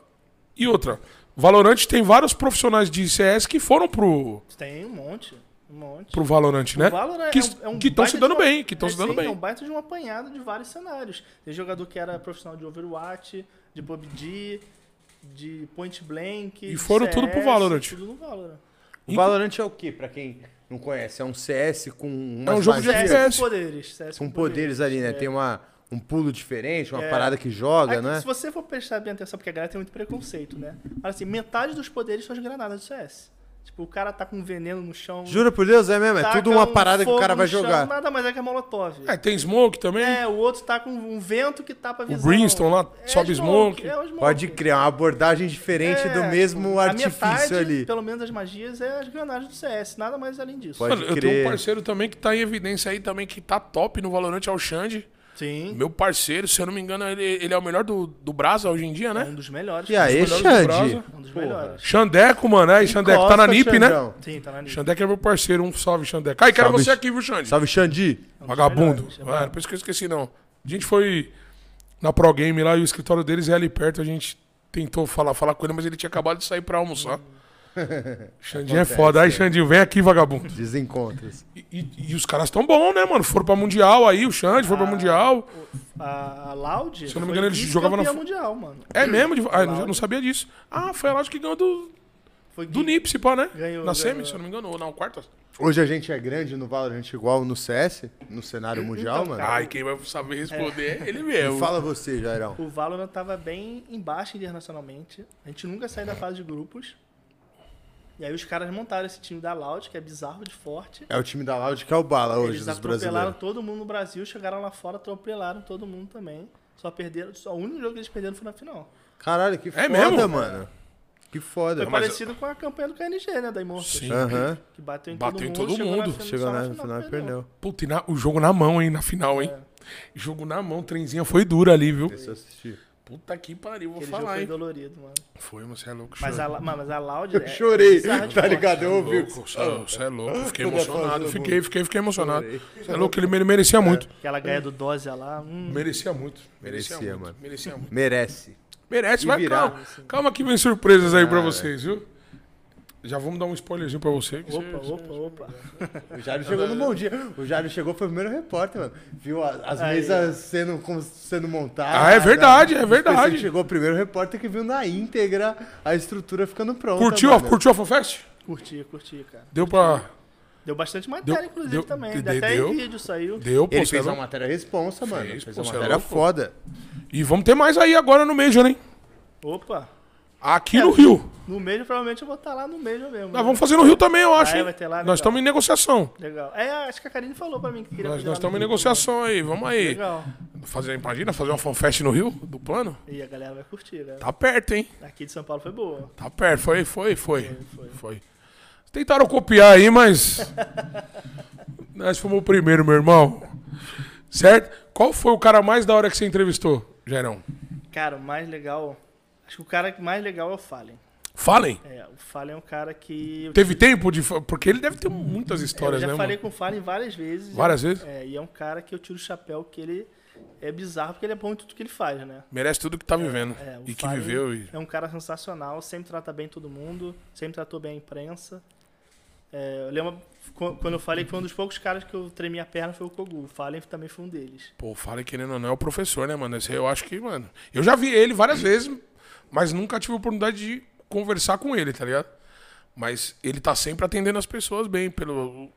[SPEAKER 2] E outra, Valorant tem vários profissionais de CS que foram pro,
[SPEAKER 3] Tem um monte. Um monte.
[SPEAKER 2] pro Valorant, né?
[SPEAKER 3] O Valorant é
[SPEAKER 2] que
[SPEAKER 3] um- é um
[SPEAKER 2] estão
[SPEAKER 3] baita
[SPEAKER 2] se
[SPEAKER 3] de
[SPEAKER 2] dando
[SPEAKER 3] uma-
[SPEAKER 2] bem, que estão se
[SPEAKER 3] é,
[SPEAKER 2] dando
[SPEAKER 3] sim, É um
[SPEAKER 2] bem.
[SPEAKER 3] baita de um apanhado de vários cenários. Tem jogador que era profissional de Overwatch, de PUBG, de Point Blank.
[SPEAKER 2] E
[SPEAKER 3] de
[SPEAKER 2] foram tudo pro
[SPEAKER 3] CS,
[SPEAKER 2] Valorant.
[SPEAKER 3] Tudo no Valorant.
[SPEAKER 1] O Valorant é o quê, pra quem não conhece? É um CS com uma
[SPEAKER 2] um jogo de
[SPEAKER 1] magias,
[SPEAKER 2] FPS.
[SPEAKER 3] CS com poderes. CS
[SPEAKER 1] Com poderes ali, né? Tem uma, um pulo diferente, uma
[SPEAKER 3] É.
[SPEAKER 1] parada que joga,
[SPEAKER 3] Aí,
[SPEAKER 1] né?
[SPEAKER 3] Se você for prestar bem atenção, porque a galera tem muito preconceito, né? Mas assim, metade dos poderes são as granadas do CS. Tipo, o cara tá com veneno no chão.
[SPEAKER 1] Jura por Deus, é mesmo? É
[SPEAKER 3] taca
[SPEAKER 1] tudo uma
[SPEAKER 3] um
[SPEAKER 1] parada que o
[SPEAKER 3] fogo
[SPEAKER 1] cara vai
[SPEAKER 3] no chão,
[SPEAKER 1] jogar.
[SPEAKER 3] nada mais é que a Molotov.
[SPEAKER 2] É, tem Smoke também.
[SPEAKER 3] É, o outro tá com um vento que tapa a visão.
[SPEAKER 2] Brimstone lá, sobe smoke.
[SPEAKER 3] é o smoke.
[SPEAKER 1] Pode criar uma abordagem diferente
[SPEAKER 3] É,
[SPEAKER 1] do mesmo
[SPEAKER 3] a então, metade,
[SPEAKER 1] artifício ali.
[SPEAKER 3] Pelo menos as magias é as granadas do CS, nada mais além disso.
[SPEAKER 1] Pode-
[SPEAKER 2] Mano, eu tenho
[SPEAKER 1] crer.
[SPEAKER 2] um parceiro também que tá em evidência aí também, que tá top no Valorant, é o Xande.
[SPEAKER 3] Sim,
[SPEAKER 2] Meu parceiro, se eu não me engano, ele, ele é o melhor do, do Brasa hoje em dia,
[SPEAKER 3] é
[SPEAKER 2] né?
[SPEAKER 3] um dos melhores.
[SPEAKER 1] E aí,
[SPEAKER 2] Melhores do
[SPEAKER 1] Xande?
[SPEAKER 2] Brasa.
[SPEAKER 3] Um dos
[SPEAKER 1] Porra.
[SPEAKER 3] melhores.
[SPEAKER 2] Xandeco, mano. Aí, Xandeco, tá
[SPEAKER 1] Costa,
[SPEAKER 2] na NIP, né?
[SPEAKER 1] Xandão.
[SPEAKER 3] Sim, tá na lista.
[SPEAKER 2] Xandeco é meu parceiro, um salve, Xandeco. Aí, quero
[SPEAKER 1] Salve,
[SPEAKER 2] você aqui, viu, Xande?
[SPEAKER 1] Salve, Xandi.
[SPEAKER 2] Vagabundo.
[SPEAKER 3] melhores, é
[SPEAKER 2] Mano, por isso que eu esqueci, não. A gente foi na Pro Game lá e o escritório deles é ali perto. A gente tentou falar, falar com ele, mas ele tinha acabado de sair pra almoçar. Xandinho é foda. Aí, Xandinho, vem aqui, vagabundo.
[SPEAKER 1] Desencontros.
[SPEAKER 2] E, e- e os caras tão bons, né, mano? Foram pra Mundial aí, o Xande foi pra Mundial.
[SPEAKER 3] A, a Loud.
[SPEAKER 2] Se eu não me engano, ele jogava na-
[SPEAKER 3] na. mundial, mano.
[SPEAKER 2] É mesmo? De... Ah, eu não- eu não sabia disso. Ah, foi a loja que ganhou do,
[SPEAKER 3] Foi
[SPEAKER 2] do
[SPEAKER 3] gui-
[SPEAKER 2] Nip, se pá, né?
[SPEAKER 3] Ganhou,
[SPEAKER 2] Na
[SPEAKER 3] ganhou.
[SPEAKER 2] semi, se eu não me engano, ou na quarta.
[SPEAKER 1] Hoje a gente é grande no Valorant igual no CS, no cenário mundial,
[SPEAKER 3] Então,
[SPEAKER 1] mano.
[SPEAKER 2] Ai, quem vai saber responder é ele mesmo.
[SPEAKER 1] Fala você, Jairão.
[SPEAKER 3] O Valorant tava bem embaixo internacionalmente. A gente nunca saiu da fase de grupos. E aí os caras montaram esse time da Loud, que é bizarro de forte.
[SPEAKER 1] É o time da Loud que é o bala hoje
[SPEAKER 3] Eles
[SPEAKER 1] dos
[SPEAKER 3] atropelaram
[SPEAKER 1] brasileiros.
[SPEAKER 3] todo mundo no Brasil, chegaram lá fora, atropelaram todo mundo também. Só perderam. Só, o único jogo que eles perderam foi na final.
[SPEAKER 1] Caralho, que foda,
[SPEAKER 2] mesmo?
[SPEAKER 1] mano. Que foda.
[SPEAKER 3] É Foi
[SPEAKER 1] Mas-
[SPEAKER 3] parecido com a campanha do KNG, né? Da Immortals.
[SPEAKER 2] Sim.
[SPEAKER 1] Aham.
[SPEAKER 3] Que bateu em
[SPEAKER 2] Bateu em
[SPEAKER 3] todo
[SPEAKER 2] todo
[SPEAKER 3] mundo. chegou na
[SPEAKER 2] mundo.
[SPEAKER 3] fin-
[SPEAKER 1] Chegou
[SPEAKER 3] só
[SPEAKER 1] na final e perdeu.
[SPEAKER 2] Puta, e na- o jogo na mão, hein, na final,
[SPEAKER 3] É.
[SPEAKER 2] hein? Jogo na mão, trenzinha foi dura ali, viu?
[SPEAKER 1] Deixa eu assistir.
[SPEAKER 2] Puta que pariu, vou
[SPEAKER 3] Aquele jogo
[SPEAKER 2] falar,
[SPEAKER 3] foi
[SPEAKER 2] hein?
[SPEAKER 3] dolorido, mano.
[SPEAKER 2] Foi, mas você é louco,
[SPEAKER 3] Mas
[SPEAKER 2] chorei.
[SPEAKER 3] a, La- mas mas a Loud. é Eu
[SPEAKER 1] Chorei, tá ligado? Eu ouvi.
[SPEAKER 2] Louco,
[SPEAKER 3] Ah.
[SPEAKER 2] Você é louco, você é louco, fiquei
[SPEAKER 1] Toda fase
[SPEAKER 2] emocionado,
[SPEAKER 3] um
[SPEAKER 1] do
[SPEAKER 2] fiquei, fiquei, fiquei emocionado. Você é louco, ele mere- merecia muito.
[SPEAKER 3] Que ela ganha do Dose lá. Hum,
[SPEAKER 2] Merecia muito, merecia,
[SPEAKER 1] Merecia,
[SPEAKER 2] muito,
[SPEAKER 1] mano.
[SPEAKER 2] merecia muito.
[SPEAKER 1] Merece.
[SPEAKER 2] Merece,
[SPEAKER 1] E
[SPEAKER 2] mas
[SPEAKER 1] virar.
[SPEAKER 2] calma.
[SPEAKER 3] assim.
[SPEAKER 2] Calma que vem surpresas aí
[SPEAKER 3] É.
[SPEAKER 2] pra vocês, viu? Já vamos dar um spoilerzinho pra você. que
[SPEAKER 3] opa,
[SPEAKER 2] você-
[SPEAKER 3] opa, opa.
[SPEAKER 1] O Jário chegou no bom dia. O Jário chegou, foi o primeiro repórter, mano. Viu a- as
[SPEAKER 3] Aí,
[SPEAKER 1] mesas sendo, como sendo montadas.
[SPEAKER 2] Ah, é verdade, é
[SPEAKER 1] Depois
[SPEAKER 2] verdade.
[SPEAKER 1] ele Chegou o primeiro repórter que viu na íntegra a estrutura ficando pronta.
[SPEAKER 2] Curtiu, a-
[SPEAKER 1] mano.
[SPEAKER 2] curtiu a
[SPEAKER 3] né?
[SPEAKER 2] FanFest?
[SPEAKER 3] Curti, curti, cara.
[SPEAKER 2] Deu pra.
[SPEAKER 3] Deu bastante matéria,
[SPEAKER 2] Deu-
[SPEAKER 3] inclusive,
[SPEAKER 2] deu-
[SPEAKER 3] também.
[SPEAKER 2] deu-
[SPEAKER 3] Até
[SPEAKER 2] deu.
[SPEAKER 3] em vídeo saiu.
[SPEAKER 2] Deu, pô,
[SPEAKER 1] Ele
[SPEAKER 2] cê
[SPEAKER 1] fez
[SPEAKER 2] é
[SPEAKER 1] uma
[SPEAKER 2] louco.
[SPEAKER 1] matéria responsa, mano. Fez,
[SPEAKER 2] pô,
[SPEAKER 1] uma
[SPEAKER 2] cê é
[SPEAKER 1] matéria
[SPEAKER 2] louco.
[SPEAKER 1] foda.
[SPEAKER 2] E vamos ter mais aí agora no Major, hein?
[SPEAKER 3] Opa! É,
[SPEAKER 2] Aqui no Rio.
[SPEAKER 3] No Major, provavelmente eu vou estar lá no Major mesmo. né?
[SPEAKER 2] Nós vamos fazer no Rio também, eu acho.
[SPEAKER 3] Ah, é?
[SPEAKER 2] hein?
[SPEAKER 3] Vai ter lá, legal.
[SPEAKER 2] Nós estamos em negociação.
[SPEAKER 3] Legal. É, acho que a Karine falou pra mim que queria
[SPEAKER 2] Nós
[SPEAKER 3] fazer
[SPEAKER 2] nós
[SPEAKER 3] lá
[SPEAKER 2] estamos em
[SPEAKER 3] no Rio.
[SPEAKER 2] negociação aí, vamos aí.
[SPEAKER 3] Legal.
[SPEAKER 2] Fazer, imagina, fazer uma fanfest no Rio, do plano?
[SPEAKER 3] E a galera vai curtir, né?
[SPEAKER 2] Tá perto, hein?
[SPEAKER 3] Aqui de São Paulo foi boa.
[SPEAKER 2] Tá perto, foi, foi, foi. Foi. Tentaram copiar aí, mas. Nós fomos o primeiro, meu irmão. Certo? Qual foi o cara mais da hora que você entrevistou, Gerão?
[SPEAKER 3] Cara, o mais legal. Acho que o cara mais legal é o Fallen.
[SPEAKER 2] Falem.
[SPEAKER 3] É, o Fallen é um cara que. eu
[SPEAKER 2] Teve tempo de. fa- Porque ele deve ter muitas histórias,
[SPEAKER 3] eu já
[SPEAKER 2] né?
[SPEAKER 3] falei
[SPEAKER 2] mano?
[SPEAKER 3] com o Fallen várias vezes.
[SPEAKER 2] Várias vezes?
[SPEAKER 3] É, e é um cara que eu tiro o chapéu que ele é bizarro porque ele é bom em tudo que ele faz, né?
[SPEAKER 2] Merece tudo que tá vivendo.
[SPEAKER 3] É, o
[SPEAKER 2] e que
[SPEAKER 3] Fallen
[SPEAKER 2] viveu. E...
[SPEAKER 3] É um cara sensacional, sempre trata bem todo mundo, sempre tratou bem a imprensa. É, eu lembro qu- quando eu falei que foi um dos poucos caras que eu tremi a perna foi o Kogu. O Fallen também foi um deles.
[SPEAKER 2] Pô, o Fallen, querendo ou não, é o professor, né, mano? Esse Eu acho que, mano. Eu já vi ele várias vezes, mas nunca tive a oportunidade de conversar com ele, tá ligado? Mas ele tá sempre atendendo as pessoas bem. pelo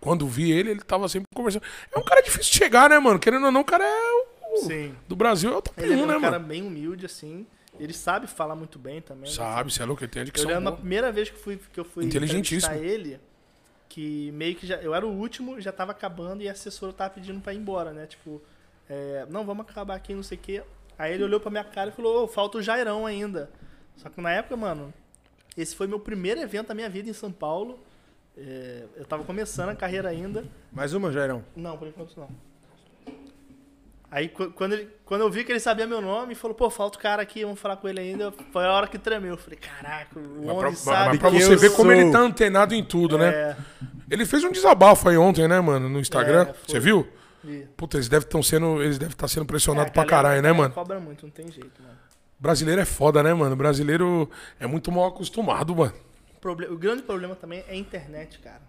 [SPEAKER 2] Quando vi ele, ele tava sempre conversando. É um cara difícil de chegar, né, mano? Querendo ou não, o cara é. O...
[SPEAKER 3] Sim.
[SPEAKER 2] Do Brasil é o top
[SPEAKER 3] Ele é
[SPEAKER 2] 1,
[SPEAKER 3] um
[SPEAKER 2] né,
[SPEAKER 3] cara
[SPEAKER 2] mano?
[SPEAKER 3] bem humilde, assim. Ele sabe falar muito bem também. né?
[SPEAKER 2] Sabe, você é louco, ele tem a
[SPEAKER 3] Eu
[SPEAKER 2] dicção.
[SPEAKER 3] lembro na
[SPEAKER 2] boa.
[SPEAKER 3] primeira vez que, fui, que eu fui
[SPEAKER 2] Inteligentíssimo.
[SPEAKER 3] entrevistar ele, que meio que já. Eu era o último, já tava acabando e a assessora tava pedindo pra ir embora, né? Tipo, é, não, vamos acabar aqui, não sei o quê. Aí ele olhou pra minha cara e falou, ô, falta o Jairão ainda. Só que na época, mano, esse foi meu primeiro evento da minha vida em São Paulo. É, eu tava começando a carreira ainda.
[SPEAKER 4] Mais uma, Jairão.
[SPEAKER 3] Não, por enquanto não. Aí qu- quando, ele- quando eu vi que ele sabia meu nome, ele falou, pô, falta o cara aqui, vamos falar com ele ainda. Foi a hora que tremeu. Eu falei, caraca, o
[SPEAKER 2] Mas
[SPEAKER 3] Long
[SPEAKER 2] pra,
[SPEAKER 3] sabe.
[SPEAKER 2] mas pra
[SPEAKER 4] que
[SPEAKER 2] você
[SPEAKER 4] eu
[SPEAKER 2] ver como ele
[SPEAKER 4] sou.
[SPEAKER 2] tá antenado em tudo, né?
[SPEAKER 3] É,
[SPEAKER 2] Ele fez um desabafo aí ontem, né, mano, no Instagram.
[SPEAKER 3] É, foi.
[SPEAKER 2] Você viu?
[SPEAKER 3] vi.
[SPEAKER 2] Puta, eles devem estar sendo, eles devem estar sendo
[SPEAKER 3] É,
[SPEAKER 2] pressionados
[SPEAKER 3] a
[SPEAKER 2] pra
[SPEAKER 3] galera-
[SPEAKER 2] caralho, né,
[SPEAKER 3] é,
[SPEAKER 2] mano?
[SPEAKER 3] Cobra muito, não tem jeito, mano.
[SPEAKER 2] Brasileiro é foda, né, mano? Brasileiro é muito mal acostumado, mano.
[SPEAKER 3] Proble- o grande problema também é a internet, cara.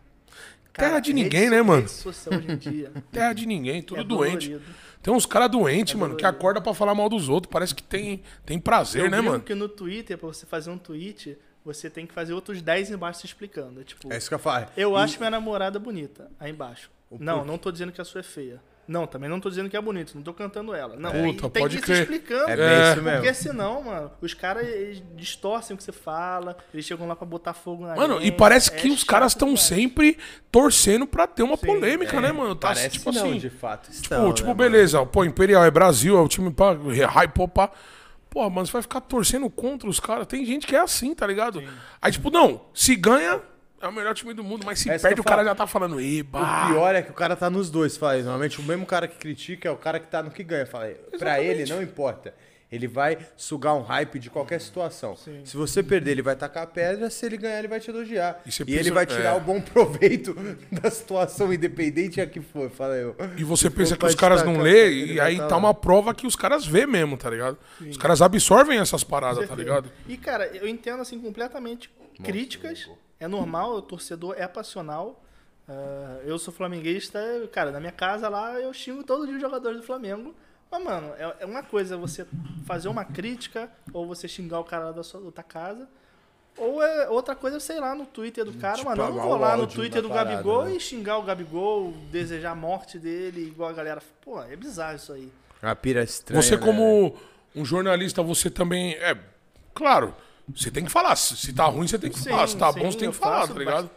[SPEAKER 2] Terra de
[SPEAKER 3] rede-
[SPEAKER 2] ninguém, né, mano?
[SPEAKER 3] Rede social hoje em dia.
[SPEAKER 2] Terra de ninguém, tudo
[SPEAKER 3] é
[SPEAKER 2] doente.
[SPEAKER 3] dolorido.
[SPEAKER 2] Tem uns caras doentes,
[SPEAKER 3] É
[SPEAKER 2] mano, que
[SPEAKER 3] dolorido.
[SPEAKER 2] acorda pra falar mal dos outros. Parece que tem, tem prazer,
[SPEAKER 3] Eu
[SPEAKER 2] né,
[SPEAKER 3] digo
[SPEAKER 2] mano?
[SPEAKER 3] que no Twitter, pra você fazer um tweet, você tem que fazer outros 10 embaixo se explicando. É tipo,
[SPEAKER 4] É isso que eu falo.
[SPEAKER 3] Eu acho minha namorada bonita, aí embaixo. Não, não tô dizendo que a sua é feia. Não, também não tô dizendo que é bonita, não tô cantando ela. Não, aí
[SPEAKER 2] Puta,
[SPEAKER 3] tem
[SPEAKER 2] pode
[SPEAKER 3] que ir
[SPEAKER 2] crer.
[SPEAKER 3] se explicando.
[SPEAKER 4] É
[SPEAKER 3] cara.
[SPEAKER 4] bem isso
[SPEAKER 3] Porque
[SPEAKER 1] assim,
[SPEAKER 4] mesmo.
[SPEAKER 3] senão, mano, os caras eles distorcem o que você fala, eles chegam lá pra botar fogo na
[SPEAKER 2] Mano, e
[SPEAKER 3] gente,
[SPEAKER 2] parece
[SPEAKER 3] é
[SPEAKER 2] que os
[SPEAKER 3] chato
[SPEAKER 2] caras estão
[SPEAKER 3] demais.
[SPEAKER 2] sempre torcendo pra ter uma
[SPEAKER 3] é.
[SPEAKER 2] polêmica, né, mano? Tá
[SPEAKER 1] é,
[SPEAKER 4] Parece
[SPEAKER 2] tipo
[SPEAKER 4] não,
[SPEAKER 2] assim.
[SPEAKER 4] de fato.
[SPEAKER 2] Pô, tipo,
[SPEAKER 4] né,
[SPEAKER 2] beleza, pô, Imperial é Brasil, é o time pá, hype, pá. Pô, mano, você vai ficar torcendo contra os caras. Tem gente que é assim, tá ligado? Aí, tipo, não, se ganha, é o melhor time do mundo, mas se
[SPEAKER 4] É isso
[SPEAKER 2] perde,
[SPEAKER 4] que
[SPEAKER 2] o
[SPEAKER 4] eu
[SPEAKER 2] cara
[SPEAKER 4] falo.
[SPEAKER 2] já tá falando, eba.
[SPEAKER 3] Ah.
[SPEAKER 4] O pior é que o cara tá nos dois, fala. aí. Normalmente o mesmo cara que critica é o cara que tá no que ganha. Fala, aí. pra
[SPEAKER 2] Exatamente.
[SPEAKER 4] ele não importa. Ele vai sugar um hype de qualquer situação. Se você perder, ele vai tacar a pedra. Se ele ganhar, ele vai te elogiar.
[SPEAKER 2] E
[SPEAKER 4] E,
[SPEAKER 2] você
[SPEAKER 4] ele
[SPEAKER 2] precisa-
[SPEAKER 4] vai tirar
[SPEAKER 2] é.
[SPEAKER 4] o bom proveito da situação, independente a que for. Fala eu.
[SPEAKER 2] E você pensa que
[SPEAKER 4] pra
[SPEAKER 2] os caras não
[SPEAKER 4] destacar,
[SPEAKER 2] lê,
[SPEAKER 4] ele
[SPEAKER 2] e
[SPEAKER 4] vai
[SPEAKER 2] aí
[SPEAKER 4] tá
[SPEAKER 2] tá
[SPEAKER 4] lá.
[SPEAKER 2] uma prova que os caras vê mesmo, tá ligado? Os caras absorvem essas
[SPEAKER 4] é
[SPEAKER 2] paradas, tá
[SPEAKER 3] certeza.
[SPEAKER 2] ligado?
[SPEAKER 3] E, cara, eu entendo, assim, completamente críticas. É normal, o torcedor é passional. Ah, eu sou flamenguista, cara, na minha casa lá eu xingo todo dia os jogadores do Flamengo. Mas, mano, é, é uma coisa você fazer uma crítica ou você xingar o cara lá da sua outra casa. Ou é outra coisa, sei lá, no Twitter do cara, mano. Eu não
[SPEAKER 4] apagar
[SPEAKER 3] vou
[SPEAKER 4] o
[SPEAKER 3] lá no
[SPEAKER 4] áudio
[SPEAKER 3] Twitter
[SPEAKER 4] da
[SPEAKER 3] do
[SPEAKER 4] parada,
[SPEAKER 3] Gabigol
[SPEAKER 4] né?
[SPEAKER 3] e xingar o Gabigol, desejar a morte dele, igual a galera. Pô, é bizarro isso aí.
[SPEAKER 4] Uma pira estranha.
[SPEAKER 2] Você,
[SPEAKER 4] né, velho?
[SPEAKER 2] como um jornalista, você também. É, claro, você tem que falar. Se se tá ruim, você tem que
[SPEAKER 3] Sim,
[SPEAKER 2] falar. Se tá
[SPEAKER 3] sim,
[SPEAKER 2] bom, você tem
[SPEAKER 3] eu
[SPEAKER 2] que falar,
[SPEAKER 3] faço
[SPEAKER 2] tá ligado?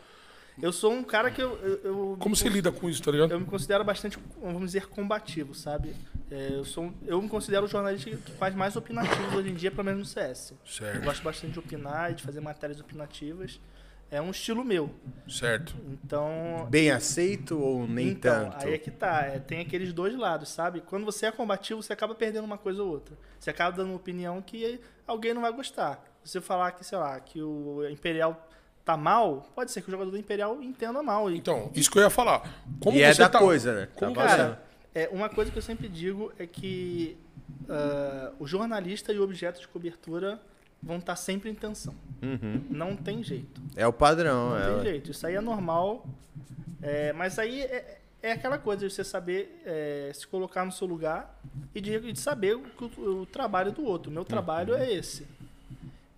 [SPEAKER 3] Eu sou um cara que eu. eu- eu-
[SPEAKER 2] Como você lida com isso, tá
[SPEAKER 3] eu
[SPEAKER 2] ligado?
[SPEAKER 3] me considero bastante, vamos dizer, combativo, sabe? É, eu, sou, um- eu me considero o jornalista que faz mais opinativos hoje em dia, pelo menos no CS. Eu
[SPEAKER 2] Certo,
[SPEAKER 3] gosto bastante de opinar e de fazer matérias opinativas. É um estilo meu.
[SPEAKER 2] certo.
[SPEAKER 3] Então.
[SPEAKER 4] Bem aceito ou nem
[SPEAKER 3] então,
[SPEAKER 4] tanto?
[SPEAKER 3] aí é que tá. É, tem aqueles dois lados, sabe? Quando você é combativo, você acaba perdendo uma coisa ou outra. Você acaba dando uma opinião que alguém não vai gostar. Você falar que, sei lá, que o Imperial tá mal, pode ser que o jogador do Imperial entenda mal. e
[SPEAKER 2] Então, isso que eu ia falar. Como
[SPEAKER 4] E é
[SPEAKER 2] você
[SPEAKER 4] da
[SPEAKER 2] tá-
[SPEAKER 4] coisa, né?
[SPEAKER 2] Como
[SPEAKER 4] Tá
[SPEAKER 2] você-
[SPEAKER 4] valendo.
[SPEAKER 3] Cara, é, uma coisa que eu sempre digo é que ah, o jornalista e o objeto de cobertura vão estar sempre em tensão. Não tem jeito.
[SPEAKER 4] Uhum. É o padrão.
[SPEAKER 3] Não
[SPEAKER 4] é,
[SPEAKER 3] tem
[SPEAKER 4] ué.
[SPEAKER 3] jeito. Isso aí é normal. É, mas aí é, é aquela coisa de você saber é, se colocar no seu lugar e de, e de saber o, que o- o trabalho do outro. O meu trabalho
[SPEAKER 4] Uhum.
[SPEAKER 3] é esse.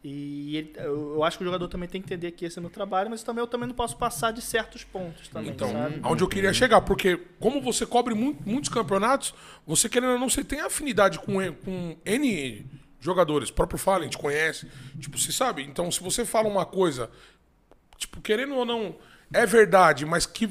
[SPEAKER 3] E ele- eu, eu acho que o jogador também tem que entender que esse é meu trabalho, mas também eu também não posso passar de certos pontos também,
[SPEAKER 2] Então,
[SPEAKER 3] sabe?
[SPEAKER 2] aonde eu queria chegar, porque como você cobre mu- muitos campeonatos, você querendo ou não, você tem afinidade com, E- com N jogadores. O próprio Fallen te conhece. Tipo, você sabe. Então, se você fala uma coisa, tipo, querendo ou não, é verdade, mas que,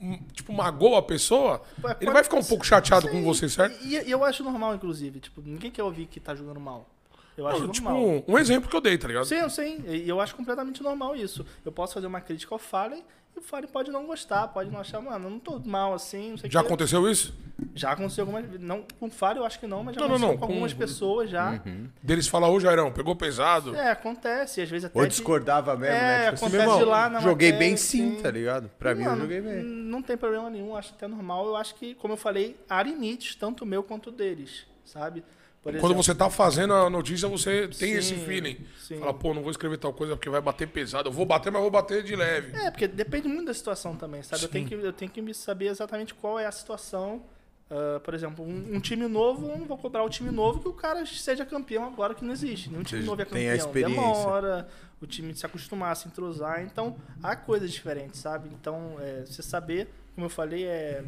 [SPEAKER 2] hum, tipo, magoa a pessoa,
[SPEAKER 3] É,
[SPEAKER 2] ele
[SPEAKER 3] pode
[SPEAKER 2] vai ficar um pouco chateado com
[SPEAKER 3] Sim,
[SPEAKER 2] você, certo?
[SPEAKER 3] E, e eu acho normal, inclusive. Tipo, ninguém quer ouvir que tá jogando mal. Eu acho
[SPEAKER 2] Não, tipo,
[SPEAKER 3] normal.
[SPEAKER 2] um exemplo que eu dei, tá ligado?
[SPEAKER 3] Sim, sim. E eu acho completamente normal isso. Eu posso fazer uma crítica ao Fallen E o Fábio pode não gostar, pode não achar, mano, eu não tô mal assim, não sei o
[SPEAKER 2] Já
[SPEAKER 3] quê.
[SPEAKER 2] aconteceu isso?
[SPEAKER 3] Já aconteceu algumas vezes. Não, com o Fábio eu acho que não, mas já
[SPEAKER 2] Não, não,
[SPEAKER 3] aconteceu
[SPEAKER 2] não, com-
[SPEAKER 3] com
[SPEAKER 2] Uhum.
[SPEAKER 3] algumas pessoas já.
[SPEAKER 2] Deles falar, ô Jairão, pegou pesado.
[SPEAKER 3] É, acontece. e Às vezes até.
[SPEAKER 1] Ou
[SPEAKER 3] de-
[SPEAKER 1] discordava mesmo, né?
[SPEAKER 3] É,
[SPEAKER 1] Tipo assim,
[SPEAKER 3] acontece
[SPEAKER 1] meu irmão,
[SPEAKER 3] de lá na
[SPEAKER 1] joguei
[SPEAKER 3] matéria,
[SPEAKER 1] bem sim,
[SPEAKER 3] sim.
[SPEAKER 1] tá ligado? Pra mim, eu
[SPEAKER 3] Mano, hum,
[SPEAKER 1] joguei bem.
[SPEAKER 3] Não tem problema nenhum, acho até normal. Eu acho que, como eu falei, há limites, tanto meu quanto deles, sabe? Por
[SPEAKER 2] Quando
[SPEAKER 3] exemplo,
[SPEAKER 2] você tá fazendo a notícia, você tem
[SPEAKER 3] Sim,
[SPEAKER 2] esse feeling.
[SPEAKER 3] sim.
[SPEAKER 2] Fala, pô, não vou escrever tal coisa porque vai bater pesado. Eu vou bater, mas vou bater de leve.
[SPEAKER 3] É, porque depende muito da situação também, sabe? Eu tenho, que, eu tenho que me saber exatamente qual é a situação. Ah, por exemplo, um, um time novo, eu não vou cobrar o time novo que o cara seja campeão agora que não existe. Nenhum time
[SPEAKER 1] Você
[SPEAKER 3] novo é
[SPEAKER 1] tem a
[SPEAKER 3] campeão.
[SPEAKER 1] experiência.
[SPEAKER 3] Demora o time se acostumar, se entrosar. Então, há coisas diferentes, sabe? Então, é, você saber, como eu falei, é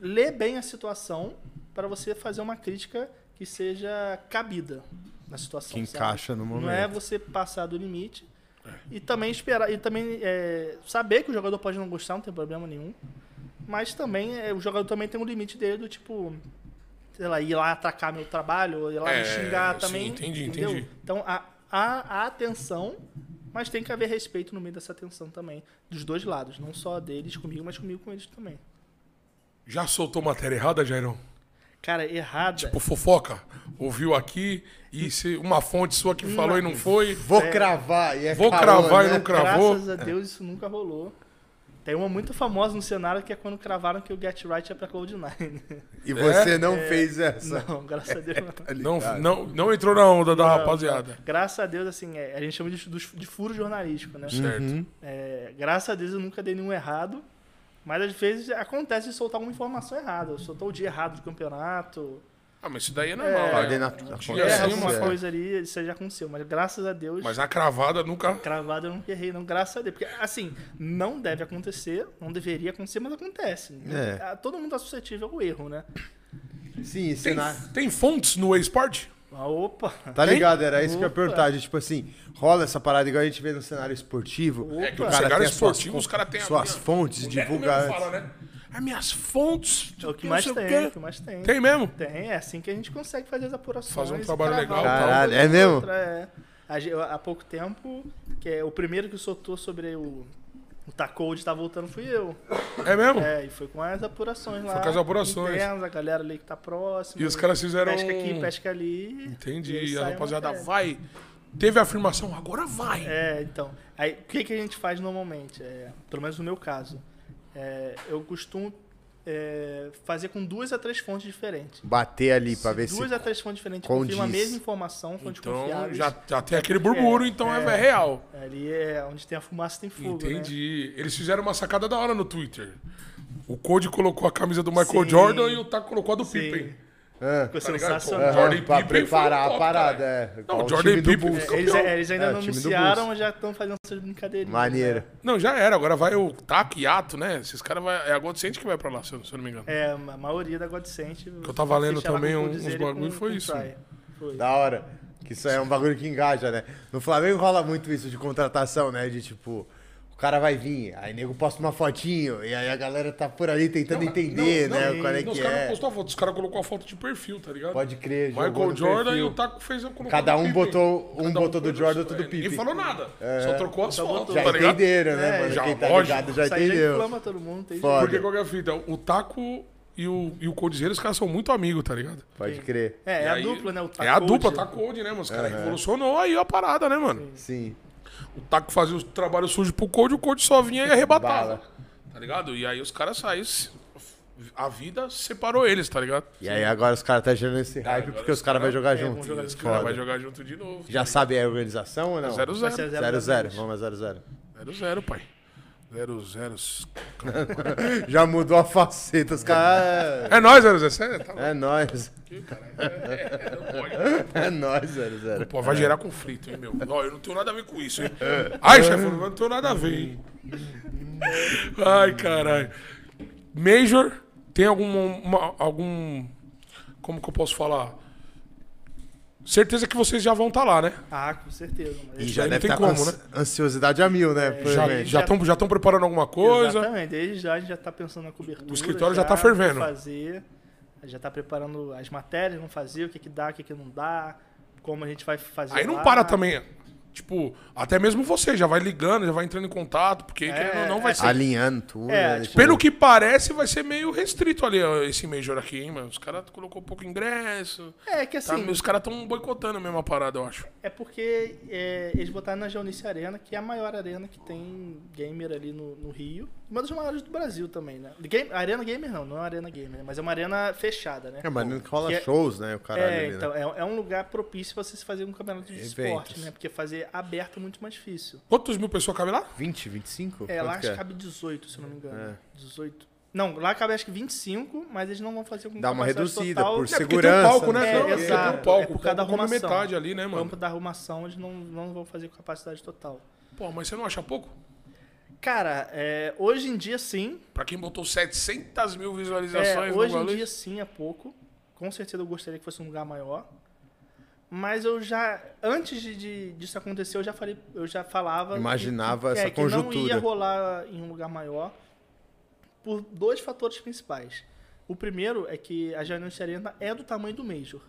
[SPEAKER 3] ler bem a situação para você fazer uma crítica que seja cabida na situação.
[SPEAKER 1] Que
[SPEAKER 3] sabe?
[SPEAKER 1] encaixa no
[SPEAKER 3] Não é
[SPEAKER 1] momento.
[SPEAKER 3] você passar do limite
[SPEAKER 2] É.
[SPEAKER 3] e também esperar e também é, saber que o jogador pode não gostar, não tem problema nenhum. Mas também é, o jogador também tem um limite dele do tipo, sei lá, ir lá atacar meu trabalho, ou ir lá
[SPEAKER 2] É,
[SPEAKER 3] me xingar
[SPEAKER 2] sim,
[SPEAKER 3] também.
[SPEAKER 2] entendi,
[SPEAKER 3] entendeu?
[SPEAKER 2] entendi.
[SPEAKER 3] Então há, há, há atenção, mas tem que haver respeito no meio dessa atenção também, dos dois lados, não só deles comigo, mas comigo com eles também.
[SPEAKER 2] Já soltou matéria errada, Jairão?
[SPEAKER 3] Cara, errada.
[SPEAKER 2] Tipo, fofoca. Ouviu aqui e se uma fonte sua que falou e não foi.
[SPEAKER 1] Vou cravar e é
[SPEAKER 2] Vou
[SPEAKER 1] caô,
[SPEAKER 2] cravar e
[SPEAKER 1] né?
[SPEAKER 2] não cravou.
[SPEAKER 3] Graças a Deus isso nunca rolou. Tem uma muito famosa no cenário que é quando cravaram que o Get Right é pra Cloud9.
[SPEAKER 1] E
[SPEAKER 2] É?
[SPEAKER 1] você não fez essa.
[SPEAKER 3] Não, graças a Deus não.
[SPEAKER 2] Não, não, não entrou na onda da
[SPEAKER 3] Não,
[SPEAKER 2] rapaziada.
[SPEAKER 3] não. Graças a Deus, assim, é, a gente chama de, dos- de furo jornalístico, né?
[SPEAKER 2] Certo.
[SPEAKER 3] É, graças a Deus eu nunca dei nenhum errado. Mas às vezes acontece de soltar alguma informação errada. Eu soltou o dia errado do campeonato.
[SPEAKER 2] Ah, mas isso daí é normal.
[SPEAKER 1] Ordem
[SPEAKER 2] né?
[SPEAKER 1] na-
[SPEAKER 2] tinha
[SPEAKER 1] acontece,
[SPEAKER 3] erra alguma
[SPEAKER 1] é.
[SPEAKER 3] coisa ali, isso aí já aconteceu. Mas graças a Deus.
[SPEAKER 2] Mas a cravada nunca.
[SPEAKER 3] Cravado eu não errei, não, graças a Deus. Porque, assim, não deve acontecer, não deveria acontecer, mas acontece.
[SPEAKER 1] É.
[SPEAKER 3] Ah, Todo mundo é suscetível ao erro, né?
[SPEAKER 1] Sim, e
[SPEAKER 2] Tem,
[SPEAKER 1] cenário.
[SPEAKER 2] tem fontes no eSport?
[SPEAKER 3] Ah, opa!
[SPEAKER 1] Tá
[SPEAKER 2] Tem?
[SPEAKER 1] ligado? Era isso que eu ia
[SPEAKER 3] Opa.
[SPEAKER 1] perguntar. de, Tipo assim, rola essa parada igual a gente vê no cenário esportivo.
[SPEAKER 3] Opa. É que no
[SPEAKER 1] O
[SPEAKER 2] cenário
[SPEAKER 1] tem as suas
[SPEAKER 2] esportivo,
[SPEAKER 1] fon-
[SPEAKER 2] os cara tem a
[SPEAKER 1] Suas
[SPEAKER 2] minha-
[SPEAKER 1] fontes, divulgar.
[SPEAKER 2] Fala, né? As minhas fontes.
[SPEAKER 3] É o que
[SPEAKER 2] não
[SPEAKER 3] mais
[SPEAKER 2] sei o
[SPEAKER 3] tem,
[SPEAKER 2] quê.
[SPEAKER 3] o que mais tem.
[SPEAKER 2] Tem mesmo?
[SPEAKER 3] Tem, é assim que a gente consegue fazer as apurações.
[SPEAKER 2] Fazer um trabalho
[SPEAKER 3] e
[SPEAKER 2] legal,
[SPEAKER 3] cravar uma
[SPEAKER 1] Caralho,
[SPEAKER 3] coisa
[SPEAKER 1] é
[SPEAKER 3] na
[SPEAKER 1] mesmo?
[SPEAKER 3] outra, é. A ge- Há pouco tempo, que é o primeiro que soltou sobre o, o Tacode tá voltando fui eu.
[SPEAKER 2] É mesmo?
[SPEAKER 3] É, e foi com as apurações lá.
[SPEAKER 2] com as apurações.
[SPEAKER 3] Internas, a galera ali que tá próxima.
[SPEAKER 2] E os caras fizeram
[SPEAKER 3] Pesca
[SPEAKER 2] um-
[SPEAKER 3] aqui, pesca ali. e aí
[SPEAKER 2] Entendi.
[SPEAKER 3] sai
[SPEAKER 2] A
[SPEAKER 3] uma
[SPEAKER 2] rapaziada
[SPEAKER 3] matéria.
[SPEAKER 2] vai. Teve a afirmação, agora vai.
[SPEAKER 3] É, então. Aí, o que, que a gente faz normalmente? É, pelo menos no meu caso. É, eu costumo é, fazer com duas a três fontes diferentes.
[SPEAKER 1] Bater ali pra ver se.
[SPEAKER 2] é
[SPEAKER 3] duas a três fontes diferentes
[SPEAKER 1] condiz.
[SPEAKER 3] confirmam a mesma informação, fontes
[SPEAKER 2] Então
[SPEAKER 3] confiáveis.
[SPEAKER 2] já, já tem aquele burburinho, então é, é real.
[SPEAKER 3] Ali é onde tem a fumaça, tem fogo, né?
[SPEAKER 2] Entendi. Eles fizeram uma sacada da hora no Twitter. O Cody colocou a camisa do Michael Jordan e o Taco colocou a do Pippen.
[SPEAKER 1] Ah,
[SPEAKER 3] Ficou
[SPEAKER 2] Tá ligado?
[SPEAKER 3] sensacional.
[SPEAKER 2] Pô, Jordan
[SPEAKER 1] ah, pra
[SPEAKER 2] Pippen foi
[SPEAKER 1] preparar
[SPEAKER 2] top,
[SPEAKER 1] a parada.
[SPEAKER 2] cara.
[SPEAKER 1] É.
[SPEAKER 2] né? Não,
[SPEAKER 1] Igual
[SPEAKER 2] o Jordan
[SPEAKER 1] time do
[SPEAKER 2] Pippen-
[SPEAKER 1] Bulls.
[SPEAKER 2] campeão.
[SPEAKER 3] Eles, é, eles ainda
[SPEAKER 1] É,
[SPEAKER 3] não
[SPEAKER 1] o time do
[SPEAKER 3] anunciaram, mas já estão fazendo essas brincadeirinhas.
[SPEAKER 1] Maneiro.
[SPEAKER 2] Não, já era. Agora vai o Taco e Ato, né? Esses caras vai. É a Godsend que vai pra lá, se eu se eu não me engano.
[SPEAKER 3] É, a maioria da Godsent. Que
[SPEAKER 2] eu tava lendo também uns bagulho, foi isso.
[SPEAKER 3] Foi.
[SPEAKER 1] Da hora. Que isso aí é um bagulho que engaja, né? No Flamengo rola muito isso de contratação, né? De tipo, o cara vai vir, aí nego posta uma fotinho, e aí a galera tá por ali tentando entender,
[SPEAKER 2] Não,
[SPEAKER 1] né?
[SPEAKER 2] não,
[SPEAKER 1] qual é
[SPEAKER 2] não, os
[SPEAKER 1] que
[SPEAKER 2] caras não
[SPEAKER 1] é.
[SPEAKER 2] postou a foto, os caras colocou a foto de perfil, tá ligado?
[SPEAKER 1] Pode crer, jogou
[SPEAKER 2] Michael
[SPEAKER 1] no
[SPEAKER 2] Jordan
[SPEAKER 1] perfil.
[SPEAKER 2] e o Taco fez eu colocar
[SPEAKER 1] Cada
[SPEAKER 2] do
[SPEAKER 1] um
[SPEAKER 2] Pippen.
[SPEAKER 1] botou, um
[SPEAKER 2] Cada
[SPEAKER 1] botou
[SPEAKER 2] foi
[SPEAKER 1] do Jordan, outro
[SPEAKER 2] sua-
[SPEAKER 1] do
[SPEAKER 2] é,
[SPEAKER 1] Pippen. É.
[SPEAKER 2] Ninguém falou nada. Só trocou as fotos,
[SPEAKER 3] botou.
[SPEAKER 1] Já
[SPEAKER 2] tá ligado?
[SPEAKER 1] entenderam, né,
[SPEAKER 3] É,
[SPEAKER 1] mano?
[SPEAKER 2] já,
[SPEAKER 1] Quem tá
[SPEAKER 2] lógico. é
[SPEAKER 1] ligado já
[SPEAKER 3] Isso aí
[SPEAKER 1] entendeu.
[SPEAKER 3] inflama todo mundo. Tem
[SPEAKER 1] Foda.
[SPEAKER 2] Porque qual que é a fita? O Taco e o, e o Codizera, os caras são muito amigos, tá ligado?
[SPEAKER 1] Pode crer.
[SPEAKER 3] É,
[SPEAKER 2] E
[SPEAKER 3] é a
[SPEAKER 2] aí-
[SPEAKER 3] dupla, né? O
[SPEAKER 2] é a
[SPEAKER 3] Tacode.
[SPEAKER 2] dupla, Taco Old, né, mano? Os caras revolucionou aí a parada, né, mano?
[SPEAKER 1] Sim.
[SPEAKER 2] O Taco fazia o trabalho sujo pro Code, o Code só vinha e arrebatava.
[SPEAKER 1] Bala.
[SPEAKER 2] Tá ligado? E aí os caras saíram. A vida separou eles, tá ligado?
[SPEAKER 1] E aí agora os caras tá gerando esse hype
[SPEAKER 2] agora
[SPEAKER 1] porque
[SPEAKER 2] os
[SPEAKER 1] os caras vão jogar
[SPEAKER 3] vão
[SPEAKER 1] junto.
[SPEAKER 3] jogar
[SPEAKER 2] Os
[SPEAKER 1] Foda.
[SPEAKER 2] caras vão jogar junto de novo.
[SPEAKER 1] Já sabe a organização ou não?
[SPEAKER 2] 0-0.
[SPEAKER 1] Zero,
[SPEAKER 3] Vai ser
[SPEAKER 2] 0-0,
[SPEAKER 3] zero da
[SPEAKER 1] zero.
[SPEAKER 3] vez.
[SPEAKER 1] Vamos a 0-0.
[SPEAKER 2] pai. 0-0.
[SPEAKER 1] Já mudou a faceta, os caras.
[SPEAKER 2] É nóis, 0-0. Sério? Tá
[SPEAKER 1] É nóis.
[SPEAKER 2] bom.
[SPEAKER 1] É nóis, 0-0.
[SPEAKER 2] Pô, vai gerar conflito, hein, meu? Ó, eu não tenho nada a ver com isso, hein? Ai, chefe, eu não tenho nada a ver, hein? Ai, caralho. Major, tem alguma, uma- algum. Como que eu posso falar? Certeza que vocês já vão estar lá, né?
[SPEAKER 3] Ah, com certeza. Mas
[SPEAKER 1] E
[SPEAKER 3] eles-
[SPEAKER 1] já
[SPEAKER 2] aí não
[SPEAKER 1] deve
[SPEAKER 2] tem
[SPEAKER 1] estar
[SPEAKER 2] como,
[SPEAKER 1] com ans- né? ansiosidade a mil, né?
[SPEAKER 2] tá Já
[SPEAKER 1] provavelmente.
[SPEAKER 2] já estão já tão preparando alguma coisa.
[SPEAKER 3] é Exatamente. Desde já a gente já tá pensando na cobertura.
[SPEAKER 2] O escritório já tá fervendo.
[SPEAKER 3] vai Fazer, já tá preparando as matérias, vamos fazer, o que que dá, o que que não dá, como a gente vai fazer
[SPEAKER 2] Aí não
[SPEAKER 3] lá.
[SPEAKER 2] para também. Tipo, até mesmo você já vai ligando, já vai entrando em contato, porque querendo ou não vai ser.
[SPEAKER 1] Alinhando tudo.
[SPEAKER 3] É,
[SPEAKER 1] né?
[SPEAKER 3] tipo,
[SPEAKER 2] Pelo que parece, vai ser meio restrito ali ó, esse Major aqui, hein, mano? Os caras colocou pouco ingresso.
[SPEAKER 3] É que
[SPEAKER 2] tá?
[SPEAKER 3] assim,
[SPEAKER 2] Os caras estão boicotando a mesma parada, eu acho.
[SPEAKER 3] é porque é, eles botaram na Geonice Arena, que é a maior arena que tem gamer ali no, no Rio. Uma das maiores do Brasil também, né? Game, arena gamer não, não é uma arena gamer, né? mas é uma arena fechada, né?
[SPEAKER 1] É, mas não rola
[SPEAKER 3] Que é-
[SPEAKER 1] shows, né? O caralho
[SPEAKER 3] é,
[SPEAKER 1] ali, né?
[SPEAKER 3] então, é, é um lugar propício pra você se fazer um campeonato de esporte,
[SPEAKER 1] Eventos.
[SPEAKER 3] né? Porque fazer aberto é muito mais difícil.
[SPEAKER 2] Quantos mil pessoas cabem lá? É,
[SPEAKER 1] 20, 25?
[SPEAKER 3] É,
[SPEAKER 1] Quanto
[SPEAKER 3] lá
[SPEAKER 1] que é?
[SPEAKER 3] cabe 18, se eu não me engano. 18. Não, lá cabe acho que 25, mas eles não vão fazer com
[SPEAKER 1] Dá uma
[SPEAKER 3] capacidade
[SPEAKER 1] reduzida,
[SPEAKER 3] total.
[SPEAKER 1] por
[SPEAKER 2] É, porque
[SPEAKER 1] Segurança,
[SPEAKER 2] tem um palco,
[SPEAKER 1] né?
[SPEAKER 2] né?
[SPEAKER 3] É,
[SPEAKER 2] Não, porque
[SPEAKER 3] exato.
[SPEAKER 2] Tem um palco.
[SPEAKER 3] É por causa da
[SPEAKER 2] o palco come
[SPEAKER 3] arrumação.
[SPEAKER 2] metade ali, né,
[SPEAKER 3] No
[SPEAKER 2] mano?
[SPEAKER 3] campo da arrumação, eles não, não vão fazer com capacidade total.
[SPEAKER 2] Pô, mas você não acha pouco?
[SPEAKER 3] Cara, é, hoje em dia sim.
[SPEAKER 2] Pra quem botou 700 mil
[SPEAKER 3] É,
[SPEAKER 2] visualizações no
[SPEAKER 3] hoje em
[SPEAKER 2] Valês.
[SPEAKER 3] dia sim é pouco. Com certeza eu gostaria que fosse um lugar maior. Mas eu já, antes de, de- disso acontecer, eu já, falei, eu já falava. que-
[SPEAKER 1] Imaginava
[SPEAKER 3] que, é,
[SPEAKER 1] essa
[SPEAKER 3] que não
[SPEAKER 1] conjuntura.
[SPEAKER 3] ia rolar em um lugar maior por dois fatores principais. O primeiro é que a Janus Arena é do tamanho do Major.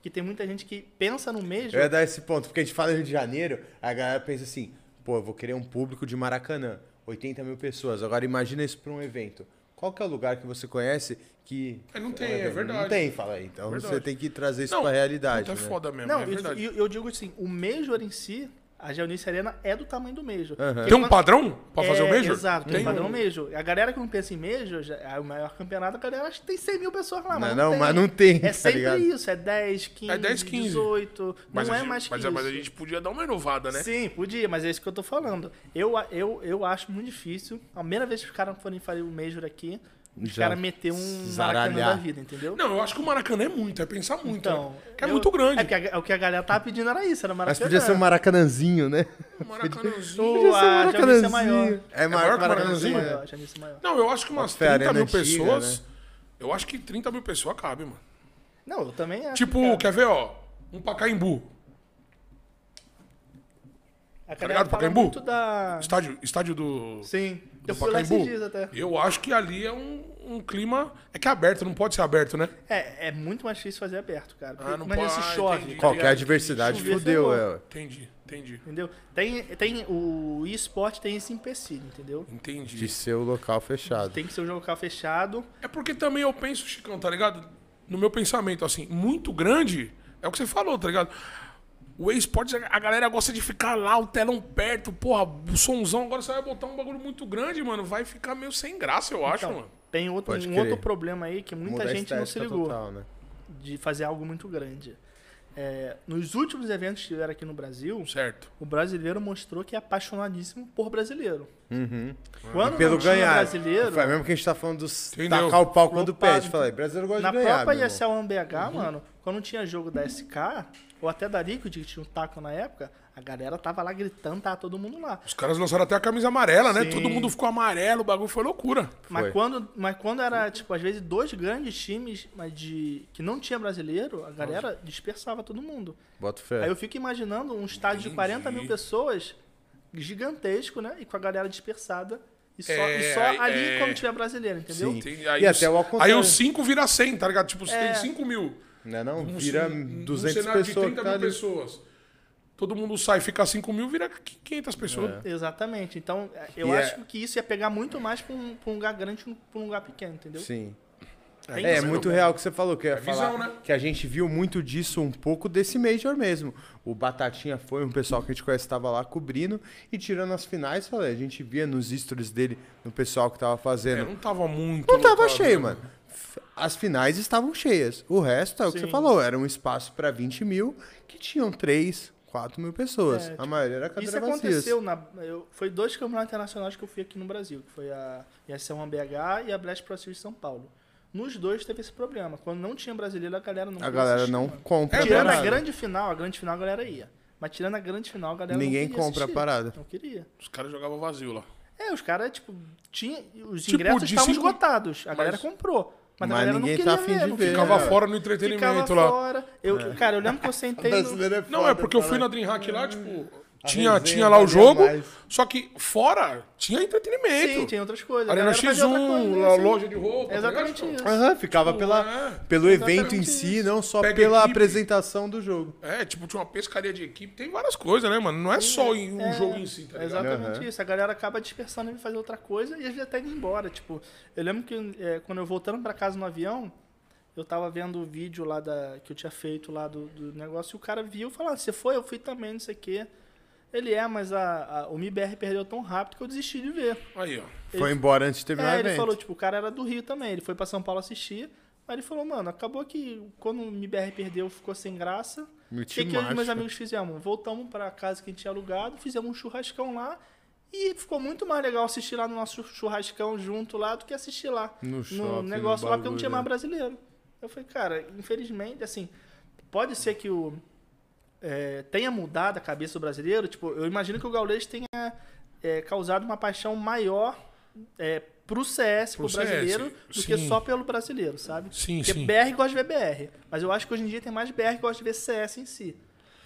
[SPEAKER 3] Que tem muita gente que pensa no Major.
[SPEAKER 1] Eu ia dar esse ponto, porque a gente fala Rio de Janeiro, a galera pensa assim, pô, eu vou querer um público de Maracanã, 80 mil pessoas. Agora imagina isso pra um evento. Qual que é o lugar que você conhece que.
[SPEAKER 2] É, não tem,
[SPEAKER 1] um
[SPEAKER 2] é
[SPEAKER 1] evento?
[SPEAKER 2] verdade. É
[SPEAKER 1] Não tem, fala aí. Então
[SPEAKER 2] Verdade.
[SPEAKER 1] você tem que trazer isso
[SPEAKER 2] Não,
[SPEAKER 1] pra realidade.
[SPEAKER 2] Puta, é
[SPEAKER 1] né?
[SPEAKER 2] foda mesmo,
[SPEAKER 3] Não,
[SPEAKER 2] é
[SPEAKER 3] e-
[SPEAKER 2] verdade.
[SPEAKER 3] e eu, digo assim, o Major em si, a Geonice Arena é do tamanho do Major.
[SPEAKER 1] Aham.
[SPEAKER 3] Porque
[SPEAKER 2] Tem um
[SPEAKER 3] quando-
[SPEAKER 2] padrão pra fazer o
[SPEAKER 3] É,
[SPEAKER 2] Major?
[SPEAKER 3] Exato, tem
[SPEAKER 2] Tem
[SPEAKER 3] um padrão
[SPEAKER 2] um-
[SPEAKER 3] Major. A galera que não pensa em Major, já- é o maior campeonato, a galera acha que tem 100 mil pessoas lá,
[SPEAKER 1] Não,
[SPEAKER 3] mas não,
[SPEAKER 1] não,
[SPEAKER 3] tem.
[SPEAKER 1] mas não tem,
[SPEAKER 3] É
[SPEAKER 1] tá
[SPEAKER 3] sempre
[SPEAKER 1] ligado?
[SPEAKER 3] isso, é 10, 15,
[SPEAKER 2] É 10, 15.
[SPEAKER 3] 18,
[SPEAKER 2] Mas
[SPEAKER 3] não
[SPEAKER 2] a
[SPEAKER 3] é
[SPEAKER 2] gente-
[SPEAKER 3] mais que
[SPEAKER 2] mas,
[SPEAKER 3] isso.
[SPEAKER 2] mas a gente podia dar uma inovada, né?
[SPEAKER 3] Sim, podia, mas é isso que eu tô falando. Eu, a- eu, eu acho muito difícil. A primeira vez que os caras forem fazer o Major aqui, os
[SPEAKER 1] Já
[SPEAKER 3] caras meter um
[SPEAKER 1] zaralhar.
[SPEAKER 3] maracanã da vida, entendeu?
[SPEAKER 2] Não, eu acho que o Maracanã é muito, é pensar muito.
[SPEAKER 3] Então,
[SPEAKER 2] né? Que é
[SPEAKER 3] eu-
[SPEAKER 2] muito grande.
[SPEAKER 3] É que a- o que a galera tava pedindo era isso, era
[SPEAKER 1] Mas
[SPEAKER 3] maracanã.
[SPEAKER 1] podia ser um Maracanãzinho, né?
[SPEAKER 2] O Maracanãzinho.
[SPEAKER 3] Ou a
[SPEAKER 1] Podia ser um
[SPEAKER 3] Janice é maior.
[SPEAKER 1] É
[SPEAKER 2] maior
[SPEAKER 1] maior
[SPEAKER 2] que o
[SPEAKER 1] que
[SPEAKER 2] Maracanãzinho?
[SPEAKER 1] Maracanãzinho.
[SPEAKER 3] Maior,
[SPEAKER 1] né?
[SPEAKER 3] a Janice é maior.
[SPEAKER 2] Não, eu acho que umas
[SPEAKER 1] Fé,
[SPEAKER 2] 30 mil
[SPEAKER 1] arena antiga,
[SPEAKER 3] né?
[SPEAKER 2] pessoas. Eu acho que 30 mil pessoas cabe, mano.
[SPEAKER 3] Não, eu também acho. é.
[SPEAKER 2] Tipo,
[SPEAKER 3] cara.
[SPEAKER 2] quer ver, ó? Um Pacaembu.
[SPEAKER 3] A
[SPEAKER 2] Tá
[SPEAKER 3] galera
[SPEAKER 2] ligado,
[SPEAKER 3] fala
[SPEAKER 2] Pacaembu?
[SPEAKER 3] muito da...
[SPEAKER 2] Estádio, estádio do.
[SPEAKER 3] Sim.
[SPEAKER 2] do
[SPEAKER 3] Eu fui lá esses
[SPEAKER 2] Pacaembu.
[SPEAKER 3] dias até.
[SPEAKER 2] Eu acho que ali é um, um clima. É que é aberto, não pode ser aberto, né?
[SPEAKER 3] É, é muito mais difícil fazer aberto, cara. Porque,
[SPEAKER 2] Ah, não
[SPEAKER 3] imagina
[SPEAKER 2] pode,
[SPEAKER 3] se chove,
[SPEAKER 2] entendi.
[SPEAKER 3] tá ligado?
[SPEAKER 1] Qualquer adversidade
[SPEAKER 3] Chover,
[SPEAKER 1] fudeu,
[SPEAKER 3] ferrou.
[SPEAKER 1] é. ué.
[SPEAKER 2] Entendi, entendi.
[SPEAKER 3] entendeu? Tem, tem, o esporte tem esse empecilho, entendeu?
[SPEAKER 2] Entendi.
[SPEAKER 1] De ser o local fechado.
[SPEAKER 3] Tem que ser um local fechado.
[SPEAKER 2] É porque também eu penso, Chicão, tá ligado? No meu pensamento, assim, muito grande é o que você falou, tá ligado? O esporte, a galera gosta de ficar lá, o telão perto, porra, o somzão. Agora você vai botar um bagulho muito grande, mano. Vai ficar meio sem graça, eu acho, mano.
[SPEAKER 3] Tem outro,
[SPEAKER 1] Pode
[SPEAKER 3] um
[SPEAKER 1] crer.
[SPEAKER 3] outro problema aí que muita
[SPEAKER 1] Mudar a
[SPEAKER 3] gente não se
[SPEAKER 1] estética
[SPEAKER 3] ligou
[SPEAKER 1] total, né?
[SPEAKER 3] de fazer algo muito grande. É, nos últimos eventos que tiveram aqui no Brasil,
[SPEAKER 2] Certo.
[SPEAKER 3] o brasileiro mostrou que é apaixonadíssimo por brasileiro. Quando
[SPEAKER 1] Pelo
[SPEAKER 3] não tinha
[SPEAKER 1] ganhar.
[SPEAKER 3] brasileiro,
[SPEAKER 1] Uhum. Foi mesmo que a gente tá falando dos
[SPEAKER 2] Entendeu?
[SPEAKER 1] tacar o pau quando
[SPEAKER 3] Lotado.
[SPEAKER 1] pede. Falei, brasileiro gosta
[SPEAKER 3] Na
[SPEAKER 1] de ganhar. meu
[SPEAKER 3] própria
[SPEAKER 1] irmão. Uhum.
[SPEAKER 3] ESL 1BH, mano, quando tinha jogo da SK, ou até da Liquid, que tinha um taco na época, a galera tava lá gritando, tava todo mundo lá.
[SPEAKER 2] Os caras lançaram até a camisa amarela, né?
[SPEAKER 3] Sim.
[SPEAKER 2] Todo mundo ficou amarelo, o bagulho foi loucura.
[SPEAKER 3] Mas quando, mas quando era, tipo, às vezes dois grandes times mas de que não tinha brasileiro, a galera dispersava todo mundo.
[SPEAKER 1] Bota fé.
[SPEAKER 3] Aí eu fico imaginando um estádio de 40 mil
[SPEAKER 2] Entendi.
[SPEAKER 3] pessoas, gigantesco, né? E com a galera dispersada. E só,
[SPEAKER 2] É,
[SPEAKER 3] e só
[SPEAKER 2] aí-
[SPEAKER 3] ali
[SPEAKER 2] é.
[SPEAKER 3] quando tiver brasileiro, entendeu?
[SPEAKER 1] Sim.
[SPEAKER 2] Tem-
[SPEAKER 1] E
[SPEAKER 2] os-
[SPEAKER 1] até o ao
[SPEAKER 2] Aí
[SPEAKER 1] contrário.
[SPEAKER 2] os 5 vira 100, tá ligado? Tipo, se
[SPEAKER 3] É.
[SPEAKER 2] tem 5 mil.
[SPEAKER 1] Não é não?
[SPEAKER 2] num-
[SPEAKER 1] Vira
[SPEAKER 2] num
[SPEAKER 1] 200
[SPEAKER 2] cenário
[SPEAKER 1] pessoas.
[SPEAKER 2] de 30
[SPEAKER 1] tá ali.
[SPEAKER 2] mil pessoas. Todo mundo sai, fica 5 mil, vira 500 pessoas.
[SPEAKER 1] É.
[SPEAKER 3] Exatamente. Então, eu
[SPEAKER 1] E é-
[SPEAKER 3] acho que isso ia pegar muito mais pra um, pra um lugar grande que pra um lugar pequeno, entendeu?
[SPEAKER 1] Sim.
[SPEAKER 3] Tem
[SPEAKER 1] É, é
[SPEAKER 3] isso,
[SPEAKER 2] assim,
[SPEAKER 3] né?
[SPEAKER 1] muito real o que você falou, que eu ia
[SPEAKER 2] É visão,
[SPEAKER 1] falar
[SPEAKER 2] né?
[SPEAKER 1] que a gente viu muito disso um pouco desse Major mesmo. O Batatinha foi um pessoal que a gente conhece estava lá cobrindo e tirando as finais, falei, a gente via nos stories dele, no pessoal que tava
[SPEAKER 2] É,
[SPEAKER 1] fazendo.
[SPEAKER 2] não tava muito.
[SPEAKER 1] não tava
[SPEAKER 2] lotado,
[SPEAKER 1] cheio,
[SPEAKER 2] né?
[SPEAKER 1] mano. F- As finais estavam cheias. O resto é o que
[SPEAKER 3] Sim.
[SPEAKER 1] você falou, era um espaço para 20 mil que tinham 3, 4 mil pessoas.
[SPEAKER 3] É, tipo,
[SPEAKER 1] a maioria era cadeira
[SPEAKER 3] Isso
[SPEAKER 1] vazias.
[SPEAKER 3] aconteceu na. Eu, foi dois campeonatos internacionais que eu fui aqui no Brasil, que foi um a IS1 BH e a Blast Pro Series de São Paulo. Nos dois teve esse problema. Quando não tinha brasileiro, a galera não
[SPEAKER 1] A
[SPEAKER 3] queria
[SPEAKER 1] galera
[SPEAKER 3] assistir,
[SPEAKER 1] não
[SPEAKER 3] mano.
[SPEAKER 1] compra.
[SPEAKER 3] Tirando a
[SPEAKER 1] parada.
[SPEAKER 3] grande final, a grande final a galera ia. Mas tirando a grande final, a galera
[SPEAKER 1] Ninguém
[SPEAKER 3] não queria
[SPEAKER 1] compra a
[SPEAKER 3] assistir,
[SPEAKER 1] parada.
[SPEAKER 3] Não queria.
[SPEAKER 2] Os caras jogavam vazio lá.
[SPEAKER 3] É, os caras, tipo, tinha, os
[SPEAKER 2] Tipo,
[SPEAKER 3] ingressos
[SPEAKER 2] de
[SPEAKER 3] estavam
[SPEAKER 2] cinco-
[SPEAKER 3] esgotados. A galera comprou. Mas,
[SPEAKER 1] Mas
[SPEAKER 3] a galera não
[SPEAKER 1] ninguém
[SPEAKER 3] queria
[SPEAKER 1] tá afim
[SPEAKER 3] ver,
[SPEAKER 1] de
[SPEAKER 3] não
[SPEAKER 1] ver.
[SPEAKER 3] queria
[SPEAKER 2] Ficava
[SPEAKER 1] É.
[SPEAKER 2] fora no entretenimento
[SPEAKER 3] Ficava
[SPEAKER 2] lá.
[SPEAKER 3] fora. Eu, Cara, eu lembro que eu sentei no...
[SPEAKER 1] Brasileiro é
[SPEAKER 2] Não,
[SPEAKER 1] foda,
[SPEAKER 2] é porque eu
[SPEAKER 1] cara.
[SPEAKER 2] fui na Dreamhack lá, tipo, Tinha,
[SPEAKER 5] resenha
[SPEAKER 2] tinha lá o
[SPEAKER 5] valia
[SPEAKER 2] jogo,
[SPEAKER 5] mais.
[SPEAKER 2] só que fora tinha entretenimento.
[SPEAKER 3] Sim, tem outras coisas. A
[SPEAKER 2] Arena
[SPEAKER 3] galera fazia outra
[SPEAKER 2] X1,
[SPEAKER 3] coisa,
[SPEAKER 2] a
[SPEAKER 3] assim.
[SPEAKER 2] loja de roupa.
[SPEAKER 3] É Exatamente
[SPEAKER 2] tá ligado?
[SPEAKER 3] isso.
[SPEAKER 1] Aham, ficava
[SPEAKER 3] tipo,
[SPEAKER 1] pela,
[SPEAKER 3] né?
[SPEAKER 2] é.
[SPEAKER 1] pelo evento em
[SPEAKER 2] Exatamente
[SPEAKER 1] si,
[SPEAKER 2] isso.
[SPEAKER 1] não só
[SPEAKER 2] Pega
[SPEAKER 1] pela
[SPEAKER 2] equipe.
[SPEAKER 1] apresentação do jogo.
[SPEAKER 2] É, tipo, tinha uma pescaria de equipe, tem várias coisas, né, mano? Não é só em um jogo em si, tá
[SPEAKER 3] É
[SPEAKER 2] ligado?
[SPEAKER 3] exatamente isso. A galera acaba dispersando e fazer outra coisa e às vezes até indo embora. Tipo, eu lembro que é, quando eu voltando pra casa no avião, eu tava vendo o vídeo lá da, que eu tinha feito lá do, do negócio e o cara viu e falou: ah, Você foi? Eu fui também, não sei o quê. Ele é, mas a, a- o MIBR perdeu tão rápido que eu desisti de ver.
[SPEAKER 2] Aí, ó.
[SPEAKER 3] Ele-
[SPEAKER 1] Foi embora antes de terminar
[SPEAKER 3] É,
[SPEAKER 1] o
[SPEAKER 3] ele
[SPEAKER 1] evento.
[SPEAKER 3] falou, tipo, o cara era do Rio também, ele foi pra São Paulo assistir. Aí ele falou, mano, acabou que quando o MBR perdeu, ficou sem graça. O
[SPEAKER 1] Meu
[SPEAKER 3] que,
[SPEAKER 1] time
[SPEAKER 3] que eu e
[SPEAKER 1] macho.
[SPEAKER 3] meus amigos fizemos? Voltamos pra casa que a gente tinha alugado, fizemos um churrascão lá. E ficou muito mais legal assistir lá no nosso churrascão junto lá do que assistir lá.
[SPEAKER 1] No shopping,
[SPEAKER 3] negócio
[SPEAKER 1] no
[SPEAKER 3] lá, porque não tinha
[SPEAKER 1] bagulho,
[SPEAKER 3] mais
[SPEAKER 1] né?
[SPEAKER 3] brasileiro. Eu falei, cara, infelizmente, assim, pode ser que o. é, tenha mudado a cabeça do brasileiro. Tipo, eu imagino que o Gaulês tenha é, causado uma paixão maior é, pro CS, pro,
[SPEAKER 2] Pro CS,
[SPEAKER 3] brasileiro, do que
[SPEAKER 2] sim.
[SPEAKER 3] só pelo brasileiro, sabe?
[SPEAKER 2] Sim,
[SPEAKER 3] Porque
[SPEAKER 2] sim.
[SPEAKER 3] BR gosta de ver BR. Mas eu acho que hoje em dia tem mais BR que gosta de ver CS em si.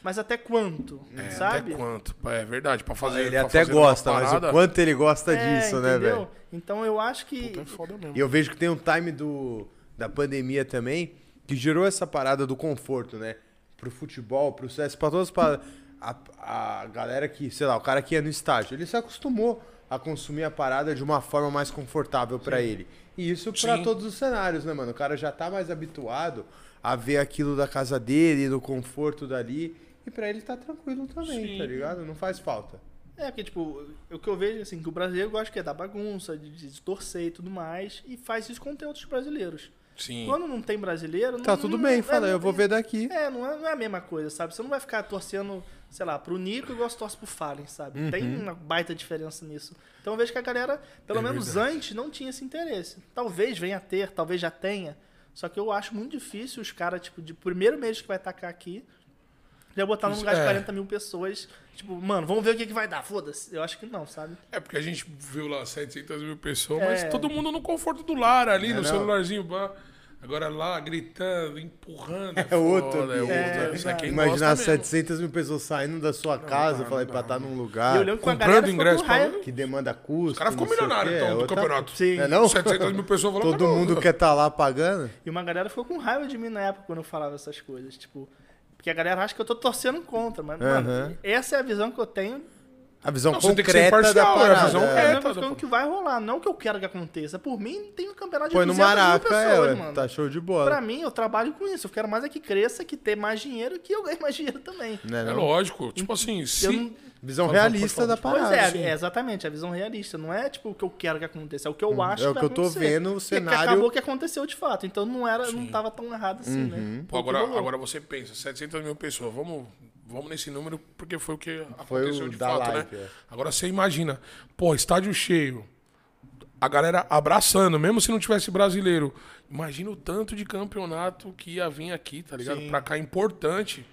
[SPEAKER 3] Mas até quanto?
[SPEAKER 2] É,
[SPEAKER 3] sabe?
[SPEAKER 2] Até quanto? É verdade, pra fazer.
[SPEAKER 1] Ele
[SPEAKER 2] pra
[SPEAKER 1] até
[SPEAKER 2] fazer
[SPEAKER 1] gosta,
[SPEAKER 2] uma
[SPEAKER 1] mas
[SPEAKER 2] parada-
[SPEAKER 1] o quanto ele gosta
[SPEAKER 3] É,
[SPEAKER 1] disso, né,
[SPEAKER 3] entendeu?
[SPEAKER 1] velho?
[SPEAKER 3] Então eu acho que.
[SPEAKER 2] É foda mesmo.
[SPEAKER 1] E eu vejo que tem um time do, da pandemia também que gerou essa parada do conforto, né? Pro futebol, pro CS, pra todas as paradas. A, a galera que, sei lá, o cara que ia no estágio, ele se acostumou a consumir a parada de uma forma mais confortável pra ele. E isso pra
[SPEAKER 2] Sim.
[SPEAKER 1] todos os cenários, né, mano? O cara já tá mais habituado a ver aquilo da casa dele, do conforto dali. E pra ele tá tranquilo também, tá ligado? Não faz falta.
[SPEAKER 3] É, porque, tipo, o que eu vejo, assim, que o brasileiro gosta que é da bagunça, de, de torcer e tudo mais, e faz isso com outros brasileiros.
[SPEAKER 2] Sim.
[SPEAKER 3] Quando não tem brasileiro...
[SPEAKER 1] Tá
[SPEAKER 3] não-
[SPEAKER 1] tudo
[SPEAKER 3] não-
[SPEAKER 1] bem,
[SPEAKER 3] é,
[SPEAKER 1] fala,
[SPEAKER 3] não
[SPEAKER 1] eu vou
[SPEAKER 3] tem-
[SPEAKER 1] ver daqui.
[SPEAKER 3] É não, é, não é a mesma coisa, sabe? Você não vai ficar torcendo, sei lá, pro Nico igual você torce pro Fallen, sabe?
[SPEAKER 2] Uhum.
[SPEAKER 3] Tem uma baita diferença nisso. Então eu vejo que a galera, pelo
[SPEAKER 2] É
[SPEAKER 3] menos antes, não tinha esse interesse. Talvez venha a ter, talvez já tenha. Só que eu acho muito difícil os caras, tipo, de primeiro mês que vai tacar aqui, já botar num
[SPEAKER 2] Isso,
[SPEAKER 3] lugar de
[SPEAKER 2] é.
[SPEAKER 3] 40 mil pessoas. Tipo, mano, vamos ver o que, que vai dar, foda-se. Eu acho que não, sabe?
[SPEAKER 2] É porque a gente viu lá 700 mil pessoas, mas
[SPEAKER 3] É.
[SPEAKER 2] todo mundo no conforto do lar ali, no
[SPEAKER 1] É, não?
[SPEAKER 2] celularzinho. pá. Agora lá, gritando, empurrando.
[SPEAKER 1] É outro,
[SPEAKER 2] foda, é
[SPEAKER 1] bicho.
[SPEAKER 2] outro.
[SPEAKER 3] É,
[SPEAKER 2] Isso aqui
[SPEAKER 1] Imaginar
[SPEAKER 2] gosta mesmo.
[SPEAKER 1] 700 mil pessoas saindo da sua casa, falei, pra estar num
[SPEAKER 3] e
[SPEAKER 1] lugar
[SPEAKER 3] eu lembro que a
[SPEAKER 2] Ah, comprando
[SPEAKER 3] galera ficou
[SPEAKER 2] ingresso
[SPEAKER 3] com
[SPEAKER 2] pra
[SPEAKER 3] raiva.
[SPEAKER 2] lá?
[SPEAKER 1] que demanda custo.
[SPEAKER 2] O cara ficou
[SPEAKER 1] não sei o
[SPEAKER 2] milionário,
[SPEAKER 1] quê,
[SPEAKER 2] então,
[SPEAKER 1] é
[SPEAKER 2] do
[SPEAKER 1] outra-
[SPEAKER 2] campeonato.
[SPEAKER 3] Sim.
[SPEAKER 1] É não?
[SPEAKER 2] 700 mil pessoas falando
[SPEAKER 1] Todo mundo quer estar lá pagando.
[SPEAKER 3] E uma galera ficou com raiva de mim na época quando eu falava essas coisas, tipo, porque a galera acha que eu tô torcendo contra, mas
[SPEAKER 1] Aham.
[SPEAKER 3] mano, essa é a visão que eu tenho.
[SPEAKER 1] A visão
[SPEAKER 2] Não, você tem que ser
[SPEAKER 1] concreta da
[SPEAKER 2] imparcial, é a
[SPEAKER 1] parada.
[SPEAKER 2] visão
[SPEAKER 1] é.
[SPEAKER 3] É,
[SPEAKER 2] É,
[SPEAKER 3] a
[SPEAKER 2] tá,
[SPEAKER 3] visão
[SPEAKER 2] pô.
[SPEAKER 3] que vai rolar, não que eu quero que aconteça. Por mim, tem um campeonato de
[SPEAKER 1] Põe no
[SPEAKER 3] 200 mil
[SPEAKER 1] maraca, é,
[SPEAKER 3] pessoas,
[SPEAKER 1] ué,
[SPEAKER 3] mano.
[SPEAKER 1] tá show de bola.
[SPEAKER 3] Pra mim, eu trabalho com isso. Eu quero mais é que cresça, que ter mais dinheiro, que eu ganhe mais dinheiro também.
[SPEAKER 1] Né,
[SPEAKER 2] É
[SPEAKER 1] não?
[SPEAKER 2] lógico. Tipo assim, se...
[SPEAKER 3] Eu não-
[SPEAKER 1] Visão
[SPEAKER 2] Pode falar,
[SPEAKER 1] realista
[SPEAKER 2] pode
[SPEAKER 1] da
[SPEAKER 2] falar.
[SPEAKER 3] Pois
[SPEAKER 1] parada.
[SPEAKER 3] é,
[SPEAKER 2] sim.
[SPEAKER 3] é, exatamente, a visão realista. Não é tipo o que eu quero que aconteça, é o que eu acho
[SPEAKER 1] é o que
[SPEAKER 3] que vai
[SPEAKER 1] eu tô
[SPEAKER 3] acontecer.
[SPEAKER 1] vendo, o
[SPEAKER 3] E
[SPEAKER 1] cenário-
[SPEAKER 3] acabou que aconteceu de fato. Então não era, não tava tão errado assim,
[SPEAKER 1] Uhum.
[SPEAKER 3] né?
[SPEAKER 2] Pô, agora,
[SPEAKER 3] Rolou.
[SPEAKER 2] agora você pensa, 700 mil pessoas, vamos, vamos nesse número porque foi o que
[SPEAKER 1] Foi
[SPEAKER 2] aconteceu
[SPEAKER 1] o
[SPEAKER 2] de
[SPEAKER 1] da
[SPEAKER 2] fato,
[SPEAKER 1] live,
[SPEAKER 2] né?
[SPEAKER 1] é.
[SPEAKER 2] Agora você imagina, pô, estádio cheio, a galera abraçando, mesmo se não tivesse brasileiro. Imagina o tanto de campeonato que ia vir aqui, tá ligado? Pra cá é importante,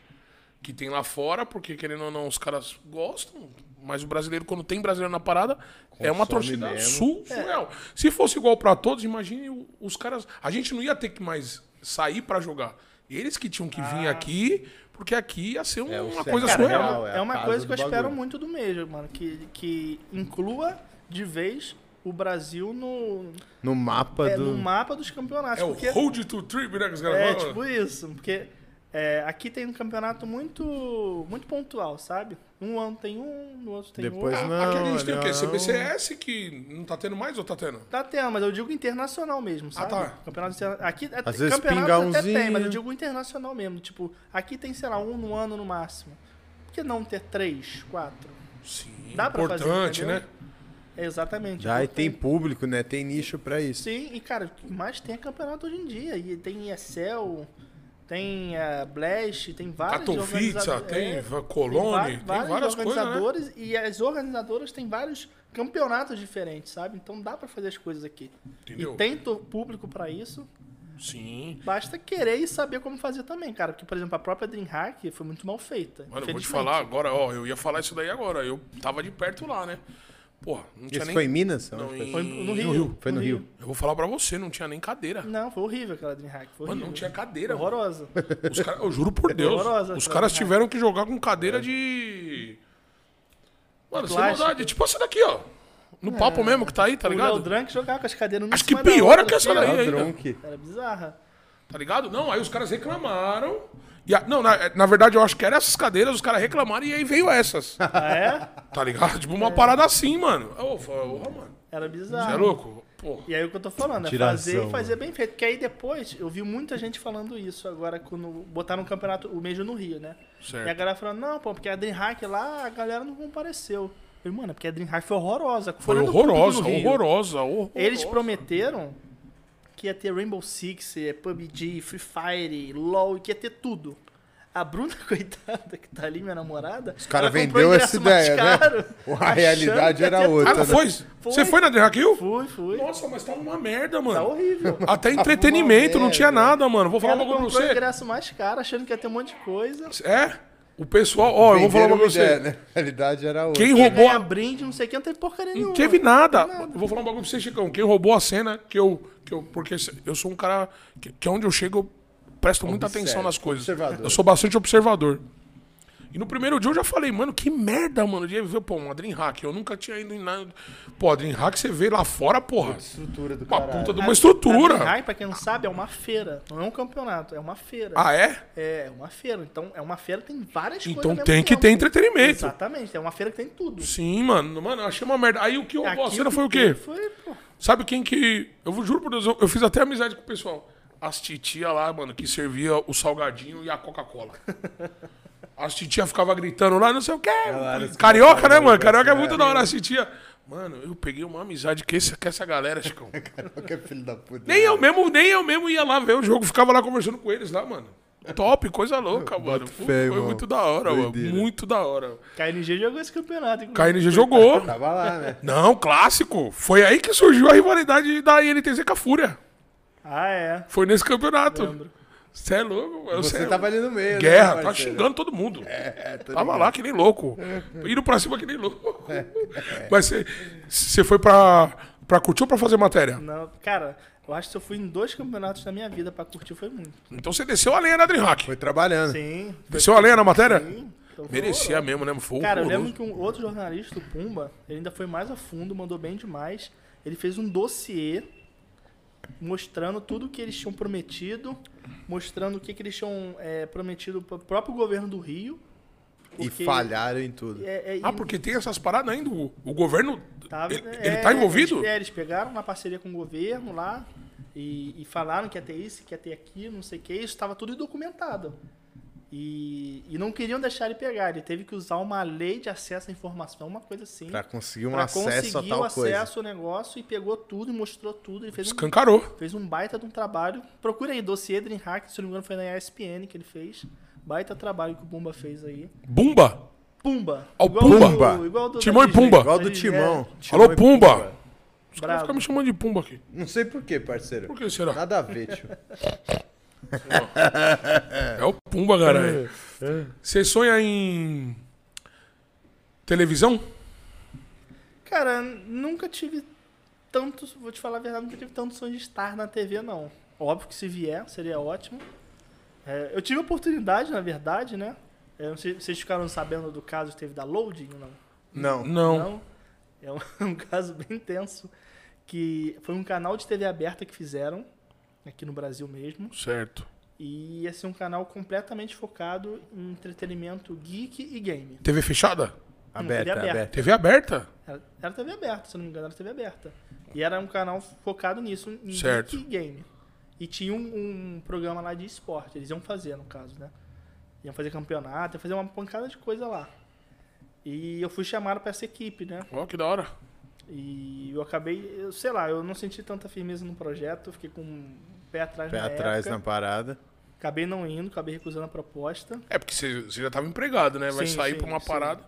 [SPEAKER 2] que tem lá fora, porque querendo ou não, os caras gostam, mas o brasileiro, quando tem brasileiro na parada, é uma torcida
[SPEAKER 1] mesmo.
[SPEAKER 2] su-
[SPEAKER 3] É.
[SPEAKER 2] surreal. Se fosse igual pra todos, imagine o- os caras. A gente não ia ter que mais sair pra jogar. Eles que tinham que vir aqui, porque aqui ia ser um-
[SPEAKER 1] o
[SPEAKER 2] uma
[SPEAKER 1] cenário
[SPEAKER 2] coisa
[SPEAKER 1] Cara,
[SPEAKER 2] surreal.
[SPEAKER 1] real, é
[SPEAKER 3] é,
[SPEAKER 1] a
[SPEAKER 3] uma
[SPEAKER 1] casa do
[SPEAKER 3] coisa que Ah. eu espero
[SPEAKER 1] bagulho.
[SPEAKER 3] muito do Major, mano. Que, que inclua de vez o Brasil no,
[SPEAKER 1] No mapa
[SPEAKER 3] é,
[SPEAKER 1] do.
[SPEAKER 3] no mapa dos campeonatos.
[SPEAKER 2] É o
[SPEAKER 3] porque
[SPEAKER 2] hold to trip, né? Que os caras
[SPEAKER 3] é
[SPEAKER 2] falam?
[SPEAKER 3] tipo isso. Porque é, aqui tem um campeonato muito, muito pontual, sabe? Um ano tem um, no outro tem
[SPEAKER 1] Depois
[SPEAKER 3] outro.
[SPEAKER 1] não.
[SPEAKER 2] Ah, Aqui a gente tem o quê?
[SPEAKER 1] não.
[SPEAKER 2] CBCS que não tá tendo mais ou tá tendo?
[SPEAKER 3] Tá tendo, mas eu digo internacional mesmo, sabe?
[SPEAKER 2] tá.
[SPEAKER 3] Campeonato interna- Aqui até-
[SPEAKER 1] Às vezes
[SPEAKER 3] campeonato
[SPEAKER 1] pinga
[SPEAKER 3] até
[SPEAKER 1] umzinho.
[SPEAKER 3] tem, mas eu digo internacional mesmo. Tipo, aqui tem, sei lá, um no ano no máximo. Por que não ter três, quatro?
[SPEAKER 2] Sim,
[SPEAKER 3] Dá pra fazer,
[SPEAKER 2] importante,
[SPEAKER 3] entendeu?
[SPEAKER 2] né?
[SPEAKER 3] Exatamente.
[SPEAKER 1] Já e
[SPEAKER 3] porque-
[SPEAKER 1] tem público, né? Tem nicho pra isso.
[SPEAKER 3] Sim, e cara, o que mais tem é campeonato hoje em dia. E tem ESL, tem eh, Blast, tem várias
[SPEAKER 2] Catofixa,
[SPEAKER 3] organiza-
[SPEAKER 2] tem
[SPEAKER 3] é,
[SPEAKER 2] va-
[SPEAKER 3] va-
[SPEAKER 2] Colone, tem
[SPEAKER 3] vários
[SPEAKER 2] várias coisas, né?
[SPEAKER 3] organizadores e as organizadoras têm vários campeonatos diferentes, sabe? Então dá pra fazer as coisas aqui.
[SPEAKER 2] Entendeu?
[SPEAKER 3] E tem to- público pra isso.
[SPEAKER 2] Sim.
[SPEAKER 3] Basta querer e saber como fazer também, cara. Porque, por exemplo, a própria DreamHack foi muito mal feita.
[SPEAKER 2] Mano, eu vou te
[SPEAKER 3] infelizmente.
[SPEAKER 2] falar agora, ó, eu ia falar isso daí agora. Eu tava de perto lá, né? Porra, não tinha
[SPEAKER 1] Isso
[SPEAKER 2] nem.
[SPEAKER 1] foi em Minas?
[SPEAKER 2] Não,
[SPEAKER 1] Onde
[SPEAKER 2] em-
[SPEAKER 3] Foi no Rio.
[SPEAKER 1] Foi no Rio.
[SPEAKER 2] Eu vou falar pra você, não tinha nem cadeira.
[SPEAKER 3] Não, foi horrível aquela DreamHack. Foi
[SPEAKER 2] Mano,
[SPEAKER 3] horrível.
[SPEAKER 2] não tinha cadeira. mano.
[SPEAKER 3] Horrorosa. É
[SPEAKER 2] Os cara- eu juro por Deus.
[SPEAKER 3] Horrorosa
[SPEAKER 2] os
[SPEAKER 3] essa
[SPEAKER 2] caras
[SPEAKER 3] cadeira.
[SPEAKER 2] tiveram que jogar com cadeira de. Mano, sem
[SPEAKER 3] Plástico. É.
[SPEAKER 2] maldade. Tipo essa daqui, ó. No papo mesmo que tá aí, tá
[SPEAKER 3] O Léo
[SPEAKER 2] ligado?
[SPEAKER 3] Drunk jogava com as cadeiras no
[SPEAKER 2] Acho que pior é que essa daí
[SPEAKER 1] É o
[SPEAKER 2] ainda.
[SPEAKER 1] Drunk.
[SPEAKER 3] assim, Era bizarra.
[SPEAKER 2] Tá ligado? Não, aí os caras reclamaram. E a- não, na, na verdade eu acho que eram essas cadeiras, os caras reclamaram e aí veio essas.
[SPEAKER 3] Ah, é? Ah.
[SPEAKER 2] Tá ligado? Tipo, uma parada assim, mano. Ô, fa- ô, mano.
[SPEAKER 3] Era
[SPEAKER 2] Você
[SPEAKER 3] bizarro.
[SPEAKER 2] é louco? Porra.
[SPEAKER 3] E aí o que eu tô falando, é
[SPEAKER 1] Tiração,
[SPEAKER 3] fazer e fazer bem feito. Porque aí depois, eu vi muita gente falando isso agora, quando botaram o campeonato, o mesmo no Rio, né?
[SPEAKER 2] Certo.
[SPEAKER 3] E a galera falando, não, pô, porque a Dreamhack lá, a galera não compareceu. Eu, mano, é porque a Dreamhack foi horrorosa.
[SPEAKER 2] Foi
[SPEAKER 3] olhando tudo
[SPEAKER 2] horrorosa,
[SPEAKER 3] no Rio.
[SPEAKER 2] horrorosa, horrorosa.
[SPEAKER 3] Eles prometeram que ia ter Rainbow Six, eh, PUBG, Free Fire, LoL, que ia ter tudo. A Bruna, coitada, que tá ali, minha namorada... Os
[SPEAKER 1] cara vendeu essa ideia, né? A realidade era outra, né?
[SPEAKER 2] Ah, não foi? Você foi na The Hack Hill?
[SPEAKER 3] Fui, fui.
[SPEAKER 2] Nossa, mas tava uma merda,
[SPEAKER 3] Tá
[SPEAKER 2] mano.
[SPEAKER 3] horrível.
[SPEAKER 2] Até entretenimento, não tinha nada, mano. Vou falar um
[SPEAKER 3] Ela
[SPEAKER 2] bagulho pra
[SPEAKER 3] comprou o
[SPEAKER 2] você.
[SPEAKER 3] ingresso mais caro, achando que ia ter um monte de coisa.
[SPEAKER 2] É? O pessoal, ó, eu vou falar
[SPEAKER 1] Venderam
[SPEAKER 2] um bagulho pra
[SPEAKER 1] uma
[SPEAKER 2] você.
[SPEAKER 1] ideia, né? A realidade era outra.
[SPEAKER 2] Quem
[SPEAKER 3] Ia
[SPEAKER 2] roubou
[SPEAKER 3] ganhar
[SPEAKER 2] a
[SPEAKER 3] brinde, não sei o que, não teve porcaria
[SPEAKER 2] Um Não
[SPEAKER 3] nenhuma.
[SPEAKER 2] teve nada. Eu Vou falar um bagulho pra você, Chicão. Quem roubou a cena, que eu. Que eu porque eu sou um cara. Que, que onde eu chego, eu presto muita
[SPEAKER 1] Observe,
[SPEAKER 2] atenção nas coisas.
[SPEAKER 1] observador.
[SPEAKER 2] Eu sou bastante observador. E no primeiro dia eu já falei, mano, que merda, mano. De ver, pô, uma Dream Hack. Eu nunca tinha ido em nada. Pô, a Dream Hack você vê lá fora, porra.
[SPEAKER 1] Estrutura do
[SPEAKER 2] Uma
[SPEAKER 1] caralho.
[SPEAKER 2] puta de
[SPEAKER 3] A-
[SPEAKER 2] uma
[SPEAKER 3] a
[SPEAKER 2] estrutura.
[SPEAKER 3] Beehive, pra quem não sabe, é uma feira. Não é um campeonato, é uma feira.
[SPEAKER 2] Ah, é?
[SPEAKER 3] É, é uma feira. Então, é uma feira que tem várias coisas.
[SPEAKER 2] Então
[SPEAKER 3] ao mesmo
[SPEAKER 2] tem que
[SPEAKER 3] tempo.
[SPEAKER 2] ter entretenimento.
[SPEAKER 3] Exatamente, é uma feira que tem tudo.
[SPEAKER 2] Sim, mano. Mano, eu achei uma merda. Aí o que roubou a
[SPEAKER 3] Aqui
[SPEAKER 2] cena
[SPEAKER 3] que
[SPEAKER 2] foi Tá o quê?
[SPEAKER 3] teve Foi, pô.
[SPEAKER 2] Sabe quem que. Eu vou- juro por Deus, eu, eu fiz até amizade com o pessoal. As titia lá, mano, que servia o salgadinho e a Coca-Cola. As titia ficava gritando lá, não sei o quê. Carioca, né, mano? Carioca é muito da hora. As titia. Mano, eu peguei uma amizade com, esse, com essa galera, Chicão.
[SPEAKER 1] Que é filho da puta. né?
[SPEAKER 2] Nem eu mesmo, nem eu mesmo ia lá ver o jogo, ficava lá conversando com eles lá, mano. Top, coisa louca, mano. Pô,
[SPEAKER 1] fé,
[SPEAKER 2] foi
[SPEAKER 1] irmão.
[SPEAKER 2] muito da hora, mano.
[SPEAKER 1] Doideira.
[SPEAKER 2] Muito da hora.
[SPEAKER 3] KNG jogou esse campeonato. inclusive.
[SPEAKER 2] KNG jogou.
[SPEAKER 1] Tava lá, né?
[SPEAKER 2] Não, clássico. Foi aí que surgiu a rivalidade da INTZ com a Fúria.
[SPEAKER 3] Ah, é.
[SPEAKER 2] Foi nesse campeonato. Você é louco, mano.
[SPEAKER 1] Você
[SPEAKER 2] Cê é
[SPEAKER 1] tava ali no meio. né,
[SPEAKER 2] Guerra, tava
[SPEAKER 1] parceiro? É,
[SPEAKER 2] xingando todo mundo. tava lá que nem louco. Indo pra cima que nem louco.
[SPEAKER 1] É.
[SPEAKER 2] Mas você foi pra, pra curtir ou pra fazer matéria?
[SPEAKER 3] Não, cara, eu acho que se eu fui em dois campeonatos da minha vida pra curtir, foi muito.
[SPEAKER 2] Então você desceu a lenha na Dreamhack.
[SPEAKER 1] Foi trabalhando.
[SPEAKER 3] Sim.
[SPEAKER 2] Desceu a lenha na matéria?
[SPEAKER 3] Então foi
[SPEAKER 2] Merecia mesmo, né? Foi
[SPEAKER 3] Cara, eu
[SPEAKER 2] horroroso.
[SPEAKER 3] lembro que um outro jornalista, o Pumba, ele ainda foi mais a fundo, mandou bem demais. Ele fez um dossiê mostrando tudo o que eles tinham prometido, mostrando o que, que eles tinham é, prometido pro próprio governo do Rio.
[SPEAKER 1] E
[SPEAKER 3] porque-
[SPEAKER 1] falharam em tudo.
[SPEAKER 3] É, é,
[SPEAKER 2] Ah,
[SPEAKER 3] e
[SPEAKER 2] porque tem essas paradas ainda. O, o governo.
[SPEAKER 3] tava-
[SPEAKER 2] ele,
[SPEAKER 3] é,
[SPEAKER 2] ele tá envolvido?
[SPEAKER 3] Eles, é, eles pegaram uma parceria com o governo lá e, e falaram que ia ter isso, que ia ter aquilo, não sei o que. Isso estava tudo documentado. E, e não queriam deixar ele pegar. Ele teve que usar uma lei de acesso à informação, uma coisa assim.
[SPEAKER 1] Pra conseguir um
[SPEAKER 3] pra
[SPEAKER 1] acesso a
[SPEAKER 3] conseguir
[SPEAKER 1] tal
[SPEAKER 3] o
[SPEAKER 1] coisa.
[SPEAKER 3] acesso ao negócio e pegou tudo e mostrou tudo. Ele fez um,
[SPEAKER 2] Escancarou.
[SPEAKER 3] fez um baita de um trabalho. Procura aí, dossiê Dreamhack, se não me engano foi na ESPN que ele fez. Baita trabalho que o Bumba fez aí.
[SPEAKER 2] Bumba.
[SPEAKER 3] Pumba.
[SPEAKER 2] Ó, o
[SPEAKER 3] do-
[SPEAKER 1] Pumba.
[SPEAKER 3] igual do da
[SPEAKER 2] Timão e
[SPEAKER 3] Disney.
[SPEAKER 2] Pumba.
[SPEAKER 1] Igual do
[SPEAKER 3] É,
[SPEAKER 1] Timão. Timão
[SPEAKER 2] Alô,
[SPEAKER 1] e
[SPEAKER 2] Pumba. Os caras
[SPEAKER 3] Bravo.
[SPEAKER 2] ficam me chamando de Pumba aqui.
[SPEAKER 1] Não sei por quê, parceiro.
[SPEAKER 2] Por que será?
[SPEAKER 1] Nada a ver, tio.
[SPEAKER 2] É o Pumba, cara.
[SPEAKER 3] É,
[SPEAKER 2] Você sonha em televisão?
[SPEAKER 3] Cara, nunca tive tanto, vou te falar a verdade, nunca tive tanto sonho de estar na TV, não. Óbvio que se vier, seria ótimo. É, eu tive oportunidade, na verdade, né? Eu não sei, vocês ficaram sabendo do caso que teve da Loading ou não?
[SPEAKER 1] Não.
[SPEAKER 2] Não.
[SPEAKER 3] Não. É um, um caso bem tenso. Que foi um canal de TV aberta que fizeram, aqui no Brasil mesmo.
[SPEAKER 2] Certo.
[SPEAKER 3] E ia ser um canal completamente focado em entretenimento geek e game.
[SPEAKER 2] TV fechada?
[SPEAKER 1] Aberta,
[SPEAKER 3] aberta.
[SPEAKER 1] aberta.
[SPEAKER 2] TV aberta?
[SPEAKER 3] Era, era TV aberta, se não me engano, era TV aberta. E era um canal focado nisso, em
[SPEAKER 2] Certo.
[SPEAKER 3] geek e game. E tinha um, um programa lá de esporte, eles iam fazer, no caso, né? Iam fazer campeonato, iam fazer uma pancada de coisa lá. E eu fui chamado pra essa equipe, né?
[SPEAKER 2] Ó, que da hora.
[SPEAKER 3] E eu acabei, eu, sei lá, eu não senti tanta firmeza no projeto, fiquei com o pé atrás
[SPEAKER 1] Pé
[SPEAKER 3] na
[SPEAKER 1] atrás
[SPEAKER 3] é né?
[SPEAKER 1] né?
[SPEAKER 3] época.
[SPEAKER 1] na parada.
[SPEAKER 3] Acabei não indo, acabei recusando a proposta.
[SPEAKER 2] É porque você você já tava empregado, né? Vai
[SPEAKER 3] Sim,
[SPEAKER 2] sair
[SPEAKER 3] sim,
[SPEAKER 2] pra uma
[SPEAKER 3] sim.
[SPEAKER 2] parada.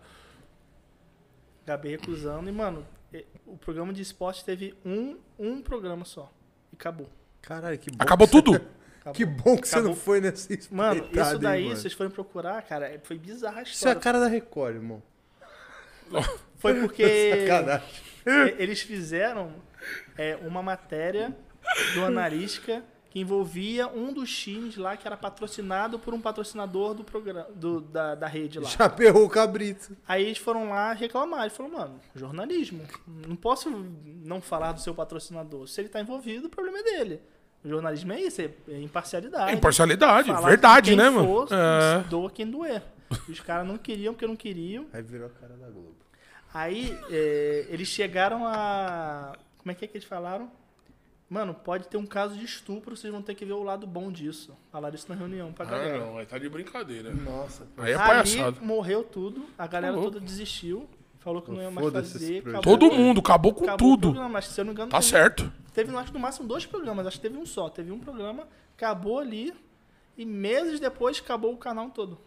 [SPEAKER 3] Acabei recusando e, mano, e- o programa de esporte teve um, um programa só. E acabou.
[SPEAKER 1] Caralho, que bom.
[SPEAKER 2] Acabou
[SPEAKER 1] que você-
[SPEAKER 2] tudo?
[SPEAKER 3] Acabou.
[SPEAKER 1] Que bom que você
[SPEAKER 3] Acabou.
[SPEAKER 1] não foi nesse
[SPEAKER 3] Mano, isso daí,
[SPEAKER 1] mano.
[SPEAKER 3] vocês foram procurar, cara, é- foi bizarra a
[SPEAKER 1] Isso é a
[SPEAKER 3] história.
[SPEAKER 1] cara da Record, irmão.
[SPEAKER 3] Foi porque
[SPEAKER 1] Sacanagem.
[SPEAKER 3] e- eles fizeram é, uma matéria do Analítica que envolvia um dos times lá que era patrocinado por um patrocinador do programa do- da, da rede lá.
[SPEAKER 1] Chapeou o cabrito.
[SPEAKER 3] Aí eles foram lá reclamar. Eles falaram, mano, jornalismo. Não posso não falar do seu patrocinador. Se ele tá envolvido, o problema é dele. O jornalismo é isso, é é imparcialidade.
[SPEAKER 2] É imparcialidade,
[SPEAKER 3] Falar
[SPEAKER 2] verdade,
[SPEAKER 3] quem
[SPEAKER 2] né, mano?
[SPEAKER 3] for,
[SPEAKER 2] É.
[SPEAKER 3] Doa quem doer. Os caras não queriam porque não queriam.
[SPEAKER 1] Aí virou a cara da Globo.
[SPEAKER 3] Aí é, eles chegaram a. Como é que é que eles falaram? Mano, pode ter um caso de estupro, vocês vão ter que ver o lado bom disso. Falaram isso na reunião pra
[SPEAKER 2] Ah,
[SPEAKER 3] galera.
[SPEAKER 2] não, aí tá de brincadeira.
[SPEAKER 1] Nossa,
[SPEAKER 2] Aí é
[SPEAKER 3] Ali
[SPEAKER 2] palhaçada.
[SPEAKER 3] morreu tudo, a galera
[SPEAKER 2] Tá louco.
[SPEAKER 3] toda desistiu, falou que não ia mais
[SPEAKER 1] Foda-se esse
[SPEAKER 3] fazer.
[SPEAKER 1] projeto.
[SPEAKER 3] acabou-
[SPEAKER 2] Todo mundo, acabou com
[SPEAKER 3] acabou o
[SPEAKER 2] tudo.
[SPEAKER 3] programa, acho que, se eu não me engano,
[SPEAKER 2] Tá
[SPEAKER 3] teve-
[SPEAKER 2] certo.
[SPEAKER 3] Teve, acho que no máximo dois programas, acho que teve um só. Teve um programa, acabou ali, e meses depois acabou o canal todo.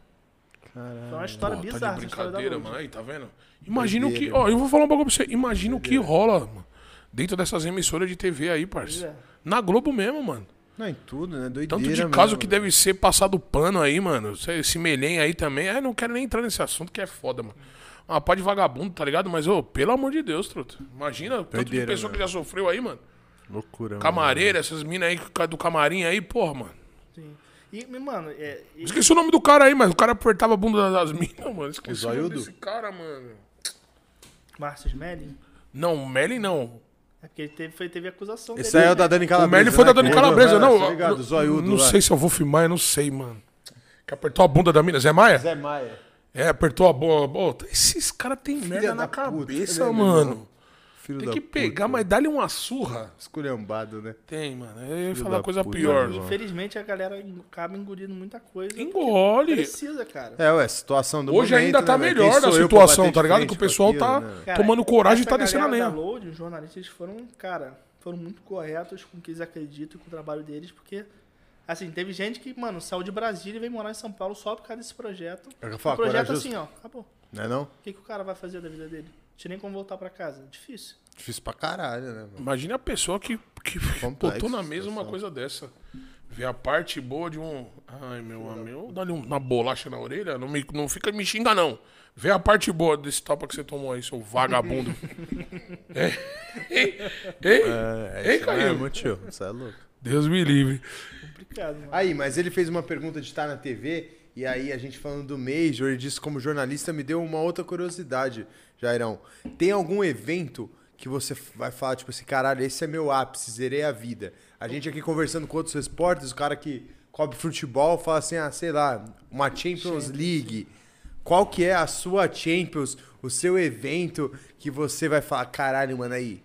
[SPEAKER 3] Então é uma história
[SPEAKER 2] Pô, tá
[SPEAKER 3] bizarra.
[SPEAKER 2] de
[SPEAKER 3] essa história da
[SPEAKER 2] brincadeira,
[SPEAKER 3] Band.
[SPEAKER 2] mano. Aí, tá vendo? Imagina o que. Ó, eu vou falar um bagulho pra você. Imagina o que rola, mano, dentro dessas emissoras de TV aí, parça.
[SPEAKER 3] É.
[SPEAKER 2] Na Globo mesmo, mano.
[SPEAKER 1] Não, em tudo, né? Doideira.
[SPEAKER 2] Tanto de caso
[SPEAKER 1] mesmo,
[SPEAKER 2] que
[SPEAKER 1] né?
[SPEAKER 2] deve ser passado pano aí, mano. Esse- Esse melém aí também. Ah, não quero nem entrar nesse assunto que é foda, mano. Uma pá de vagabundo, tá ligado? Mas, ô, pelo amor de Deus, truta. Imagina o tanto de
[SPEAKER 1] Doideira,
[SPEAKER 2] pessoa que já sofreu aí, mano.
[SPEAKER 1] Loucura.
[SPEAKER 2] Camareira, essas minas aí que- do camarim aí, porra, mano.
[SPEAKER 3] Sim. E, mano, é, e-
[SPEAKER 2] Esqueci o nome do cara aí, mas o cara apertava a bunda das minas, mano. Esqueci o, nome
[SPEAKER 1] zoiudo?
[SPEAKER 2] desse cara, mano.
[SPEAKER 3] Márcio Smelling,
[SPEAKER 2] Não, o Melly não.
[SPEAKER 3] é porque ele teve, foi, teve acusação
[SPEAKER 1] Esse aí
[SPEAKER 3] dele.
[SPEAKER 1] é o da Dani Calabresa.
[SPEAKER 2] o Melly foi da
[SPEAKER 1] né?
[SPEAKER 2] Dani
[SPEAKER 1] Que
[SPEAKER 2] Calabresa,
[SPEAKER 1] mandou,
[SPEAKER 2] não.
[SPEAKER 1] Tá ligado?
[SPEAKER 2] não-
[SPEAKER 1] Zoiudo
[SPEAKER 2] não
[SPEAKER 1] lá.
[SPEAKER 2] sei se eu vou filmar, eu não sei, mano. Que apertou a bunda da mina, Zé Maia?
[SPEAKER 1] Zé Maia.
[SPEAKER 2] É, apertou a bola. Ô, esses caras têm merda na
[SPEAKER 1] da puta,
[SPEAKER 2] cabeça,
[SPEAKER 1] né, meu
[SPEAKER 2] mano.
[SPEAKER 1] Filho
[SPEAKER 2] Tem
[SPEAKER 1] da
[SPEAKER 2] que
[SPEAKER 1] puta.
[SPEAKER 2] pegar, mas dá-lhe uma surra.
[SPEAKER 1] Esculhambado, né?
[SPEAKER 2] Tem, mano. Eu ia
[SPEAKER 1] da
[SPEAKER 2] falar coisa
[SPEAKER 1] puta,
[SPEAKER 2] pior.
[SPEAKER 1] mano.
[SPEAKER 3] Infelizmente a galera en- acaba engolindo muita coisa.
[SPEAKER 2] Engole.
[SPEAKER 3] Precisa, cara.
[SPEAKER 1] É, ué, situação do
[SPEAKER 2] Hoje
[SPEAKER 1] momento,
[SPEAKER 2] ainda
[SPEAKER 1] né,
[SPEAKER 2] tá
[SPEAKER 1] velho? Quem sou
[SPEAKER 2] melhor da
[SPEAKER 1] eu pra
[SPEAKER 2] situação,
[SPEAKER 1] bater de
[SPEAKER 2] tá ligado?
[SPEAKER 1] frente
[SPEAKER 2] Que o
[SPEAKER 1] com
[SPEAKER 2] pessoal
[SPEAKER 1] aquilo,
[SPEAKER 2] tá
[SPEAKER 1] né?
[SPEAKER 3] Cara,
[SPEAKER 2] tomando coragem e
[SPEAKER 3] essa
[SPEAKER 2] tá descendo a
[SPEAKER 3] galera
[SPEAKER 2] lenha.
[SPEAKER 3] da Load, os jornalistas foram, cara, foram muito corretos com o que eles acreditam e com o trabalho deles, porque, assim, teve gente que, mano, saiu de Brasília e veio morar em São Paulo só por causa desse projeto.
[SPEAKER 1] Eu ia
[SPEAKER 3] O
[SPEAKER 1] falar,
[SPEAKER 3] projeto
[SPEAKER 1] corajoso.
[SPEAKER 3] assim, ó, acabou.
[SPEAKER 1] Não é não?
[SPEAKER 3] O que, que o cara vai fazer da vida dele? Não tinha nem como voltar pra casa. Difícil.
[SPEAKER 1] Difícil pra caralho, né, mano?
[SPEAKER 2] Imagina a pessoa que, que botou na mesa uma coisa dessa. Ver a parte boa de um. Ai, meu amigo, dá-lhe um- uma bolacha na orelha. Não, me, não fica me xinga, não. Vê a parte boa desse tapa que você tomou aí, seu vagabundo. É. Ei, ei, ei,
[SPEAKER 1] Isso É,
[SPEAKER 2] Caio.
[SPEAKER 1] muito show. Isso é louco.
[SPEAKER 2] Deus me livre.
[SPEAKER 3] Complicado, mano.
[SPEAKER 1] Aí, mas ele fez uma pergunta de estar na TV, e aí a gente falando do Major, ele disse como jornalista, me deu uma outra curiosidade, Jairão. Tem algum evento que você f- vai falar, tipo assim, caralho, esse é meu ápice, zerei a vida. A gente aqui conversando com outros repórteres, o cara que cobre futebol fala assim, ah, sei lá, uma Champions League. Qual que é a sua Champions, o seu evento que você vai falar, caralho, mano, aí,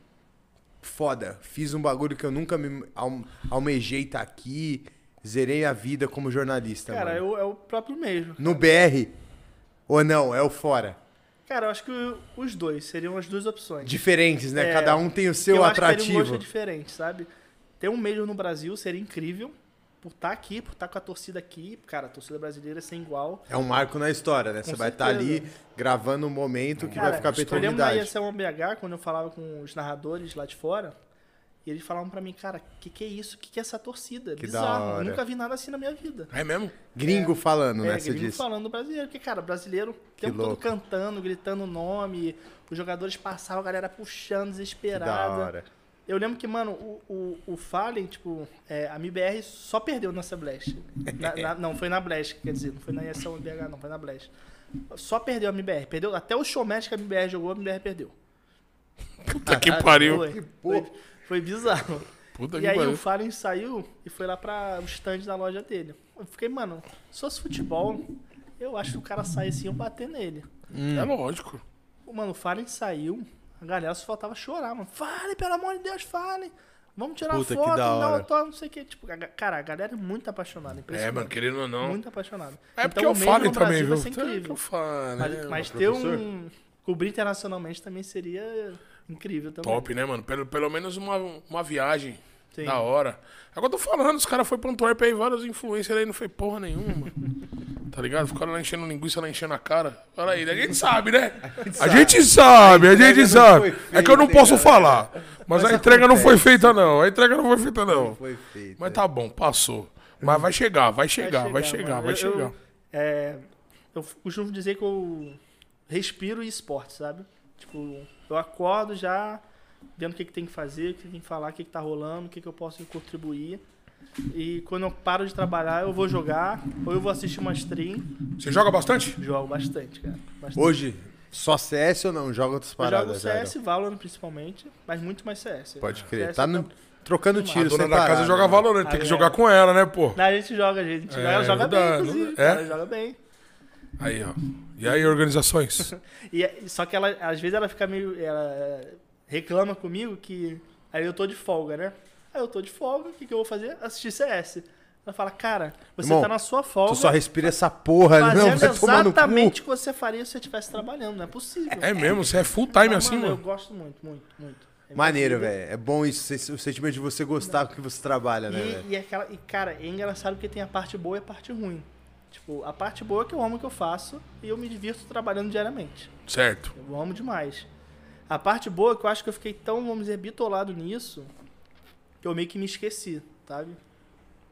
[SPEAKER 1] foda, fiz um bagulho que eu nunca me al- almejei tá aqui, zerei a vida como jornalista,
[SPEAKER 3] Cara,
[SPEAKER 1] mano.
[SPEAKER 3] eu- é o próprio mesmo.
[SPEAKER 1] No BR, ou não, é o fora.
[SPEAKER 3] Cara, eu acho que o- os dois seriam as duas opções.
[SPEAKER 1] Diferentes, né?
[SPEAKER 3] É,
[SPEAKER 1] Cada um tem o
[SPEAKER 3] Que
[SPEAKER 1] seu
[SPEAKER 3] eu Acho que teria um
[SPEAKER 1] atrativo.
[SPEAKER 3] gosto diferente, sabe? Ter um Major no Brasil seria incrível. Por estar aqui, por estar com a torcida aqui. Cara, a torcida brasileira é sem igual.
[SPEAKER 1] É um marco na história, né? Você vai estar
[SPEAKER 3] certeza.
[SPEAKER 1] ali gravando um momento que
[SPEAKER 3] Cara,
[SPEAKER 1] vai ficar pra
[SPEAKER 3] eu lembro na
[SPEAKER 1] eternidade.
[SPEAKER 3] ISL BH, quando eu falava com os narradores lá de fora, e eles falavam pra mim, cara, o que, que é isso? O que, que é essa torcida?
[SPEAKER 1] Que da
[SPEAKER 3] Bizarro. Eu
[SPEAKER 1] hora.
[SPEAKER 3] nunca vi nada assim na minha vida.
[SPEAKER 2] É mesmo?
[SPEAKER 1] Gringo falando,
[SPEAKER 3] É,
[SPEAKER 1] né? Você
[SPEAKER 3] gringo
[SPEAKER 1] disse.
[SPEAKER 3] falando brasileiro, porque, cara, brasileiro o tempo todo
[SPEAKER 1] louco.
[SPEAKER 3] cantando, gritando o nome, os jogadores passavam, a galera puxando,
[SPEAKER 1] Que da
[SPEAKER 3] desesperada.
[SPEAKER 1] hora.
[SPEAKER 3] Eu lembro que, mano, o, o, o Fallen, tipo, é, a MBR só perdeu nessa Blast. Na- na- não, foi na Blast, quer dizer, não foi na ISL BH, não, foi na Blast. Só perdeu a MBR, perdeu até o showmatch que a MBR jogou, a MBR perdeu.
[SPEAKER 2] Puta que pariu.
[SPEAKER 3] Foi, foi, foi bizarro.
[SPEAKER 2] Puta
[SPEAKER 3] E
[SPEAKER 2] que
[SPEAKER 3] aí o
[SPEAKER 2] pariu.
[SPEAKER 3] Fallen saiu e foi lá para o stand da loja dele. Eu fiquei, mano, se fosse futebol, eu acho que o cara sair assim, eu bater nele.
[SPEAKER 2] É lógico.
[SPEAKER 3] Pô, Mano, o Fallen saiu, a galera só faltava chorar, mano. Fallen, pelo amor de Deus, Fallen! Vamos tirar
[SPEAKER 1] Puta, que
[SPEAKER 3] foto,
[SPEAKER 1] da
[SPEAKER 3] não,
[SPEAKER 1] hora.
[SPEAKER 3] eu tô, não sei o que. Tipo, a ga- cara, a galera é muito apaixonada,
[SPEAKER 2] É,
[SPEAKER 3] impressionante.
[SPEAKER 2] mano, querendo ou não.
[SPEAKER 3] Muito apaixonada.
[SPEAKER 2] É porque
[SPEAKER 3] então,
[SPEAKER 2] eu
[SPEAKER 3] o
[SPEAKER 2] falo
[SPEAKER 3] mesmo no
[SPEAKER 2] também,
[SPEAKER 3] Brasil
[SPEAKER 2] viu?
[SPEAKER 3] vai ser
[SPEAKER 2] É que
[SPEAKER 3] incrível.
[SPEAKER 2] eu falo, né?
[SPEAKER 3] Mas, mas ter um... Cobrir internacionalmente também seria incrível também.
[SPEAKER 2] Top, né, mano? Pelo, pelo menos uma, uma viagem.
[SPEAKER 3] Sim.
[SPEAKER 2] Da hora. Agora eu tô falando, os caras foram pra Antwerp aí, vários influencers aí, não fez porra nenhuma. mano. tá ligado? Ficaram lá enchendo linguiça, lá enchendo a cara. Olha aí, a gente sabe, né? A gente sabe, a gente sabe. É que eu não posso falar. Mas a entrega não foi feita, não. A entrega não foi feita, não.
[SPEAKER 1] Foi feito.
[SPEAKER 2] Mas tá bom, passou. Mas vai chegar, vai
[SPEAKER 3] Vai
[SPEAKER 2] chegar, vai chegar,
[SPEAKER 3] mano.
[SPEAKER 2] vai
[SPEAKER 3] Eu-
[SPEAKER 2] chegar.
[SPEAKER 3] Eu, é, eu costumo dizer que eu respiro esporte, sabe? Tipo, eu acordo já vendo o que, que tem que fazer, o que tem que falar, o que, que tá rolando, o que, que eu posso contribuir. E quando eu paro de trabalhar, eu vou jogar, ou eu vou assistir uma stream.
[SPEAKER 2] Você joga bastante?
[SPEAKER 3] Jogo bastante, cara. Bastante.
[SPEAKER 1] Hoje, só CS ou não? Joga outras
[SPEAKER 3] eu jogo
[SPEAKER 1] paradas, já,
[SPEAKER 3] CS, Valorant principalmente, mas muito mais CS.
[SPEAKER 1] Pode
[SPEAKER 3] né?
[SPEAKER 1] crer.
[SPEAKER 3] CS
[SPEAKER 1] Tá
[SPEAKER 3] eu
[SPEAKER 1] no-
[SPEAKER 3] tô-
[SPEAKER 1] trocando
[SPEAKER 3] Uma
[SPEAKER 1] tiro,
[SPEAKER 2] Dona
[SPEAKER 1] sem
[SPEAKER 2] da
[SPEAKER 1] parar,
[SPEAKER 2] casa joga
[SPEAKER 1] né?
[SPEAKER 2] Valorant, tem que
[SPEAKER 3] Ah, é.
[SPEAKER 2] jogar com ela, né, pô?
[SPEAKER 3] Não, a gente joga, a gente joga, ela joga
[SPEAKER 2] não
[SPEAKER 3] bem,
[SPEAKER 2] dá, não-
[SPEAKER 3] inclusive.
[SPEAKER 2] é?
[SPEAKER 3] Ela joga bem.
[SPEAKER 2] Aí, ó. E aí, organizações?
[SPEAKER 3] E, é- só que ela, às vezes ela fica meio. Ela é, reclama comigo que. Aí eu tô de folga, né? Aí eu tô de folga, o que, que eu vou fazer? Assistir CS. Ela fala, cara, você
[SPEAKER 1] Irmão,
[SPEAKER 3] tá na sua folga.
[SPEAKER 1] Tu só respira essa porra, não,
[SPEAKER 3] fazendo
[SPEAKER 1] vai tomar no cu.
[SPEAKER 3] exatamente o que você faria se você estivesse trabalhando, não é possível.
[SPEAKER 2] É mesmo? Você é full time
[SPEAKER 3] Ah,
[SPEAKER 2] assim,
[SPEAKER 3] Eu
[SPEAKER 2] mano?
[SPEAKER 3] gosto muito, muito, muito. É
[SPEAKER 1] Maneiro,
[SPEAKER 3] muito-
[SPEAKER 1] velho. É bom isso, se- o sentimento de você gostar do que você trabalha, né, velho?
[SPEAKER 3] E, e, aquela, e, cara, é engraçado porque tem a parte boa e a parte ruim. Tipo, a parte boa é que eu amo o que eu faço e eu me divirto trabalhando diariamente.
[SPEAKER 2] Certo.
[SPEAKER 3] Eu amo demais. A parte boa é que eu acho que eu fiquei tão, vamos dizer, bitolado nisso, que eu meio que me esqueci, sabe?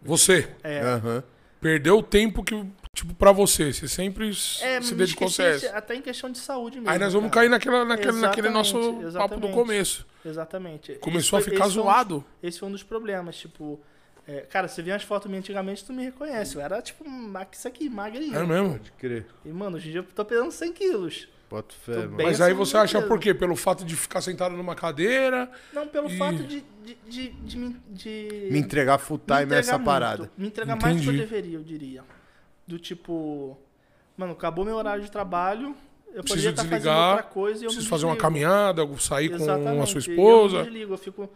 [SPEAKER 2] Você
[SPEAKER 3] É,
[SPEAKER 1] Aham.
[SPEAKER 2] perdeu o tempo que, tipo, pra você. Você sempre
[SPEAKER 3] é
[SPEAKER 2] se
[SPEAKER 3] me
[SPEAKER 2] dedicou ao
[SPEAKER 3] esqueci
[SPEAKER 2] CS.
[SPEAKER 3] até em questão de saúde mesmo.
[SPEAKER 2] Aí nós vamos
[SPEAKER 3] cara.
[SPEAKER 2] cair naquela, naquele, naquele nosso papo
[SPEAKER 3] Exatamente,
[SPEAKER 2] do
[SPEAKER 3] exatamente.
[SPEAKER 2] começo.
[SPEAKER 3] Exatamente.
[SPEAKER 2] Começou
[SPEAKER 3] Esse
[SPEAKER 2] a
[SPEAKER 3] foi-
[SPEAKER 2] ficar
[SPEAKER 3] esse foi um-
[SPEAKER 2] zoado.
[SPEAKER 3] esse foi um dos problemas, tipo... é, cara, você vê as fotos minhas antigamente, tu me reconhece. Eu era, tipo, ma- isso aqui, magrinho.
[SPEAKER 2] É mesmo?
[SPEAKER 1] Pode crer.
[SPEAKER 3] E, mano, hoje em dia eu tô pesando 100 quilos.
[SPEAKER 1] Bota
[SPEAKER 3] Tô
[SPEAKER 1] fé, mano.
[SPEAKER 3] bem
[SPEAKER 2] Mas aí
[SPEAKER 3] acima
[SPEAKER 2] você
[SPEAKER 3] do
[SPEAKER 2] acha
[SPEAKER 3] peso.
[SPEAKER 2] por quê? Pelo fato de ficar sentado numa cadeira.
[SPEAKER 3] Não, pelo
[SPEAKER 2] Ih.
[SPEAKER 3] fato de... de, de, de, me- de-
[SPEAKER 1] Me entregar full
[SPEAKER 3] me
[SPEAKER 1] time
[SPEAKER 3] entregar
[SPEAKER 1] essa
[SPEAKER 3] muito.
[SPEAKER 1] Tá parada.
[SPEAKER 3] Me entregar mais do que eu
[SPEAKER 2] Entendi.
[SPEAKER 3] deveria, eu diria. Do tipo, mano, acabou meu horário de trabalho, eu
[SPEAKER 2] Preciso
[SPEAKER 3] poderia estar
[SPEAKER 2] desligar,
[SPEAKER 3] fazendo outra coisa e eu
[SPEAKER 2] Preciso
[SPEAKER 3] me
[SPEAKER 2] fazer uma
[SPEAKER 3] desligo.
[SPEAKER 2] caminhada, sair com a
[SPEAKER 3] é Exatamente, é
[SPEAKER 2] sua
[SPEAKER 3] Eu
[SPEAKER 2] esposa.
[SPEAKER 3] me desligo, eu fico.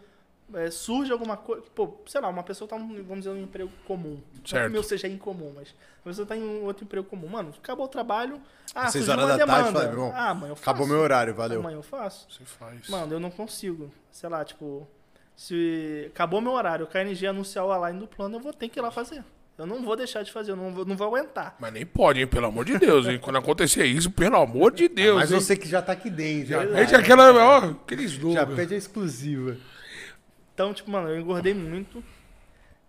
[SPEAKER 3] é, surge alguma coisa. Pô, sei lá, uma pessoa tá, num, vamos dizer, num emprego comum. Não que
[SPEAKER 2] Certo.
[SPEAKER 3] o meu seja incomum, mas. A pessoa tá em um outro emprego comum. Mano, acabou o trabalho. Ah,
[SPEAKER 1] Às seis
[SPEAKER 3] surgiu
[SPEAKER 1] horas da
[SPEAKER 3] uma
[SPEAKER 1] tarde,
[SPEAKER 3] demanda.
[SPEAKER 1] fala, meu irmão,
[SPEAKER 3] ah, mãe, eu faço.
[SPEAKER 1] Acabou meu horário, valeu.
[SPEAKER 3] Amanhã eu faço.
[SPEAKER 2] Você faz.
[SPEAKER 3] Mano, eu não consigo. Sei lá, tipo, se acabou meu horário, o KNG anunciar o align do plano, eu vou ter que ir lá fazer. Eu não vou deixar de fazer, eu não vou, não vou aguentar.
[SPEAKER 2] Mas nem pode, hein? Pelo amor de Deus, hein? Quando acontecer isso, pelo amor de Deus,
[SPEAKER 1] Mas
[SPEAKER 2] hein?
[SPEAKER 1] você que já tá aqui dentro.
[SPEAKER 2] Já
[SPEAKER 1] né?
[SPEAKER 2] pede aquela, ó, aquele
[SPEAKER 1] Já
[SPEAKER 2] slogan.
[SPEAKER 1] pede a exclusiva.
[SPEAKER 3] Então, tipo, mano, eu engordei muito.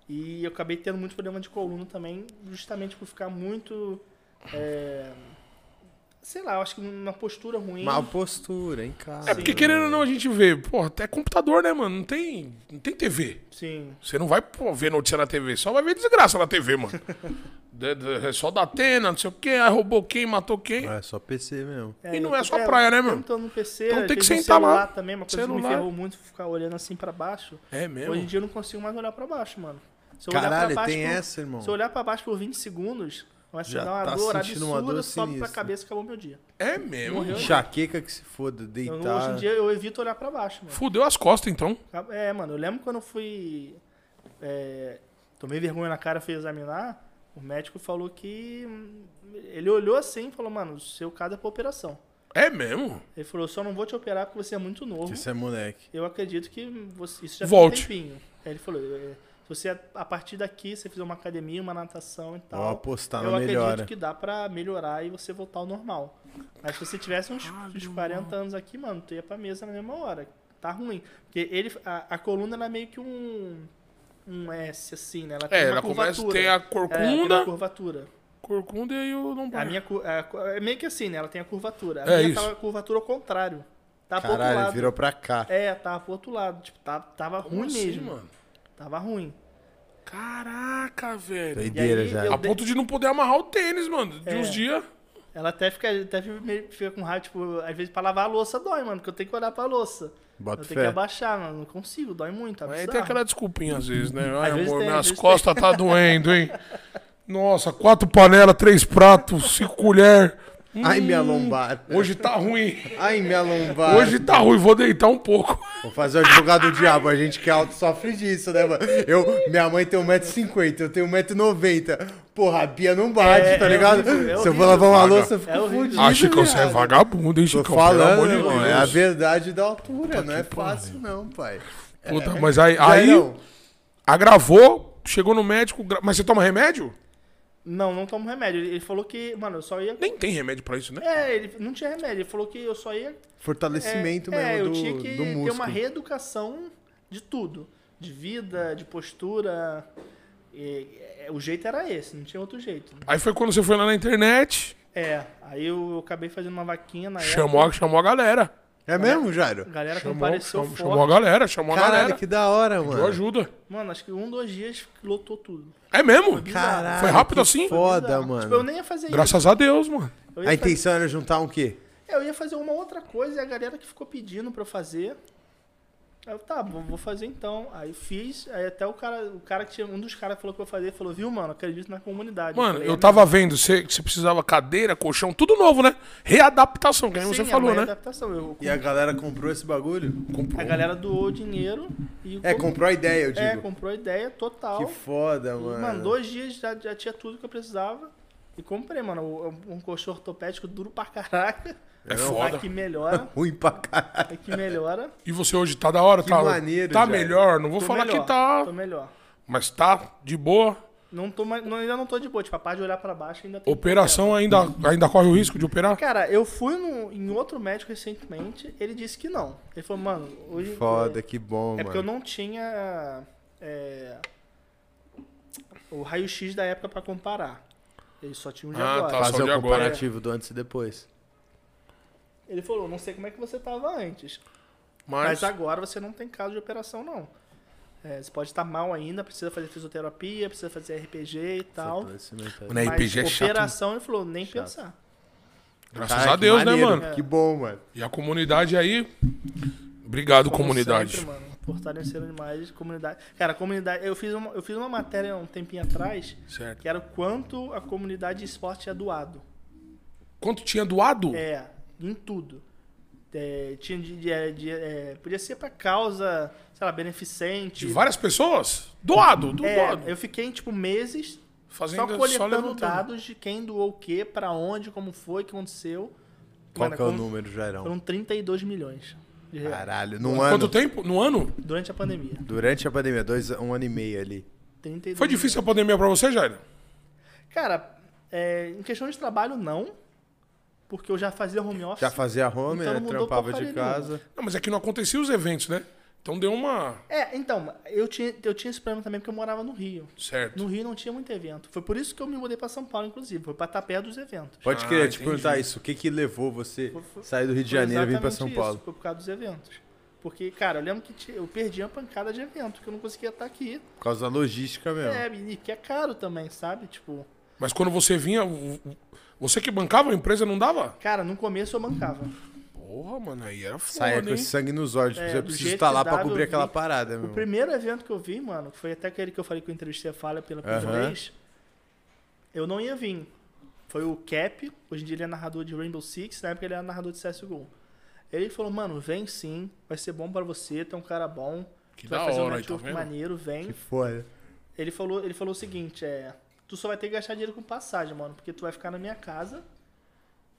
[SPEAKER 3] E eu acabei tendo muito problema de coluna também, justamente por ficar muito. é, sei lá, eu acho que numa postura ruim.
[SPEAKER 1] Mal postura, hein, cara.
[SPEAKER 2] É porque querendo ou não a gente vê, pô, até computador, né, mano? Não tem, não tem TV.
[SPEAKER 3] Sim.
[SPEAKER 2] Você não vai pô, ver notícia na TV, só vai ver desgraça na TV, mano. De- de- é só da Atena, não sei o quê, aí roubou quem, matou quem.
[SPEAKER 1] É só PC mesmo.
[SPEAKER 2] E não
[SPEAKER 3] eu
[SPEAKER 2] é
[SPEAKER 3] tô-
[SPEAKER 2] só praia, né,
[SPEAKER 3] eu tô
[SPEAKER 2] mano?
[SPEAKER 3] tentando no PC,
[SPEAKER 2] Então
[SPEAKER 3] às
[SPEAKER 2] tem que
[SPEAKER 3] vezes no
[SPEAKER 2] sentar lá.
[SPEAKER 3] celular também, uma coisa que me
[SPEAKER 2] Celular.
[SPEAKER 3] ferrou muito, ficar olhando assim pra baixo.
[SPEAKER 2] É mesmo?
[SPEAKER 3] Hoje em dia eu não consigo mais olhar pra baixo, mano. Se eu olhar
[SPEAKER 1] Caralho,
[SPEAKER 3] pra baixo
[SPEAKER 1] tem
[SPEAKER 3] por- um-
[SPEAKER 1] essa, irmão.
[SPEAKER 3] Se eu olhar pra baixo por 20 segundos, começa
[SPEAKER 1] Já
[SPEAKER 3] a dar uma
[SPEAKER 1] tá
[SPEAKER 3] dor
[SPEAKER 1] sentindo uma
[SPEAKER 3] absurda,
[SPEAKER 1] dor
[SPEAKER 3] sobe pra
[SPEAKER 1] sinistra.
[SPEAKER 3] cabeça e acabou meu dia.
[SPEAKER 2] É mesmo.
[SPEAKER 3] Morreu.
[SPEAKER 1] Enxaqueca que se foda,
[SPEAKER 3] Eu,
[SPEAKER 1] deitar.
[SPEAKER 3] hoje em dia eu evito olhar pra baixo, mano.
[SPEAKER 2] Fudeu as costas, então.
[SPEAKER 3] É, mano, eu lembro quando eu fui. é, tomei vergonha na cara, fui examinar. O médico falou que. hum, Ele olhou assim e falou, mano, o seu caso é pra operação.
[SPEAKER 2] É mesmo.
[SPEAKER 3] Ele falou, só não vou te operar porque você é muito novo.
[SPEAKER 1] Isso é moleque.
[SPEAKER 3] Eu acredito que você- isso já
[SPEAKER 2] Volte.
[SPEAKER 3] tem um tempinho. Aí ele falou, eh, se você, a partir daqui, você fizer uma academia, uma natação e tal,
[SPEAKER 1] Vamos apostar
[SPEAKER 3] Tá. eu
[SPEAKER 1] tá na
[SPEAKER 3] acredito
[SPEAKER 1] melhora.
[SPEAKER 3] que dá pra melhorar e você voltar ao normal. Mas se você tivesse uns,
[SPEAKER 2] Ah,
[SPEAKER 3] uns 40 anos aqui, mano, tu ia pra mesa na mesma hora. Tá ruim. Porque ele, a, a coluna era meio que um, um S, assim, né? Ela tem
[SPEAKER 2] É,
[SPEAKER 3] uma
[SPEAKER 2] ela
[SPEAKER 3] curvatura.
[SPEAKER 2] começa, tem a
[SPEAKER 3] É, ela tem uma
[SPEAKER 2] corcunda,
[SPEAKER 3] curvatura.
[SPEAKER 2] corcunda e aí o
[SPEAKER 3] A
[SPEAKER 2] lombar.
[SPEAKER 3] minha, cu- a cu- é meio que assim, né? Ela tem a curvatura. A
[SPEAKER 2] É
[SPEAKER 3] minha
[SPEAKER 2] isso.
[SPEAKER 3] tava a curvatura ao contrário. Tá pro outro
[SPEAKER 1] Caralho,
[SPEAKER 3] lado.
[SPEAKER 1] virou pra cá.
[SPEAKER 3] É, tava pro outro lado. Tipo, tava, tava
[SPEAKER 2] Como
[SPEAKER 3] ruim
[SPEAKER 2] assim,
[SPEAKER 3] mesmo.
[SPEAKER 2] mano.
[SPEAKER 3] Tava ruim.
[SPEAKER 2] Caraca, velho.
[SPEAKER 1] Doideira
[SPEAKER 3] aí
[SPEAKER 1] já.
[SPEAKER 3] eu-
[SPEAKER 2] A ponto de não poder amarrar o tênis, mano.
[SPEAKER 3] É.
[SPEAKER 2] De uns dias.
[SPEAKER 3] Ela até fica, até fica meio- fica com raiva, tipo, às vezes pra lavar a louça dói, mano, porque eu tenho que olhar pra louça.
[SPEAKER 1] Bota
[SPEAKER 3] eu tenho
[SPEAKER 1] fé.
[SPEAKER 3] que abaixar, mano, não consigo, dói muito, é
[SPEAKER 2] Aí
[SPEAKER 3] bizarro.
[SPEAKER 2] tem aquela desculpinha às vezes, né? Ai,
[SPEAKER 3] Às vezes
[SPEAKER 2] amor,
[SPEAKER 3] tem, às
[SPEAKER 2] minhas
[SPEAKER 3] vezes
[SPEAKER 2] costas tá doendo, hein? Nossa, quatro panelas, três pratos, cinco colheres.
[SPEAKER 1] Ai, minha lombar.
[SPEAKER 2] Hoje tá ruim.
[SPEAKER 1] Ai, minha lombar.
[SPEAKER 2] Hoje tá ruim, vou deitar um pouco.
[SPEAKER 1] Vou fazer o advogado do diabo. A gente que é alto sofre disso, né, mano? Eu, minha mãe tem 1,50m, eu tenho 1,90m. Porra, a Bia não bate,
[SPEAKER 3] É,
[SPEAKER 1] tá
[SPEAKER 3] é
[SPEAKER 1] ligado?
[SPEAKER 3] horrível, é
[SPEAKER 1] Se eu
[SPEAKER 3] horrível.
[SPEAKER 1] for lavar uma
[SPEAKER 2] Vaga.
[SPEAKER 1] louça, eu fico
[SPEAKER 3] É horrível.
[SPEAKER 1] fudido.
[SPEAKER 2] Acho que você é
[SPEAKER 1] viado.
[SPEAKER 2] vagabundo, hein,
[SPEAKER 1] Tô
[SPEAKER 2] Chicão?
[SPEAKER 1] falando,
[SPEAKER 2] Pelo
[SPEAKER 1] irmão,
[SPEAKER 2] amor de
[SPEAKER 1] é a
[SPEAKER 2] Deus.
[SPEAKER 1] verdade da altura, não é fácil não, pai.
[SPEAKER 2] Puta, mas aí, aí
[SPEAKER 1] Jairão,
[SPEAKER 2] agravou, chegou no médico. gra- Mas você toma remédio?
[SPEAKER 3] Não, não tomo remédio. Ele ele falou que, mano, eu só ia...
[SPEAKER 2] Nem tem remédio pra isso, né?
[SPEAKER 3] É, ele não tinha remédio, ele falou que eu só ia... É,
[SPEAKER 1] fortalecimento mesmo
[SPEAKER 3] é, eu
[SPEAKER 1] do,
[SPEAKER 3] tinha que
[SPEAKER 1] do
[SPEAKER 3] ter uma
[SPEAKER 1] músculo.
[SPEAKER 3] reeducação de tudo. De vida, de postura... E- é, o jeito era esse, não tinha outro jeito. né?
[SPEAKER 2] Aí foi quando você foi lá na internet,
[SPEAKER 3] É, aí eu acabei fazendo uma vaquinha na época.
[SPEAKER 2] chamou, chamou a galera.
[SPEAKER 1] É mesmo, Jairo?
[SPEAKER 3] A galera
[SPEAKER 2] Chamou,
[SPEAKER 3] compareceu
[SPEAKER 2] chamou-
[SPEAKER 3] forte.
[SPEAKER 2] chamou a galera, chamou a
[SPEAKER 1] Caralho,
[SPEAKER 2] galera.
[SPEAKER 1] que da hora,
[SPEAKER 2] Deu
[SPEAKER 1] mano.
[SPEAKER 2] ajuda.
[SPEAKER 3] Mano, acho que um, dois dias lotou tudo.
[SPEAKER 2] É mesmo?
[SPEAKER 1] Caralho,
[SPEAKER 2] Foi rápido
[SPEAKER 1] que
[SPEAKER 2] assim?
[SPEAKER 1] Foda,
[SPEAKER 3] Bizarro.
[SPEAKER 1] mano.
[SPEAKER 3] Tipo, eu nem ia fazer isso.
[SPEAKER 2] Graças a Deus, mano.
[SPEAKER 3] Eu ia,
[SPEAKER 1] A
[SPEAKER 3] fazer-
[SPEAKER 1] intenção era juntar um quê?
[SPEAKER 3] eu ia fazer uma outra coisa e a galera que ficou pedindo pra eu fazer. Aí Eu, tá, vou vou fazer então. Aí fiz, aí até o cara, o cara que tinha, um dos caras que falou que eu ia fazer, falou, viu, mano, acredito na comunidade.
[SPEAKER 2] Mano,
[SPEAKER 3] falei,
[SPEAKER 2] eu
[SPEAKER 3] "É
[SPEAKER 2] tava vendo, você, você precisava cadeira, colchão, tudo novo, né? Readaptação, que aí
[SPEAKER 3] mesmo."
[SPEAKER 2] você
[SPEAKER 3] Sim,
[SPEAKER 2] falou,
[SPEAKER 3] é uma
[SPEAKER 2] né?
[SPEAKER 3] adaptação. Eu-
[SPEAKER 1] E a galera comprou esse bagulho?
[SPEAKER 3] a galera doou dinheiro e
[SPEAKER 1] É,
[SPEAKER 3] comprou,
[SPEAKER 1] comprou a ideia, eu digo.
[SPEAKER 3] é, comprou a ideia total.
[SPEAKER 1] Que foda,
[SPEAKER 3] E,
[SPEAKER 1] mano.
[SPEAKER 3] mano, dois dias já, já tinha tudo que eu precisava. E comprei, mano, o- um colchão ortopédico duro pra caraca.
[SPEAKER 2] É foda.
[SPEAKER 3] Aqui melhora,
[SPEAKER 1] Ruim pra caralho.
[SPEAKER 3] aqui melhora.
[SPEAKER 2] E você hoje tá da hora,
[SPEAKER 1] Que
[SPEAKER 2] tá?
[SPEAKER 1] maneiro,
[SPEAKER 2] tá
[SPEAKER 1] Jair.
[SPEAKER 2] melhor, não vou
[SPEAKER 3] Tô
[SPEAKER 2] falar
[SPEAKER 3] melhor,
[SPEAKER 2] que tá,
[SPEAKER 3] Tô melhor.
[SPEAKER 2] mas tá de boa.
[SPEAKER 3] Não tô, mais- não, ainda não tô de boa, tipo, a pá de olhar pra baixo ainda tem
[SPEAKER 2] Operação ainda, ainda corre o risco de operar?
[SPEAKER 3] Cara, eu fui no- em outro médico recentemente, ele disse que não. Ele falou, mano, hoje.
[SPEAKER 1] Foda,
[SPEAKER 3] é,
[SPEAKER 1] que bom,
[SPEAKER 3] É porque eu
[SPEAKER 1] mano.
[SPEAKER 3] não tinha é, o raio-x da época pra comparar. Ele só tinha um de
[SPEAKER 2] Ah,
[SPEAKER 3] agora.
[SPEAKER 2] tá, só
[SPEAKER 1] Fazer
[SPEAKER 2] de
[SPEAKER 1] o
[SPEAKER 2] agora.
[SPEAKER 1] comparativo do antes e depois.
[SPEAKER 3] Ele falou, não sei como é que você tava antes,
[SPEAKER 2] Mas,
[SPEAKER 3] mas agora você não tem caso de operação, não. É, você pode estar mal ainda, precisa fazer fisioterapia, precisa fazer RPG e tal.
[SPEAKER 1] Fatores mentais.
[SPEAKER 2] né, RPG é
[SPEAKER 3] mas
[SPEAKER 2] chato.
[SPEAKER 3] operação, ele falou, nem pensar.
[SPEAKER 2] Graças
[SPEAKER 1] Cara,
[SPEAKER 2] a
[SPEAKER 1] que
[SPEAKER 2] Deus,
[SPEAKER 1] maneiro,
[SPEAKER 2] né, mano?
[SPEAKER 1] Que bom, mano.
[SPEAKER 2] E a comunidade aí. Obrigado,
[SPEAKER 3] Como
[SPEAKER 2] comunidade.
[SPEAKER 3] sempre, mano, fortaleceram demais comunidade. Cara, a comunidade. Eu fiz, uma, eu fiz uma matéria um tempinho atrás
[SPEAKER 2] Certo.
[SPEAKER 3] que era o quanto a comunidade de esporte é doado.
[SPEAKER 2] Quanto tinha doado?
[SPEAKER 3] É, em tudo. É, tinha de, de- de- é, podia ser pra causa, sei lá, beneficente.
[SPEAKER 2] De várias pessoas? Doado, do, doado.
[SPEAKER 3] é, eu fiquei, tipo, meses
[SPEAKER 2] Fazendo
[SPEAKER 3] só
[SPEAKER 2] só
[SPEAKER 3] coletando
[SPEAKER 2] levantando.
[SPEAKER 3] dados de quem doou o quê, pra onde, como foi, o que aconteceu.
[SPEAKER 1] Qual
[SPEAKER 3] Mano,
[SPEAKER 1] que é o
[SPEAKER 3] foram-
[SPEAKER 1] número, Jairão?
[SPEAKER 3] Foram 32 milhões de reais
[SPEAKER 1] Caralho, num ano.
[SPEAKER 2] Quanto tempo? No ano?
[SPEAKER 3] durante a pandemia.
[SPEAKER 1] Durante a pandemia, dois, um ano e meio ali.
[SPEAKER 3] 32
[SPEAKER 2] Foi difícil a pandemia pra você, Jair?
[SPEAKER 3] Cara, é, em questão de trabalho, não. Porque eu já fazia home office.
[SPEAKER 1] Já fazia home,
[SPEAKER 3] Então
[SPEAKER 1] né?
[SPEAKER 3] não mudou
[SPEAKER 1] Trampava de
[SPEAKER 3] porcaria
[SPEAKER 1] casa.
[SPEAKER 2] Não, mas é que não aconteciam os eventos, né? Então deu uma.
[SPEAKER 3] É, então, eu tinha, eu tinha esse problema também porque eu morava no Rio.
[SPEAKER 2] Certo.
[SPEAKER 3] No Rio não tinha muito evento. Foi por isso que eu me mudei pra São Paulo, inclusive. Foi pra estar perto dos eventos.
[SPEAKER 1] Pode
[SPEAKER 2] Ah,
[SPEAKER 1] crer, te
[SPEAKER 2] entendi.
[SPEAKER 1] perguntar isso. O que que levou você
[SPEAKER 3] Foi- foi-
[SPEAKER 1] sair do Rio de
[SPEAKER 3] Foi
[SPEAKER 1] Janeiro e vir pra
[SPEAKER 3] exatamente
[SPEAKER 1] São
[SPEAKER 3] isso,
[SPEAKER 1] Paulo?
[SPEAKER 3] Foi por causa dos eventos. Porque, cara, eu lembro que ti- eu perdi uma pancada de evento, que eu não conseguia estar aqui.
[SPEAKER 1] Por causa da logística mesmo.
[SPEAKER 3] É, e que é caro também, sabe? Tipo,
[SPEAKER 2] Mas quando você vinha. o- o- Você que bancava, a empresa não dava?
[SPEAKER 3] cara, no começo eu mancava.
[SPEAKER 2] Porra, mano, aí era foda,
[SPEAKER 1] Saia com
[SPEAKER 2] hein?
[SPEAKER 1] esse sangue nos olhos.
[SPEAKER 3] É,
[SPEAKER 1] porque você
[SPEAKER 3] do
[SPEAKER 1] precisa
[SPEAKER 3] jeito
[SPEAKER 1] estar
[SPEAKER 3] que
[SPEAKER 1] lá pra
[SPEAKER 3] dava,
[SPEAKER 1] cobrir
[SPEAKER 3] eu
[SPEAKER 1] aquela
[SPEAKER 3] vi.
[SPEAKER 2] É
[SPEAKER 1] parada,
[SPEAKER 3] O
[SPEAKER 1] meu.
[SPEAKER 3] primeiro evento que eu vi, mano, que foi até aquele que eu falei que eu entrevistei a Falha pela primeira
[SPEAKER 1] Aham.
[SPEAKER 3] vez, eu não ia vir. Foi o Cap, hoje em dia ele é narrador de Rainbow Six, na época ele era narrador de CSGO. Ele falou, mano, vem sim, vai ser bom pra você, tu é um cara bom,
[SPEAKER 2] Que
[SPEAKER 3] tu vai
[SPEAKER 2] da
[SPEAKER 3] fazer um
[SPEAKER 2] hora, aí, tá
[SPEAKER 3] network
[SPEAKER 2] vendo?
[SPEAKER 3] maneiro, vem.
[SPEAKER 1] Que foda.
[SPEAKER 3] Ele falou, ele falou o seguinte, é, tu só vai ter que gastar dinheiro com passagem, mano, porque tu vai ficar na minha casa.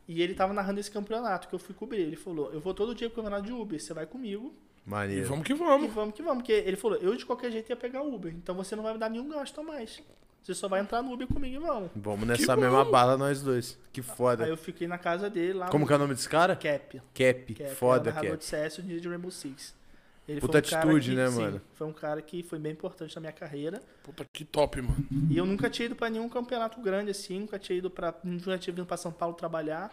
[SPEAKER 3] E ele tava narrando esse campeonato que eu fui cobrir. Ele falou, eu vou todo dia pro campeonato de Uber, você vai comigo.
[SPEAKER 2] E
[SPEAKER 1] Maneiro.
[SPEAKER 2] vamos que
[SPEAKER 3] E
[SPEAKER 2] vamos.
[SPEAKER 3] vamos que vamos, porque ele falou, eu de qualquer jeito ia pegar Uber, então você não vai me dar nenhum gasto a mais. Você só vai entrar no Uber comigo e vamos.
[SPEAKER 1] Vamos nessa mesma bala nós dois. Que foda.
[SPEAKER 3] Aí eu fiquei na casa dele lá
[SPEAKER 1] Como
[SPEAKER 3] no
[SPEAKER 1] que é o nome desse cara? Cap.
[SPEAKER 3] Cap. Cap é
[SPEAKER 1] Foda,
[SPEAKER 3] era narrador
[SPEAKER 1] Cap.
[SPEAKER 3] de CS no dia de Rainbow Six. Ele
[SPEAKER 1] Puta
[SPEAKER 3] cara
[SPEAKER 1] atitude,
[SPEAKER 3] que-
[SPEAKER 1] né, mano?
[SPEAKER 3] Foi um cara que foi bem importante na minha carreira.
[SPEAKER 2] Puta que top, mano.
[SPEAKER 3] E eu nunca tinha ido pra nenhum campeonato grande assim, nunca tinha ido para nunca tinha vindo pra São Paulo trabalhar.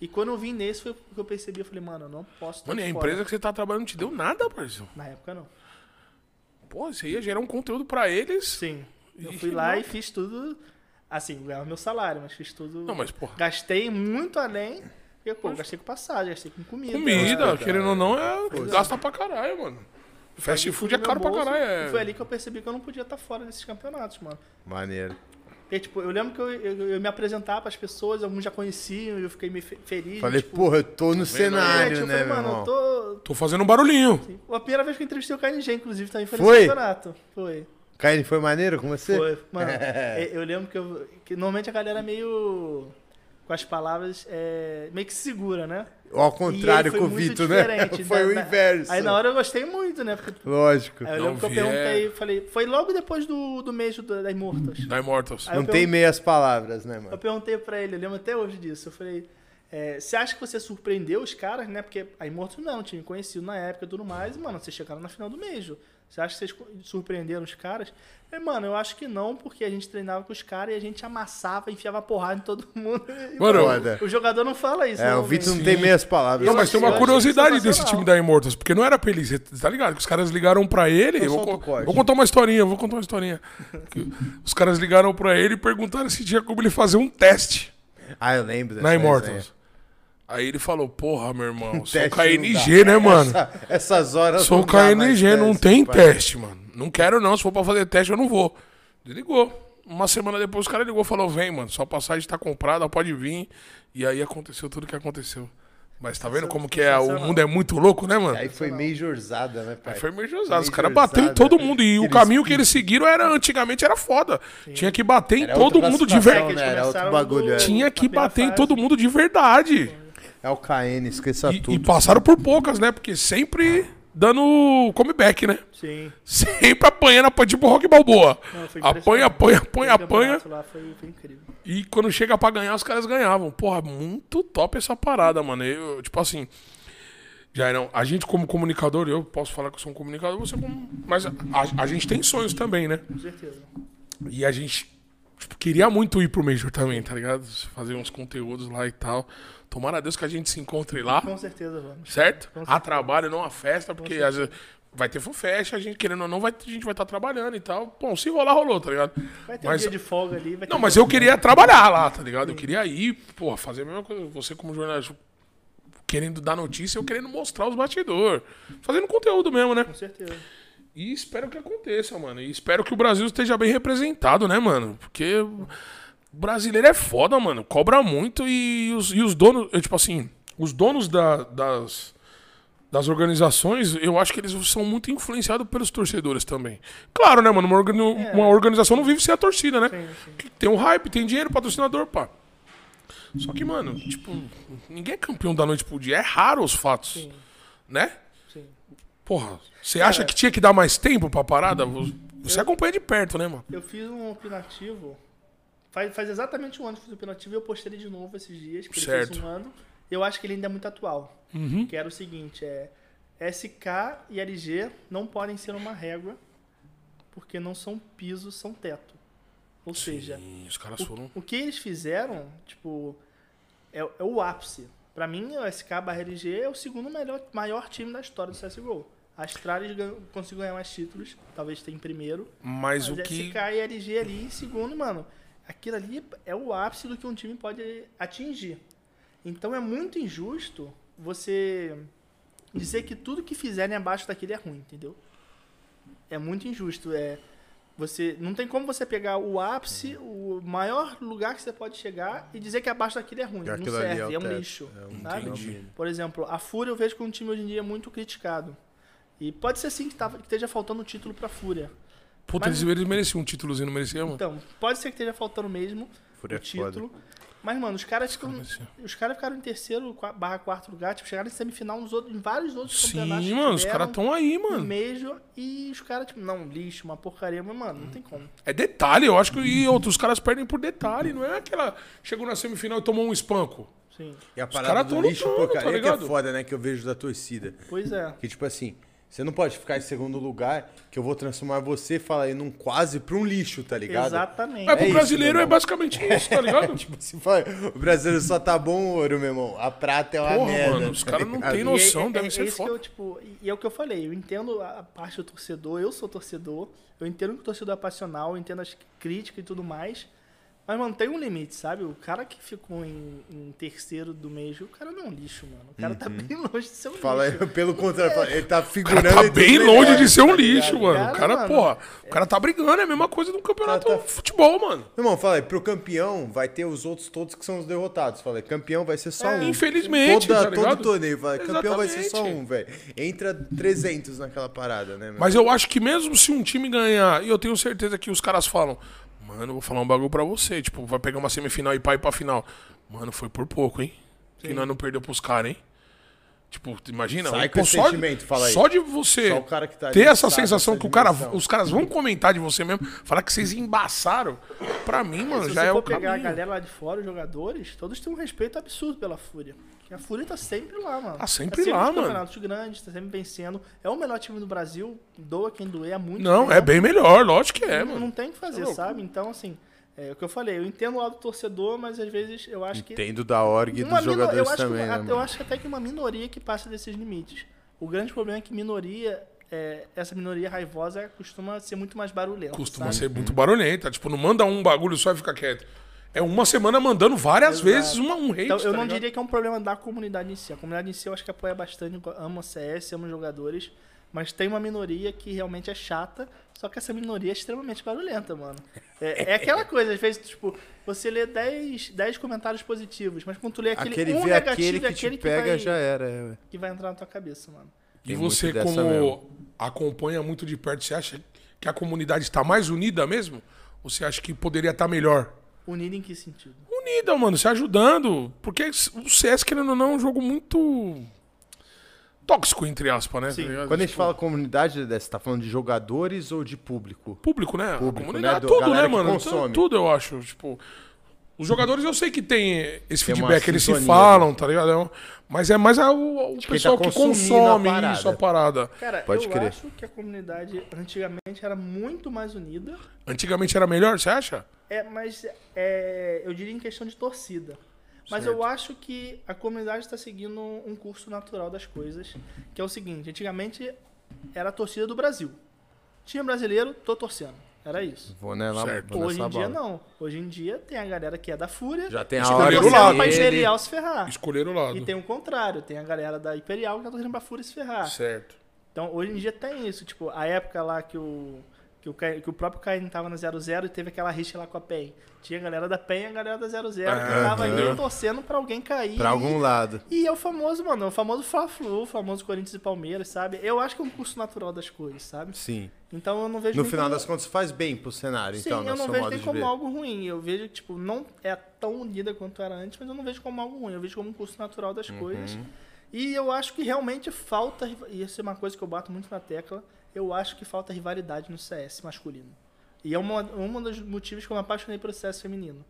[SPEAKER 3] E quando eu vim nesse foi o que eu percebi, eu falei, mano, eu não posso estar
[SPEAKER 2] Mano, e a
[SPEAKER 3] de fora.
[SPEAKER 2] empresa que você tá trabalhando não te deu nada, parceiro.
[SPEAKER 3] Na época não.
[SPEAKER 2] Pô, você ia gerar um conteúdo pra eles.
[SPEAKER 3] Sim. Eu
[SPEAKER 2] Ixi,
[SPEAKER 3] fui lá
[SPEAKER 2] não.
[SPEAKER 3] e fiz tudo. Assim, ganhava meu salário, mas fiz tudo.
[SPEAKER 2] Não, mas, porra.
[SPEAKER 3] Gastei muito além. Porque, pô, gastei com passagem, gastei com comida.
[SPEAKER 2] Comida, querendo ou não, é gasta pra caralho, mano. Fast food é
[SPEAKER 3] Meu
[SPEAKER 2] caro pra
[SPEAKER 3] bolso.
[SPEAKER 2] caralho.
[SPEAKER 3] E foi
[SPEAKER 2] É...
[SPEAKER 3] ali que eu percebi que eu não podia estar fora desses campeonatos, mano.
[SPEAKER 1] Maneiro.
[SPEAKER 3] Porque, tipo, eu lembro que eu, eu, eu me apresentava pras pessoas, alguns já conheciam, eu fiquei meio fe- feliz.
[SPEAKER 1] Falei,
[SPEAKER 3] tipo,
[SPEAKER 1] porra, eu tô no
[SPEAKER 3] é,
[SPEAKER 1] cenário,
[SPEAKER 3] tipo, eu
[SPEAKER 1] né,
[SPEAKER 3] falei,
[SPEAKER 1] meu
[SPEAKER 3] mano,
[SPEAKER 1] irmão?
[SPEAKER 3] eu tô.
[SPEAKER 2] Tô fazendo um barulhinho.
[SPEAKER 3] A primeira vez que eu entrevistei o KNG, inclusive, também foi,
[SPEAKER 1] Foi?
[SPEAKER 3] nesse campeonato. Foi.
[SPEAKER 1] Caio, foi maneiro com você?
[SPEAKER 3] Foi. Mano, é, eu lembro que, eu, que normalmente a galera é meio. Com as palavras, é, meio que segura, né?
[SPEAKER 1] Ao
[SPEAKER 3] E
[SPEAKER 1] contrário
[SPEAKER 3] ele foi
[SPEAKER 1] com o
[SPEAKER 3] muito
[SPEAKER 1] Vitor, né?
[SPEAKER 3] diferente,
[SPEAKER 1] Foi o
[SPEAKER 3] na-
[SPEAKER 1] inverso.
[SPEAKER 3] Aí na hora eu gostei muito, né? Porque,
[SPEAKER 1] Lógico.
[SPEAKER 3] aí eu
[SPEAKER 2] Não
[SPEAKER 3] lembro que eu
[SPEAKER 2] vier.
[SPEAKER 3] perguntei, falei, foi logo depois do, do mês do, das mortas.
[SPEAKER 2] Da Immortals.
[SPEAKER 3] Aí
[SPEAKER 1] Não
[SPEAKER 3] eu
[SPEAKER 1] tem
[SPEAKER 3] pergun-
[SPEAKER 1] meias palavras, né,
[SPEAKER 3] Eu
[SPEAKER 1] mano?
[SPEAKER 3] perguntei pra ele, eu lembro até hoje disso, eu falei, é, você acha que você surpreendeu os caras, né? Porque aí morto não, tinha me conhecido na época e tudo mais, e, mano, vocês chegaram na final do mês. Você acha que vocês surpreenderam os caras? E, mano, eu acho que não, porque a gente treinava com os caras e a gente amassava, enfiava porrada em todo mundo. E,
[SPEAKER 2] Mano,
[SPEAKER 3] o jogador não fala isso.
[SPEAKER 1] É, o
[SPEAKER 3] normalmente.
[SPEAKER 1] Vitor não tem meias palavras.
[SPEAKER 2] Não, mas tem uma
[SPEAKER 3] acho
[SPEAKER 2] curiosidade desse
[SPEAKER 3] sensacional.
[SPEAKER 2] time da Immortals, porque não era pra ele, você tá ligado? Que os caras ligaram pra ele. Eu vou,
[SPEAKER 1] solto o
[SPEAKER 2] co-
[SPEAKER 1] corte.
[SPEAKER 2] vou contar uma historinha, vou contar uma historinha. Que os caras ligaram pra ele e perguntaram se tinha como ele fazer um teste
[SPEAKER 1] Ah, eu lembro. dessa
[SPEAKER 2] na
[SPEAKER 1] resenha.
[SPEAKER 2] Immortals. Aí ele falou, porra, meu irmão, sou
[SPEAKER 1] Um Teste não
[SPEAKER 2] KNG,
[SPEAKER 1] dá.
[SPEAKER 2] né, mano?
[SPEAKER 1] Essa- essas horas.
[SPEAKER 2] Sou
[SPEAKER 1] não dá mais
[SPEAKER 2] KNG, não
[SPEAKER 1] teste,
[SPEAKER 2] tem
[SPEAKER 1] pai.
[SPEAKER 2] teste, mano. Não quero não, se for pra fazer teste eu não vou. Desligou. Uma semana depois o cara ligou e falou, vem, mano, sua passagem tá comprada, pode vir. E aí aconteceu tudo o que aconteceu. Mas tá vendo como que é, o mundo é muito louco, né, mano?
[SPEAKER 1] Aí foi meio Jorzada, né, pai?
[SPEAKER 2] Aí foi meio josado. Os
[SPEAKER 1] meio né?
[SPEAKER 2] caras bateram em
[SPEAKER 1] josada.
[SPEAKER 2] todo mundo. E o
[SPEAKER 1] Aqueles
[SPEAKER 2] caminho que eles seguiram era antigamente era foda. Tinha que bater em
[SPEAKER 1] Era
[SPEAKER 2] todo
[SPEAKER 1] outra
[SPEAKER 2] mundo de
[SPEAKER 1] classificação,
[SPEAKER 2] verdade.
[SPEAKER 1] né? Era outro
[SPEAKER 3] Começaram
[SPEAKER 1] bagulho,
[SPEAKER 3] do-
[SPEAKER 1] é.
[SPEAKER 2] Tinha que
[SPEAKER 3] na primeira
[SPEAKER 2] bater em
[SPEAKER 3] fase.
[SPEAKER 2] todo mundo de verdade.
[SPEAKER 1] É o KN, esqueça
[SPEAKER 2] E,
[SPEAKER 1] tudo.
[SPEAKER 2] e passaram por poucas, né? Porque sempre dando comeback, né?
[SPEAKER 3] Sim.
[SPEAKER 2] Sempre apanhando, apanha, tipo rock balboa.
[SPEAKER 3] Não, foi
[SPEAKER 2] apanha, apanha, apanha,
[SPEAKER 3] Aquele
[SPEAKER 2] apanha.
[SPEAKER 3] campeonato Lá foi, foi incrível.
[SPEAKER 2] E quando chega pra ganhar, os caras ganhavam. Porra, muito top essa parada, mano. Eu, tipo assim. Jairão, a gente como comunicador, eu posso falar que eu sou um comunicador, você como. Mas a, a gente tem sonhos também, né?
[SPEAKER 3] Com certeza.
[SPEAKER 2] E a gente tipo, queria muito ir pro Major também, tá ligado? Fazer uns conteúdos lá e tal. Tomara a Deus que a gente se encontre lá,
[SPEAKER 3] Com certeza, vamos.
[SPEAKER 2] certo?
[SPEAKER 3] Com
[SPEAKER 2] A trabalho, não a festa, porque às vezes vai ter festa, a gente querendo ou não, vai, a gente vai estar trabalhando e tal. Bom, se rolar, rolou, tá ligado?
[SPEAKER 3] Vai ter
[SPEAKER 2] Mas-
[SPEAKER 3] um dia de folga ali. Vai ter
[SPEAKER 2] não,
[SPEAKER 3] um
[SPEAKER 2] mas
[SPEAKER 3] dia
[SPEAKER 2] eu queria trabalhar lá, tá ligado? Eu queria ir, porra, fazer a mesma coisa. Você como jornalista querendo dar notícia, eu querendo mostrar os bastidores. Fazendo conteúdo mesmo, né?
[SPEAKER 3] Com certeza.
[SPEAKER 2] E espero que aconteça, mano. E espero que o Brasil esteja bem representado, né, mano? Porque o brasileiro é foda, mano. Cobra muito e os, e os donos, eu, tipo assim, os donos da- das, das organizações, eu acho que eles são muito influenciados pelos torcedores também. Claro, né, mano? Uma, organi- uma organização não vive sem a torcida, né? Tem um hype, tem dinheiro, patrocinador, pá. Só que, mano, tipo, ninguém é campeão da noite pro dia. É raro os fatos, né?
[SPEAKER 3] Sim.
[SPEAKER 2] Porra, você
[SPEAKER 3] É.
[SPEAKER 2] acha que tinha que dar mais tempo pra parada? Vo-
[SPEAKER 3] Uhum.
[SPEAKER 2] Você acompanha de perto, né, mano?
[SPEAKER 3] Eu fiz um opinativo. Faz, faz exatamente um ano que eu fiz o opinativo e eu postei ele de novo esses dias, porque ele
[SPEAKER 2] Certo.
[SPEAKER 3] fez um ano. Eu acho que ele ainda é muito atual. Que era o seguinte, é. SK e LG não podem ser uma régua, porque não são piso, são teto. Ou seja,
[SPEAKER 2] Sim, os caras foram.
[SPEAKER 3] o que eles fizeram, tipo, é, é o ápice. Pra mim, o SK barra LG é o segundo melhor, maior time da história do CSGO. A Astralis gan- conseguiu ganhar mais títulos, talvez tenha em primeiro.
[SPEAKER 2] Mas
[SPEAKER 3] Mas é
[SPEAKER 2] o
[SPEAKER 3] SK
[SPEAKER 2] que.
[SPEAKER 3] e LG ali em segundo, mano. Aquilo ali é o ápice do que um time pode atingir. Então é muito injusto você dizer que tudo que fizerem abaixo daquele é ruim, entendeu? É muito injusto. É você não tem como você pegar o ápice, o maior lugar que você pode chegar e dizer que abaixo daquele é ruim.
[SPEAKER 1] E aquilo
[SPEAKER 3] não
[SPEAKER 1] ali é
[SPEAKER 3] serve,
[SPEAKER 1] o
[SPEAKER 3] é, um
[SPEAKER 1] teto.
[SPEAKER 3] lixo. sabe?
[SPEAKER 2] Entendi.
[SPEAKER 3] Por exemplo, a Fúria eu vejo que é um time hoje em dia muito criticado. E pode ser sim que, tava- que esteja faltando título pra Fúria.
[SPEAKER 2] Puta,
[SPEAKER 3] Mas-
[SPEAKER 2] eles, eles mereciam um títulozinho, não mereciam, mano?
[SPEAKER 3] Então, pode ser que esteja faltando mesmo
[SPEAKER 1] Fúria é
[SPEAKER 3] o título. Mas, mano, os caras ficam.
[SPEAKER 2] mereciam.
[SPEAKER 3] Os caras ficaram em terceiro qua- barra quarto lugar, tipo, chegaram em semifinal nos outros, em vários outros campeonatos.
[SPEAKER 2] Sim,
[SPEAKER 3] que
[SPEAKER 2] mano, os
[SPEAKER 3] tiveram,
[SPEAKER 2] caras tão aí,
[SPEAKER 3] no
[SPEAKER 2] mano.
[SPEAKER 3] Mesmo, e os caras, tipo, não, lixo, uma porcaria, mas, mano, não tem como.
[SPEAKER 2] É detalhe, eu acho que e outros caras perdem por detalhe, não é aquela. Chegou na semifinal e tomou um espanco.
[SPEAKER 3] Sim.
[SPEAKER 1] E a
[SPEAKER 2] caras
[SPEAKER 1] parada do
[SPEAKER 2] tão
[SPEAKER 1] lixo
[SPEAKER 2] lutando, tá
[SPEAKER 1] porcaria que
[SPEAKER 2] ligado?
[SPEAKER 1] é foda, né? Que eu vejo da torcida.
[SPEAKER 3] Pois é.
[SPEAKER 1] Que tipo assim, você não pode ficar em segundo lugar que eu vou transformar você, fala aí, num quase pra um lixo, tá ligado?
[SPEAKER 3] Exatamente.
[SPEAKER 2] Mas pro
[SPEAKER 1] isso,
[SPEAKER 2] brasileiro
[SPEAKER 3] né,
[SPEAKER 1] meu
[SPEAKER 2] é
[SPEAKER 1] irmão.
[SPEAKER 2] basicamente isso, tá ligado?
[SPEAKER 1] Tipo assim, fala, o brasileiro só tá bom ouro, meu irmão. A prata é uma
[SPEAKER 2] Porra,
[SPEAKER 1] merda.
[SPEAKER 2] mano, os
[SPEAKER 1] tá
[SPEAKER 2] caras não
[SPEAKER 1] ligado?
[SPEAKER 2] têm noção, deve
[SPEAKER 3] é
[SPEAKER 2] ser
[SPEAKER 3] isso
[SPEAKER 2] foda.
[SPEAKER 3] Que eu, tipo, e- e é o que eu falei, eu entendo a a parte do torcedor, eu sou torcedor, eu entendo que o torcedor é passional, eu entendo as críticas e tudo mais, mas, mano, tem um limite, sabe? O cara que ficou em, em terceiro do mês, o cara não é um lixo, mano. O cara
[SPEAKER 2] Uhum.
[SPEAKER 3] tá bem longe de ser um
[SPEAKER 1] Fala aí,
[SPEAKER 3] lixo.
[SPEAKER 1] pelo contrário, fala, ele tá figurando.
[SPEAKER 2] Tá
[SPEAKER 1] entre os
[SPEAKER 2] bem
[SPEAKER 1] melhores,
[SPEAKER 2] longe de ser um
[SPEAKER 1] tá ligado?
[SPEAKER 2] lixo, mano. O
[SPEAKER 3] Cara,
[SPEAKER 2] cara,
[SPEAKER 3] mano,
[SPEAKER 2] porra, o cara tá brigando, é a mesma coisa de um campeonato
[SPEAKER 1] Tá,
[SPEAKER 2] de
[SPEAKER 1] tá.
[SPEAKER 2] futebol, mano.
[SPEAKER 1] Meu irmão, fala aí, pro campeão vai ter os outros todos que são os derrotados. Falei, campeão vai ser só
[SPEAKER 2] É,
[SPEAKER 1] um.
[SPEAKER 2] infelizmente,
[SPEAKER 1] Toda,
[SPEAKER 2] tá ligado?
[SPEAKER 1] todo torneio, fala, campeão vai ser só
[SPEAKER 2] Exatamente.
[SPEAKER 1] um, velho. Entra 300 naquela parada, né, meu?
[SPEAKER 2] Mas eu acho que mesmo se um time ganhar, e eu tenho certeza que os caras falam, mano, eu vou falar um bagulho pra você, tipo, vai pegar uma semifinal e pá e pra final. Mano, foi por pouco, hein? Que nós não perdeu pros caras, hein? Tipo, tu imagina,
[SPEAKER 1] Sai
[SPEAKER 2] um-
[SPEAKER 1] com
[SPEAKER 2] pô,
[SPEAKER 1] esse
[SPEAKER 2] só,
[SPEAKER 1] sentimento, fala aí.
[SPEAKER 2] só de você
[SPEAKER 1] Só o cara que tá ali
[SPEAKER 2] ter essa
[SPEAKER 1] sabe
[SPEAKER 2] sensação
[SPEAKER 1] essa
[SPEAKER 2] que o cara,
[SPEAKER 1] dimensão.
[SPEAKER 2] os caras vão comentar de você mesmo, falar que vocês embaçaram. pra mim, mano,
[SPEAKER 3] Se
[SPEAKER 2] já
[SPEAKER 3] você
[SPEAKER 2] é
[SPEAKER 3] for
[SPEAKER 2] o
[SPEAKER 3] pegar a
[SPEAKER 2] caminho.
[SPEAKER 3] galera lá de fora, os jogadores, todos têm um respeito absurdo pela Fúria. Porque a Fúria tá sempre lá, mano.
[SPEAKER 2] Tá sempre
[SPEAKER 3] tá sempre
[SPEAKER 2] lá,
[SPEAKER 3] nos
[SPEAKER 2] mano.
[SPEAKER 3] campeonatos grandes, tá sempre vencendo. É o melhor time do Brasil, doa quem doer há muito
[SPEAKER 2] Não,
[SPEAKER 3] tempo.
[SPEAKER 2] é bem melhor, lógico que é,
[SPEAKER 3] não,
[SPEAKER 2] mano.
[SPEAKER 3] não tem o que fazer,
[SPEAKER 2] louco.
[SPEAKER 3] sabe? Então, assim, é o que eu falei. Eu entendo o lado do torcedor, mas às vezes eu acho que...
[SPEAKER 4] Entendo da org e
[SPEAKER 3] Uma
[SPEAKER 4] dos
[SPEAKER 3] mino-
[SPEAKER 4] jogadores
[SPEAKER 3] eu acho
[SPEAKER 4] também,
[SPEAKER 3] que,
[SPEAKER 4] né,
[SPEAKER 3] uma-
[SPEAKER 4] mano?
[SPEAKER 3] Eu acho até que uma minoria que passa desses limites. O grande problema é que minoria, é, essa minoria raivosa costuma ser muito mais barulhenta.
[SPEAKER 2] Costuma
[SPEAKER 3] sabe?
[SPEAKER 2] ser muito barulhenta. Tipo, não manda um bagulho só e fica quieto. É uma semana mandando várias vezes uma, um hate.
[SPEAKER 3] Então, eu
[SPEAKER 2] tá
[SPEAKER 3] não
[SPEAKER 2] ligado?
[SPEAKER 3] diria que é um problema da comunidade em si. A comunidade em si eu acho que apoia bastante, ama o CS, ama os jogadores. Mas tem uma minoria que realmente é chata, só que essa minoria é extremamente barulhenta, mano. É, é aquela coisa, às vezes, tipo, você lê 10, 10 comentários positivos, mas quando tu lê aquele,
[SPEAKER 4] Aquele
[SPEAKER 3] um
[SPEAKER 4] vê
[SPEAKER 3] negativo,
[SPEAKER 4] aquele
[SPEAKER 3] é
[SPEAKER 4] que
[SPEAKER 3] aquele
[SPEAKER 4] te pega
[SPEAKER 3] vai,
[SPEAKER 4] já era. é, ué.
[SPEAKER 3] que vai entrar na tua cabeça, mano.
[SPEAKER 2] E
[SPEAKER 4] Tem
[SPEAKER 2] você,
[SPEAKER 4] muito dessa
[SPEAKER 2] como
[SPEAKER 4] mesmo.
[SPEAKER 2] acompanha muito de perto, você acha que a comunidade está mais unida mesmo? Ou você acha que poderia estar melhor?
[SPEAKER 3] Unido em que sentido?
[SPEAKER 2] Unida, mano, se ajudando. Porque o CS, querendo ou não, é um jogo muito tóxico, entre aspas, né?
[SPEAKER 3] Sim.
[SPEAKER 2] Tá ligado?
[SPEAKER 4] Quando a gente
[SPEAKER 2] Tipo,
[SPEAKER 4] fala comunidade, Dedé, você tá falando de jogadores ou de público?
[SPEAKER 2] Público, né? A
[SPEAKER 4] Público,
[SPEAKER 2] comunidade,
[SPEAKER 4] né? Do-
[SPEAKER 2] tudo,
[SPEAKER 4] galera
[SPEAKER 2] né,
[SPEAKER 4] que
[SPEAKER 2] mano?
[SPEAKER 4] consome.
[SPEAKER 2] Tudo, eu acho. Tipo, os jogadores eu sei que tem esse
[SPEAKER 4] Tem uma
[SPEAKER 2] feedback, eles se
[SPEAKER 4] sintonia, né?
[SPEAKER 2] falam, tá ligado? É um- Mas é mais a- o, o pessoal que
[SPEAKER 4] tá consumindo
[SPEAKER 2] consome
[SPEAKER 4] a parada.
[SPEAKER 2] isso, a parada.
[SPEAKER 3] Cara,
[SPEAKER 4] Pode
[SPEAKER 3] eu
[SPEAKER 4] crer.
[SPEAKER 3] acho que a comunidade antigamente era muito mais unida.
[SPEAKER 2] Antigamente era melhor, você acha?
[SPEAKER 3] É, mas é, eu diria em questão de torcida. Mas eu acho que a comunidade está seguindo um curso natural das coisas, que é o seguinte: antigamente era a torcida do Brasil. Tinha brasileiro, tô torcendo. Era isso.
[SPEAKER 4] Vou, né, lá,
[SPEAKER 2] Certo.
[SPEAKER 4] vou
[SPEAKER 3] Hoje
[SPEAKER 4] nessa
[SPEAKER 3] em dia
[SPEAKER 4] bala.
[SPEAKER 3] não. Hoje em dia tem a galera que é da Fúria.
[SPEAKER 4] Já tem a
[SPEAKER 2] Escolher
[SPEAKER 4] hora
[SPEAKER 2] o
[SPEAKER 3] torcendo
[SPEAKER 2] lado
[SPEAKER 3] pra
[SPEAKER 4] dele.
[SPEAKER 3] Imperial se ferrar.
[SPEAKER 2] Escolher o lado.
[SPEAKER 3] Ah, E tem o contrário, tem a galera da Imperial que tá torcendo pra Fúria se ferrar.
[SPEAKER 2] Certo.
[SPEAKER 3] Então, hoje em dia tem isso. Tipo, a época lá que o, que o, Ca- que o próprio Caim tava na 00 e teve aquela rixa lá com a PEN. Tinha a galera da PEN e a galera da 00 que tava ali torcendo pra alguém cair.
[SPEAKER 4] Pra algum lado.
[SPEAKER 3] E é o famoso, mano, é o famoso Fla-Flu, o famoso Corinthians e Palmeiras, sabe? Eu acho que é um curso natural das coisas, sabe?
[SPEAKER 4] Sim.
[SPEAKER 3] Então eu não vejo
[SPEAKER 4] No
[SPEAKER 3] nem
[SPEAKER 4] final
[SPEAKER 3] como-
[SPEAKER 4] das contas, faz bem pro cenário,
[SPEAKER 3] Sim,
[SPEAKER 4] então,
[SPEAKER 3] eu
[SPEAKER 4] no
[SPEAKER 3] não
[SPEAKER 4] seu
[SPEAKER 3] vejo
[SPEAKER 4] modo
[SPEAKER 3] nem
[SPEAKER 4] de
[SPEAKER 3] como
[SPEAKER 4] ver.
[SPEAKER 3] algo ruim. Eu vejo que, tipo, não é tão unida quanto era antes, mas eu não vejo como algo ruim. Eu vejo como um curso natural das
[SPEAKER 4] Uhum.
[SPEAKER 3] coisas. E eu acho que realmente falta, e isso é uma coisa que eu bato muito na tecla, eu acho que falta rivalidade no CS masculino. E é uma- um dos motivos que eu me apaixonei pelo CS feminino.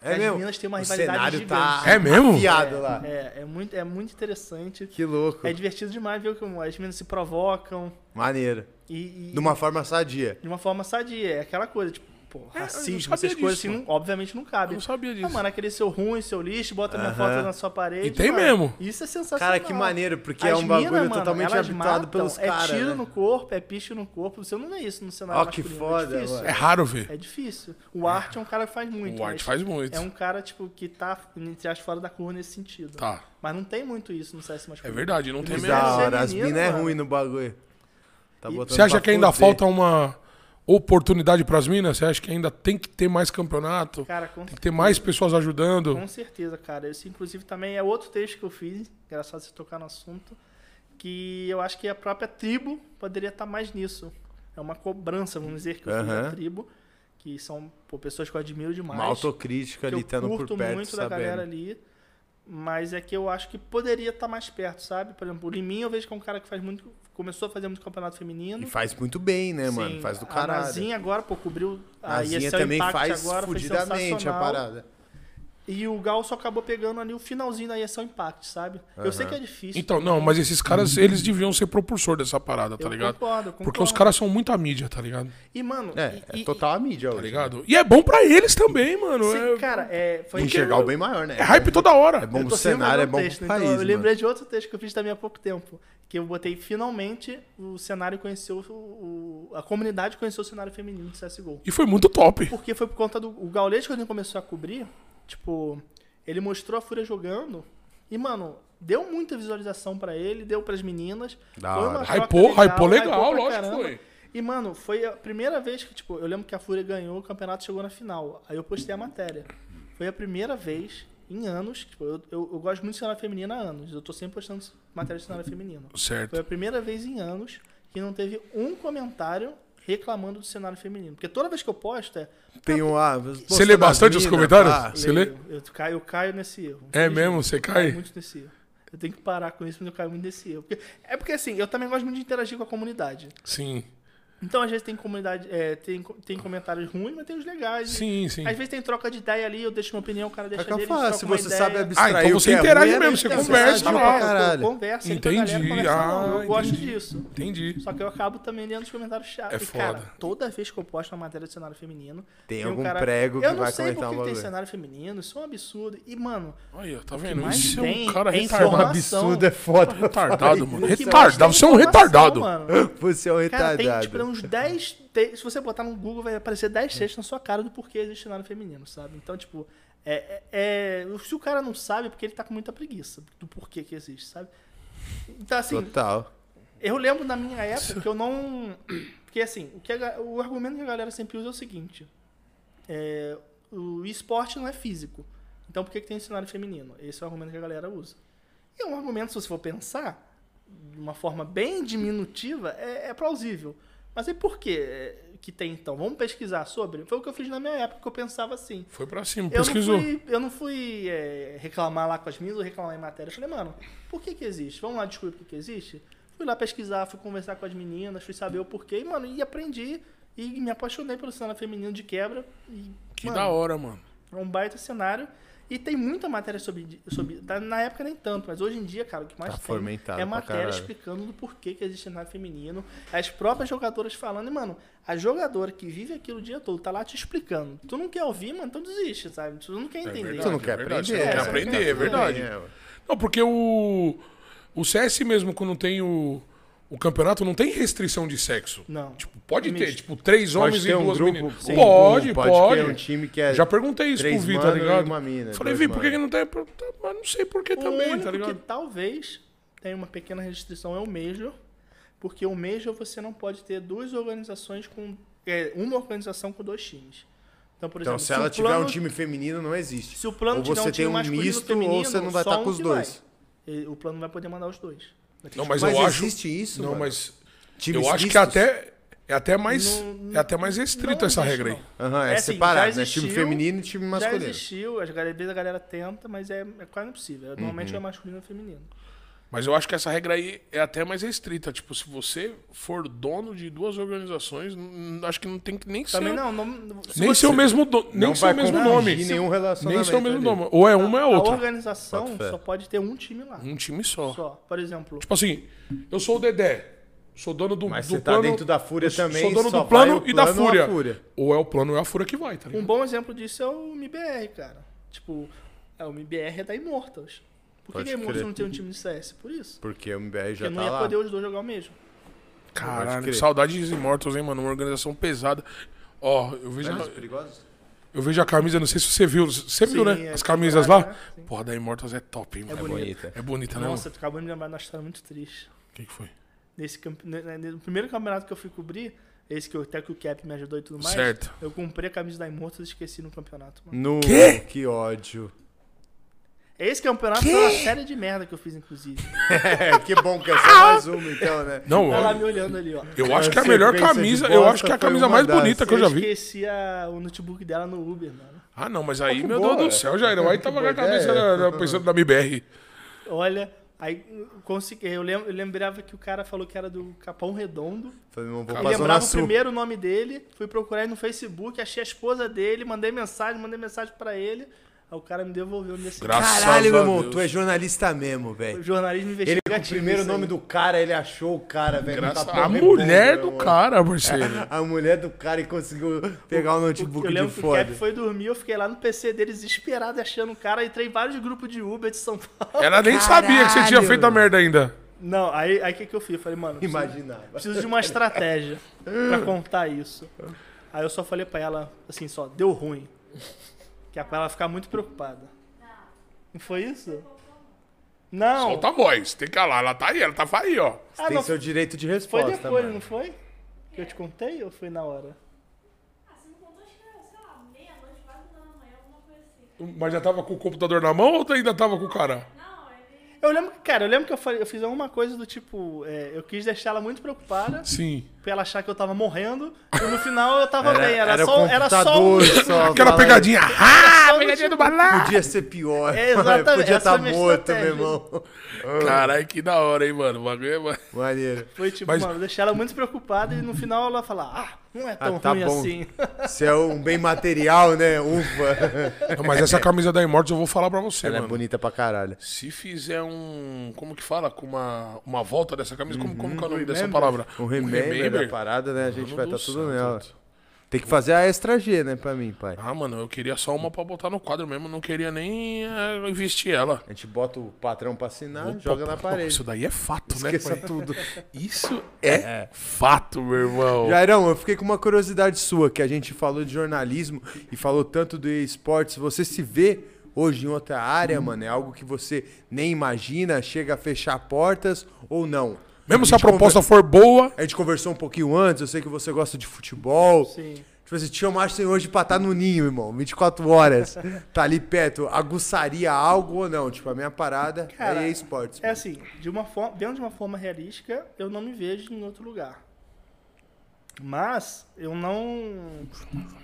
[SPEAKER 4] É
[SPEAKER 3] As
[SPEAKER 4] mesmo?
[SPEAKER 3] meninas têm uma
[SPEAKER 4] o
[SPEAKER 3] rivalidade
[SPEAKER 4] cenário tá
[SPEAKER 2] É mesmo?
[SPEAKER 4] afiado lá.
[SPEAKER 3] É, é muito, é muito interessante.
[SPEAKER 4] Que louco.
[SPEAKER 3] É divertido demais ver como as meninas se provocam
[SPEAKER 4] Maneiro.
[SPEAKER 3] e, e-
[SPEAKER 4] De uma forma sadia.
[SPEAKER 3] de uma forma sadia. É aquela coisa, tipo, pô,
[SPEAKER 2] eu
[SPEAKER 3] racismo,
[SPEAKER 2] não sabia
[SPEAKER 3] essas coisas
[SPEAKER 2] disso,
[SPEAKER 3] assim, não- obviamente não cabem.
[SPEAKER 2] Eu não sabia disso.
[SPEAKER 3] Ah, mano, aquele seu ruim, seu lixo, bota minha foto na sua parede.
[SPEAKER 2] E tem
[SPEAKER 3] mano.
[SPEAKER 2] mesmo.
[SPEAKER 3] Isso é sensacional.
[SPEAKER 4] Cara, que maneiro, porque é
[SPEAKER 3] As
[SPEAKER 4] um bagulho
[SPEAKER 3] mina, mano,
[SPEAKER 4] totalmente
[SPEAKER 3] elas
[SPEAKER 4] habitado
[SPEAKER 3] matam,
[SPEAKER 4] pelos
[SPEAKER 3] é
[SPEAKER 4] caras.
[SPEAKER 3] É tiro
[SPEAKER 4] né?
[SPEAKER 3] no corpo, é picho no corpo. Você não vê isso no cenário
[SPEAKER 4] Ó, que
[SPEAKER 3] masculino,
[SPEAKER 4] foda,
[SPEAKER 3] é difícil.
[SPEAKER 4] mano.
[SPEAKER 2] É raro ver.
[SPEAKER 3] É difícil. O Art é um cara que faz muito.
[SPEAKER 2] O Art
[SPEAKER 3] mas
[SPEAKER 2] faz muito.
[SPEAKER 3] É um cara, tipo, que tá, entre as fora da curva nesse sentido.
[SPEAKER 2] Tá.
[SPEAKER 3] Mas não tem muito isso no CS
[SPEAKER 2] É
[SPEAKER 3] masculino.
[SPEAKER 2] verdade, não tem
[SPEAKER 4] Que
[SPEAKER 3] Mas
[SPEAKER 2] mesmo.
[SPEAKER 4] da
[SPEAKER 3] é
[SPEAKER 4] hora. As
[SPEAKER 3] menino,
[SPEAKER 4] minas é
[SPEAKER 3] mano.
[SPEAKER 4] ruim no bagulho. Tá botando
[SPEAKER 2] Você acha
[SPEAKER 4] pra
[SPEAKER 2] que ainda
[SPEAKER 4] fuder.
[SPEAKER 2] falta uma oportunidade pras minas? Você acha que ainda tem que ter mais campeonato?
[SPEAKER 3] Cara, com
[SPEAKER 2] Tem que ter mais pessoas ajudando?
[SPEAKER 4] Tipo,
[SPEAKER 3] Com certeza, cara. Esse, inclusive, também é outro texto que eu fiz, engraçado você tocar no assunto, que eu acho que a própria tribo poderia estar mais nisso. É uma cobrança, vamos dizer, que eu fiz na
[SPEAKER 4] Aham.
[SPEAKER 3] tribo, que são pô, pessoas que eu admiro demais.
[SPEAKER 4] Uma autocrítica
[SPEAKER 3] que
[SPEAKER 4] ali,
[SPEAKER 3] eu
[SPEAKER 4] tendo por
[SPEAKER 3] curto
[SPEAKER 4] perto, né?
[SPEAKER 3] muito
[SPEAKER 4] sabendo.
[SPEAKER 3] da galera ali, mas é que eu acho que poderia estar mais perto, sabe? Por exemplo, o Liminha eu vejo que é um cara que faz muito, começou a fazer muito campeonato feminino.
[SPEAKER 4] E faz muito bem, né, mano?
[SPEAKER 3] Sim,
[SPEAKER 4] Faz do
[SPEAKER 3] A
[SPEAKER 4] caralho.
[SPEAKER 3] Nazinha agora, pô, cobriu...
[SPEAKER 4] A
[SPEAKER 3] aí esse
[SPEAKER 4] Zinha
[SPEAKER 3] é o
[SPEAKER 4] também
[SPEAKER 3] impacto
[SPEAKER 4] faz
[SPEAKER 3] agora, foi
[SPEAKER 4] fudidamente a
[SPEAKER 3] sensacional.
[SPEAKER 4] parada.
[SPEAKER 3] E o Gal só acabou pegando ali o finalzinho da Ação Impact, sabe? Eu sei que é difícil.
[SPEAKER 2] Então, não, mas esses caras, eles deviam ser propulsor dessa parada, tá
[SPEAKER 3] eu
[SPEAKER 2] ligado?
[SPEAKER 3] concordo, eu concordo.
[SPEAKER 2] Porque os caras são muita mídia, tá ligado?
[SPEAKER 3] E, mano,
[SPEAKER 4] É,
[SPEAKER 3] e,
[SPEAKER 4] é
[SPEAKER 3] e-
[SPEAKER 4] total a mídia hoje. né?
[SPEAKER 2] Tá ligado? E é bom pra eles também, mano.
[SPEAKER 3] sim,
[SPEAKER 2] É,
[SPEAKER 3] cara, é, foi
[SPEAKER 4] Enxergar o bem maior, né?
[SPEAKER 2] é hype toda hora.
[SPEAKER 4] bom
[SPEAKER 3] Eu tô
[SPEAKER 4] pro
[SPEAKER 3] sem
[SPEAKER 4] cenário, é
[SPEAKER 3] lembrar
[SPEAKER 4] bom pro
[SPEAKER 3] o texto, né?
[SPEAKER 4] país,
[SPEAKER 3] Então, eu
[SPEAKER 4] mano.
[SPEAKER 3] lembrei de outro texto que eu fiz também há pouco tempo. Que eu botei, finalmente, o cenário conheceu... o- o- a comunidade conheceu o cenário feminino do CSGO.
[SPEAKER 2] E foi muito top.
[SPEAKER 3] Porque foi por conta do. O Gaulês, quando ele começou a cobrir, tipo, ele mostrou a Fúria jogando. E, mano, deu muita visualização pra ele, deu pras meninas.
[SPEAKER 4] Da
[SPEAKER 3] foi
[SPEAKER 4] hora.
[SPEAKER 3] uma troca
[SPEAKER 2] Hypou,
[SPEAKER 3] legal,
[SPEAKER 2] hypou legal,
[SPEAKER 3] pra
[SPEAKER 2] lógico que foi.
[SPEAKER 3] E, mano, foi a primeira vez que, tipo, eu lembro que a Fúria ganhou, o campeonato chegou na final. Aí eu postei a matéria. Foi a primeira vez em anos, tipo, eu, eu, eu gosto muito de cenário feminino há anos. Eu tô sempre postando matéria de cenário feminino. Foi
[SPEAKER 2] Certo.
[SPEAKER 3] a primeira vez em anos que não teve um comentário reclamando do cenário feminino. Porque toda vez que eu posto é.
[SPEAKER 4] Tem um... ah,
[SPEAKER 2] Você
[SPEAKER 4] postando
[SPEAKER 2] lê
[SPEAKER 4] as
[SPEAKER 2] bastante os
[SPEAKER 4] mina,
[SPEAKER 2] comentários?
[SPEAKER 4] pá.
[SPEAKER 2] Você lê?
[SPEAKER 3] Leio, Eu caio, eu caio nesse erro.
[SPEAKER 2] É mesmo? Você
[SPEAKER 3] Eu caio
[SPEAKER 2] cai?
[SPEAKER 3] muito nesse erro. Eu tenho que parar com isso, mas eu caio muito nesse erro. Porque- é porque assim, eu também gosto muito de interagir com a comunidade.
[SPEAKER 2] Sim.
[SPEAKER 3] Então, às vezes tem comunidade, é, tem, tem comentários ruins, mas tem os legais.
[SPEAKER 2] Sim, sim.
[SPEAKER 3] Às vezes tem troca de ideia ali, eu deixo minha opinião, o
[SPEAKER 1] É
[SPEAKER 3] cara deixa
[SPEAKER 1] que eu
[SPEAKER 3] dele,
[SPEAKER 1] falo,
[SPEAKER 3] troca
[SPEAKER 1] se
[SPEAKER 3] uma
[SPEAKER 1] você
[SPEAKER 3] ideia.
[SPEAKER 1] sabe abstrair
[SPEAKER 2] Ah, então
[SPEAKER 1] o
[SPEAKER 2] você
[SPEAKER 1] que é
[SPEAKER 2] interage
[SPEAKER 1] ruim,
[SPEAKER 2] mesmo, você
[SPEAKER 1] então
[SPEAKER 2] conversa "Ah,
[SPEAKER 1] agiu
[SPEAKER 2] lá.
[SPEAKER 1] pra caralho.
[SPEAKER 3] Conversa, ele com a
[SPEAKER 2] Entendi.
[SPEAKER 3] galera, conversa, não, eu
[SPEAKER 2] Ah,
[SPEAKER 3] gosto
[SPEAKER 2] entendi.
[SPEAKER 3] disso.
[SPEAKER 2] Entendi.
[SPEAKER 3] Só que eu acabo também lendo os comentários
[SPEAKER 2] É
[SPEAKER 3] chatos. E, cara,
[SPEAKER 2] foda.
[SPEAKER 3] toda vez que eu posto uma matéria de cenário feminino...
[SPEAKER 4] Tem
[SPEAKER 3] o
[SPEAKER 4] algum prego que
[SPEAKER 3] eu
[SPEAKER 4] vai
[SPEAKER 3] Eu
[SPEAKER 4] comentar um
[SPEAKER 3] não sei porque tem
[SPEAKER 4] bagulho."
[SPEAKER 3] cenário feminino, isso é um absurdo. E, mano,
[SPEAKER 2] Olha, tá
[SPEAKER 3] que
[SPEAKER 2] vendo?
[SPEAKER 3] mais
[SPEAKER 2] Isso é
[SPEAKER 3] tem
[SPEAKER 2] um cara
[SPEAKER 3] é
[SPEAKER 2] retardado.
[SPEAKER 3] informação.
[SPEAKER 1] Absurdo é foda.
[SPEAKER 2] um Retardado, mano.
[SPEAKER 3] o que mais
[SPEAKER 2] Retardado.
[SPEAKER 3] tem
[SPEAKER 2] Você é um
[SPEAKER 3] informação,
[SPEAKER 2] retardado.
[SPEAKER 3] Mano.
[SPEAKER 1] Você é um
[SPEAKER 3] Cara, tem
[SPEAKER 1] retardado.
[SPEAKER 3] tipo, uns 10. te- Se você botar no Google, vai aparecer 10 textos na sua cara do porquê existe cenário feminino, sabe? Então, tipo, é, é- é- se o cara não sabe, é porque ele tá com muita preguiça do porquê que existe, sabe? Então, assim,
[SPEAKER 4] Total.
[SPEAKER 3] eu lembro na minha época que eu não. Porque, assim, o, que a ga- o argumento que a galera sempre usa é o seguinte: é, o esporte não é físico. Então, por que, que tem cenário feminino? Esse é o argumento que a galera usa. E é um argumento, se você for pensar, de uma forma bem diminutiva, é, é plausível. Mas e por que é, que tem então? Vamos pesquisar sobre? Foi o que eu fiz na minha época, que eu pensava assim.
[SPEAKER 2] Foi pra cima,
[SPEAKER 3] Eu
[SPEAKER 2] pesquisou.
[SPEAKER 3] não fui, eu não fui é, reclamar lá com as minhas ou reclamar em matéria. Eu falei, mano, por que que existe? Vamos lá descobrir por que que existe? Fui lá pesquisar, fui conversar com as meninas, fui saber o porquê, e, mano, e aprendi. E me apaixonei pelo cenário feminino de quebra. E,
[SPEAKER 2] Que
[SPEAKER 3] mano,
[SPEAKER 2] da hora, mano.
[SPEAKER 3] é um baita cenário. E tem muita matéria sobre. sobre tá, na época nem tanto, mas hoje em dia, cara, o que mais
[SPEAKER 4] Tá
[SPEAKER 3] tem
[SPEAKER 4] fomentado pra
[SPEAKER 3] é matéria
[SPEAKER 4] caralho.
[SPEAKER 3] explicando do porquê que existe cenário feminino. As próprias jogadoras falando, e, mano, a jogadora que vive aquilo o dia todo tá lá te explicando. Tu não quer ouvir, mano, então desiste, sabe? Tu não quer entender.
[SPEAKER 4] Tu não quer
[SPEAKER 2] É verdade,
[SPEAKER 4] aprender. né?
[SPEAKER 2] Você não
[SPEAKER 3] É,
[SPEAKER 2] quer aprender, é
[SPEAKER 3] você não quer
[SPEAKER 2] verdade. Não, porque o. O CS mesmo, quando tem o, o campeonato, não tem restrição de sexo.
[SPEAKER 3] Não.
[SPEAKER 2] Tipo, pode ter,
[SPEAKER 3] Misto.
[SPEAKER 2] tipo, três
[SPEAKER 4] Pode
[SPEAKER 2] homens e
[SPEAKER 4] ter um
[SPEAKER 2] duas
[SPEAKER 4] grupo,
[SPEAKER 2] meninas.
[SPEAKER 4] sim,
[SPEAKER 2] pode,
[SPEAKER 4] um-
[SPEAKER 2] pode.
[SPEAKER 4] pode ter um time que é
[SPEAKER 2] Já perguntei isso pro
[SPEAKER 4] três
[SPEAKER 2] Vitor, tá
[SPEAKER 4] mano e
[SPEAKER 2] ligado?
[SPEAKER 4] uma mina,
[SPEAKER 2] Falei,
[SPEAKER 4] dois
[SPEAKER 2] Vi, por que
[SPEAKER 4] mano.
[SPEAKER 2] que não tem. pro- tá, Mas não sei por que
[SPEAKER 3] o
[SPEAKER 2] também,
[SPEAKER 3] único
[SPEAKER 2] tá
[SPEAKER 3] que
[SPEAKER 2] ligado?
[SPEAKER 3] talvez tenha uma pequena restrição é o Major, porque o Major você não pode ter duas organizações com. é, uma organização com dois times. Então, por exemplo,
[SPEAKER 4] Então, se ela
[SPEAKER 3] o
[SPEAKER 4] tiver um
[SPEAKER 3] plano-
[SPEAKER 4] time feminino, não existe.
[SPEAKER 3] Se o plano
[SPEAKER 4] ou
[SPEAKER 3] tiver
[SPEAKER 4] você
[SPEAKER 3] um time
[SPEAKER 4] tem um
[SPEAKER 3] masculino
[SPEAKER 4] misto,
[SPEAKER 3] feminino,
[SPEAKER 4] ou você não vai
[SPEAKER 3] só
[SPEAKER 4] estar
[SPEAKER 3] um
[SPEAKER 4] com os
[SPEAKER 3] que
[SPEAKER 4] dois.
[SPEAKER 3] vai. E O plano vai poder mandar os dois. Vai ter
[SPEAKER 2] Não,
[SPEAKER 3] que
[SPEAKER 2] mas,
[SPEAKER 4] Mas
[SPEAKER 2] eu acho.
[SPEAKER 4] existe isso,
[SPEAKER 2] Não,
[SPEAKER 4] mano?
[SPEAKER 2] mas.
[SPEAKER 4] Times
[SPEAKER 2] eu acho que
[SPEAKER 4] mistos?
[SPEAKER 2] até. É até mais.
[SPEAKER 3] Não-
[SPEAKER 2] é até mais
[SPEAKER 3] Não
[SPEAKER 2] restrito essa
[SPEAKER 3] existe,
[SPEAKER 2] regra aí.
[SPEAKER 3] não.
[SPEAKER 4] Aham, é
[SPEAKER 3] assim,
[SPEAKER 4] separado,
[SPEAKER 3] já
[SPEAKER 4] né? Time
[SPEAKER 3] existiu,
[SPEAKER 4] feminino e time masculino.
[SPEAKER 3] Já existiu, às gal- às vezes a galera tenta, mas é, é quase impossível.
[SPEAKER 4] Uhum.
[SPEAKER 3] Normalmente é masculino e feminino.
[SPEAKER 2] Mas eu acho que essa regra aí é até mais restrita. Tipo, se você for dono de duas organizações, n- n- acho que não tem que nem
[SPEAKER 3] Também
[SPEAKER 2] ser.
[SPEAKER 3] não, não se
[SPEAKER 2] Nem
[SPEAKER 3] você-
[SPEAKER 2] ser o mesmo, do, nem
[SPEAKER 4] Não
[SPEAKER 2] ser o
[SPEAKER 4] vai
[SPEAKER 2] mesmo
[SPEAKER 4] confundir
[SPEAKER 2] nome.
[SPEAKER 4] nenhum relacionamento
[SPEAKER 2] Nem ser o mesmo
[SPEAKER 4] ali.
[SPEAKER 2] nome. Ou é uma ou é
[SPEAKER 3] a
[SPEAKER 2] outra.
[SPEAKER 3] organização
[SPEAKER 4] Boto fé.
[SPEAKER 3] só pode ter um time lá.
[SPEAKER 2] Um time só.
[SPEAKER 3] Só. Por exemplo,
[SPEAKER 2] Tipo assim, eu sou o Dedé. Sou dono do,
[SPEAKER 4] Mas
[SPEAKER 2] do
[SPEAKER 4] você tá dentro da Fúria
[SPEAKER 2] eu sou-
[SPEAKER 4] também,
[SPEAKER 2] Sou dono
[SPEAKER 4] só
[SPEAKER 2] do
[SPEAKER 4] vai
[SPEAKER 2] plano
[SPEAKER 4] o
[SPEAKER 2] e da
[SPEAKER 4] plano ou a
[SPEAKER 2] fúria.
[SPEAKER 4] Fúria.
[SPEAKER 2] Ou é o plano ou é a fúria que vai, tá
[SPEAKER 3] Um
[SPEAKER 2] ligado?
[SPEAKER 3] bom exemplo disso é o MBR, cara. Tipo, é, o MBR é da Immortals. Por que,
[SPEAKER 4] Pode
[SPEAKER 3] que a Immortals
[SPEAKER 4] crer.
[SPEAKER 3] não tem um time de CS? Por isso.
[SPEAKER 4] Porque o MBR já
[SPEAKER 3] Porque não
[SPEAKER 4] tá
[SPEAKER 3] ia
[SPEAKER 4] lá.
[SPEAKER 3] poder os dois jogar o mesmo.
[SPEAKER 4] Pode
[SPEAKER 2] Caralho,
[SPEAKER 4] crer.
[SPEAKER 2] saudade dos Immortals, hein, mano? Uma organização pesada. Ó, eu vejo,
[SPEAKER 4] Menos perigosos?
[SPEAKER 2] eu vejo a camisa, não sei se você viu. Você viu,
[SPEAKER 3] Sim,
[SPEAKER 2] né?
[SPEAKER 3] é
[SPEAKER 2] As camisas
[SPEAKER 4] tá
[SPEAKER 2] lá.
[SPEAKER 3] temporada, né? Sim.
[SPEAKER 2] Porra, da Immortals é top, hein, mano?
[SPEAKER 3] bonito.
[SPEAKER 4] Bonita.
[SPEAKER 2] É bonita, né?
[SPEAKER 3] Nossa,
[SPEAKER 2] Nossa.
[SPEAKER 3] tu acabou de me lembrar de uma história muito triste.
[SPEAKER 2] O que, que foi?
[SPEAKER 3] Nesse campe- né, né, no primeiro campeonato que eu fui cobrir, esse que eu, até que o Cap me ajudou e tudo mais,
[SPEAKER 2] Certo. Hum.
[SPEAKER 3] eu comprei a camisa da Immortals e esqueci no campeonato, mano.
[SPEAKER 4] No...
[SPEAKER 2] Quê?
[SPEAKER 4] Que ódio.
[SPEAKER 3] Esse campeonato foi uma série de merda que eu fiz, inclusive.
[SPEAKER 4] É, que bom que é só mais uma, então, né?
[SPEAKER 2] Não,
[SPEAKER 3] Ela
[SPEAKER 2] eu,
[SPEAKER 3] me olhando ali, ó.
[SPEAKER 2] eu acho que é a
[SPEAKER 4] Você
[SPEAKER 2] melhor
[SPEAKER 4] pensa de
[SPEAKER 2] camisa. Eu
[SPEAKER 4] bosta,
[SPEAKER 2] acho que é a
[SPEAKER 4] foi
[SPEAKER 2] camisa
[SPEAKER 4] uma
[SPEAKER 2] mais
[SPEAKER 4] das.
[SPEAKER 2] bonita que eu já vi.
[SPEAKER 3] esqueci a- o notebook dela no Uber, mano.
[SPEAKER 2] Ah, não, mas aí, meu
[SPEAKER 4] boa.
[SPEAKER 2] Deus do céu, Jair. Aí tava com a
[SPEAKER 4] boa
[SPEAKER 2] cabeça
[SPEAKER 4] ideia.
[SPEAKER 2] né, pensando na MBR.
[SPEAKER 3] Olha, aí eu consegui, eu, lem- eu lembrava que o cara falou que era do Capão Redondo.
[SPEAKER 4] Falei, não, vou pra
[SPEAKER 3] Eu
[SPEAKER 4] Zona
[SPEAKER 3] lembrava o
[SPEAKER 4] Sul.
[SPEAKER 3] primeiro nome dele, fui procurar ele no Facebook, achei a esposa dele, mandei mensagem, mandei mensagem pra ele. Aí o cara me devolveu nesse
[SPEAKER 2] Graças
[SPEAKER 4] Caralho, meu
[SPEAKER 2] a
[SPEAKER 4] irmão,
[SPEAKER 2] Deus.
[SPEAKER 4] tu é jornalista mesmo, velho.
[SPEAKER 3] jornalismo
[SPEAKER 1] Ele,
[SPEAKER 3] investigativo.
[SPEAKER 1] com o primeiro
[SPEAKER 3] isso aí.
[SPEAKER 1] nome do cara, ele achou o cara, velho.
[SPEAKER 2] Graças
[SPEAKER 1] Tá
[SPEAKER 2] a
[SPEAKER 1] porra,
[SPEAKER 2] mulher
[SPEAKER 4] né,
[SPEAKER 1] bom,
[SPEAKER 2] do
[SPEAKER 1] meu amor.
[SPEAKER 2] cara, parceiro.
[SPEAKER 1] A mulher do cara e conseguiu pegar o notebook
[SPEAKER 3] Eu
[SPEAKER 1] de
[SPEAKER 3] lembro que o
[SPEAKER 1] foda.
[SPEAKER 3] Cap foi dormir, eu fiquei lá no PC dele desesperado achando o cara, entrei em vários grupos de Uber de São Paulo.
[SPEAKER 1] É.
[SPEAKER 2] Ela nem sabia que você tinha feito a merda ainda.
[SPEAKER 3] Não, aí aí o que, que eu fiz? Eu falei, mano, preciso-
[SPEAKER 1] Imaginava.
[SPEAKER 3] Preciso de uma estratégia pra contar isso. Aí eu só falei pra ela, assim, só, deu ruim. Que é pra ela ficar muito preocupada. Não foi isso? Não.
[SPEAKER 2] Solta a voz, tem que lá. Ela tá aí, ela tá aí, ó.
[SPEAKER 3] Ah,
[SPEAKER 1] Tem
[SPEAKER 3] não.
[SPEAKER 1] seu direito de
[SPEAKER 3] Foi
[SPEAKER 1] resposta,
[SPEAKER 3] depois,
[SPEAKER 1] mano.
[SPEAKER 3] não foi? Que eu te contei ou foi na hora?
[SPEAKER 5] Ah, você não contou, acho que era, sei lá, meia-noite, quase da manhã, alguma coisa assim.
[SPEAKER 2] Mas já tava com o computador na mão ou ainda tava com o cara?
[SPEAKER 5] Não, ele.
[SPEAKER 3] Eu lembro que, cara, eu lembro que eu, falei, eu fiz alguma coisa do tipo, é, eu quis deixar ela muito preocupada
[SPEAKER 2] Sim.
[SPEAKER 3] pra ela achar que eu tava morrendo. E no final eu tava bem, era,
[SPEAKER 4] era
[SPEAKER 3] só, era só um.
[SPEAKER 4] computador, só,
[SPEAKER 2] Aquela
[SPEAKER 4] fala aí.
[SPEAKER 1] né?
[SPEAKER 2] pegadinha. Ah,
[SPEAKER 3] só um
[SPEAKER 2] pegadinha do balão.
[SPEAKER 1] Ah! Podia ser pior.
[SPEAKER 3] É, exatamente,
[SPEAKER 1] Podia
[SPEAKER 3] essa é
[SPEAKER 1] estar
[SPEAKER 3] a minha
[SPEAKER 1] morto, meu
[SPEAKER 3] estratégia.
[SPEAKER 1] irmão.
[SPEAKER 2] Caralho, que da hora, hein, mano. O bagulho é... mano.
[SPEAKER 1] Maneiro.
[SPEAKER 3] Foi tipo,
[SPEAKER 2] Mas-
[SPEAKER 3] mano, deixar ela muito preocupada e no final ela falar, ah, não é tão
[SPEAKER 1] tá
[SPEAKER 3] ruim
[SPEAKER 1] bom.
[SPEAKER 3] assim.
[SPEAKER 1] Isso é um bem material, né? Ufa.
[SPEAKER 2] Não, Mas essa camisa da Immortals eu vou falar pra você,
[SPEAKER 1] Ela é
[SPEAKER 2] mano.
[SPEAKER 1] bonita pra caralho.
[SPEAKER 2] Se fizer um. Como que fala? Com uma, uma volta dessa camisa? Como, como que é o nome dessa palavra?
[SPEAKER 1] O remember, Um da parada, né? A gente
[SPEAKER 2] Mano
[SPEAKER 1] vai
[SPEAKER 2] do
[SPEAKER 1] estar tudo
[SPEAKER 2] céu,
[SPEAKER 1] nela.
[SPEAKER 2] tanto.
[SPEAKER 1] Tem que fazer a extra G, né, pra mim, pai.
[SPEAKER 2] Ah, mano, eu queria só uma pra botar no quadro mesmo. Não queria nem eh, investir ela.
[SPEAKER 1] A gente bota o patrão pra assinar,
[SPEAKER 2] Opa,
[SPEAKER 1] joga na
[SPEAKER 2] opa,
[SPEAKER 1] parede.
[SPEAKER 2] Isso daí é fato,
[SPEAKER 1] Esqueça
[SPEAKER 2] né? pai?
[SPEAKER 1] tudo.
[SPEAKER 2] Isso é fato, meu irmão.
[SPEAKER 1] Jairão, eu fiquei com uma curiosidade sua, que a gente falou de jornalismo e falou tanto do esportes. Você se vê hoje em outra área, mano? É algo que você nem imagina, chega a fechar portas ou não?
[SPEAKER 2] Mesmo se a
[SPEAKER 1] gente conver-
[SPEAKER 2] proposta for boa,
[SPEAKER 1] A gente conversou um pouquinho antes, eu sei que você gosta de futebol.
[SPEAKER 3] Sim.
[SPEAKER 1] Tipo assim, te chamassem hoje pra estar no ninho, irmão, 24 horas. tá ali perto, aguçaria algo ou não? Tipo, a minha parada
[SPEAKER 3] Cara,
[SPEAKER 1] é esportes.
[SPEAKER 3] É assim, de uma forma, vendo de uma forma realística, eu não me vejo em outro lugar. Mas eu não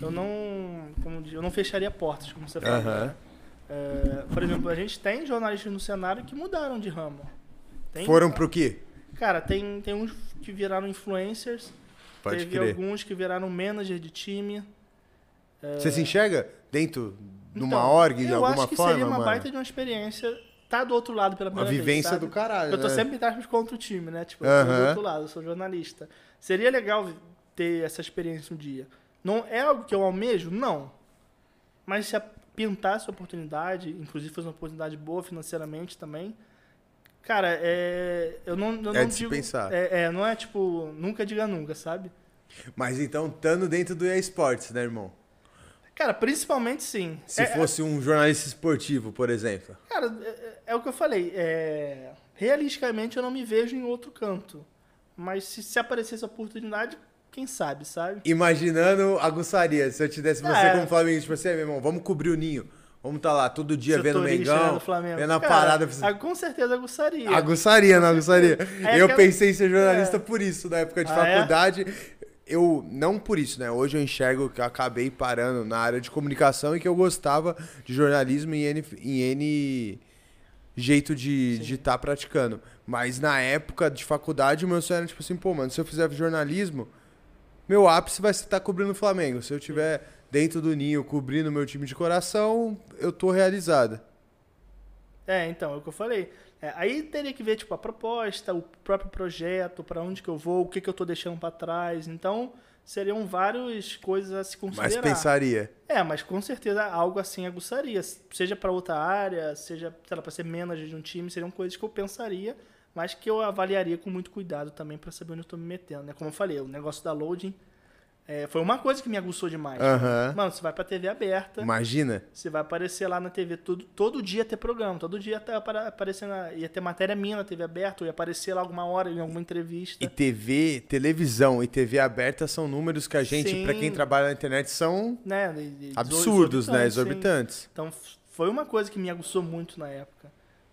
[SPEAKER 3] eu não, como diz, eu não fecharia portas, como você falou.
[SPEAKER 1] Aham.
[SPEAKER 3] né? É, por exemplo, a gente tem jornalistas no cenário que mudaram de ramo. Tem-
[SPEAKER 1] Foram pro quê?
[SPEAKER 3] Cara, tem, tem uns que viraram influencers,
[SPEAKER 1] Pode
[SPEAKER 3] teve
[SPEAKER 1] crer.
[SPEAKER 3] alguns que viraram manager de time. É,
[SPEAKER 1] Você se enxerga dentro de uma
[SPEAKER 3] Então,
[SPEAKER 1] org, de
[SPEAKER 3] eu
[SPEAKER 1] alguma
[SPEAKER 3] acho que
[SPEAKER 1] forma,
[SPEAKER 3] seria uma
[SPEAKER 1] mano?
[SPEAKER 3] baita de uma experiência tá do outro lado pela
[SPEAKER 1] Uma
[SPEAKER 3] primeira vez,
[SPEAKER 1] vivência
[SPEAKER 3] sabe?
[SPEAKER 1] do caralho,
[SPEAKER 3] Eu tô
[SPEAKER 1] né?
[SPEAKER 3] sempre atrás contra o time, né? Tipo, eu sou do
[SPEAKER 1] Aham.
[SPEAKER 3] outro lado, eu sou jornalista. Seria legal ter essa experiência um dia. Não é algo que eu almejo? Não. Mas se a- pintar essa oportunidade, inclusive fosse uma oportunidade boa financeiramente também, cara, é, eu não, eu
[SPEAKER 1] É
[SPEAKER 3] não
[SPEAKER 1] de se
[SPEAKER 3] digo-
[SPEAKER 1] pensar.
[SPEAKER 3] É, é, não é tipo, nunca diga nunca, sabe?
[SPEAKER 1] Mas então, estando dentro do esportes, né, irmão?
[SPEAKER 3] Cara, principalmente sim.
[SPEAKER 1] Se
[SPEAKER 3] É- é-
[SPEAKER 1] fosse um jornalista esportivo, por exemplo.
[SPEAKER 3] Cara, é- é, é o que eu falei. É, realisticamente, eu não me vejo em outro canto. Mas se, se aparecesse a oportunidade, quem sabe, sabe?
[SPEAKER 1] Imaginando, aguçaria. Se eu te desse você
[SPEAKER 3] Ah, é.
[SPEAKER 1] como Flamengo, tipo assim, "É, meu irmão, vamos cobrir o ninho. Vamos estar lá todo dia vendo o
[SPEAKER 3] Setorista, né,
[SPEAKER 1] Mengão,
[SPEAKER 3] do Flamengo.
[SPEAKER 1] vendo a
[SPEAKER 3] Cara,
[SPEAKER 1] parada. assim,
[SPEAKER 3] ah, com certeza aguçaria.
[SPEAKER 1] Aguçaria, não aguçaria.
[SPEAKER 3] É
[SPEAKER 1] eu
[SPEAKER 3] aquela-
[SPEAKER 1] pensei em ser jornalista
[SPEAKER 3] É.
[SPEAKER 1] por isso, na época de
[SPEAKER 3] Ah, é?
[SPEAKER 1] faculdade. Eu, não por isso, né? Hoje eu enxergo que eu acabei parando na área de comunicação e que eu gostava de jornalismo em N, em N jeito de estar de tá praticando. Mas na época de faculdade, o meu sonho era tipo assim, pô, mano, se eu fizer jornalismo, meu ápice vai estar cobrindo o Flamengo. Se eu tiver dentro do ninho cobrindo o meu time de coração, eu tô realizada.
[SPEAKER 3] É, então, é o que eu falei. É, aí teria que ver, tipo, a proposta, o próprio projeto, pra onde que eu vou, o que que eu tô deixando pra trás. Então, seriam várias coisas a se
[SPEAKER 1] Mas
[SPEAKER 3] considerar.
[SPEAKER 1] pensaria.
[SPEAKER 3] É, mas com certeza algo assim aguçaria. Seja pra outra área, seja sei lá, pra ser manager de um time, seriam coisas que eu pensaria, mas que eu avaliaria com muito cuidado também pra saber onde eu tô me metendo. Né? Como eu falei, o negócio da loading é, foi uma coisa que me aguçou demais.
[SPEAKER 1] Aham.
[SPEAKER 3] Mano, você vai pra TV aberta,
[SPEAKER 1] Imagina.
[SPEAKER 3] você vai aparecer lá na TV todo, todo dia ter programa, todo dia tá apara- aparecendo, a- ia ter matéria minha na TV aberta, ou ia aparecer lá alguma hora em alguma entrevista.
[SPEAKER 1] E TV, televisão e TV aberta são números que a gente,
[SPEAKER 3] Sim.
[SPEAKER 1] pra quem trabalha na internet, são
[SPEAKER 3] né? E- e-
[SPEAKER 1] absurdos, né?
[SPEAKER 3] sim.
[SPEAKER 1] Exorbitantes.
[SPEAKER 3] Então f- foi uma coisa que me aguçou muito na época.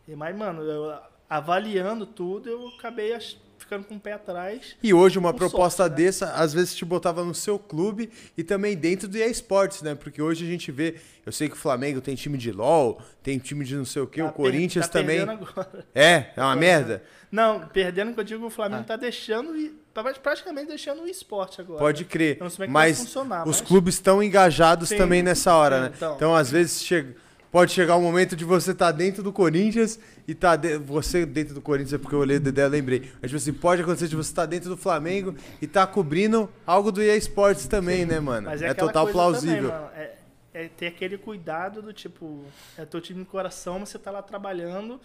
[SPEAKER 3] E, mas, mano, eu, avaliando tudo, eu acabei ach- ficando com o pé atrás.
[SPEAKER 1] E hoje uma
[SPEAKER 3] Com
[SPEAKER 1] proposta
[SPEAKER 3] sorte, né?
[SPEAKER 1] dessa, às vezes te botava no seu clube e também dentro do esportes, né? Porque hoje a gente vê, eu sei que o Flamengo tem time de LOL, tem time de não sei o quê,
[SPEAKER 3] Tá
[SPEAKER 1] o
[SPEAKER 3] per-
[SPEAKER 1] Corinthians
[SPEAKER 3] tá
[SPEAKER 1] também.
[SPEAKER 3] perdendo Tá agora.
[SPEAKER 1] É, é uma merda. Ah.
[SPEAKER 3] Não, perdendo que eu digo, o Flamengo tá deixando, e- tá pra- praticamente deixando o esporte agora.
[SPEAKER 1] Pode crer.
[SPEAKER 3] Eu não sei como é que vai
[SPEAKER 1] mas
[SPEAKER 3] funcionar,
[SPEAKER 1] os
[SPEAKER 3] mas-
[SPEAKER 1] clubes estão engajados
[SPEAKER 3] Sim,
[SPEAKER 1] também nessa hora,
[SPEAKER 3] sim,
[SPEAKER 1] né? Então,
[SPEAKER 3] então.
[SPEAKER 1] às vezes, chega- pode chegar o momento de você estar dentro do Corinthians e tá de- você dentro do Corinthians, é porque eu olhei o Dedé, eu lembrei. Mas tipo assim, pode acontecer de você estar dentro do Flamengo e tá cobrindo algo do EA Sports também, né, mano?
[SPEAKER 3] Mas
[SPEAKER 1] é
[SPEAKER 3] aquela
[SPEAKER 1] total
[SPEAKER 3] coisa
[SPEAKER 1] plausível.
[SPEAKER 3] também, mano, é, é ter aquele cuidado do tipo, é teu time no coração, mas você tá lá trabalhando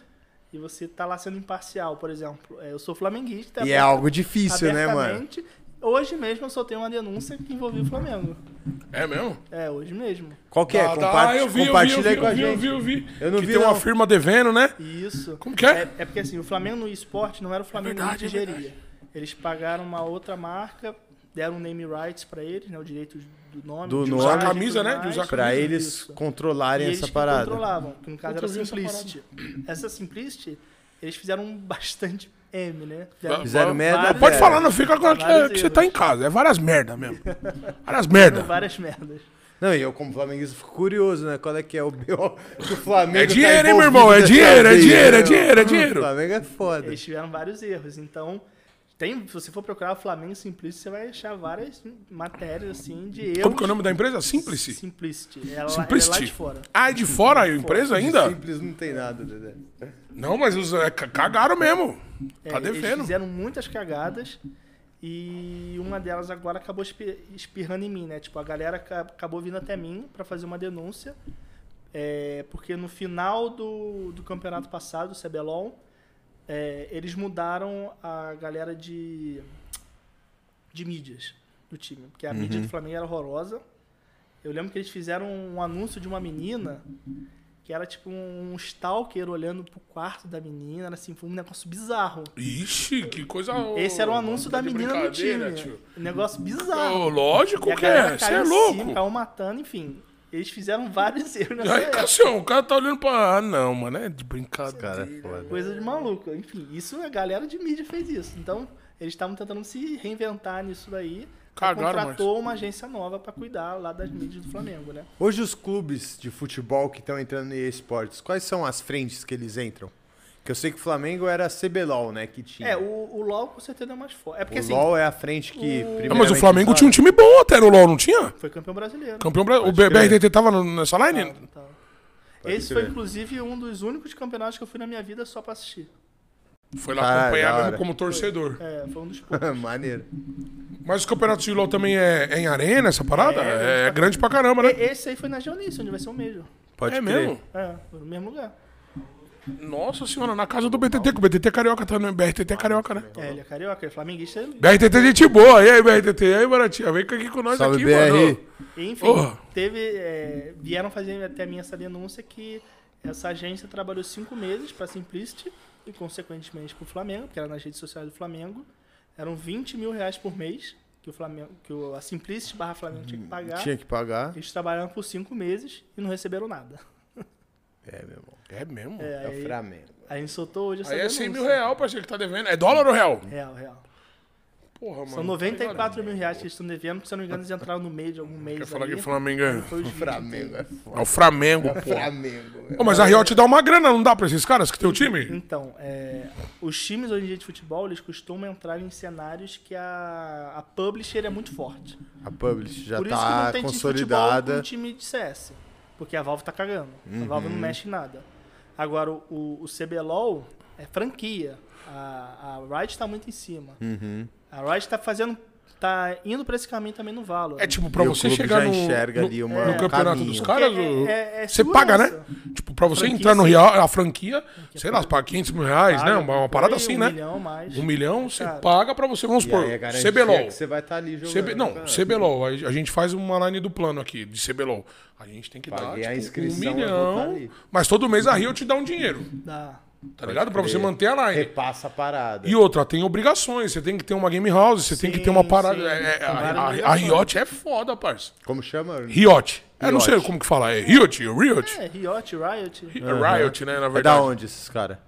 [SPEAKER 3] e você tá lá sendo imparcial, por exemplo. É, eu sou flamenguista.
[SPEAKER 1] e é algo difícil, né, mano?
[SPEAKER 3] abertamente. Hoje mesmo eu soltei uma denúncia que envolvia o Flamengo.
[SPEAKER 2] É mesmo?
[SPEAKER 3] É, hoje mesmo.
[SPEAKER 1] Qual que é?
[SPEAKER 2] Tá, tá.
[SPEAKER 1] Comparti-
[SPEAKER 2] Ah, eu vi, eu vi, eu
[SPEAKER 1] compartilha
[SPEAKER 2] vi,
[SPEAKER 1] aí com a
[SPEAKER 2] eu vi, eu vi,
[SPEAKER 1] gente.
[SPEAKER 2] eu vi.
[SPEAKER 1] Eu não
[SPEAKER 2] que
[SPEAKER 1] vi,
[SPEAKER 2] tem uma
[SPEAKER 1] não.
[SPEAKER 2] firma devendo, né?
[SPEAKER 3] Isso.
[SPEAKER 2] Como que é?
[SPEAKER 3] É, é porque assim, o Flamengo no esporte não era o Flamengo
[SPEAKER 2] verdade,
[SPEAKER 3] que
[SPEAKER 2] é
[SPEAKER 3] geria. Eles pagaram uma outra marca, deram um name rights pra eles, né? O direito do nome.
[SPEAKER 1] Do
[SPEAKER 3] de
[SPEAKER 1] nome. De
[SPEAKER 3] usar e
[SPEAKER 2] usar camisa,
[SPEAKER 3] tudo
[SPEAKER 2] né? De
[SPEAKER 3] mais.
[SPEAKER 2] usar
[SPEAKER 1] Pra
[SPEAKER 2] camisa.
[SPEAKER 1] eles
[SPEAKER 3] Isso. E
[SPEAKER 1] controlarem
[SPEAKER 3] eles
[SPEAKER 1] essa
[SPEAKER 3] que
[SPEAKER 1] parada.
[SPEAKER 3] controlavam, que no caso
[SPEAKER 2] Outra
[SPEAKER 3] era
[SPEAKER 2] vez essa
[SPEAKER 3] Simplicity. Essa Simplicity, eles fizeram um bastante M, né?
[SPEAKER 1] Fizeram merda,
[SPEAKER 3] vários-
[SPEAKER 2] Pode
[SPEAKER 1] É.
[SPEAKER 2] falar, não fica com a que,
[SPEAKER 3] Vários
[SPEAKER 2] que você
[SPEAKER 3] erros.
[SPEAKER 2] tá em casa. É várias merda mesmo. Várias merda.
[SPEAKER 3] várias merdas.
[SPEAKER 1] Não, e eu como flamenguista fico curioso, né? Qual é que é o B.O. que o Flamengo
[SPEAKER 2] É
[SPEAKER 1] tá
[SPEAKER 2] dinheiro, hein, meu
[SPEAKER 1] envolvido
[SPEAKER 2] irmão? É
[SPEAKER 1] nessa
[SPEAKER 2] dinheiro, é
[SPEAKER 1] briga,
[SPEAKER 2] dinheiro, é
[SPEAKER 1] né?
[SPEAKER 2] dinheiro, é dinheiro.
[SPEAKER 1] O Flamengo é foda.
[SPEAKER 3] Eles tiveram vários erros. Então, tem, se você for procurar o Flamengo Simplicity, você vai achar várias matérias assim de erros.
[SPEAKER 2] Como que é o nome da empresa? Simplice?
[SPEAKER 3] Simplicity. Ela, Ela é lá
[SPEAKER 2] Simplicity?
[SPEAKER 3] de fora.
[SPEAKER 2] Ah, é de fora a empresa ainda?
[SPEAKER 1] Simples não tem nada, Dedé.
[SPEAKER 2] Não, mas os, é, c- cagaram mesmo. Tá
[SPEAKER 3] É, Eles
[SPEAKER 2] devendo.
[SPEAKER 3] fizeram muitas cagadas e uma delas agora acabou espi- espirrando em mim, né? Tipo, a galera ca- acabou vindo até mim pra fazer uma denúncia. é, porque no final do, do campeonato passado, o CBLOL, é, eles mudaram a galera de, de mídias do time. Porque a
[SPEAKER 2] Uhum.
[SPEAKER 3] mídia do Flamengo era horrorosa. Eu lembro que eles fizeram um anúncio de uma menina que era tipo um stalker olhando pro quarto da menina. Era assim, foi um negócio bizarro.
[SPEAKER 2] Ixi, que coisa.
[SPEAKER 3] Esse era o anúncio
[SPEAKER 2] tá
[SPEAKER 3] da
[SPEAKER 2] de
[SPEAKER 3] menina no
[SPEAKER 2] brincadeira,
[SPEAKER 3] time.
[SPEAKER 2] tio.
[SPEAKER 3] Um negócio bizarro.
[SPEAKER 2] Ô, lógico
[SPEAKER 3] E a
[SPEAKER 2] que
[SPEAKER 3] galera
[SPEAKER 2] é. Você
[SPEAKER 3] caiu
[SPEAKER 2] é
[SPEAKER 3] em
[SPEAKER 2] louco.
[SPEAKER 3] cima, então, caiu matando, enfim. Eles fizeram vários erros
[SPEAKER 2] E
[SPEAKER 3] nessa
[SPEAKER 2] aí,
[SPEAKER 3] época.
[SPEAKER 2] Cassião, o cara tá olhando pra. Ah, não, mano, é de brincadeira.
[SPEAKER 1] Cara, é foda.
[SPEAKER 3] Coisa de maluco. Enfim, isso a galera de mídia fez isso. Então, eles estavam tentando se reinventar nisso daí.
[SPEAKER 2] Cagaram,
[SPEAKER 3] contratou uma agência nova pra cuidar lá das mídias do Flamengo, né?
[SPEAKER 1] Hoje os clubes de futebol que estão entrando em esportes, quais são as frentes que eles entram? Que eu sei que o Flamengo era a CBLOL, né, que tinha.
[SPEAKER 3] É, o, o LOL com certeza é mais forte. É porque
[SPEAKER 1] o
[SPEAKER 3] assim,
[SPEAKER 1] LOL é a frente que...
[SPEAKER 2] Ah, mas o
[SPEAKER 1] primeiramente,
[SPEAKER 2] Flamengo
[SPEAKER 1] fala.
[SPEAKER 2] tinha um time bom até no LOL, não tinha?
[SPEAKER 3] foi campeão brasileiro.
[SPEAKER 2] Campeão brasileiro. O
[SPEAKER 1] Pode crer.
[SPEAKER 2] BRTT tava no- nessa line?
[SPEAKER 1] Ah.
[SPEAKER 3] Tá, tá. Esse
[SPEAKER 1] crer.
[SPEAKER 3] foi, inclusive, um dos únicos campeonatos que eu fui na minha vida só pra assistir.
[SPEAKER 2] Foi lá
[SPEAKER 1] Caralho, Ah, é da
[SPEAKER 2] acompanhar
[SPEAKER 1] hora.
[SPEAKER 2] mesmo como torcedor.
[SPEAKER 3] É, foi um dos poucos.
[SPEAKER 1] Maneiro.
[SPEAKER 2] Mas o campeonato de LOL também é, é em arena, essa parada? É,
[SPEAKER 3] É,
[SPEAKER 2] grande pra caramba, né?
[SPEAKER 3] E- Esse aí foi na Geonice, onde vai ser o mesmo.
[SPEAKER 1] Pode
[SPEAKER 2] é
[SPEAKER 1] crer.
[SPEAKER 2] mesmo?
[SPEAKER 3] É, foi no mesmo lugar.
[SPEAKER 2] Nossa senhora, na casa do BTT, que o BTT é carioca também. BRTT é carioca, né?
[SPEAKER 3] É, ele é carioca, ele é flamenguista. ele-
[SPEAKER 2] BRTT é gente boa. E aí, BRTT? E aí, Baratinha? Vem aqui com nós
[SPEAKER 1] Salve,
[SPEAKER 2] aqui,
[SPEAKER 1] BR.
[SPEAKER 2] mano.
[SPEAKER 3] Enfim,
[SPEAKER 2] Porra.
[SPEAKER 3] teve, é, vieram fazer até mim essa denúncia que essa agência trabalhou cinco meses para Simplicity e, consequentemente, para o Flamengo, que era nas redes sociais do Flamengo. Eram 20 mil reais por mês que, o Flamengo, que o- a Simplicity barra Flamengo
[SPEAKER 2] Hum,
[SPEAKER 3] tinha que pagar.
[SPEAKER 1] Tinha que pagar.
[SPEAKER 3] Eles trabalharam por cinco meses e não receberam nada.
[SPEAKER 1] É, meu irmão.
[SPEAKER 2] É mesmo?
[SPEAKER 1] É o Flamengo.
[SPEAKER 3] A gente soltou hoje essa
[SPEAKER 2] Aí é
[SPEAKER 3] denúncia.
[SPEAKER 2] 100 mil real, parceiro, que tá devendo. É dólar ou real?
[SPEAKER 3] Real, real.
[SPEAKER 2] Porra, mano. tá
[SPEAKER 3] São 94 mil reais que eles estão devendo, porque se eu não me engano, eles entraram no meio de algum mês.
[SPEAKER 2] Quer falar
[SPEAKER 3] ali.
[SPEAKER 2] que o Flamengo é...
[SPEAKER 3] Foi os 20.
[SPEAKER 1] Flamengo é foda.
[SPEAKER 2] É o Flamengo, porra.
[SPEAKER 1] Flamengo.
[SPEAKER 2] Ô, mas a Riot dá uma grana, não dá pra esses caras que tem o time?
[SPEAKER 3] Então, é, os times hoje em dia de futebol, eles costumam entrar em cenários que a, a publisher é muito forte.
[SPEAKER 1] A Publish já
[SPEAKER 3] Por isso que não
[SPEAKER 1] tá
[SPEAKER 3] tem
[SPEAKER 1] consolidada. Uhum.
[SPEAKER 3] time de futebol com time de CS. Porque a Valve tá cagando. A Valve não mexe em nada. Agora, o, o CBLOL é franquia. A, a Riot tá muito em cima.
[SPEAKER 1] Uhum.
[SPEAKER 3] A Riot tá fazendo... Tá indo pra esse caminho também no Valorant.
[SPEAKER 2] É tipo, pra
[SPEAKER 1] E o
[SPEAKER 2] você
[SPEAKER 1] clube
[SPEAKER 2] chegar
[SPEAKER 1] já
[SPEAKER 2] no,
[SPEAKER 1] enxerga
[SPEAKER 2] no,
[SPEAKER 1] ali
[SPEAKER 2] no
[SPEAKER 1] uma- um
[SPEAKER 2] campeonato
[SPEAKER 1] caminho.
[SPEAKER 2] dos caras,
[SPEAKER 3] É-
[SPEAKER 2] o-
[SPEAKER 3] é- é
[SPEAKER 2] você paga, né?
[SPEAKER 3] segurança.
[SPEAKER 2] Tipo, pra você
[SPEAKER 3] Franquia,
[SPEAKER 2] entrar no
[SPEAKER 3] sim.
[SPEAKER 2] real, a franquia, sei lá, paga 500 mil reais, né? Uma, uma parada
[SPEAKER 3] Foi
[SPEAKER 2] assim,
[SPEAKER 3] um
[SPEAKER 2] né?
[SPEAKER 3] milhão a mais.
[SPEAKER 2] Um milhão, você
[SPEAKER 3] Cara.
[SPEAKER 2] paga pra você, vamos
[SPEAKER 1] E
[SPEAKER 2] supor,
[SPEAKER 1] aí é garantia
[SPEAKER 2] CBLOL.
[SPEAKER 1] que você vai
[SPEAKER 4] tá
[SPEAKER 1] estar ali jogando.
[SPEAKER 2] CB, não,
[SPEAKER 1] cara.
[SPEAKER 2] CBLOL, a, a gente faz uma line do plano aqui, de CBLOL. A gente tem que dar
[SPEAKER 1] Paguei a
[SPEAKER 2] tipo, um
[SPEAKER 1] inscrição, eu vou tá
[SPEAKER 2] milhão,
[SPEAKER 1] ali.
[SPEAKER 2] mas todo mês a Rio te dá um dinheiro,
[SPEAKER 3] Dá.
[SPEAKER 2] tá ligado? Pra você
[SPEAKER 1] crer.
[SPEAKER 2] manter a line.
[SPEAKER 1] Repassa a parada.
[SPEAKER 2] E outra, tem obrigações, você tem que ter uma game house, você tem que ter uma
[SPEAKER 3] Sim,
[SPEAKER 2] parada.
[SPEAKER 3] sim.
[SPEAKER 2] é, é,
[SPEAKER 3] São várias
[SPEAKER 2] a, a, a
[SPEAKER 3] obrigações.
[SPEAKER 2] Riot é foda, parça.
[SPEAKER 1] Como chama?
[SPEAKER 2] Riot. É, não
[SPEAKER 1] Riot.
[SPEAKER 2] sei como que fala, é Riot, Riot.
[SPEAKER 3] É, Riot, Riot.
[SPEAKER 2] É Riot, né, na
[SPEAKER 1] É da
[SPEAKER 2] verdade.
[SPEAKER 1] onde esses caras?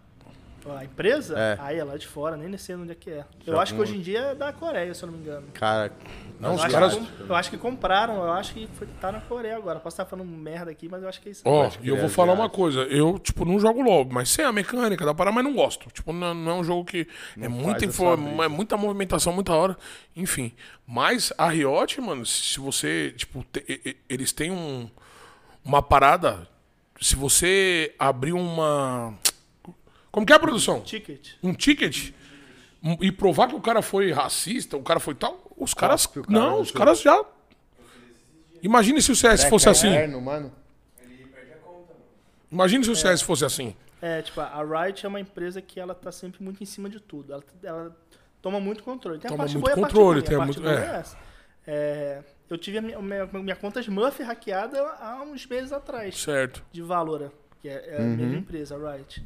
[SPEAKER 3] A empresa?
[SPEAKER 1] É.
[SPEAKER 3] Aí é lá de fora, nem sei onde é que é. Eu acho que hoje em dia é da Coreia, se eu não me engano.
[SPEAKER 1] Cara,
[SPEAKER 2] Não,
[SPEAKER 1] É
[SPEAKER 3] Eu
[SPEAKER 2] os
[SPEAKER 3] acho,
[SPEAKER 2] caras.
[SPEAKER 3] que, com- eu acho que compraram, eu acho que foi, tá na Coreia agora. Posso estar falando merda aqui, mas eu acho que é isso.
[SPEAKER 2] Ó,
[SPEAKER 1] que
[SPEAKER 2] e eu
[SPEAKER 1] é
[SPEAKER 2] vou falar uma
[SPEAKER 1] verdade.
[SPEAKER 2] coisa. Eu, tipo, não jogo LOL, mas sei a mecânica da parada, mas não gosto. Tipo, não, não é um jogo que. é, muita
[SPEAKER 1] faz
[SPEAKER 2] info,
[SPEAKER 1] essa brisa.
[SPEAKER 2] é muita movimentação, muita hora. Enfim. Mas a Riot, mano, se você. Tipo, te- e- e- eles têm um, uma parada. Se você abrir uma. Como que é a produção?
[SPEAKER 3] Ticket.
[SPEAKER 2] um ticket um- e provar que o cara foi racista, o cara foi tal, os caras.
[SPEAKER 1] o cara
[SPEAKER 2] Não,
[SPEAKER 1] não
[SPEAKER 2] os
[SPEAKER 1] foi.
[SPEAKER 2] caras já. Imagine se o CS fosse assim.
[SPEAKER 1] Inferno, mano.
[SPEAKER 2] Imagine se o CS fosse assim.
[SPEAKER 3] É, tipo, a Riot é uma empresa que ela tá sempre muito em cima de tudo. Ela, ela toma muito controle. Tem a
[SPEAKER 2] Toma
[SPEAKER 3] parte
[SPEAKER 2] muito
[SPEAKER 3] boa e a parte
[SPEAKER 2] controle,
[SPEAKER 3] ruim.
[SPEAKER 2] tem
[SPEAKER 3] a parte
[SPEAKER 2] muito-
[SPEAKER 3] boa
[SPEAKER 2] é.
[SPEAKER 3] é essa. É, eu tive a minha, minha, minha conta Smurf hackeada há uns meses atrás.
[SPEAKER 2] Certo.
[SPEAKER 3] de Valora, que é, é a mesma empresa, a Riot.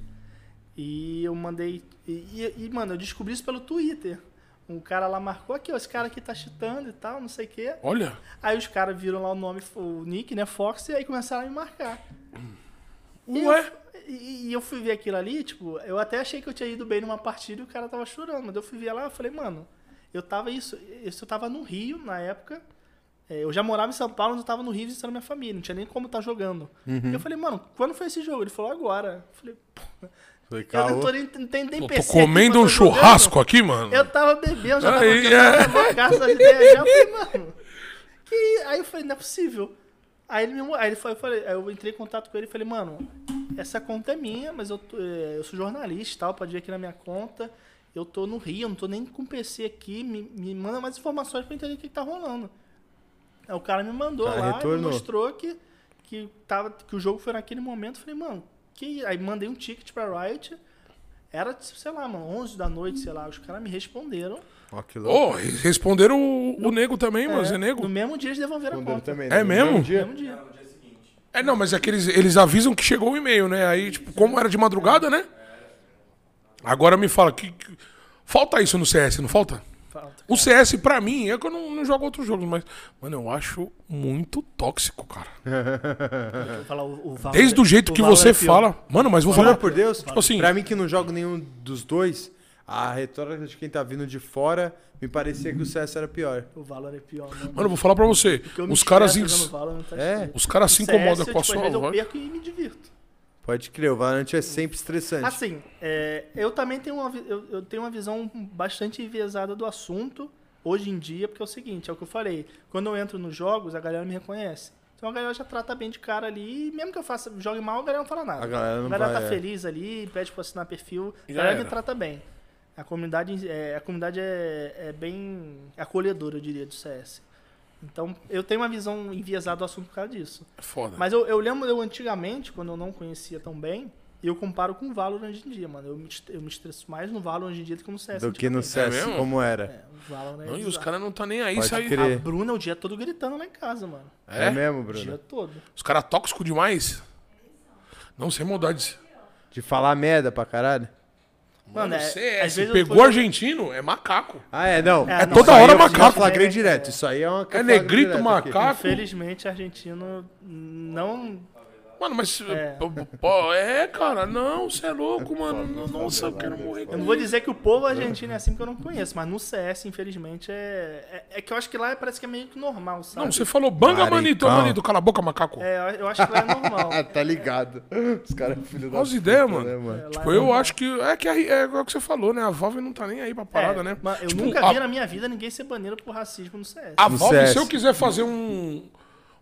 [SPEAKER 3] E eu mandei. E, e- e, mano, eu descobri isso pelo Twitter. Um cara lá marcou aqui, ó, esse cara aqui tá cheatando e tal, não sei o quê.
[SPEAKER 2] Olha.
[SPEAKER 3] Aí os caras viram lá o nome, o nick, né, Fox, e aí começaram a me marcar. E eu-
[SPEAKER 2] Ué.
[SPEAKER 3] E, e eu fui ver aquilo ali, tipo, eu até achei que eu tinha ido bem numa partida e o cara tava chorando. Mas eu fui ver lá, eu falei, mano, eu tava isso, isso eu tava no Rio na época. É, eu já morava em São Paulo, mas eu tava no Rio visitando minha família, não tinha nem como estar jogando.
[SPEAKER 2] Uhum.
[SPEAKER 3] E eu falei, mano, quando foi esse jogo? Ele falou, agora. Eu falei, pô,
[SPEAKER 4] Foi
[SPEAKER 3] eu não
[SPEAKER 4] caô.
[SPEAKER 3] tô nem, não tenho nem
[SPEAKER 2] Eu tô
[SPEAKER 3] PC aqui
[SPEAKER 2] comendo
[SPEAKER 3] pra
[SPEAKER 2] um
[SPEAKER 3] tá jogando.
[SPEAKER 2] churrasco aqui, mano.
[SPEAKER 3] Eu tava bebendo, já tava
[SPEAKER 2] Aí, é.
[SPEAKER 3] jogando uma caça de ideia já. Eu falei, mano. Que... Aí eu falei, não é possível. Aí ele me mo- aí ele foi, eu falei, aí eu entrei em contato com ele e falei, mano, essa conta é minha, mas eu, tô- eh, eu sou jornalista e tal, pode ir aqui na minha conta. Eu tô no Rio, eu não tô nem com PC aqui, me, me manda mais informações pra eu entender o que, que tá rolando. Aí o cara me mandou
[SPEAKER 4] Cara,
[SPEAKER 3] lá, me
[SPEAKER 4] retornou.
[SPEAKER 3] mostrou que, que, tava, que o jogo foi naquele momento. eu Falei, mano, que. Aí mandei um ticket pra Riot. Era, sei lá, mano, 11 da noite, sei lá. Os caras me responderam.
[SPEAKER 4] Ó, que louco.
[SPEAKER 2] Ô, eles responderam o, o nego também, mano. Zé
[SPEAKER 3] É, No
[SPEAKER 2] Nego.
[SPEAKER 3] mesmo dia eles devolveram a
[SPEAKER 1] Mandando
[SPEAKER 3] conta.
[SPEAKER 1] também,
[SPEAKER 2] É
[SPEAKER 1] no
[SPEAKER 2] mesmo?
[SPEAKER 1] dia.
[SPEAKER 3] No mesmo dia.
[SPEAKER 2] É, não, mas é que eles, eles avisam que chegou o e-mail, né? Aí, tipo, como era de madrugada, né? Agora me fala, que, que- falta isso no CS, não falta?
[SPEAKER 3] Falta.
[SPEAKER 2] O CS, pra mim, é que eu não, não jogo outros jogos, mas, mano, eu acho muito tóxico, cara.
[SPEAKER 3] Vou falar o, o Valor-
[SPEAKER 2] É. Desde o jeito
[SPEAKER 3] o
[SPEAKER 2] que
[SPEAKER 3] Valor é
[SPEAKER 2] você
[SPEAKER 3] pior. é
[SPEAKER 2] fala. Mano, mas vou
[SPEAKER 4] Jura
[SPEAKER 2] falar.
[SPEAKER 4] por Deus?
[SPEAKER 2] Tipo assim-
[SPEAKER 4] Pra mim que não jogo nenhum dos dois, a retórica de quem tá vindo de fora me parecia que o CS era pior.
[SPEAKER 3] O Valor é pior, mano.
[SPEAKER 2] Mano, eu vou falar pra você.
[SPEAKER 3] Porque eu me
[SPEAKER 2] Os caras,
[SPEAKER 3] estresso
[SPEAKER 2] ins-
[SPEAKER 3] jogando Valorant, tá
[SPEAKER 4] É,
[SPEAKER 3] escrito.
[SPEAKER 2] os caras se
[SPEAKER 3] CS,
[SPEAKER 2] incomodam
[SPEAKER 3] eu,
[SPEAKER 2] com a
[SPEAKER 3] tipo, às
[SPEAKER 2] sua
[SPEAKER 3] vezes Eu
[SPEAKER 2] voz.
[SPEAKER 3] perco e me divirto.
[SPEAKER 4] Pode crer, o Valorant é sempre estressante.
[SPEAKER 3] Assim, é, eu também tenho uma, vi- eu, eu tenho uma visão bastante enviesada do assunto hoje em dia, porque é o seguinte, é o que eu falei. Quando eu entro nos jogos, a galera me reconhece. Então a galera já trata bem de cara ali, e mesmo que eu faça, jogue mal, a galera não fala nada.
[SPEAKER 4] A galera não vai,
[SPEAKER 3] tá
[SPEAKER 4] é.
[SPEAKER 3] feliz ali, pede pra assinar perfil,
[SPEAKER 2] E
[SPEAKER 3] a galera
[SPEAKER 2] já
[SPEAKER 3] me
[SPEAKER 2] era.
[SPEAKER 3] trata bem. A comunidade é, a comunidade é, é bem acolhedora, eu diria, do CS. Então, eu tenho uma visão enviesada do assunto por causa disso.
[SPEAKER 2] É foda.
[SPEAKER 3] Mas eu, eu lembro, eu antigamente, quando eu não conhecia tão bem, eu comparo com o Valorant hoje em dia, mano. Eu me, est- eu me estresso mais no Valorant hoje em dia do que no CS.
[SPEAKER 4] do que no
[SPEAKER 3] antigamente.
[SPEAKER 4] CS,
[SPEAKER 2] mesmo?
[SPEAKER 4] como era.
[SPEAKER 3] É, o Valorant é
[SPEAKER 2] Não, e os
[SPEAKER 3] bizarro.
[SPEAKER 2] caras não tá nem aí,
[SPEAKER 4] Pode
[SPEAKER 2] sai.
[SPEAKER 4] crer.
[SPEAKER 3] A Bruna o dia todo gritando lá em casa, mano.
[SPEAKER 4] É,
[SPEAKER 2] É?
[SPEAKER 4] mesmo,
[SPEAKER 3] O dia
[SPEAKER 4] Bruno?
[SPEAKER 3] todo.
[SPEAKER 2] Os caras tóxicos demais. Não, sem maldade.
[SPEAKER 4] De falar merda pra caralho?
[SPEAKER 3] Mano,
[SPEAKER 2] Mano,
[SPEAKER 3] é- às
[SPEAKER 2] CS,
[SPEAKER 3] vezes eu
[SPEAKER 2] pegou
[SPEAKER 3] tô-
[SPEAKER 2] argentino, é macaco.
[SPEAKER 4] Ah, é, não.
[SPEAKER 3] É,
[SPEAKER 4] Isso
[SPEAKER 2] toda
[SPEAKER 4] aí
[SPEAKER 2] hora
[SPEAKER 4] eu-
[SPEAKER 2] macaco.
[SPEAKER 4] Eu flagrei
[SPEAKER 3] É,
[SPEAKER 4] direto, isso aí é uma...
[SPEAKER 2] É
[SPEAKER 4] flagra
[SPEAKER 2] negrito,
[SPEAKER 4] direto aqui.
[SPEAKER 2] macaco.
[SPEAKER 3] Infelizmente, argentino não.
[SPEAKER 2] Mano, mas.
[SPEAKER 3] É.
[SPEAKER 2] pô, pô, É, cara, não, você é louco, mano. Não- Nossa, eu quero morrer.
[SPEAKER 3] Eu não vou dizer que o povo argentino é assim porque eu não conheço, mas no CS, infelizmente, é. É, é que eu acho que lá parece que é meio que normal, sabe?
[SPEAKER 2] Não, você falou banga,
[SPEAKER 4] Maricão.
[SPEAKER 2] manito, manito. Cala a boca, macaco.
[SPEAKER 3] É, eu- eu acho que lá é normal.
[SPEAKER 1] Ah, tá ligado. Os caras é filho da
[SPEAKER 2] Olha as ideias,
[SPEAKER 1] né,
[SPEAKER 2] mano.
[SPEAKER 1] mano?
[SPEAKER 3] É, lá
[SPEAKER 2] Tipo,
[SPEAKER 3] é
[SPEAKER 2] eu
[SPEAKER 3] normal.
[SPEAKER 2] acho que. É que a- é igual que você falou, né? A Valve não tá nem aí pra parada,
[SPEAKER 3] É,
[SPEAKER 2] né?
[SPEAKER 3] mas Eu
[SPEAKER 2] Tipo,
[SPEAKER 3] nunca
[SPEAKER 2] a-
[SPEAKER 3] vi na minha vida ninguém ser banido por racismo no CS.
[SPEAKER 2] A
[SPEAKER 4] No
[SPEAKER 2] Valve,
[SPEAKER 4] CS.
[SPEAKER 2] se eu quiser fazer um,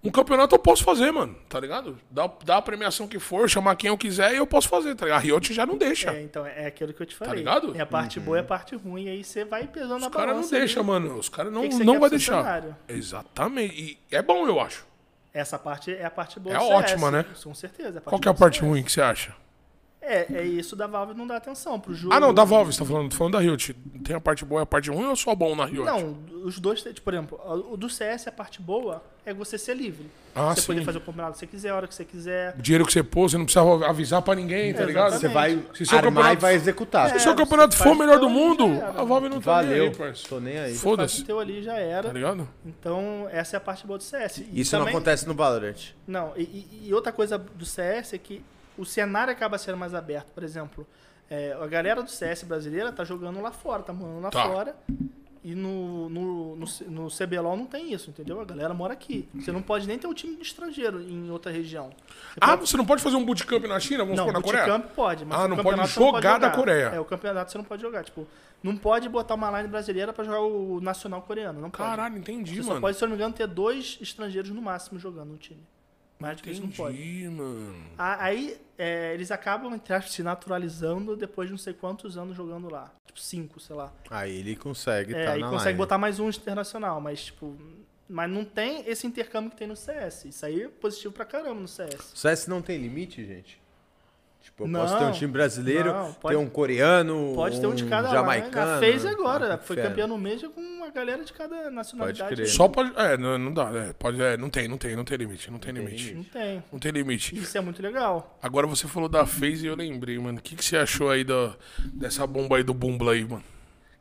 [SPEAKER 2] um campeonato, eu posso fazer, mano. Tá ligado? Dá, dá a premiação que for, chamar quem eu quiser e eu posso fazer, tá ligado? A Riot já não deixa.
[SPEAKER 3] É, então, é aquilo que eu te falei.
[SPEAKER 2] Tá ligado?
[SPEAKER 3] É a parte boa e a
[SPEAKER 2] Uhum.
[SPEAKER 3] parte ruim, e aí você vai pesando na
[SPEAKER 2] Os caras não
[SPEAKER 3] balança.
[SPEAKER 2] deixam,
[SPEAKER 3] ali.
[SPEAKER 2] mano. Os caras não,
[SPEAKER 3] que que você
[SPEAKER 2] não
[SPEAKER 3] quer
[SPEAKER 2] vai
[SPEAKER 3] pro seu
[SPEAKER 2] deixar.
[SPEAKER 3] cenário?
[SPEAKER 2] Exatamente. E é bom, eu acho.
[SPEAKER 3] Essa parte é a parte boa
[SPEAKER 2] É
[SPEAKER 3] do
[SPEAKER 2] a
[SPEAKER 3] CS,
[SPEAKER 2] ótima, né?
[SPEAKER 3] Com certeza.
[SPEAKER 2] Qual que é a
[SPEAKER 3] boa do
[SPEAKER 2] parte
[SPEAKER 3] CS.
[SPEAKER 2] ruim que você acha?
[SPEAKER 3] É, é isso da Valve não dar atenção pro jogo.
[SPEAKER 2] Ah, não, da Valve, você tá falando, tô falando da Riot. Tem a parte boa e a parte ruim ou só bom na Riot?
[SPEAKER 3] Não, os dois, tipo, por exemplo, o do CS, a parte boa é você ser livre.
[SPEAKER 2] Ah,
[SPEAKER 3] você poder
[SPEAKER 2] sim.
[SPEAKER 3] fazer o combinado que você quiser, a hora que você quiser.
[SPEAKER 2] O dinheiro que você pôs, você não precisa avisar pra ninguém,
[SPEAKER 4] É,
[SPEAKER 2] tá ligado?
[SPEAKER 3] Exatamente.
[SPEAKER 1] Você vai
[SPEAKER 2] Se seu
[SPEAKER 1] armar e
[SPEAKER 2] campeonato-
[SPEAKER 1] vai executar.
[SPEAKER 2] Se o seu
[SPEAKER 3] É,
[SPEAKER 2] campeonato
[SPEAKER 3] você
[SPEAKER 2] for o
[SPEAKER 3] faz
[SPEAKER 2] melhor do
[SPEAKER 3] teu
[SPEAKER 2] mundo,
[SPEAKER 3] e já era.
[SPEAKER 2] a Valve não tá nem
[SPEAKER 1] Valeu.
[SPEAKER 2] aí, parceiro.
[SPEAKER 1] Tô nem aí.
[SPEAKER 3] Faz o
[SPEAKER 2] Foda-se,
[SPEAKER 3] teu ali já era.
[SPEAKER 2] tá ligado?
[SPEAKER 3] então, essa é a parte boa do CS. E
[SPEAKER 4] Isso não
[SPEAKER 3] também-
[SPEAKER 4] acontece no Valorant.
[SPEAKER 3] Não, e- e, e outra coisa do CS é que o cenário acaba sendo mais aberto. Por exemplo, é, a galera do CS brasileira tá jogando lá fora, tá morando lá
[SPEAKER 2] Tá.
[SPEAKER 3] fora. E no, no, no, C- no CBLOL não tem isso, entendeu? A galera mora aqui. Você não pode nem ter um time de estrangeiro em outra região. Você
[SPEAKER 2] Ah,
[SPEAKER 3] pode-
[SPEAKER 2] você não pode fazer um bootcamp na China? Vamos
[SPEAKER 3] não,
[SPEAKER 2] pôr na
[SPEAKER 3] o
[SPEAKER 2] Coreia?
[SPEAKER 3] bootcamp pode, mas
[SPEAKER 2] Ah, não
[SPEAKER 3] o
[SPEAKER 2] pode
[SPEAKER 3] campeonato você não
[SPEAKER 2] jogar da Coreia.
[SPEAKER 3] É, o campeonato você não pode jogar. Tipo, não pode botar uma line brasileira pra jogar o nacional coreano. Não pode.
[SPEAKER 2] Caralho, entendi,
[SPEAKER 3] você só
[SPEAKER 2] mano.
[SPEAKER 3] pode, se eu não me engano, ter dois estrangeiros no máximo jogando no time. Mais do que isso não pode.
[SPEAKER 2] Entendi, mano.
[SPEAKER 3] A- Aí é, eles acabam, entre aspas, se naturalizando depois de não sei quantos anos jogando lá. Tipo, cinco, sei lá.
[SPEAKER 4] Aí ele consegue,
[SPEAKER 3] É,
[SPEAKER 4] tá
[SPEAKER 3] aí
[SPEAKER 4] na
[SPEAKER 3] consegue
[SPEAKER 4] line.
[SPEAKER 3] botar mais um internacional, mas tipo. Mas não tem esse intercâmbio que tem no CS. Isso aí é positivo pra caramba no CS.
[SPEAKER 4] O CS não tem limite, gente? Tipo, eu
[SPEAKER 3] Não,
[SPEAKER 4] posso ter um time brasileiro,
[SPEAKER 3] não, pode-
[SPEAKER 4] ter um coreano,
[SPEAKER 3] Pode ter um de cada
[SPEAKER 4] jamaicano.
[SPEAKER 3] lá. né? Já fez
[SPEAKER 4] Ah,
[SPEAKER 3] agora. Foi
[SPEAKER 4] inferno.
[SPEAKER 3] campeão no Major com uma galera de cada nacionalidade.
[SPEAKER 4] crer.
[SPEAKER 2] Só pode. É, não, não dá, né? Pode, é, não tem, não tem, não tem limite, não tem limite.
[SPEAKER 3] Não tem.
[SPEAKER 2] Não tem limite.
[SPEAKER 3] Isso é muito legal.
[SPEAKER 2] Agora você falou da FaZe e eu lembrei, mano. O que, que você achou aí da, dessa bomba aí do Bumbla aí, mano?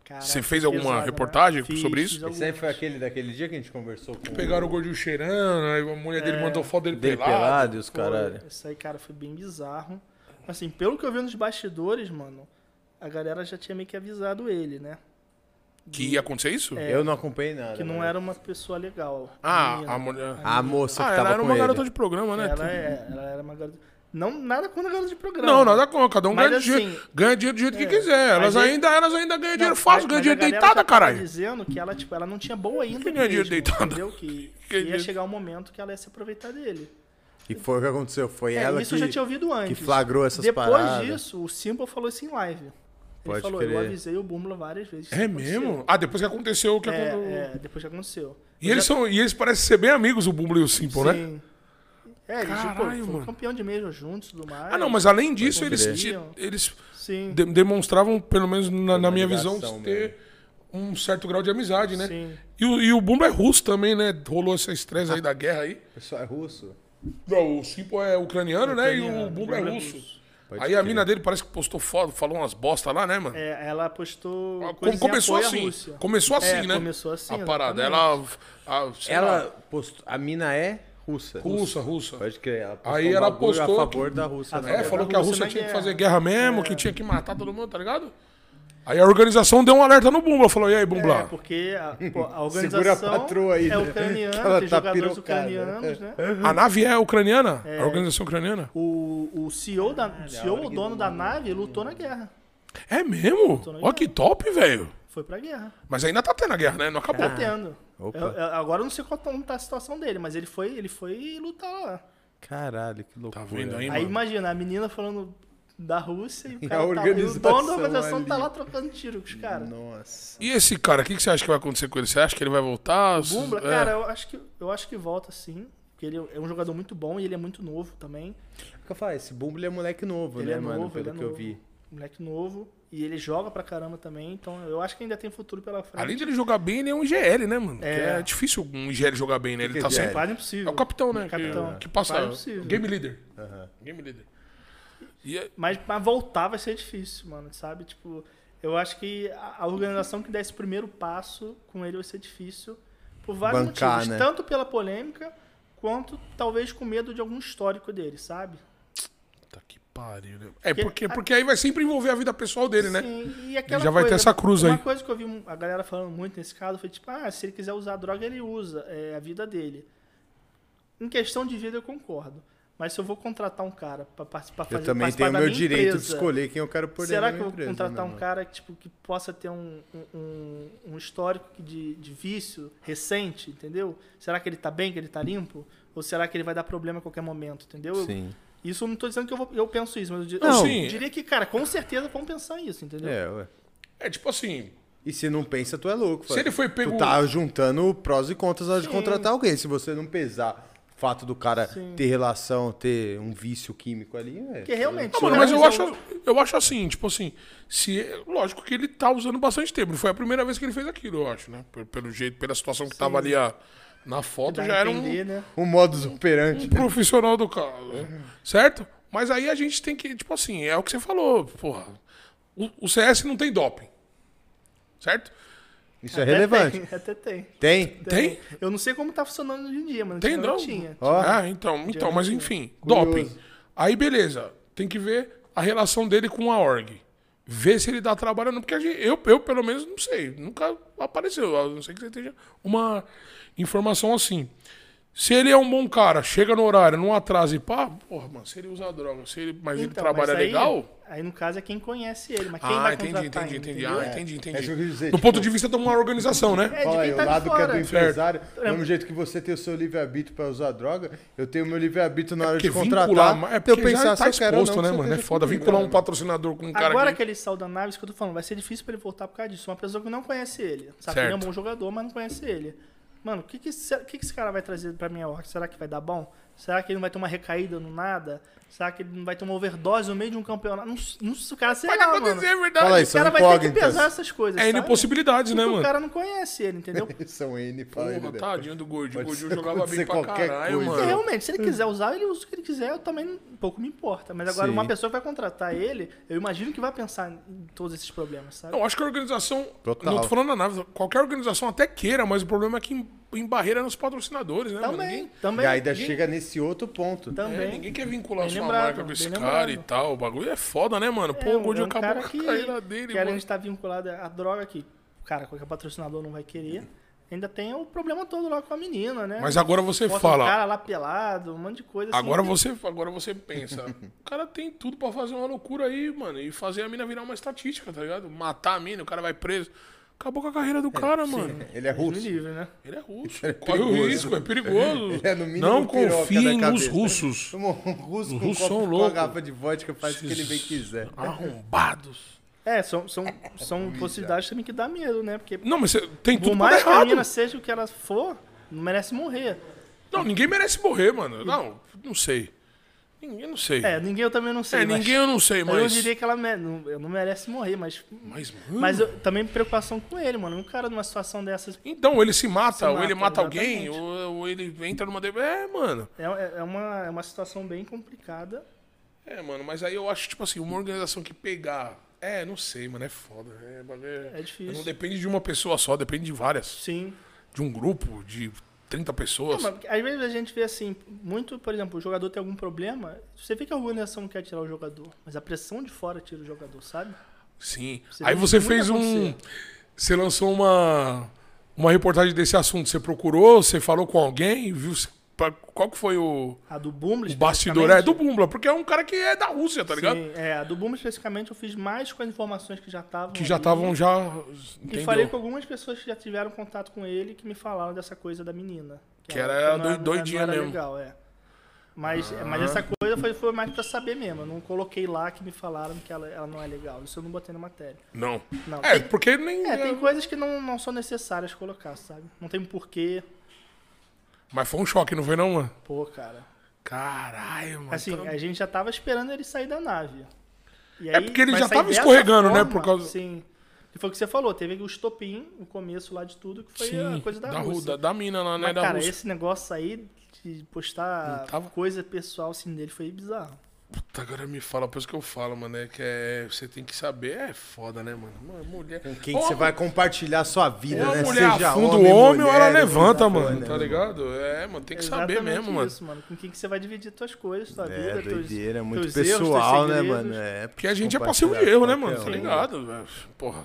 [SPEAKER 3] Caraca,
[SPEAKER 2] Você fez alguma
[SPEAKER 3] pesado, né?
[SPEAKER 2] reportagem sobre isso?
[SPEAKER 3] algumas.
[SPEAKER 4] Esse aí foi aquele daquele dia que a gente conversou com
[SPEAKER 2] Pegaram o gordinho cheirando, aí a mulher
[SPEAKER 3] É,
[SPEAKER 2] dele mandou foto dele
[SPEAKER 4] o Dele
[SPEAKER 2] pelado.
[SPEAKER 4] Pelado e os
[SPEAKER 3] Foi,
[SPEAKER 4] caralho.
[SPEAKER 3] Isso aí, cara, foi bem bizarro. Assim, pelo que eu vi nos bastidores, mano, a galera já tinha meio que avisado ele, né?
[SPEAKER 2] Que ia acontecer isso?
[SPEAKER 3] É,
[SPEAKER 4] Eu não acompanhei nada.
[SPEAKER 3] que não
[SPEAKER 4] né?
[SPEAKER 3] era uma pessoa legal. menina.
[SPEAKER 2] Ah, a mulher.
[SPEAKER 4] A moça
[SPEAKER 2] Ah,
[SPEAKER 4] que
[SPEAKER 2] ela
[SPEAKER 4] tava
[SPEAKER 2] era
[SPEAKER 4] com
[SPEAKER 2] uma
[SPEAKER 4] ele.
[SPEAKER 2] garota de programa, né?
[SPEAKER 3] Ela, é, ela era uma garota. Não, nada contra garota de programa.
[SPEAKER 2] Não, nada contra. Cada um
[SPEAKER 3] Mas
[SPEAKER 2] ganha, dinheiro,
[SPEAKER 3] assim,
[SPEAKER 2] ganha dinheiro do jeito que quiser.
[SPEAKER 3] mas
[SPEAKER 2] Elas
[SPEAKER 3] aí-
[SPEAKER 2] ainda, elas ainda ganham dinheiro
[SPEAKER 3] Não,
[SPEAKER 2] fácil, ganham
[SPEAKER 3] mas-
[SPEAKER 2] dinheiro
[SPEAKER 3] mas a galera
[SPEAKER 2] deitada,
[SPEAKER 3] tá- tá
[SPEAKER 2] caralho.
[SPEAKER 3] dizendo que ela, tipo, ela não tinha boa ainda.
[SPEAKER 2] que ganha dinheiro
[SPEAKER 3] mesmo,
[SPEAKER 2] deitada?
[SPEAKER 3] Entendeu? Que,
[SPEAKER 2] Que é
[SPEAKER 3] que ia
[SPEAKER 2] isso?
[SPEAKER 3] chegar um momento que ela ia se aproveitar dele.
[SPEAKER 4] E foi o que aconteceu. Foi
[SPEAKER 3] É,
[SPEAKER 4] ela
[SPEAKER 3] isso
[SPEAKER 4] que...
[SPEAKER 3] eu já tinha ouvido antes.
[SPEAKER 4] flagrou essas
[SPEAKER 3] Depois
[SPEAKER 4] paradas.
[SPEAKER 3] disso, o Simba falou isso em live. Ele
[SPEAKER 4] Pode
[SPEAKER 3] falou,
[SPEAKER 4] crer.
[SPEAKER 3] eu avisei o Bumla várias vezes. que
[SPEAKER 2] É
[SPEAKER 3] isso aconteceu."
[SPEAKER 2] mesmo? Ah, depois que aconteceu o que aconteceu.
[SPEAKER 3] É, é, depois que aconteceu.
[SPEAKER 2] E eles, são, e eles parecem ser bem amigos, o Bumble e o Simple, né?
[SPEAKER 3] Sim. É, eles tipo,
[SPEAKER 2] Caralho, mano.
[SPEAKER 3] foram campeão de mesmo juntos e tudo mais.
[SPEAKER 2] Ah, não, mas além disso, eles,
[SPEAKER 3] crer.
[SPEAKER 2] ti- eles
[SPEAKER 3] Sim.
[SPEAKER 2] de- demonstravam, pelo menos na, na minha visão,
[SPEAKER 4] ligação
[SPEAKER 2] ter um certo grau de amizade, né?
[SPEAKER 3] Sim.
[SPEAKER 2] E o, e o Bumble é russo também, né? Rolou essa estresse aí da guerra aí.
[SPEAKER 4] O pessoal é russo?
[SPEAKER 2] Não, o Simple é ucraniano, né? E o Bumble é russo. aí a mina dele parece que postou foto, falou umas bosta lá, né, mano?
[SPEAKER 3] É, ela postou.
[SPEAKER 2] Ah,
[SPEAKER 3] coisas
[SPEAKER 2] Como
[SPEAKER 3] em
[SPEAKER 2] começou
[SPEAKER 3] apoio à
[SPEAKER 2] assim.
[SPEAKER 3] Rússia.
[SPEAKER 2] Começou assim,
[SPEAKER 3] É,
[SPEAKER 2] né?
[SPEAKER 3] Começou assim.
[SPEAKER 2] A parada.
[SPEAKER 3] exatamente.
[SPEAKER 2] Ela. A, sei lá,
[SPEAKER 4] Ela postou... A mina é russa.
[SPEAKER 2] Russa, russa.
[SPEAKER 4] Pode crer. Ela postou
[SPEAKER 2] Aí
[SPEAKER 4] um
[SPEAKER 2] ela
[SPEAKER 4] bagulho
[SPEAKER 2] postou
[SPEAKER 4] a favor
[SPEAKER 2] que-
[SPEAKER 4] da Rússia. né?
[SPEAKER 2] É, falou que a Rússia
[SPEAKER 3] na
[SPEAKER 2] tinha que
[SPEAKER 3] guerra.
[SPEAKER 2] fazer guerra mesmo,
[SPEAKER 3] É.
[SPEAKER 2] que tinha que matar todo mundo, tá ligado? Aí a organização deu um alerta no Bumbla, falou, e aí,
[SPEAKER 3] É,
[SPEAKER 2] Bumbla?
[SPEAKER 3] porque a, pô, a
[SPEAKER 4] Segura a
[SPEAKER 3] organização
[SPEAKER 4] patroa aí,
[SPEAKER 3] é
[SPEAKER 4] né?
[SPEAKER 3] ucraniana,
[SPEAKER 4] Que ela
[SPEAKER 3] tem
[SPEAKER 4] tá
[SPEAKER 3] jogadores
[SPEAKER 4] pirocada.
[SPEAKER 3] ucranianos, né?
[SPEAKER 2] a nave é ucraniana? A organização ucraniana?
[SPEAKER 3] O, o CEO, da, o CEO o dono da nave, lutou na guerra.
[SPEAKER 2] É mesmo?
[SPEAKER 3] na
[SPEAKER 2] Ó que top, velho.
[SPEAKER 3] Foi pra guerra.
[SPEAKER 2] Mas ainda tá tendo a guerra, né? Não acabou.
[SPEAKER 3] Tá tendo.
[SPEAKER 4] Opa.
[SPEAKER 3] Eu- eu- agora eu não sei qual tá- como tá a situação dele, mas ele foi, ele foi lutar lá.
[SPEAKER 4] Caralho, que
[SPEAKER 2] Tá
[SPEAKER 4] loucura.
[SPEAKER 2] vendo aí,
[SPEAKER 3] Aí
[SPEAKER 2] mano?
[SPEAKER 3] imagina, a menina falando da Rússia e o,
[SPEAKER 4] E
[SPEAKER 3] cara
[SPEAKER 4] a
[SPEAKER 3] tá- e o dono da
[SPEAKER 4] organização
[SPEAKER 3] organização tá
[SPEAKER 4] ali.
[SPEAKER 3] lá trocando tiro com os caras.
[SPEAKER 4] Nossa.
[SPEAKER 2] E esse cara, o que, que você acha que vai acontecer com ele? Você acha que ele vai voltar?
[SPEAKER 3] Bumbla,
[SPEAKER 2] É.
[SPEAKER 3] cara, eu acho, que, eu acho que volta sim. Porque ele é um jogador muito bom e ele é muito novo também.
[SPEAKER 4] O que eu falo? Esse Bumble é moleque novo,
[SPEAKER 3] Ele
[SPEAKER 4] né,
[SPEAKER 3] é
[SPEAKER 4] mano?
[SPEAKER 3] novo,
[SPEAKER 4] Pelo
[SPEAKER 3] ele é
[SPEAKER 4] que eu
[SPEAKER 3] novo.
[SPEAKER 4] vi.
[SPEAKER 3] Moleque novo. E ele joga pra caramba também. Então eu acho que ainda tem futuro pela frente.
[SPEAKER 2] Além de ele jogar bem, ele é um IGL, né, mano? Que É,
[SPEAKER 3] É.
[SPEAKER 2] difícil um IGL jogar bem, né? Ele
[SPEAKER 4] que
[SPEAKER 2] tá
[SPEAKER 4] é
[SPEAKER 2] sempre...
[SPEAKER 4] IGL?
[SPEAKER 3] Quase impossível.
[SPEAKER 2] É o capitão, né?
[SPEAKER 3] Capitão.
[SPEAKER 2] Que, que passa.
[SPEAKER 3] Quase impossível.
[SPEAKER 2] Game leader. Game leader. E é-
[SPEAKER 3] Mas pra voltar vai ser difícil, mano, sabe? Tipo, eu acho que a a organização que der esse primeiro passo com ele vai ser difícil por vários
[SPEAKER 4] Bancar,
[SPEAKER 3] motivos.
[SPEAKER 4] né?
[SPEAKER 3] Tanto pela polêmica, quanto talvez com medo de algum histórico dele, sabe?
[SPEAKER 2] Tá que pariu, né? É porque, porque aí vai sempre envolver a vida pessoal dele, né?
[SPEAKER 3] Sim, e aquela
[SPEAKER 2] já vai ter
[SPEAKER 3] coisa- né?
[SPEAKER 2] essa cruz
[SPEAKER 3] uma
[SPEAKER 2] aí.
[SPEAKER 3] coisa que eu vi a galera falando muito nesse caso foi tipo, ah, se ele quiser usar droga, ele usa, é a vida dele. Em questão de vida, eu concordo. Mas se eu vou contratar um cara pra participar,
[SPEAKER 4] Eu
[SPEAKER 3] fazer,
[SPEAKER 4] também
[SPEAKER 3] participar
[SPEAKER 4] tenho
[SPEAKER 3] da
[SPEAKER 4] meu
[SPEAKER 3] minha
[SPEAKER 4] direito de
[SPEAKER 3] empresa,
[SPEAKER 4] escolher quem eu quero por dentro da
[SPEAKER 3] Será que eu
[SPEAKER 4] minha
[SPEAKER 3] vou
[SPEAKER 4] empresa, né,
[SPEAKER 3] contratar um
[SPEAKER 4] mano?
[SPEAKER 3] cara que, tipo, que possa ter um, um, um histórico que de, de vício recente, entendeu? Será que ele tá bem, que ele tá limpo? Ou será que ele vai dar problema a qualquer momento, entendeu? Eu-
[SPEAKER 4] Sim.
[SPEAKER 3] Isso eu não tô dizendo que eu, vou- eu penso isso, mas eu, di-
[SPEAKER 2] Não,
[SPEAKER 3] eu
[SPEAKER 2] sim.
[SPEAKER 3] diria que, cara, com certeza vão pensar isso, entendeu?
[SPEAKER 4] É, ué.
[SPEAKER 2] É tipo assim.
[SPEAKER 4] E se não pensa, tu é louco.
[SPEAKER 2] Se ele foi pego-
[SPEAKER 4] Tu tá juntando prós e contras na hora de
[SPEAKER 3] Sim.
[SPEAKER 4] contratar alguém. Se você não pesar o fato do cara
[SPEAKER 3] Sim.
[SPEAKER 4] ter relação, ter um vício químico ali, é.
[SPEAKER 3] Porque realmente.
[SPEAKER 2] Ah,
[SPEAKER 3] se
[SPEAKER 2] mano,
[SPEAKER 3] o
[SPEAKER 2] mas eu
[SPEAKER 3] cara
[SPEAKER 2] acho,
[SPEAKER 3] quiser
[SPEAKER 2] eu acho assim, tipo assim, se, lógico que ele tá usando bastante tempo. Não foi a primeira vez que ele fez aquilo, eu acho, né? P- Pelo jeito, pela situação que tava ali a, na foto,
[SPEAKER 3] dar a
[SPEAKER 2] já era um,
[SPEAKER 3] entender, né?
[SPEAKER 4] Um modus operandi.
[SPEAKER 2] um profissional do carro, né? certo? Mas aí a gente tem que, tipo assim, é o que você falou, porra. O, o CS não tem doping, certo?
[SPEAKER 4] Isso é
[SPEAKER 3] Até
[SPEAKER 4] relevante.
[SPEAKER 3] tem, até tem.
[SPEAKER 4] Tem?
[SPEAKER 2] Tem?
[SPEAKER 3] Eu não sei como tá funcionando hoje em dia, mano.
[SPEAKER 2] Tem
[SPEAKER 3] antigamente
[SPEAKER 2] não?
[SPEAKER 3] tinha.
[SPEAKER 4] Ó.
[SPEAKER 2] Ah, então, então, mas enfim, doping. Aí beleza, tem que ver a relação dele com a org. Ver se ele dá trabalho ou não, porque a gente- eu, eu pelo menos não sei, nunca apareceu, a não ser que você tenha uma informação assim. Se ele é um bom cara, chega no horário, não atrasa e pá, porra, mano, se ele usa droga, se ele, mas ele
[SPEAKER 3] Então,
[SPEAKER 2] trabalha
[SPEAKER 3] mas aí-
[SPEAKER 2] é legal,
[SPEAKER 3] Aí no caso é quem conhece ele, mas quem
[SPEAKER 2] Ah,
[SPEAKER 3] vai
[SPEAKER 2] entendi,
[SPEAKER 3] contratar
[SPEAKER 2] entendi,
[SPEAKER 3] ele,
[SPEAKER 2] entendi.
[SPEAKER 3] entendeu?
[SPEAKER 2] Ah, entendi,
[SPEAKER 4] É isso que eu quis
[SPEAKER 2] entendi.
[SPEAKER 4] dizer,
[SPEAKER 2] Do
[SPEAKER 4] tipo-
[SPEAKER 2] ponto de vista de uma organização, né?
[SPEAKER 3] É, de
[SPEAKER 4] Olha,
[SPEAKER 3] quem
[SPEAKER 4] o
[SPEAKER 3] tá de
[SPEAKER 4] lado que é
[SPEAKER 3] fora.
[SPEAKER 4] do
[SPEAKER 3] Certo.
[SPEAKER 4] empresário, do mesmo jeito que você tem o seu livre-arbítrio pra usar droga, eu tenho o meu livre-arbítrio na hora de
[SPEAKER 2] É Porque
[SPEAKER 4] contratar.
[SPEAKER 2] vincular, é
[SPEAKER 4] pra eu
[SPEAKER 2] porque já tá
[SPEAKER 4] eu quero ou não,
[SPEAKER 2] exposto, né,
[SPEAKER 4] com
[SPEAKER 2] mano? É
[SPEAKER 4] certeza
[SPEAKER 2] foda
[SPEAKER 4] comigo,
[SPEAKER 2] vincular
[SPEAKER 4] né,
[SPEAKER 2] um patrocinador com um cara
[SPEAKER 3] Agora
[SPEAKER 2] que...
[SPEAKER 3] que ele saiu da nave, isso que eu tô falando, vai ser difícil pra ele voltar por causa disso. Uma pessoa que não conhece ele. Sabe? Ele é um
[SPEAKER 2] Certo.
[SPEAKER 3] bom jogador, mas não conhece ele. Mano, o que, que, esse- o que, que esse cara vai trazer pra minha orca? Será que vai dar bom? Será que ele não vai ter uma recaída no nada? Será que ele não vai ter uma overdose no meio de um campeonato? Não, s- não, se o cara sei
[SPEAKER 2] Pode
[SPEAKER 3] lá, mano.
[SPEAKER 2] acontecer, é verdade.
[SPEAKER 4] Fala aí,
[SPEAKER 3] O
[SPEAKER 4] são
[SPEAKER 3] cara vai ter que
[SPEAKER 4] incógnitas.
[SPEAKER 3] pesar essas coisas,
[SPEAKER 2] É
[SPEAKER 3] sabe?
[SPEAKER 2] impossibilidades, né,
[SPEAKER 3] Porque O
[SPEAKER 2] mano? É.
[SPEAKER 3] cara não conhece ele, entendeu?
[SPEAKER 2] um-
[SPEAKER 3] Porque
[SPEAKER 4] São N, fala aí,
[SPEAKER 2] Porra,
[SPEAKER 4] Dedé.
[SPEAKER 2] tadinho do gordinho. O
[SPEAKER 4] Pode
[SPEAKER 2] gordinho
[SPEAKER 4] ser-
[SPEAKER 2] jogava
[SPEAKER 4] pode
[SPEAKER 2] bem
[SPEAKER 4] ser
[SPEAKER 2] pra
[SPEAKER 4] qualquer
[SPEAKER 2] caralho,
[SPEAKER 4] coisa.
[SPEAKER 2] mano.
[SPEAKER 3] realmente, se ele quiser usar, ele usa o que ele quiser, eu também pouco me importa. Mas agora,
[SPEAKER 4] Sim.
[SPEAKER 3] uma pessoa que vai contratar ele, eu imagino que vai pensar em todos esses problemas, sabe?
[SPEAKER 2] Não, acho que a organização.
[SPEAKER 4] Total.
[SPEAKER 2] Não tô falando na nave. Qualquer organização até queira, mas o problema é que em, em barreira nos patrocinadores, né? mano?
[SPEAKER 3] também,
[SPEAKER 2] Ninguém,
[SPEAKER 4] E
[SPEAKER 3] também.
[SPEAKER 4] aí ainda chega nesse outro ponto.
[SPEAKER 2] é,
[SPEAKER 3] Também.
[SPEAKER 2] ninguém quer vincular
[SPEAKER 3] Bem
[SPEAKER 2] sua
[SPEAKER 3] lembrado,
[SPEAKER 2] marca com
[SPEAKER 3] bem
[SPEAKER 2] esse
[SPEAKER 3] lembrado.
[SPEAKER 2] cara e tal. O bagulho é foda, né, mano? Pô,
[SPEAKER 3] É,
[SPEAKER 2] o gordinho
[SPEAKER 3] é um
[SPEAKER 2] acabou
[SPEAKER 3] cara
[SPEAKER 2] com a
[SPEAKER 3] que,
[SPEAKER 2] carreira dele,
[SPEAKER 3] que além
[SPEAKER 2] mano.
[SPEAKER 3] de estar vinculado à droga aqui. cara, qualquer patrocinador não vai querer. Ainda tem o problema todo lá com a menina, né?
[SPEAKER 2] Mas agora você
[SPEAKER 3] Bota
[SPEAKER 2] fala.
[SPEAKER 3] O cara lá pelado, um monte de coisa assim.
[SPEAKER 2] Agora você, agora você pensa, o cara tem tudo pra fazer uma loucura aí, mano, e fazer a mina virar uma estatística, tá ligado? Matar a mina, o cara vai preso. Acabou com a carreira do cara, mano.
[SPEAKER 1] Ele é
[SPEAKER 3] Deus me
[SPEAKER 1] russo.
[SPEAKER 3] livre, né?
[SPEAKER 2] Ele é russo. Corre o risco, é perigoso.
[SPEAKER 1] Ele é, no mínimo,
[SPEAKER 2] Não
[SPEAKER 1] piroca
[SPEAKER 2] confiem
[SPEAKER 1] da
[SPEAKER 2] nos
[SPEAKER 1] cabeça.
[SPEAKER 2] russos.
[SPEAKER 1] Tomou um russo
[SPEAKER 2] Os
[SPEAKER 1] com, um
[SPEAKER 2] russos
[SPEAKER 1] copo,
[SPEAKER 2] são
[SPEAKER 1] com uma
[SPEAKER 2] loucos.
[SPEAKER 1] garrafa de vodka, faz o que ele bem quiser.
[SPEAKER 2] Arrombados.
[SPEAKER 3] É, são, são, são possibilidades também que dá medo, né? Porque
[SPEAKER 2] Não, mas você tem
[SPEAKER 3] por
[SPEAKER 2] tudo pra dar
[SPEAKER 3] mais que a
[SPEAKER 2] errado.
[SPEAKER 3] menina seja o que ela for, não merece morrer.
[SPEAKER 2] Não, ninguém merece morrer, mano. Não, não sei. Ninguém, não sei.
[SPEAKER 3] É,
[SPEAKER 2] É,
[SPEAKER 3] ninguém eu também não sei. mas-
[SPEAKER 2] ninguém eu não sei,
[SPEAKER 3] Eu
[SPEAKER 2] mas...
[SPEAKER 3] diria que ela me- não, eu não merece morrer, mas.
[SPEAKER 2] Mas, mano...
[SPEAKER 3] Mas eu, também preocupação com ele, mano. Um cara numa situação dessas
[SPEAKER 2] Então, ele se mata,
[SPEAKER 3] Se
[SPEAKER 2] ou ele mata
[SPEAKER 3] mata,
[SPEAKER 2] alguém,
[SPEAKER 3] exatamente.
[SPEAKER 2] ou, ou ele entra numa... de- É, mano.
[SPEAKER 3] é, é, uma, é uma situação bem complicada.
[SPEAKER 2] É, mano, mas aí eu acho, tipo assim, uma organização que pegar... É, não sei, mano, é foda. É, bagulho-
[SPEAKER 3] É difícil.
[SPEAKER 2] Não depende de uma pessoa só, depende de várias.
[SPEAKER 3] Sim.
[SPEAKER 2] De um grupo, de 30 pessoas.
[SPEAKER 3] Não, mas às vezes a gente vê assim, muito, por exemplo, o jogador tem algum problema, você vê que a organização quer tirar o jogador, mas a pressão de fora tira o jogador, sabe?
[SPEAKER 2] Sim.
[SPEAKER 3] Você
[SPEAKER 2] Aí
[SPEAKER 3] vê
[SPEAKER 2] você
[SPEAKER 3] muito
[SPEAKER 2] fez um.
[SPEAKER 3] acontecer.
[SPEAKER 2] Você lançou uma, uma reportagem desse assunto. Você procurou, você falou com alguém, viu? se- pra- Qual que foi o,
[SPEAKER 3] A do Bumble,
[SPEAKER 2] o bastidor? É do Bumbla, porque é um cara que é da Rússia, tá ligado?
[SPEAKER 3] Sim, é, a do Bumble especificamente eu fiz mais com as informações que já estavam.
[SPEAKER 2] Que já
[SPEAKER 3] ali.
[SPEAKER 2] estavam já.
[SPEAKER 3] E falei com
[SPEAKER 2] Entendeu?
[SPEAKER 3] algumas pessoas que já tiveram contato com ele que me falaram dessa coisa da menina.
[SPEAKER 2] Que era
[SPEAKER 3] ela-
[SPEAKER 2] doi- doidinha
[SPEAKER 3] não era
[SPEAKER 2] mesmo. Ah.
[SPEAKER 3] legal, é. Mas, mas essa coisa foi, foi mais pra saber mesmo. Eu não coloquei lá que me falaram que ela, ela não é legal. Isso eu não botei na matéria.
[SPEAKER 2] Não.
[SPEAKER 3] Não.
[SPEAKER 2] É, porque nem.
[SPEAKER 3] É, tem coisas que não, não são necessárias colocar, sabe? Não tem porquê.
[SPEAKER 2] Mas foi um choque, não foi, não, mano?
[SPEAKER 3] Pô, cara.
[SPEAKER 2] Caralho, mano.
[SPEAKER 3] Assim,
[SPEAKER 2] Então-
[SPEAKER 3] a gente já tava esperando ele sair da nave. E
[SPEAKER 2] É porque ele
[SPEAKER 3] mas
[SPEAKER 2] já
[SPEAKER 3] sair
[SPEAKER 2] tava
[SPEAKER 3] dessa
[SPEAKER 2] escorregando, né, por causa-
[SPEAKER 3] Sim. E foi o que você falou, teve o estopim, o começo lá de tudo, que foi a
[SPEAKER 2] Sim,
[SPEAKER 3] coisa da,
[SPEAKER 2] da, Ru-
[SPEAKER 3] Rússia.
[SPEAKER 2] da, da mina lá, né?
[SPEAKER 3] Mas,
[SPEAKER 2] da
[SPEAKER 3] cara,
[SPEAKER 2] Rússia.
[SPEAKER 3] esse negócio aí de postar
[SPEAKER 2] Não tava?
[SPEAKER 3] coisa pessoal assim dele foi bizarro.
[SPEAKER 2] Puta, agora me fala, por isso que eu falo, mano. É que é, você tem que saber, é foda, né, mano? Mano, Mulher. Com
[SPEAKER 1] Quem que você vai compartilhar sua vida,
[SPEAKER 2] Uma
[SPEAKER 1] né?
[SPEAKER 2] mulher
[SPEAKER 1] Seja
[SPEAKER 2] afunda o
[SPEAKER 1] homem,
[SPEAKER 2] homem, ou
[SPEAKER 1] mulher,
[SPEAKER 2] ela
[SPEAKER 1] não
[SPEAKER 2] levanta,
[SPEAKER 1] importa,
[SPEAKER 2] mano,
[SPEAKER 1] né,
[SPEAKER 2] tá ligado? É, mano, tem que saber mesmo, mano.
[SPEAKER 3] isso, mano. Com quem que você vai dividir tuas coisas, tua
[SPEAKER 1] É,
[SPEAKER 3] vida, teus,
[SPEAKER 1] doideira, muito
[SPEAKER 3] teus erros, teus
[SPEAKER 1] pessoal, né,
[SPEAKER 3] segredos.
[SPEAKER 1] mano? É,
[SPEAKER 2] Porque a gente é
[SPEAKER 1] compartilhar
[SPEAKER 2] passivo de erro, né,
[SPEAKER 1] com
[SPEAKER 2] mano? Tá
[SPEAKER 1] qualquer um.
[SPEAKER 2] ligado? velho? Porra,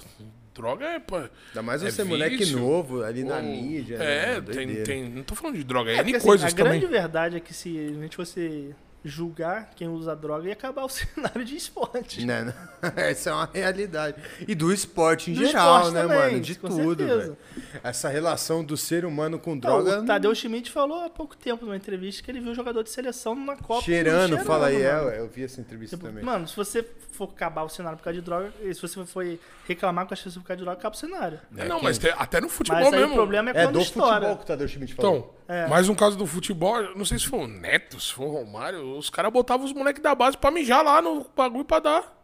[SPEAKER 2] droga é, pô.
[SPEAKER 1] Ainda mais
[SPEAKER 2] É
[SPEAKER 1] você, moleque
[SPEAKER 2] vício.
[SPEAKER 1] novo, ali na
[SPEAKER 2] Ou-
[SPEAKER 1] mídia. né,
[SPEAKER 2] É,
[SPEAKER 1] mano?
[SPEAKER 2] tem,
[SPEAKER 1] Doideira.
[SPEAKER 2] tem. Não tô falando de droga, é,
[SPEAKER 3] Porque,
[SPEAKER 2] N
[SPEAKER 3] assim,
[SPEAKER 2] coisas
[SPEAKER 3] a
[SPEAKER 2] também.
[SPEAKER 3] grande verdade é que se a gente fosse julgar quem usa droga ia acabar o cenário de esporte.
[SPEAKER 1] Né, né? Essa é uma realidade. E do esporte em
[SPEAKER 3] Do
[SPEAKER 1] geral,
[SPEAKER 3] esporte
[SPEAKER 1] né,
[SPEAKER 3] também,
[SPEAKER 1] mano? De
[SPEAKER 3] com
[SPEAKER 1] tudo,
[SPEAKER 3] certeza.
[SPEAKER 1] velho. Essa relação do ser humano com
[SPEAKER 3] Então,
[SPEAKER 1] droga.
[SPEAKER 3] o Tadeu Schmidt falou há pouco tempo numa entrevista que ele viu um jogador de seleção na Copa
[SPEAKER 1] cheirando, fala aí.
[SPEAKER 3] mano.
[SPEAKER 1] É, eu vi essa entrevista
[SPEAKER 3] Tipo,
[SPEAKER 1] também.
[SPEAKER 3] Mano, se você for acabar o cenário por causa de droga, e se você for reclamar com as pessoas por causa de droga, acaba o cenário.
[SPEAKER 2] Não, mas tem- até no futebol
[SPEAKER 3] Mas aí
[SPEAKER 2] mesmo.
[SPEAKER 3] o problema é
[SPEAKER 1] é
[SPEAKER 3] quando
[SPEAKER 1] do
[SPEAKER 3] estoura.
[SPEAKER 1] futebol que o Tadeu Schmidt falou.
[SPEAKER 2] Então,
[SPEAKER 3] É.
[SPEAKER 2] mais um caso do futebol, não sei se foi o Neto, se foi o Romário, os caras botavam os moleques da base pra mijar lá no bagulho pra dar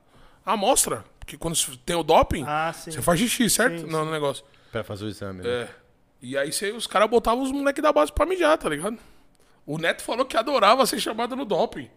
[SPEAKER 2] amostra. Porque quando tem o doping,
[SPEAKER 3] Ah, sim.
[SPEAKER 2] você faz xixi, certo?
[SPEAKER 3] Sim,
[SPEAKER 2] Não, no negócio.
[SPEAKER 1] Pra fazer o exame. né?
[SPEAKER 2] É. E aí cê- os caras botavam os moleques da base pra mijar, tá ligado? O Neto falou que adorava ser chamado no doping.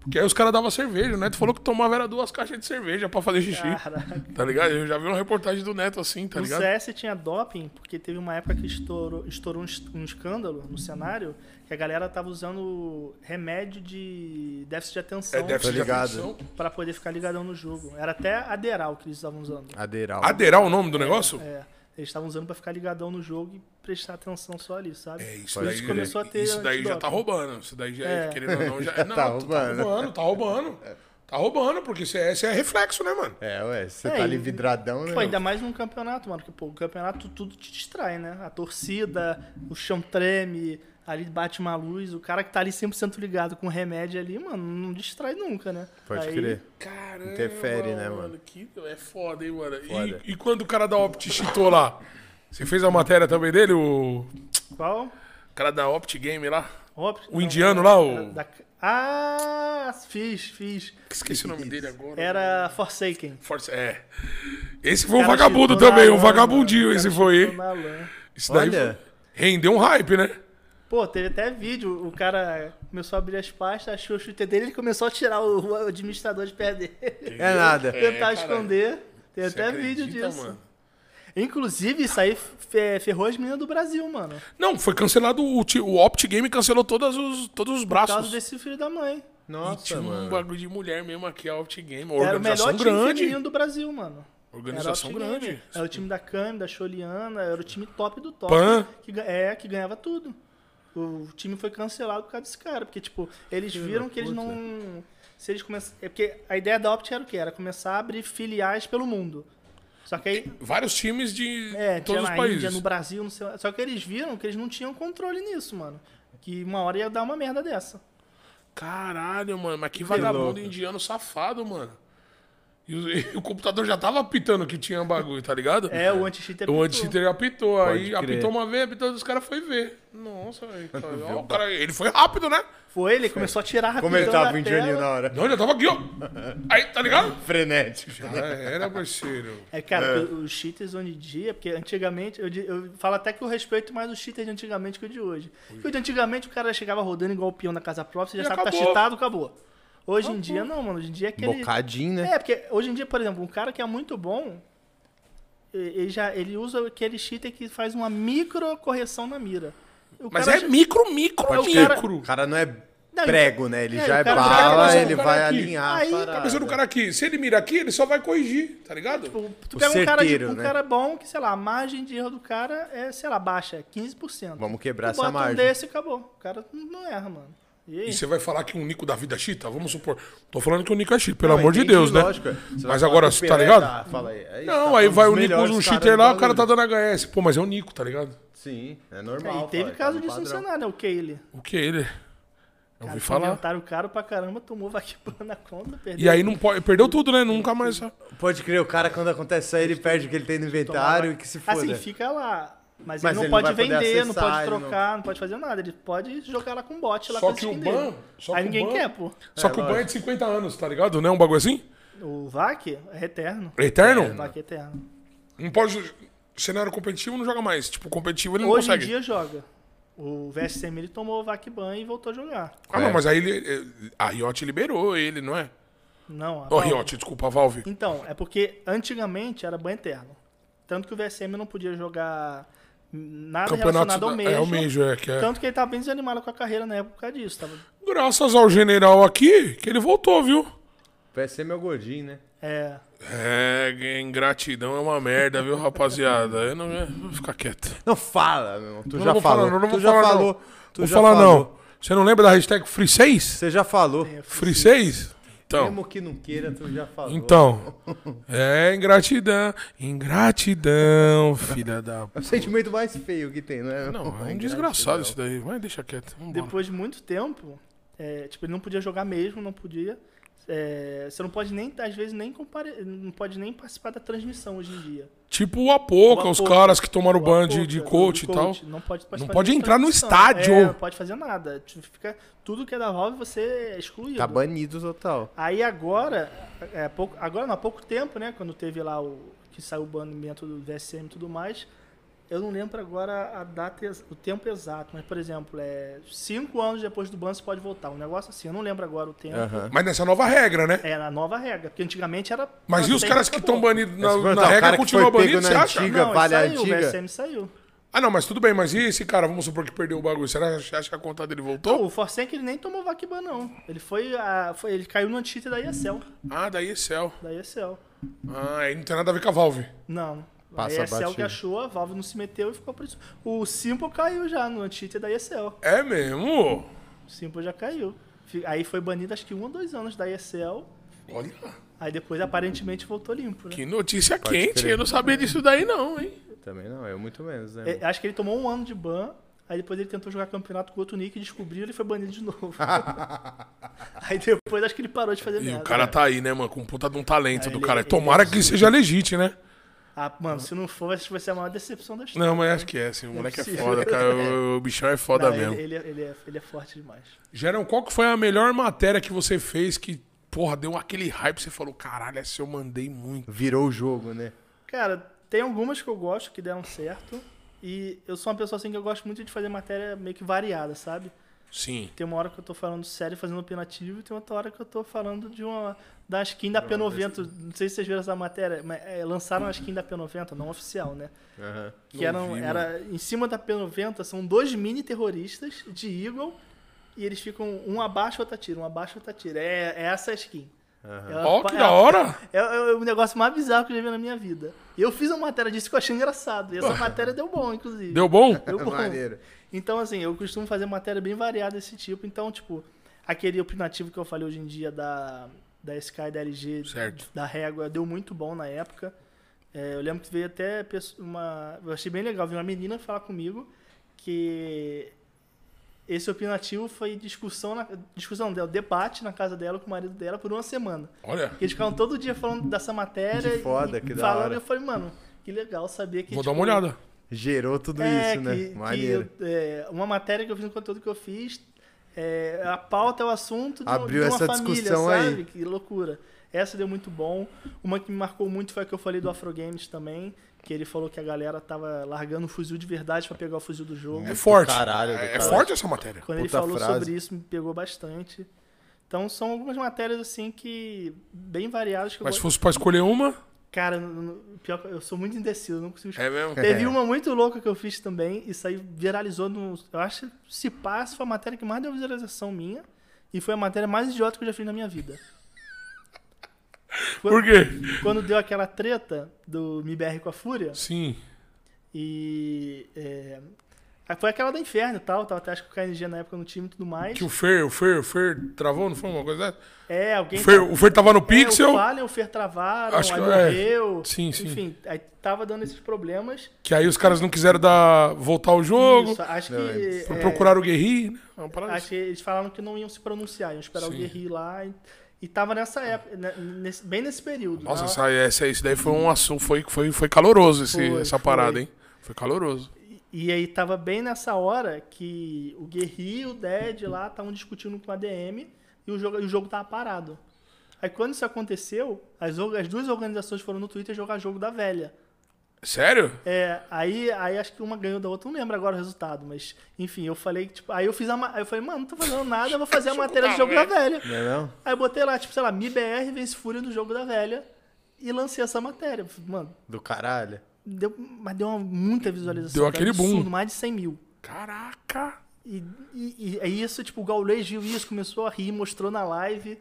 [SPEAKER 2] Porque aí os caras davam cerveja. O Neto falou que tomava era duas caixas de cerveja pra fazer
[SPEAKER 3] Ah,
[SPEAKER 2] xixi.
[SPEAKER 3] Caraca.
[SPEAKER 2] Tá ligado? Eu já vi uma reportagem do Neto assim, tá
[SPEAKER 3] No
[SPEAKER 2] ligado?
[SPEAKER 3] CS tinha doping, porque teve uma época que estourou, estourou um, es- um escândalo no cenário que a galera tava usando remédio de déficit de atenção
[SPEAKER 2] É déficit de
[SPEAKER 1] ligado.
[SPEAKER 2] atenção.
[SPEAKER 3] pra poder ficar ligadão no jogo. Era até aderal que eles estavam usando.
[SPEAKER 1] Aderal.
[SPEAKER 2] Aderar o nome do negócio?
[SPEAKER 3] É, eles estavam usando pra ficar ligadão no jogo e prestar atenção só ali, sabe?
[SPEAKER 2] É, isso
[SPEAKER 1] Pode
[SPEAKER 2] daí,
[SPEAKER 3] crer. Começou a ter
[SPEAKER 2] isso daí já
[SPEAKER 3] antidoping.
[SPEAKER 2] tá roubando. Isso daí já é,
[SPEAKER 3] É.
[SPEAKER 2] querendo ou não, já, não, tá,
[SPEAKER 1] roubando.
[SPEAKER 2] roubando. tá roubando. Tá roubando, porque CS é reflexo, né, mano?
[SPEAKER 1] É, ué, você
[SPEAKER 3] É,
[SPEAKER 1] tá ali
[SPEAKER 3] e-
[SPEAKER 1] vidradão, né?
[SPEAKER 3] Pô, ainda mais num campeonato, mano, que pô, o campeonato tudo te distrai, né? A torcida, o chão treme, ali bate uma luz, o cara que tá ali 100% ligado com remédio ali, mano, não distrai nunca, né?
[SPEAKER 1] Pode
[SPEAKER 3] Aí-
[SPEAKER 1] crer.
[SPEAKER 2] Caramba,
[SPEAKER 1] Interfere, né, mano?
[SPEAKER 2] Que, é foda, hein, mano? E-
[SPEAKER 1] Foda.
[SPEAKER 2] E, quando o cara da Opt chitou lá? Você fez a matéria também dele, o
[SPEAKER 3] Qual?
[SPEAKER 2] cara da Opt Game lá?
[SPEAKER 3] Op-
[SPEAKER 2] O indiano lá, o-
[SPEAKER 3] da- Ah, fiz, fiz.
[SPEAKER 2] Esqueci o nome dele agora.
[SPEAKER 3] Era Forsaken.
[SPEAKER 2] Força, é. Esse foi um
[SPEAKER 3] Cara,
[SPEAKER 2] vagabundo
[SPEAKER 3] chitou na
[SPEAKER 2] também, um
[SPEAKER 3] lama,
[SPEAKER 2] vagabundinho
[SPEAKER 3] cara,
[SPEAKER 2] esse
[SPEAKER 3] chitou
[SPEAKER 2] foi, hein?
[SPEAKER 3] na lama.
[SPEAKER 2] Isso daí
[SPEAKER 1] Olha.
[SPEAKER 2] foi- rendeu um hype, né?
[SPEAKER 3] Pô, teve até vídeo, o cara começou a abrir as pastas, achou o chute dele, ele começou a tirar o, o administrador de pé dele.
[SPEAKER 1] É nada.
[SPEAKER 3] tentar
[SPEAKER 2] caralho.
[SPEAKER 3] esconder. Tem
[SPEAKER 2] Você
[SPEAKER 3] até vídeo
[SPEAKER 2] acredita,
[SPEAKER 3] disso.
[SPEAKER 2] mano?
[SPEAKER 3] Inclusive, isso aí fe- ferrou as meninas do Brasil, mano.
[SPEAKER 2] Não, foi cancelado o, ti- o Opt Game cancelou todas os, todos os
[SPEAKER 3] Por causa
[SPEAKER 2] braços.
[SPEAKER 3] desse filho da mãe.
[SPEAKER 2] E tinha
[SPEAKER 1] Nossa,
[SPEAKER 2] um
[SPEAKER 1] mano.
[SPEAKER 2] bagulho de mulher mesmo aqui, a Opt Game, uma
[SPEAKER 3] Era o
[SPEAKER 2] organização
[SPEAKER 3] melhor time
[SPEAKER 2] grande.
[SPEAKER 3] feminino do Brasil, mano.
[SPEAKER 2] Organização
[SPEAKER 3] era o time-
[SPEAKER 2] grande.
[SPEAKER 3] Era o time da Cami, da Choliana, era o time top do top.
[SPEAKER 2] Pan.
[SPEAKER 3] Que, ga- é, que ganhava tudo. O time foi cancelado por causa desse cara, porque, tipo, eles viram que eles não. Se eles começam. É porque a ideia da Opt era o quê? Era começar a abrir filiais pelo mundo. Só que aí.
[SPEAKER 2] Vários times de
[SPEAKER 3] É, tinha
[SPEAKER 2] todos os
[SPEAKER 3] na
[SPEAKER 2] países.
[SPEAKER 3] Índia, no Brasil, não sei lá. Só que eles viram que eles não tinham controle nisso, mano. Que uma hora ia dar uma merda dessa.
[SPEAKER 2] Caralho, mano, mas que vagabundo indiano safado, mano. E o, e o computador já tava apitando que tinha bagulho, tá ligado?
[SPEAKER 3] É, o anti-cheater.
[SPEAKER 2] O
[SPEAKER 3] pintou.
[SPEAKER 2] anti-cheater apitou, aí
[SPEAKER 4] crer.
[SPEAKER 2] apitou uma vez, apitou, os caras foi ver. Nossa, velho. tá- ó, o cara- ele foi rápido, né?
[SPEAKER 3] Foi, ele começou a tirar rapidão
[SPEAKER 1] Como ele tava
[SPEAKER 3] da
[SPEAKER 1] em Johnny na
[SPEAKER 3] tela.
[SPEAKER 1] hora.
[SPEAKER 2] Não, já tava aqui, ó. Aí, tá ligado?
[SPEAKER 1] Frenético.
[SPEAKER 2] Já era, parceiro.
[SPEAKER 3] É, cara, porque os cheaters hoje em dia, porque antigamente, eu, di- eu falo até que eu respeito mais os cheaters de antigamente que o de hoje. Porque o de antigamente o cara chegava rodando igual o peão na casa própria, você já
[SPEAKER 2] E
[SPEAKER 3] sabe que tá
[SPEAKER 2] acabou.
[SPEAKER 3] cheatado, acabou. Hoje em dia não, mano, hoje em dia é aquele...
[SPEAKER 4] Bocadinho, né?
[SPEAKER 3] É, porque hoje em dia, por exemplo, um cara que é muito bom, e- ele, já, ele usa aquele cheater que faz uma micro correção na mira. O
[SPEAKER 2] Mas
[SPEAKER 3] cara
[SPEAKER 2] é
[SPEAKER 3] já-
[SPEAKER 2] micro, micro,
[SPEAKER 3] Pode crer.
[SPEAKER 2] micro.
[SPEAKER 1] O cara não é
[SPEAKER 3] Não,
[SPEAKER 1] prego, né? Ele
[SPEAKER 3] é,
[SPEAKER 1] já
[SPEAKER 3] o
[SPEAKER 1] é
[SPEAKER 3] cara-
[SPEAKER 2] o
[SPEAKER 1] bala,
[SPEAKER 2] cara-
[SPEAKER 1] ele
[SPEAKER 2] o cara
[SPEAKER 1] vai
[SPEAKER 2] aqui.
[SPEAKER 1] alinhar
[SPEAKER 3] Aí,
[SPEAKER 1] a parada.
[SPEAKER 2] Cabeça do Tá cara aqui, se ele mira aqui, ele só vai corrigir, tá ligado?
[SPEAKER 3] Tipo, tu
[SPEAKER 1] O
[SPEAKER 3] pega um, cara, de-
[SPEAKER 1] certeiro,
[SPEAKER 3] um
[SPEAKER 1] né?
[SPEAKER 3] cara bom, que sei lá, a margem de erro do cara é, sei lá, baixa, é 15%.
[SPEAKER 1] Vamos quebrar
[SPEAKER 3] tu
[SPEAKER 1] essa
[SPEAKER 3] bota
[SPEAKER 1] margem.
[SPEAKER 3] um desse e acabou. O cara não- não erra, mano. E aí?
[SPEAKER 2] E você vai falar que um Nico da vida é chita? Vamos supor. Tô falando que o Nico é chita, pelo
[SPEAKER 1] Não,
[SPEAKER 2] amor de
[SPEAKER 1] entendi,
[SPEAKER 2] Deus, né?
[SPEAKER 1] lógico, é. Você vai
[SPEAKER 2] Mas
[SPEAKER 1] falar
[SPEAKER 2] agora,
[SPEAKER 1] que o
[SPEAKER 2] tá
[SPEAKER 1] Pelé
[SPEAKER 2] ligado?
[SPEAKER 1] tá- fala aí, aí
[SPEAKER 2] Não,
[SPEAKER 1] tá
[SPEAKER 2] aí
[SPEAKER 1] um
[SPEAKER 2] vai
[SPEAKER 1] dos
[SPEAKER 2] o Nico usa um
[SPEAKER 1] melhores caras
[SPEAKER 2] cheater
[SPEAKER 1] do
[SPEAKER 2] lá, o cara tá
[SPEAKER 1] bagulho.
[SPEAKER 2] dando HS. Pô, mas é o Nico, tá ligado?
[SPEAKER 1] Sim, é
[SPEAKER 3] É,
[SPEAKER 1] normal.
[SPEAKER 3] e teve
[SPEAKER 1] pai, tá
[SPEAKER 3] caso
[SPEAKER 1] no
[SPEAKER 3] disso no
[SPEAKER 1] padrão.
[SPEAKER 3] cenário, né? O Keile.
[SPEAKER 2] O que é um ele? Eu ouvi
[SPEAKER 3] Cara,
[SPEAKER 2] falar.
[SPEAKER 1] tá
[SPEAKER 3] Inventaram o cara pra caramba, tomou vaquipana na conta, perdeu.
[SPEAKER 2] E aí não pode. Perdeu tudo, né? Nunca mais.
[SPEAKER 1] Pode crer, o cara quando acontece isso aí, ele perde o que ele tem no inventário e que se foda.
[SPEAKER 3] Assim, fica lá. Mas,
[SPEAKER 1] Mas
[SPEAKER 3] ele não
[SPEAKER 1] ele não
[SPEAKER 3] pode
[SPEAKER 1] vai poder
[SPEAKER 3] vender, não
[SPEAKER 1] acessar,
[SPEAKER 3] pode
[SPEAKER 1] ele não-
[SPEAKER 3] trocar, não... pode fazer nada. Ele pode jogar lá com um bot, lá
[SPEAKER 2] Só
[SPEAKER 3] com
[SPEAKER 2] que
[SPEAKER 3] a skin
[SPEAKER 2] o
[SPEAKER 3] dele.
[SPEAKER 2] ban- só
[SPEAKER 3] Aí
[SPEAKER 2] que o
[SPEAKER 3] ninguém
[SPEAKER 2] ban-
[SPEAKER 3] quer, pô.
[SPEAKER 2] Só que o banho é de 50 anos, tá ligado? Não é um bagulho assim?
[SPEAKER 3] O VAC é eterno. O
[SPEAKER 1] tá
[SPEAKER 2] Eterno?
[SPEAKER 3] VAC é eterno.
[SPEAKER 2] Não pode. Cenário competitivo não joga mais. Tipo, competitivo ele não
[SPEAKER 3] Hoje em
[SPEAKER 2] consegue.
[SPEAKER 3] dia joga. O VSM ele tomou o VAC ban e voltou a jogar.
[SPEAKER 2] Ah,
[SPEAKER 1] É.
[SPEAKER 2] não, mas aí ele. A Riot liberou ele, não é?
[SPEAKER 3] Não, a
[SPEAKER 2] Ó,
[SPEAKER 3] Valve.
[SPEAKER 2] Riot, desculpa, a Valve.
[SPEAKER 3] Então, é porque antigamente era ban eterno. Tanto que o VSM não podia jogar nada relacionado ao
[SPEAKER 2] da-
[SPEAKER 3] Major.
[SPEAKER 2] É o Major, é que é.
[SPEAKER 3] Tanto que ele tava bem desanimado com a carreira na época disso. Tava,
[SPEAKER 2] Graças ao general aqui, que ele voltou, viu?
[SPEAKER 1] PSM é meu gordinho, né?
[SPEAKER 3] é,
[SPEAKER 2] É, ingratidão é uma merda, viu, rapaziada? Eu não eu vou ficar quieto.
[SPEAKER 1] Não fala, meu irmão. Tu
[SPEAKER 2] Eu
[SPEAKER 1] já
[SPEAKER 2] não vou
[SPEAKER 1] falou.
[SPEAKER 2] falar, não, eu não
[SPEAKER 1] tu
[SPEAKER 2] vou
[SPEAKER 1] já
[SPEAKER 2] falar,
[SPEAKER 1] falou.
[SPEAKER 2] não.
[SPEAKER 1] Tu
[SPEAKER 2] vou
[SPEAKER 1] já
[SPEAKER 2] falar,
[SPEAKER 1] falou.
[SPEAKER 2] não. Você não lembra da hashtag Free 6?
[SPEAKER 1] Você já falou.
[SPEAKER 2] Free 6? Então,
[SPEAKER 1] É, Mesmo que não queira, tu já falou.
[SPEAKER 2] então. É ingratidão. Ingratidão, filha da.
[SPEAKER 1] É o sentimento mais feio que tem, né?
[SPEAKER 2] Não, é um desgraçado isso daí. Vai, deixa quieto. Vambora.
[SPEAKER 3] depois de muito tempo, é, tipo, ele não podia jogar mesmo, não podia. É, você não pode nem, às vezes, nem compare... não pode nem participar da transmissão hoje em dia.
[SPEAKER 2] Tipo o Apoca,
[SPEAKER 3] O
[SPEAKER 2] os
[SPEAKER 3] Apoca.
[SPEAKER 2] caras que tomaram
[SPEAKER 3] O
[SPEAKER 2] ban de,
[SPEAKER 3] Apoca,
[SPEAKER 2] de
[SPEAKER 3] o
[SPEAKER 2] coach e tal.
[SPEAKER 3] Não pode, participar
[SPEAKER 2] Não pode
[SPEAKER 3] nem da
[SPEAKER 2] entrar no
[SPEAKER 3] transmissão.
[SPEAKER 2] estádio.
[SPEAKER 3] É, não pode fazer nada. Tu Fica, tudo que é da Valve você é excluído.
[SPEAKER 1] Tá banido total.
[SPEAKER 3] Aí agora, é, pouco, agora não, há pouco tempo, né? Quando teve lá o. que saiu o banimento do VSM e tudo mais. Eu não lembro agora a data, ex- o tempo exato, mas, por exemplo, é cinco anos depois do ban você pode voltar. Um negócio assim, eu não lembro agora o tempo.
[SPEAKER 2] Mas nessa nova regra, né?
[SPEAKER 3] É a nova regra, porque antigamente era.
[SPEAKER 2] Mas
[SPEAKER 3] ah,
[SPEAKER 2] e os
[SPEAKER 3] tem
[SPEAKER 2] caras que
[SPEAKER 3] acabou.
[SPEAKER 2] estão banidos
[SPEAKER 1] Mas
[SPEAKER 2] na,
[SPEAKER 1] se perguntar,
[SPEAKER 2] na
[SPEAKER 1] é o cara
[SPEAKER 2] regra
[SPEAKER 1] que foi
[SPEAKER 2] continuam
[SPEAKER 1] pego né,
[SPEAKER 2] banidos,
[SPEAKER 1] na
[SPEAKER 2] você acha?
[SPEAKER 1] antiga-
[SPEAKER 3] Não,
[SPEAKER 1] Vale a
[SPEAKER 3] ele saiu,
[SPEAKER 1] antiga.
[SPEAKER 3] o VSM saiu.
[SPEAKER 2] Ah, não, mas tudo bem, mas e esse cara, vamos supor que perdeu o bagulho? Será que acha que a conta dele
[SPEAKER 3] Pô,
[SPEAKER 2] voltou?
[SPEAKER 3] o Forsenk ele nem tomou Vakban, não. Ele foi, a- foi- Ele caiu no anti da ESL.
[SPEAKER 2] Ah, daí é céu.
[SPEAKER 3] Da ESL.
[SPEAKER 2] Ah, aí não tem nada a ver com a Valve.
[SPEAKER 3] Não.
[SPEAKER 1] Passa
[SPEAKER 3] a ESL que
[SPEAKER 1] batido.
[SPEAKER 3] achou, a Valve não se meteu e ficou por isso. O Simple caiu já no anti da ESL.
[SPEAKER 2] É mesmo?
[SPEAKER 3] O Simple já caiu. Fi- Aí foi banido acho que um ou dois anos da ESL.
[SPEAKER 2] Olha,
[SPEAKER 3] Aí depois aparentemente voltou limpo, né?
[SPEAKER 2] que notícia quente. Eu não sabia disso daí, não, hein?
[SPEAKER 1] Também não, eu muito menos, né?
[SPEAKER 3] É, acho que ele tomou um ano de ban. Aí depois ele tentou jogar campeonato com outro nick, descobriu ele foi banido de novo. aí depois acho que ele parou de fazer
[SPEAKER 2] E
[SPEAKER 3] merda.
[SPEAKER 2] o cara tá aí, né, mano? Com puta de um talento
[SPEAKER 3] É,
[SPEAKER 2] do
[SPEAKER 3] ele-
[SPEAKER 2] cara.
[SPEAKER 3] ele-
[SPEAKER 2] Tomara que seja legítimo, né?
[SPEAKER 3] Ah, mano, se não for, acho que vai ser a maior decepção da história.
[SPEAKER 2] Não, mas acho que é, assim. O moleque é
[SPEAKER 3] possível.
[SPEAKER 2] foda, cara. O, o bichão é foda
[SPEAKER 3] Não,
[SPEAKER 2] mesmo.
[SPEAKER 3] Ele, ele, ele é, ele é forte demais.
[SPEAKER 2] Gerão, qual que foi a melhor matéria que você fez que, porra, deu aquele hype? Você falou, caralho, essa eu mandei muito.
[SPEAKER 1] é. Virou o jogo, né?
[SPEAKER 3] Cara, tem algumas que eu gosto que deram certo. E eu sou uma pessoa assim que eu gosto muito de fazer matéria meio que variada, sabe?
[SPEAKER 2] Sim.
[SPEAKER 3] Tem uma hora que eu tô falando sério, fazendo opinativo, e tem outra hora que eu tô falando de uma da skin da P90. Não sei se vocês viram essa matéria, mas é, lançaram a skin da P90, não oficial, né? Que
[SPEAKER 2] Não
[SPEAKER 3] eram,
[SPEAKER 2] vi,
[SPEAKER 3] era em cima da P90 são dois mini terroristas de Eagle e eles ficam um abaixo outro atira, um abaixo outro atira. É, é essa a skin. Ela-
[SPEAKER 2] Ó, que
[SPEAKER 3] ela-
[SPEAKER 2] da hora!
[SPEAKER 3] É, é o negócio mais bizarro que eu já vi na minha vida. Eu fiz uma matéria disso que eu achei engraçado. E essa matéria deu bom, inclusive.
[SPEAKER 2] Deu bom?
[SPEAKER 3] Deu bom.
[SPEAKER 1] Maneiro.
[SPEAKER 3] Então, assim, eu costumo fazer matéria bem variada desse tipo. Então, tipo, aquele opinativo que eu falei hoje em dia da, da Sky e da LG,
[SPEAKER 2] Certo.
[SPEAKER 3] da régua, deu muito bom na época. É, eu lembro que veio até pesso- uma. Eu achei bem legal, veio uma menina falar comigo que esse opinativo foi discussão, na, discussão dela, debate na casa dela com o marido dela por uma semana.
[SPEAKER 2] Olha,
[SPEAKER 3] Porque eles ficavam todo dia falando dessa matéria.
[SPEAKER 1] Que foda,
[SPEAKER 3] e
[SPEAKER 1] que da
[SPEAKER 3] falando,
[SPEAKER 1] hora.
[SPEAKER 3] eu falei, mano, que legal saber que.
[SPEAKER 2] vou dar
[SPEAKER 3] tipo, é,
[SPEAKER 2] uma olhada.
[SPEAKER 1] Gerou tudo isso, né? Maneiro.
[SPEAKER 3] que, é, uma matéria que eu fiz no conteúdo que eu fiz, é, a pauta é o assunto de, um-
[SPEAKER 1] Abriu
[SPEAKER 3] de uma
[SPEAKER 1] essa
[SPEAKER 3] família,
[SPEAKER 1] discussão aí.
[SPEAKER 3] sabe? Que loucura. Essa deu muito bom. Uma que me marcou muito foi a que eu falei do Afro Games também, que ele falou que a galera tava largando o fuzil de verdade pra pegar o fuzil do jogo.
[SPEAKER 2] É forte.
[SPEAKER 1] caralho, do
[SPEAKER 2] é
[SPEAKER 1] caralho.
[SPEAKER 2] forte essa matéria.
[SPEAKER 3] Quando ele
[SPEAKER 1] Puta
[SPEAKER 3] falou
[SPEAKER 1] frase.
[SPEAKER 3] sobre isso, me pegou bastante. Então são algumas matérias assim que bem variadas que
[SPEAKER 2] Mas se
[SPEAKER 3] eu gosto.
[SPEAKER 2] fosse pra escolher uma.
[SPEAKER 3] Cara, no- no- pior que eu sou muito indeciso, eu não consigo
[SPEAKER 2] É mesmo?
[SPEAKER 3] Teve uma muito louca que eu fiz também, isso aí viralizou no. Eu acho que se passa, foi a matéria que mais deu visualização minha. E foi a matéria mais idiota que eu já fiz na minha vida.
[SPEAKER 2] Por quê?
[SPEAKER 3] Quando deu aquela treta do MIBR com a Fúria,
[SPEAKER 2] Sim.
[SPEAKER 3] e. é, aí foi aquela do inferno e tal, tava até acho que o KNG na época no time e tudo mais.
[SPEAKER 2] Que o Fer, o Fer, o Fer travou, não foi uma coisa dessa?
[SPEAKER 3] É,
[SPEAKER 2] O
[SPEAKER 3] alguém.
[SPEAKER 2] Fer, o Fer tava no
[SPEAKER 3] É,
[SPEAKER 2] Pixel,
[SPEAKER 3] O Fallen, o Fer travaram,
[SPEAKER 2] Acho
[SPEAKER 3] aí
[SPEAKER 2] que- é.
[SPEAKER 3] morreu.
[SPEAKER 2] Sim, sim.
[SPEAKER 3] Enfim, aí tava dando esses problemas.
[SPEAKER 2] que aí os caras não quiseram dar, voltar o jogo.
[SPEAKER 3] Isso, acho que.
[SPEAKER 2] Pro-
[SPEAKER 3] é,
[SPEAKER 2] Procuraram o Guerri, né? É uma parada
[SPEAKER 3] Acho que eles falaram que não iam se pronunciar, iam esperar
[SPEAKER 2] Sim.
[SPEAKER 3] o Guerri lá. E, e tava nessa época, né, nesse- bem nesse período.
[SPEAKER 2] Nossa,
[SPEAKER 3] né?
[SPEAKER 2] essa, essa, isso daí foi um assunto, foi, foi, foi caloroso esse-
[SPEAKER 3] Foi,
[SPEAKER 2] essa
[SPEAKER 3] foi.
[SPEAKER 2] parada, hein? Foi caloroso.
[SPEAKER 3] E, e aí tava bem nessa hora que o Guerri e o Dead lá estavam discutindo com a DM e o jogo, e o jogo tava parado. Aí quando isso aconteceu, as, or- as duas organizações foram no Twitter jogar jogo da velha.
[SPEAKER 2] Sério?
[SPEAKER 3] É, aí, aí acho que uma ganhou da outra, não lembro agora o resultado, mas enfim, eu falei, que, tipo, aí eu fiz a ma- aí eu falei, mano, não tô fazendo nada, eu vou fazer a matéria do jogo da velha.
[SPEAKER 1] Não é não?
[SPEAKER 3] Aí eu botei lá, tipo, sei lá, MIBR vence Fúria no jogo da velha e lancei essa matéria. Mano,
[SPEAKER 1] Do caralho.
[SPEAKER 3] deu, mas deu uma, muita visualização.
[SPEAKER 2] Deu
[SPEAKER 3] cara,
[SPEAKER 2] aquele boom.
[SPEAKER 3] absurdo, mais de 100 mil.
[SPEAKER 2] Caraca!
[SPEAKER 3] E, e, e é isso, tipo, o Gaulês viu isso, começou a rir, mostrou na live.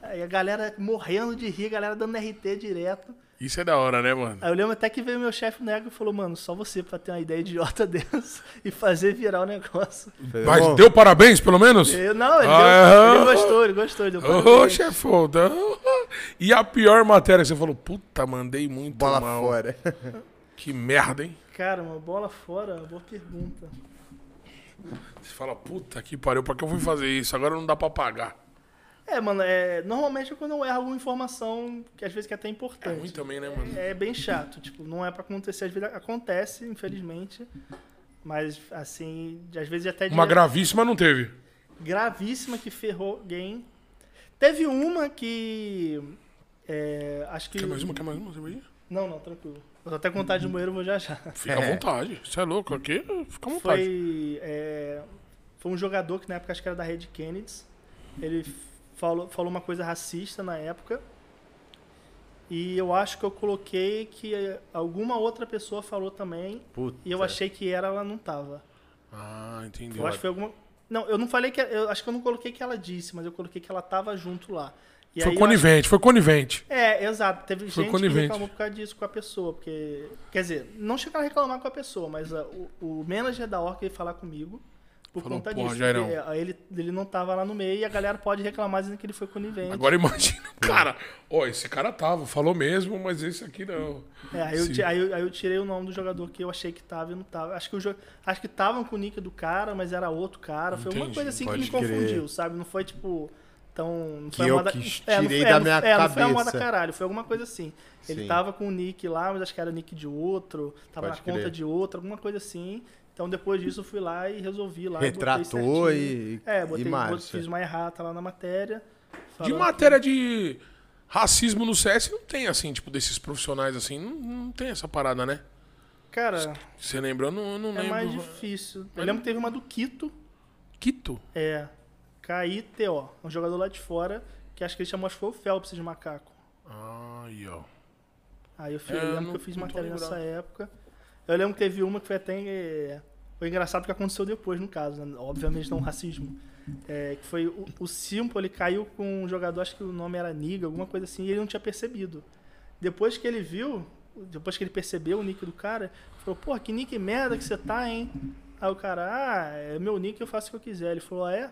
[SPEAKER 3] Aí a galera morrendo de rir, a galera dando RT direto.
[SPEAKER 2] Isso é da hora, né, mano?
[SPEAKER 3] Aí eu lembro até que veio meu chefe nego e falou, mano, só você pra ter uma ideia idiota dessa e fazer virar o negócio.
[SPEAKER 2] Mas deu parabéns, pelo menos?
[SPEAKER 3] Eu, não, ele,
[SPEAKER 2] Ah,
[SPEAKER 3] deu-
[SPEAKER 2] é?
[SPEAKER 3] ele gostou, ele gostou. Ele deu
[SPEAKER 2] Ô,
[SPEAKER 3] parabéns.
[SPEAKER 2] chefão. não. E a pior matéria que você falou, puta, mandei muito
[SPEAKER 1] Bola
[SPEAKER 2] mal.
[SPEAKER 1] fora.
[SPEAKER 2] Que merda, hein?
[SPEAKER 3] Cara, uma bola fora, boa pergunta.
[SPEAKER 2] Você fala, puta que pariu, pra que eu fui fazer isso? Agora não dá pra pagar.
[SPEAKER 3] É, mano, é, normalmente é quando eu erro alguma informação que às vezes que é até
[SPEAKER 2] É
[SPEAKER 3] importante.
[SPEAKER 2] ruim também, né, mano?
[SPEAKER 3] É bem chato, tipo, não é pra acontecer, às vezes acontece, infelizmente. Mas assim, às vezes até de
[SPEAKER 2] Uma gravíssima não teve.
[SPEAKER 3] gravíssima que ferrou alguém. Teve uma que é, acho que
[SPEAKER 2] Quer mais uma? Quer mais uma? cerveja?
[SPEAKER 3] Não, não, tranquilo. Eu tô até com vontade de banheiro, eu vou já já.
[SPEAKER 2] Fica à vontade. Você é louco aqui? Fica à vontade.
[SPEAKER 3] Foi, é, foi um jogador que na época acho que era da Red Kennedy. Ele f- falou, falou uma coisa racista na época. E eu acho que eu coloquei que eh, alguma outra pessoa falou também.
[SPEAKER 1] Puta.
[SPEAKER 3] E eu achei que era, ela não tava.
[SPEAKER 2] Ah, entendi.
[SPEAKER 3] Eu acho que foi alguma. Não, eu não falei que. Eu acho que eu não coloquei que ela disse, mas eu coloquei que ela tava junto lá. E
[SPEAKER 2] Foi
[SPEAKER 3] aí eu acho-
[SPEAKER 2] conivente, foi conivente.
[SPEAKER 3] É, exato. Teve gente que
[SPEAKER 2] conivente.
[SPEAKER 3] reclamou por causa disso com a pessoa, porque. Quer dizer, não chegaram a reclamar com a pessoa, mas ah, o, o manager da Orca veio falar comigo por
[SPEAKER 2] Falou,
[SPEAKER 3] conta
[SPEAKER 2] "Porra,
[SPEAKER 3] disso.
[SPEAKER 2] Jairão."
[SPEAKER 3] porque, ah, ele, ele não tava lá no meio e a galera pode reclamar dizendo que ele foi conivente.
[SPEAKER 2] Agora imagina, o cara. Ó, esse cara tava, falou mesmo, mas esse aqui não.
[SPEAKER 3] É, aí, eu,
[SPEAKER 2] Sim.
[SPEAKER 3] ti- aí eu- aí eu tirei o nome do jogador que eu achei que tava e não tava. Acho que, o jo- acho que estavam com o nick do cara, mas era outro cara. Foi uma
[SPEAKER 2] Entendi,
[SPEAKER 3] coisa assim que
[SPEAKER 1] pode
[SPEAKER 3] me
[SPEAKER 1] crer.
[SPEAKER 3] confundiu, sabe? Não foi tipo. Tão, não
[SPEAKER 1] Que
[SPEAKER 3] foi a
[SPEAKER 1] eu
[SPEAKER 3] moda-
[SPEAKER 1] que
[SPEAKER 3] não-
[SPEAKER 1] tirei da
[SPEAKER 3] não-
[SPEAKER 1] minha
[SPEAKER 3] é, não foi a moda
[SPEAKER 1] cabeça.
[SPEAKER 3] caralho, foi alguma coisa assim. Ele
[SPEAKER 1] Sim.
[SPEAKER 3] tava com o nick lá, mas acho que era o nick de outro, tava
[SPEAKER 1] Pode
[SPEAKER 3] na conta
[SPEAKER 1] crer.
[SPEAKER 3] de outro, alguma coisa assim. Então depois disso eu fui lá e resolvi lá. e botei
[SPEAKER 1] Retratou
[SPEAKER 3] certinho.
[SPEAKER 1] e-
[SPEAKER 3] É,
[SPEAKER 1] e
[SPEAKER 3] botei,
[SPEAKER 1] marcha.
[SPEAKER 3] botei- fiz uma errata lá na matéria.
[SPEAKER 2] De
[SPEAKER 3] falando
[SPEAKER 2] matéria de racismo no CS não tem, assim, tipo, desses profissionais assim, não, não tem essa parada, né?
[SPEAKER 3] que, Cara,
[SPEAKER 2] Você lembra? Eu não, eu não
[SPEAKER 3] é
[SPEAKER 2] lembro.
[SPEAKER 3] mais difícil. Eu lembro que teve uma do Quito,
[SPEAKER 2] Quito?
[SPEAKER 3] É. KITO, um jogador lá de fora, que acho que ele chamou, acho que foi o Phelps de macaco.
[SPEAKER 2] Ai, ó.
[SPEAKER 3] Aí eu, fiz,
[SPEAKER 2] É,
[SPEAKER 3] eu lembro
[SPEAKER 2] não-
[SPEAKER 3] que eu fiz
[SPEAKER 2] não tô
[SPEAKER 3] matéria
[SPEAKER 2] lembrado.
[SPEAKER 3] nessa época. Eu lembro que é, teve uma que foi até. eh, Foi engraçado que aconteceu depois, no caso, né? Obviamente não racismo. É, que foi o, o Simpo, ele caiu com um jogador, acho que o nome era Niga, alguma coisa assim, e ele não tinha percebido. Depois que ele viu, depois que ele percebeu o nick do cara, falou, porra, que nick merda que você tá, hein? Aí o cara, ah, é meu nick, eu faço o que eu quiser. Ele falou, ah, é?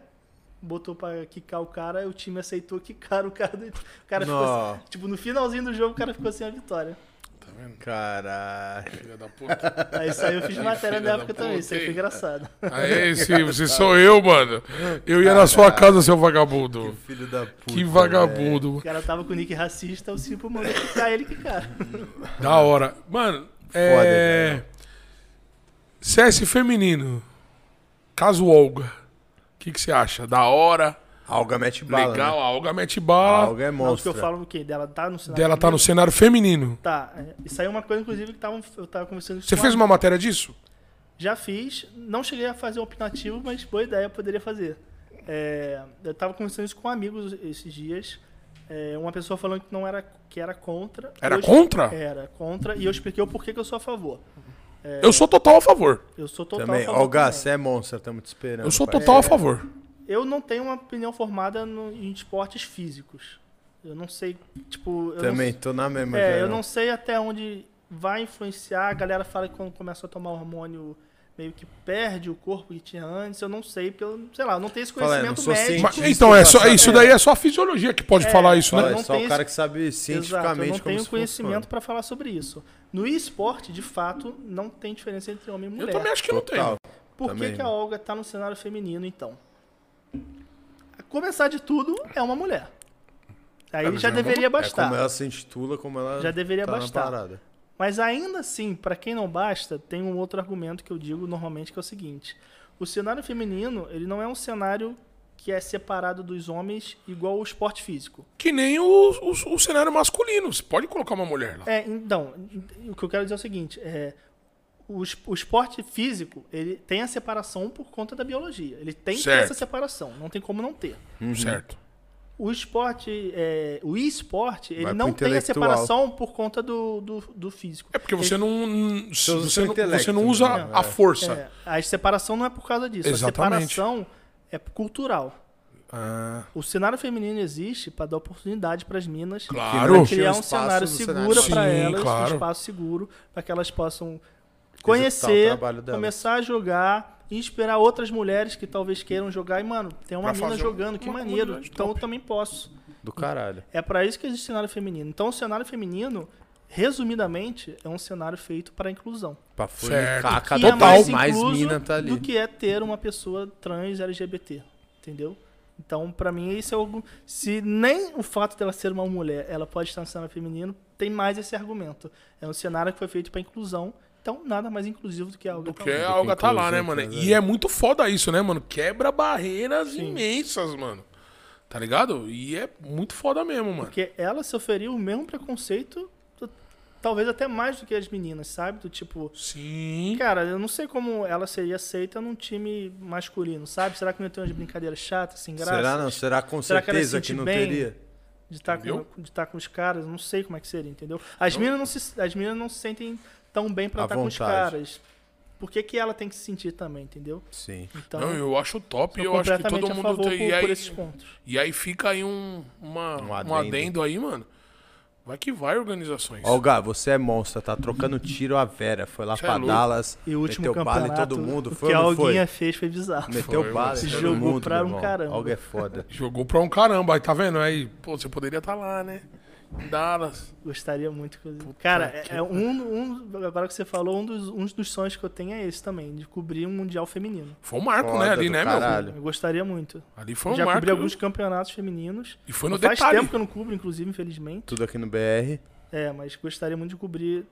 [SPEAKER 3] Botou pra quicar o cara, o time aceitou quicar o cara. do- O cara ficou
[SPEAKER 1] Nó.
[SPEAKER 3] assim, tipo, no finalzinho do jogo, o cara ficou sem a vitória.
[SPEAKER 2] Tá vendo?
[SPEAKER 1] Caralho.
[SPEAKER 2] Filha da puta.
[SPEAKER 3] Aí isso aí eu fiz
[SPEAKER 2] filha
[SPEAKER 3] matéria na
[SPEAKER 2] da
[SPEAKER 3] época também, isso aí foi
[SPEAKER 2] puta, hein?
[SPEAKER 3] engraçado.
[SPEAKER 2] Aí, sim, você sou eu, mano. Eu ia na sua casa, seu vagabundo.
[SPEAKER 1] Filho da puta.
[SPEAKER 2] Que né? vagabundo.
[SPEAKER 3] O cara tava com o nick racista, o Simpo mandou quicar ele quicar.
[SPEAKER 2] Da hora. Mano, é. CS feminino. Caso Olga. O que que você acha? Da hora?
[SPEAKER 1] Alga mete bala.
[SPEAKER 2] legal,
[SPEAKER 1] Né?
[SPEAKER 2] a Olga mete bala.
[SPEAKER 1] Alga é
[SPEAKER 3] Ah, Não, porque
[SPEAKER 1] monstro.
[SPEAKER 3] eu falo o quê? Dela tá no cenário.
[SPEAKER 2] Dela tá no cenário feminino.
[SPEAKER 3] Tá, é, isso aí é uma coisa, inclusive, que tava, eu tava conversando com
[SPEAKER 2] Você
[SPEAKER 3] um
[SPEAKER 2] fez uma matéria disso?
[SPEAKER 3] Já fiz, não cheguei a fazer um opinativo, mas boa ideia, eu poderia fazer. É, eu tava conversando isso com amigos esses dias. é, uma pessoa falando que não era que era contra.
[SPEAKER 2] Era
[SPEAKER 3] Eu-
[SPEAKER 2] contra?
[SPEAKER 3] Era contra, e eu expliquei o porquê que eu sou a favor.
[SPEAKER 2] É. Eu sou total a favor.
[SPEAKER 3] Eu sou total a
[SPEAKER 1] Também.
[SPEAKER 3] favor.
[SPEAKER 1] Olga,
[SPEAKER 3] também. É,
[SPEAKER 1] você é monstro, tamo te esperando.
[SPEAKER 2] Eu sou
[SPEAKER 1] parceiro.
[SPEAKER 2] total a favor.
[SPEAKER 3] Eu não tenho uma opinião formada no- em esportes físicos. Eu não sei, tipo. Eu
[SPEAKER 1] Também,
[SPEAKER 3] Não,
[SPEAKER 1] tô na mesma.
[SPEAKER 3] é,
[SPEAKER 1] já,
[SPEAKER 3] eu não sei até onde vai influenciar. A galera fala que quando começa a tomar hormônio meio que perde o corpo que tinha antes. Eu não sei, porque eu, sei lá, eu não tenho esse
[SPEAKER 1] Fala, eu não
[SPEAKER 3] conhecimento
[SPEAKER 1] sou
[SPEAKER 3] médico.
[SPEAKER 2] Mas,
[SPEAKER 1] Isso
[SPEAKER 2] então,
[SPEAKER 1] que
[SPEAKER 2] é
[SPEAKER 1] eu
[SPEAKER 2] só,
[SPEAKER 1] faço-
[SPEAKER 2] isso daí é só a fisiologia que pode
[SPEAKER 3] É,
[SPEAKER 2] falar isso, né?
[SPEAKER 1] Fala,
[SPEAKER 3] eu
[SPEAKER 1] é
[SPEAKER 3] não
[SPEAKER 1] só
[SPEAKER 3] tenho
[SPEAKER 1] o cara
[SPEAKER 3] esse-
[SPEAKER 1] que sabe
[SPEAKER 3] Exato, eu
[SPEAKER 1] cientificamente
[SPEAKER 3] não
[SPEAKER 1] como
[SPEAKER 3] tenho
[SPEAKER 1] isso funciona.
[SPEAKER 3] conhecimento para falar sobre isso. No esporte, de fato, não tem diferença entre homem e
[SPEAKER 2] Eu
[SPEAKER 3] mulher.
[SPEAKER 2] também acho que não tem.
[SPEAKER 1] Total. É
[SPEAKER 3] Por que,
[SPEAKER 1] também.
[SPEAKER 3] que a Olga está no cenário feminino, então? A começar de tudo, é uma mulher. Aí já deveria
[SPEAKER 1] É como
[SPEAKER 3] bastar.
[SPEAKER 1] ela se intitula, como ela
[SPEAKER 3] tá. Já deveria
[SPEAKER 1] tá na
[SPEAKER 3] bastar.
[SPEAKER 1] parada.
[SPEAKER 3] Mas ainda assim, para quem não basta, tem um outro argumento que eu digo normalmente que é o seguinte: o cenário feminino, ele não é um cenário que é separado dos homens igual o esporte físico.
[SPEAKER 2] Que nem o, o- o cenário masculino. Você pode colocar uma mulher lá.
[SPEAKER 3] É, então, o que eu quero dizer é o seguinte, é, o, es- o esporte físico, ele tem a separação por conta da biologia. Ele tem que ter
[SPEAKER 2] Certo.
[SPEAKER 3] essa separação, não tem como não ter.
[SPEAKER 2] Certo.
[SPEAKER 3] O esporte, é, o esporte, ele
[SPEAKER 1] Vai pro
[SPEAKER 3] não tem a
[SPEAKER 1] intelectual.
[SPEAKER 3] separação por conta do, do, do físico.
[SPEAKER 2] É porque você não. Você,
[SPEAKER 1] usa o seu
[SPEAKER 2] não,
[SPEAKER 1] intelecto,
[SPEAKER 2] você não usa
[SPEAKER 1] né?
[SPEAKER 2] a força.
[SPEAKER 3] É, a separação não é por causa disso.
[SPEAKER 2] Exatamente.
[SPEAKER 3] A separação é cultural.
[SPEAKER 2] Ah,
[SPEAKER 3] O cenário feminino existe para dar oportunidade para as minas
[SPEAKER 2] claro.
[SPEAKER 1] Que
[SPEAKER 3] criar
[SPEAKER 1] um
[SPEAKER 3] um
[SPEAKER 1] espaço
[SPEAKER 3] cenário
[SPEAKER 1] no
[SPEAKER 3] seguro
[SPEAKER 2] cenário.
[SPEAKER 3] para
[SPEAKER 2] Sim,
[SPEAKER 3] elas,
[SPEAKER 2] claro.
[SPEAKER 3] um espaço seguro para que elas possam
[SPEAKER 1] o
[SPEAKER 3] conhecer,
[SPEAKER 1] trabalho delas.
[SPEAKER 3] começar a jogar, inspirar outras mulheres que talvez queiram jogar. E, mano, tem uma
[SPEAKER 2] Pra
[SPEAKER 3] mina
[SPEAKER 2] fazer um
[SPEAKER 3] jogando, que
[SPEAKER 2] uma
[SPEAKER 3] maneiro.
[SPEAKER 2] comunidade
[SPEAKER 3] Então
[SPEAKER 2] top.
[SPEAKER 3] eu também posso.
[SPEAKER 1] Do caralho.
[SPEAKER 3] É para isso que existe o cenário feminino. Então o cenário feminino, resumidamente, é um cenário feito para a inclusão.
[SPEAKER 1] Pra
[SPEAKER 2] Certo.
[SPEAKER 1] fornicar,
[SPEAKER 3] Que
[SPEAKER 1] cada
[SPEAKER 3] é mais,
[SPEAKER 1] vez mais
[SPEAKER 3] incluso
[SPEAKER 1] mina tá ali.
[SPEAKER 3] do que é ter uma pessoa trans LGBT, entendeu? Então, pra mim, isso é algo. Se nem o fato dela ser uma mulher, ela pode estar no cenário feminino, tem mais esse argumento. É um cenário que foi feito pra inclusão, então nada mais inclusivo do que algo.
[SPEAKER 2] Porque a Olga tá lá, né, mano? E é muito foda isso, né, mano? Quebra barreiras imensas, mano. Tá ligado? E é muito foda mesmo, mano.
[SPEAKER 3] Porque ela sofreria o mesmo preconceito, t- talvez até mais do que as meninas, sabe? Do tipo.
[SPEAKER 2] Sim.
[SPEAKER 3] Cara, eu não sei como ela seria aceita num time masculino, sabe? Será que não ia ter umas brincadeiras chatas, sem graça?
[SPEAKER 1] Será não? Será com
[SPEAKER 3] Será que ela
[SPEAKER 1] certeza
[SPEAKER 3] se
[SPEAKER 1] que
[SPEAKER 3] sente
[SPEAKER 1] não
[SPEAKER 3] bem?
[SPEAKER 1] teria?
[SPEAKER 3] de estar
[SPEAKER 2] Entendeu? Então
[SPEAKER 3] com, de tá com os caras, não sei como é que seria, entendeu? As meninas não se, as meninas não se sentem tão bem
[SPEAKER 1] À
[SPEAKER 3] pra estar com os
[SPEAKER 1] vontade.
[SPEAKER 3] caras. Por que, que ela tem que se sentir também, entendeu?
[SPEAKER 1] Sim.
[SPEAKER 3] Então,
[SPEAKER 2] Não, eu acho top.
[SPEAKER 3] sou
[SPEAKER 2] Eu acho que
[SPEAKER 3] completamente
[SPEAKER 2] todo
[SPEAKER 3] a
[SPEAKER 2] mundo
[SPEAKER 3] favor
[SPEAKER 2] tem.
[SPEAKER 3] por,
[SPEAKER 2] e, aí,
[SPEAKER 3] por esses pontos.
[SPEAKER 2] e aí fica aí um, uma- um,
[SPEAKER 1] Um
[SPEAKER 2] adendo.
[SPEAKER 1] adendo.
[SPEAKER 2] aí, mano. Vai que vai, organizações.
[SPEAKER 1] Olga, você é monstro, tá trocando tiro a Vera. Foi lá
[SPEAKER 2] Cê é
[SPEAKER 1] pra
[SPEAKER 2] louco.
[SPEAKER 1] Dallas,
[SPEAKER 3] E o último
[SPEAKER 1] meteu bala em
[SPEAKER 3] campeonato,
[SPEAKER 1] todo mundo.
[SPEAKER 3] o
[SPEAKER 1] Foi
[SPEAKER 3] que a
[SPEAKER 1] ou não foi?
[SPEAKER 3] Alguinha fez foi bizarro.
[SPEAKER 1] Meteu
[SPEAKER 2] Foi,
[SPEAKER 1] bala
[SPEAKER 2] mano.
[SPEAKER 1] em
[SPEAKER 3] Se
[SPEAKER 1] todo
[SPEAKER 3] jogou
[SPEAKER 1] mundo,
[SPEAKER 3] pra um
[SPEAKER 1] irmão.
[SPEAKER 3] caramba.
[SPEAKER 1] Olga é foda.
[SPEAKER 2] Jogou pra um caramba, aí tá vendo? Aí, pô, você poderia estar tá lá, né? Em Dallas.
[SPEAKER 3] Gostaria muito, inclusive. Cara, é, é um, um- agora que você falou, um dos, um dos sonhos que eu tenho é esse também, de cobrir um mundial feminino.
[SPEAKER 2] Foi um marco,
[SPEAKER 1] Foda
[SPEAKER 2] né? Ali,
[SPEAKER 1] do
[SPEAKER 2] né,
[SPEAKER 1] caralho.
[SPEAKER 3] Eu gostaria muito.
[SPEAKER 2] meu? Ali foi um
[SPEAKER 3] Já
[SPEAKER 2] marco.
[SPEAKER 3] cobri alguns campeonatos femininos.
[SPEAKER 2] E foi no
[SPEAKER 3] Faz
[SPEAKER 2] detalhe.
[SPEAKER 3] tempo que eu não cubro, inclusive, infelizmente.
[SPEAKER 1] Tudo aqui no BR.
[SPEAKER 3] É, mas gostaria muito de cobrir.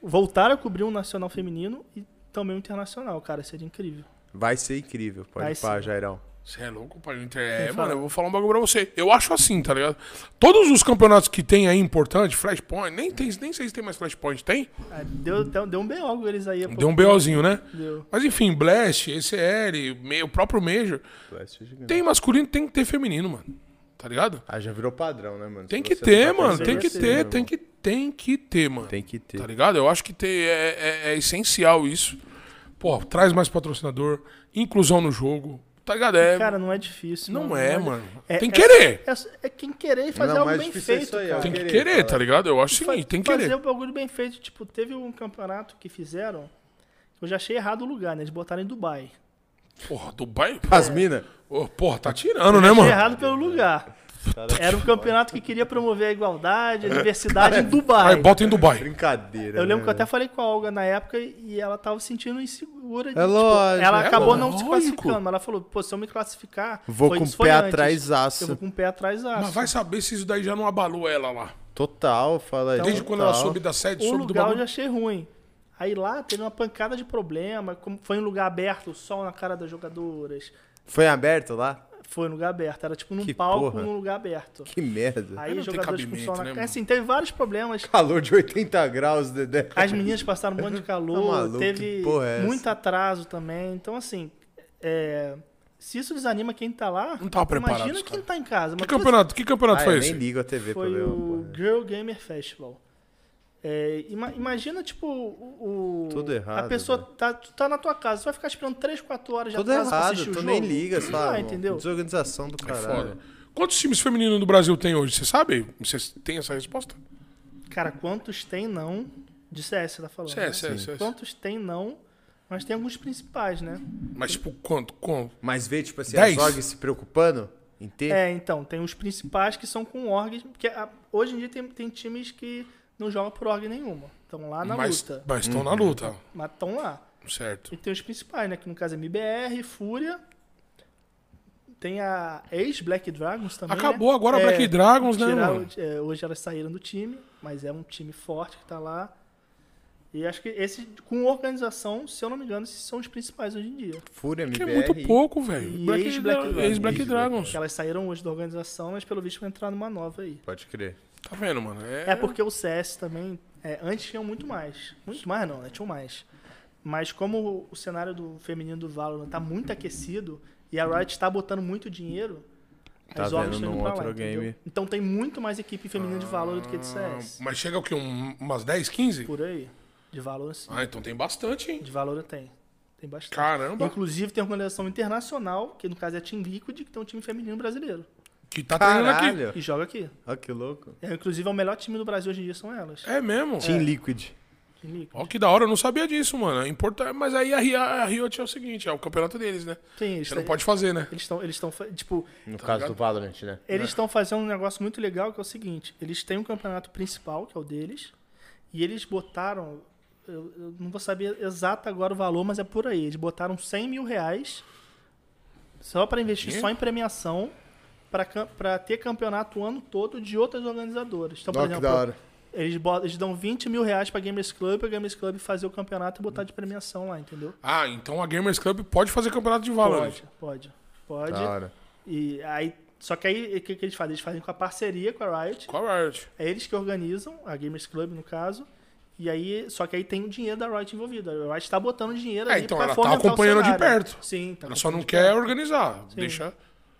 [SPEAKER 3] Voltar a cobrir um nacional feminino e também um internacional, cara, seria incrível.
[SPEAKER 1] Vai ser incrível. Pode
[SPEAKER 3] Vai
[SPEAKER 1] ir pá,
[SPEAKER 3] ser.
[SPEAKER 1] Jairão.
[SPEAKER 2] Você é louco, pai. Inter... É,
[SPEAKER 3] Quem
[SPEAKER 2] mano,
[SPEAKER 3] fala?
[SPEAKER 2] eu vou falar um bagulho pra você. Eu acho assim, tá ligado? Todos os campeonatos que tem aí importante, Flashpoint, nem, tem, nem sei se tem mais Flashpoint, tem?
[SPEAKER 3] Ah, Deu, deu, deu um B.O. com eles aí. há
[SPEAKER 2] Deu um
[SPEAKER 3] pouco tempo.
[SPEAKER 2] BOzinho, né?
[SPEAKER 3] Deu.
[SPEAKER 2] Mas enfim, Blast, ECL, me- o próprio Major. Tem masculino, tem que ter feminino, mano. Tá ligado?
[SPEAKER 1] Ah, já virou padrão, né, mano?
[SPEAKER 2] Tem
[SPEAKER 1] Se
[SPEAKER 2] que
[SPEAKER 1] você
[SPEAKER 2] ter,
[SPEAKER 1] não tá
[SPEAKER 2] mano.
[SPEAKER 1] fazendo
[SPEAKER 2] Tem que
[SPEAKER 1] assim,
[SPEAKER 2] ter,
[SPEAKER 1] meu
[SPEAKER 2] tem
[SPEAKER 1] irmão.
[SPEAKER 2] que, tem que ter, mano.
[SPEAKER 1] Tem que ter.
[SPEAKER 2] Tá ligado? Eu acho que ter, é, é- é essencial isso. Pô, traz mais patrocinador, inclusão no jogo, Tá ligado? É,
[SPEAKER 3] Cara, não é difícil.
[SPEAKER 2] não,
[SPEAKER 3] mano,
[SPEAKER 2] é,
[SPEAKER 3] não
[SPEAKER 2] mano. Tem que querer.
[SPEAKER 3] É, é quem querer e fazer
[SPEAKER 1] Não,
[SPEAKER 3] algo
[SPEAKER 1] mais
[SPEAKER 3] bem
[SPEAKER 1] difícil é
[SPEAKER 3] feito,
[SPEAKER 1] isso aí, ó.
[SPEAKER 3] cara.
[SPEAKER 2] Tem que
[SPEAKER 1] querer,
[SPEAKER 2] querer,
[SPEAKER 1] cara.
[SPEAKER 2] tá ligado? Eu acho o seguinte, tem que
[SPEAKER 3] fazer
[SPEAKER 2] querer.
[SPEAKER 3] o bagulho bem feito. Tipo, teve um campeonato que fizeram que eu já achei errado o lugar, né? Eles botaram em Dubai.
[SPEAKER 2] Porra, Dubai.
[SPEAKER 1] As minas.
[SPEAKER 2] Ô, Porra, tá tirando, né,
[SPEAKER 3] Achei
[SPEAKER 2] mano?
[SPEAKER 3] errado pelo lugar.
[SPEAKER 2] Tá
[SPEAKER 3] Era um campeonato que queria promover a igualdade, a diversidade em Dubai.
[SPEAKER 2] Aí bota em Dubai.
[SPEAKER 1] Brincadeira.
[SPEAKER 3] Eu lembro que
[SPEAKER 1] né?
[SPEAKER 3] eu até falei com a Olga na época e ela tava se sentindo insegura. De,
[SPEAKER 1] É
[SPEAKER 3] tipo,
[SPEAKER 1] lógico.
[SPEAKER 3] ela
[SPEAKER 2] É
[SPEAKER 3] acabou não se
[SPEAKER 2] lógico.
[SPEAKER 3] classificando. mas Ela falou, pô, se eu me classificar,
[SPEAKER 1] Vou
[SPEAKER 3] foi-
[SPEAKER 1] com
[SPEAKER 3] isso
[SPEAKER 1] o
[SPEAKER 3] foi
[SPEAKER 1] pé
[SPEAKER 3] antes.
[SPEAKER 1] atrás aço.
[SPEAKER 3] Eu vou com o pé atrás aço.
[SPEAKER 2] Mas vai saber se isso daí já não abalou ela lá.
[SPEAKER 1] Total, fala aí.
[SPEAKER 2] Desde quando ela soube da sede,
[SPEAKER 3] O
[SPEAKER 2] soube do
[SPEAKER 3] lugar eu já
[SPEAKER 2] bagulho.
[SPEAKER 3] achei ruim. Aí lá teve uma pancada de problema, como foi em lugar aberto, sol na cara das jogadoras.
[SPEAKER 1] Foi aberto lá?
[SPEAKER 3] Foi em lugar aberto, era tipo num
[SPEAKER 1] Que
[SPEAKER 3] palco
[SPEAKER 1] porra.
[SPEAKER 3] num lugar aberto.
[SPEAKER 1] Que merda.
[SPEAKER 3] Aí
[SPEAKER 2] não tem
[SPEAKER 3] os jogadores com
[SPEAKER 2] cabimento,
[SPEAKER 3] sol na
[SPEAKER 2] né,
[SPEAKER 3] cara.
[SPEAKER 2] mano?
[SPEAKER 3] Assim, teve vários problemas.
[SPEAKER 1] Calor de 80 graus, Dedé.
[SPEAKER 3] As meninas passaram um monte de calor,
[SPEAKER 1] Tá maluco,
[SPEAKER 3] teve
[SPEAKER 1] que porra é essa?
[SPEAKER 3] muito atraso também. Então, assim, é, se isso desanima quem tá lá,
[SPEAKER 2] Não tava preparado,
[SPEAKER 3] imagina
[SPEAKER 2] cara.
[SPEAKER 3] quem tá em casa.
[SPEAKER 2] Que
[SPEAKER 3] Mas
[SPEAKER 2] campeonato? Que campeonato
[SPEAKER 1] Ah,
[SPEAKER 2] foi
[SPEAKER 1] eu nem
[SPEAKER 2] esse?
[SPEAKER 1] ligo a TV pra
[SPEAKER 3] Foi
[SPEAKER 1] ver uma né?
[SPEAKER 3] o
[SPEAKER 1] porra.
[SPEAKER 3] Girl Gamer Festival. É, ima- imagina, tipo, o. o-
[SPEAKER 1] Tudo errado,
[SPEAKER 3] A pessoa
[SPEAKER 1] velho.
[SPEAKER 3] tá, tu tá na tua casa, tu vai ficar esperando 3, 4 horas de
[SPEAKER 1] Tudo
[SPEAKER 3] atraso pra assistir
[SPEAKER 1] errado,
[SPEAKER 3] o
[SPEAKER 1] tu
[SPEAKER 3] jogo.
[SPEAKER 1] nem liga,
[SPEAKER 3] Não
[SPEAKER 1] sabe?
[SPEAKER 3] vai, entendeu?
[SPEAKER 1] Desorganização do caralho.
[SPEAKER 2] Ah, É Foda. Quantos times femininos do Brasil tem hoje? Você sabe? Você tem essa resposta?
[SPEAKER 3] Cara, quantos tem não? De CS, você tá falando.
[SPEAKER 2] CS, CS, CS.
[SPEAKER 3] Quantos tem não? Mas tem alguns principais, né?
[SPEAKER 2] Mas, tipo, quanto? Quanto?
[SPEAKER 1] Mas vê, tipo assim,
[SPEAKER 2] Dez.
[SPEAKER 1] as orgs se preocupando em ter.
[SPEAKER 3] É, então, tem os principais que são com orgs, porque a- hoje em dia tem, tem times que não jogam por org nenhuma. Estão lá tá na
[SPEAKER 2] mas
[SPEAKER 3] luta,
[SPEAKER 2] mas estão na luta.
[SPEAKER 3] mas estão lá.
[SPEAKER 2] Certo.
[SPEAKER 3] E tem os principais, né? Que no caso é MBR, Fúria. Tem a ex-Black Dragons também.
[SPEAKER 2] Acabou
[SPEAKER 3] né?
[SPEAKER 2] agora a Black Dragons, né,
[SPEAKER 3] tiraram-
[SPEAKER 2] mano?
[SPEAKER 3] é, hoje elas saíram do time, mas é um time forte que tá lá. E acho que esse, com organização, se eu não me engano, esses são os principais hoje em dia.
[SPEAKER 1] Fúria,
[SPEAKER 2] Que é
[SPEAKER 1] MBR.
[SPEAKER 2] muito pouco, velho.
[SPEAKER 3] E
[SPEAKER 2] Black
[SPEAKER 3] ex-Black
[SPEAKER 2] Dra-
[SPEAKER 3] Dragons.
[SPEAKER 2] Ex-Black Dragons.
[SPEAKER 3] Porque elas saíram hoje da organização, mas pelo visto vão entrar numa nova aí.
[SPEAKER 1] Pode crer.
[SPEAKER 2] Tá vendo, mano? É,
[SPEAKER 3] É porque o CS também, é, antes tinham muito mais. Muito mais não, né? Tinham mais. Mas como o cenário do feminino do Valorant tá muito aquecido e a Riot tá botando muito dinheiro,
[SPEAKER 1] Tá
[SPEAKER 3] as orgs
[SPEAKER 1] vendo
[SPEAKER 3] estão
[SPEAKER 1] num
[SPEAKER 3] indo pra lá,
[SPEAKER 1] outro
[SPEAKER 3] entendeu?
[SPEAKER 1] game.
[SPEAKER 3] Então tem muito mais equipe feminina
[SPEAKER 2] Ah.
[SPEAKER 3] de Valorant do que de CS.
[SPEAKER 2] Mas chega o quê? Um- umas 10, 15?
[SPEAKER 3] é. Por aí. De Valorant sim.
[SPEAKER 2] Ah, então tem bastante, hein?
[SPEAKER 3] De Valorant tem. Tem bastante.
[SPEAKER 2] Caramba.
[SPEAKER 3] Inclusive tem uma organização internacional, que no caso é a Team Liquid, que tem um time feminino brasileiro.
[SPEAKER 2] Que tá treinando
[SPEAKER 1] Caralho.
[SPEAKER 3] E joga aqui.
[SPEAKER 1] Olha que louco.
[SPEAKER 3] É, inclusive é o melhor time do Brasil hoje em dia são elas.
[SPEAKER 2] aqui. É mesmo?
[SPEAKER 1] Team Liquid.
[SPEAKER 3] Team Liquid.
[SPEAKER 2] Ó, que da hora, eu não sabia disso, mano. É importante, mas aí a, Ri- a Riot é o seguinte, é o campeonato deles, né?
[SPEAKER 3] Sim, eles
[SPEAKER 2] Você não
[SPEAKER 3] têm-
[SPEAKER 2] pode fazer, né?
[SPEAKER 3] Eles estão, eles estão, tipo,
[SPEAKER 1] No caso do Valorant, né?
[SPEAKER 3] Eles estão fazendo um negócio muito legal que é o seguinte: eles têm um campeonato principal, que é o deles, e eles botaram. Eu, eu não vou saber exato agora o valor, mas é por aí. Eles botaram 100 mil reais só para investir
[SPEAKER 2] Dinheiro?
[SPEAKER 3] só em premiação para ter campeonato o ano todo de outras organizadoras. Então, por
[SPEAKER 1] Ó, que da
[SPEAKER 3] exemplo,
[SPEAKER 1] hora.
[SPEAKER 3] eles, bo- eles dão 20 mil reais para Gamers Club, para Gamers Club fazer o campeonato e botar de premiação lá, entendeu?
[SPEAKER 2] Ah, então a Gamers Club pode fazer campeonato de Valorant.
[SPEAKER 3] Pode, pode, pode.
[SPEAKER 1] Da hora.
[SPEAKER 3] E aí, só que aí o que, que eles fazem? Eles fazem com a parceria com a Riot.
[SPEAKER 2] Com a Riot.
[SPEAKER 3] É eles que organizam, a Gamers Club no caso. E aí, só que aí tem o dinheiro da Riot envolvido. A Riot tá botando dinheiro
[SPEAKER 2] É,
[SPEAKER 3] ali
[SPEAKER 2] então
[SPEAKER 3] pra
[SPEAKER 2] ela tá
[SPEAKER 3] fomentar o
[SPEAKER 2] acompanhando de
[SPEAKER 3] cenário.
[SPEAKER 2] perto.
[SPEAKER 3] Sim, tá
[SPEAKER 2] Ela só
[SPEAKER 3] acompanhando
[SPEAKER 2] não
[SPEAKER 3] de
[SPEAKER 2] quer
[SPEAKER 3] perto.
[SPEAKER 2] organizar. Deixa.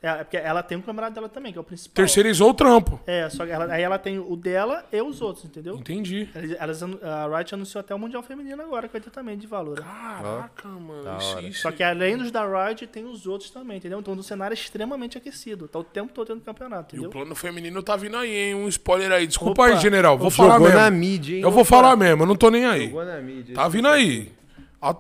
[SPEAKER 3] É, porque ela tem um camarada dela também, que é o principal.
[SPEAKER 2] Terceirizou o trampo.
[SPEAKER 3] É, só que ela- aí ela tem o dela e os outros, entendeu?
[SPEAKER 2] Entendi.
[SPEAKER 3] Elas, elas anu- a Riot anunciou até o Mundial Feminino agora, que vai ter também de valor. né?
[SPEAKER 2] Caraca, mano. Isso, isso.
[SPEAKER 3] Só que além dos da Riot, tem os outros também, entendeu? Então o cenário é extremamente aquecido. Tá o tempo todo tendo campeonato,
[SPEAKER 2] E o
[SPEAKER 3] entendeu?
[SPEAKER 2] plano feminino tá vindo aí, hein? Um spoiler aí. Desculpa
[SPEAKER 3] Opa.
[SPEAKER 2] aí, general. Vou falar
[SPEAKER 1] Jogou
[SPEAKER 2] mesmo.
[SPEAKER 1] na mídia, hein?
[SPEAKER 2] Eu vou falar mesmo, eu não tô nem aí.
[SPEAKER 1] Jogou na mídia.
[SPEAKER 2] Tá vindo aí. A-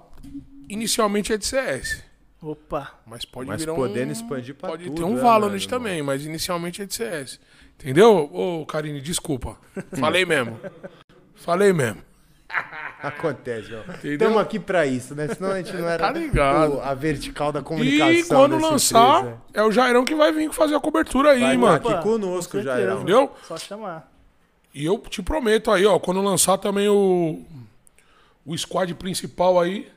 [SPEAKER 2] Inicialmente é de CS.
[SPEAKER 3] Opa,
[SPEAKER 2] Mas pode
[SPEAKER 1] Mas
[SPEAKER 2] virar um.
[SPEAKER 1] podendo expandir pra
[SPEAKER 2] Pode
[SPEAKER 1] tudo,
[SPEAKER 2] ter um
[SPEAKER 1] né,
[SPEAKER 2] Valorant
[SPEAKER 1] mano?
[SPEAKER 2] também, mas inicialmente é de CS. Entendeu? Ô, Karine, desculpa. Falei mesmo. Falei mesmo.
[SPEAKER 1] Acontece, ó.
[SPEAKER 2] Entendeu?
[SPEAKER 1] Estamos aqui pra isso, né? Senão a gente não era
[SPEAKER 2] Tá ligado.
[SPEAKER 1] o- a vertical da comunicação.
[SPEAKER 2] E quando
[SPEAKER 1] dessa
[SPEAKER 2] lançar,
[SPEAKER 1] empresa.
[SPEAKER 2] é o Jairão que vai vir fazer a cobertura aí,
[SPEAKER 1] Vai
[SPEAKER 2] mano.
[SPEAKER 1] lá, Aqui conosco,
[SPEAKER 3] com certeza.
[SPEAKER 1] Jairão.
[SPEAKER 2] Entendeu?
[SPEAKER 3] só chamar.
[SPEAKER 2] E eu te prometo aí, ó, quando lançar também o, o squad principal aí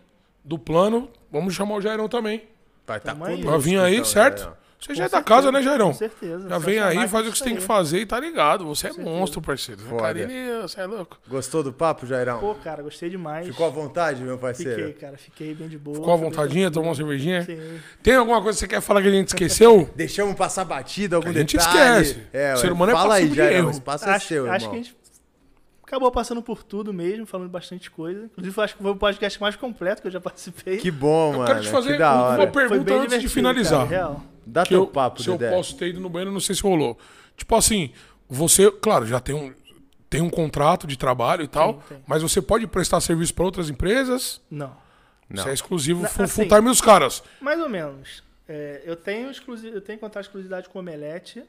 [SPEAKER 2] do plano, vamos chamar o Jairão também.
[SPEAKER 1] Vai tá
[SPEAKER 3] Tamo aí.
[SPEAKER 2] Pra
[SPEAKER 1] conosco,
[SPEAKER 2] vir aí,
[SPEAKER 1] então,
[SPEAKER 2] certo?
[SPEAKER 1] Jairão.
[SPEAKER 2] Você já é da casa, né, Jairão?
[SPEAKER 3] Com certeza.
[SPEAKER 2] Já
[SPEAKER 3] só
[SPEAKER 2] vem aí,
[SPEAKER 3] chamar
[SPEAKER 2] faz o que
[SPEAKER 3] isso
[SPEAKER 2] você tem que
[SPEAKER 3] aí.
[SPEAKER 2] fazer e tá ligado. Você é monstro, parceiro.
[SPEAKER 1] Foda.
[SPEAKER 2] Carine, você é louco.
[SPEAKER 1] Gostou do papo, Jairão?
[SPEAKER 3] Pô, cara, gostei demais.
[SPEAKER 1] Ficou à vontade, meu parceiro?
[SPEAKER 3] Fiquei, cara. Fiquei bem de boa.
[SPEAKER 2] Ficou à
[SPEAKER 3] Foi bem
[SPEAKER 2] vontadinha, tomou uma cervejinha?
[SPEAKER 3] Sim.
[SPEAKER 2] Tem alguma coisa que você quer falar que a gente esqueceu?
[SPEAKER 1] Deixamos passar batida algum
[SPEAKER 2] A gente
[SPEAKER 1] detalhe.
[SPEAKER 2] esquece. O ser
[SPEAKER 1] ué,
[SPEAKER 2] humano é
[SPEAKER 1] fala aí,
[SPEAKER 2] passível de
[SPEAKER 1] Jairão.
[SPEAKER 2] erro.
[SPEAKER 1] Esse passo é
[SPEAKER 3] acho,
[SPEAKER 1] seu, irmão.
[SPEAKER 3] acho que a gente acabou passando por tudo mesmo, falando bastante coisa. Inclusive, eu acho que foi o podcast mais completo que eu já participei.
[SPEAKER 1] Que bom, mano.
[SPEAKER 3] é
[SPEAKER 1] é
[SPEAKER 2] Quero te
[SPEAKER 1] que
[SPEAKER 2] fazer
[SPEAKER 1] da
[SPEAKER 2] uma
[SPEAKER 1] hora.
[SPEAKER 3] foi
[SPEAKER 2] pergunta
[SPEAKER 3] bem
[SPEAKER 2] antes de
[SPEAKER 3] divertido,
[SPEAKER 2] finalizar.
[SPEAKER 3] cara, é real.
[SPEAKER 1] Dá
[SPEAKER 2] que
[SPEAKER 1] teu é
[SPEAKER 2] eu,
[SPEAKER 1] papo,
[SPEAKER 2] se
[SPEAKER 1] Dedé.
[SPEAKER 2] eu posso ter ido no banheiro, não sei se rolou. Tipo assim, você, claro, já tem um, tem um contrato de trabalho e tal,
[SPEAKER 3] tem.
[SPEAKER 2] mas você pode prestar serviço para outras empresas?
[SPEAKER 3] Não.
[SPEAKER 2] Isso é exclusivo
[SPEAKER 3] Na-
[SPEAKER 2] full,
[SPEAKER 3] assim-
[SPEAKER 2] full time dos caras.
[SPEAKER 3] Mais ou menos. É, eu tenho exclusi- eu tenho contrato de exclusividade com o Omelete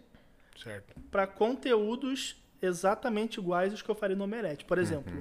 [SPEAKER 2] Certo.
[SPEAKER 3] para conteúdos exatamente iguais aos que eu faria no Omelete. Por exemplo,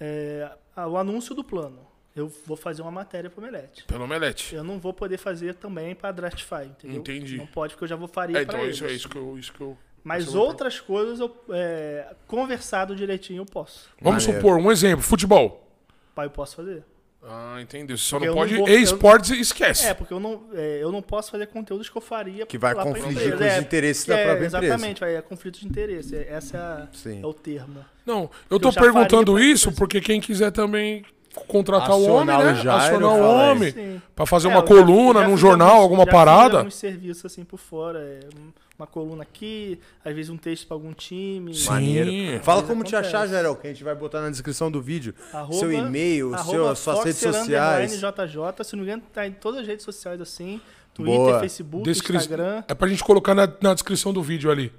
[SPEAKER 3] é, a- o anúncio do plano. Eu vou fazer uma matéria para o Omelete.
[SPEAKER 2] Pelo Omelete.
[SPEAKER 3] Eu não vou poder fazer também para Draftify, entendeu?
[SPEAKER 2] Entendi.
[SPEAKER 3] Não pode, porque eu já vou faria
[SPEAKER 2] É,
[SPEAKER 3] pra
[SPEAKER 2] então
[SPEAKER 3] eles.
[SPEAKER 2] isso, é isso que eu. Isso que eu
[SPEAKER 3] Mas
[SPEAKER 2] isso eu vou-
[SPEAKER 3] outras coisas, eu, é, conversado direitinho, eu posso.
[SPEAKER 2] Vamos
[SPEAKER 1] Maneiro.
[SPEAKER 2] supor, um exemplo: futebol.
[SPEAKER 3] Pai, eu posso fazer.
[SPEAKER 2] Ah, entendeu. Você só
[SPEAKER 3] Porque
[SPEAKER 2] não
[SPEAKER 3] eu
[SPEAKER 2] pode.
[SPEAKER 3] não vou-
[SPEAKER 2] E-sports, esquece.
[SPEAKER 3] É, porque eu não, é, eu não posso fazer conteúdos que eu faria
[SPEAKER 1] Que vai
[SPEAKER 3] lá pra
[SPEAKER 1] confligir
[SPEAKER 3] empresa.
[SPEAKER 1] com os interesses da
[SPEAKER 3] é,
[SPEAKER 1] própria empresa.
[SPEAKER 3] Exatamente, vai, é conflito de interesse. É, essa é, a-
[SPEAKER 1] Sim.
[SPEAKER 3] é o termo.
[SPEAKER 2] Não, eu
[SPEAKER 3] Que
[SPEAKER 2] tô
[SPEAKER 3] eu já
[SPEAKER 2] perguntando
[SPEAKER 3] faria pra
[SPEAKER 2] isso
[SPEAKER 3] outras
[SPEAKER 2] porque quem quiser também contratar o homem,
[SPEAKER 1] Acionar
[SPEAKER 2] né?
[SPEAKER 1] o Jairo,
[SPEAKER 2] Acionar o
[SPEAKER 1] fala
[SPEAKER 2] homem
[SPEAKER 3] Sim.
[SPEAKER 2] pra fazer
[SPEAKER 3] É,
[SPEAKER 2] uma
[SPEAKER 3] eu já fiz-
[SPEAKER 2] coluna
[SPEAKER 3] já
[SPEAKER 2] num
[SPEAKER 3] fiz
[SPEAKER 2] jornal,
[SPEAKER 3] alguns-
[SPEAKER 2] alguma
[SPEAKER 3] já Fiz
[SPEAKER 2] parada.
[SPEAKER 3] alguns serviços assim por fora. é, um- uma coluna aqui, às vezes um texto pra algum time.
[SPEAKER 2] Sim.
[SPEAKER 1] Maneiro. Fala
[SPEAKER 3] Mas
[SPEAKER 1] como te
[SPEAKER 3] acontece.
[SPEAKER 1] achar, Geraldo, que a gente vai botar na descrição do vídeo.
[SPEAKER 3] Arroba-
[SPEAKER 1] seu e-mail,
[SPEAKER 3] arroba
[SPEAKER 1] seu, suas redes
[SPEAKER 3] Foxer
[SPEAKER 1] sociais.
[SPEAKER 3] underline JJ, se não me engano, tá em todas as redes sociais assim. Twitter,
[SPEAKER 1] Boa.
[SPEAKER 3] Facebook,
[SPEAKER 2] Descri-
[SPEAKER 3] Instagram.
[SPEAKER 2] É pra gente colocar na, na descrição do vídeo ali.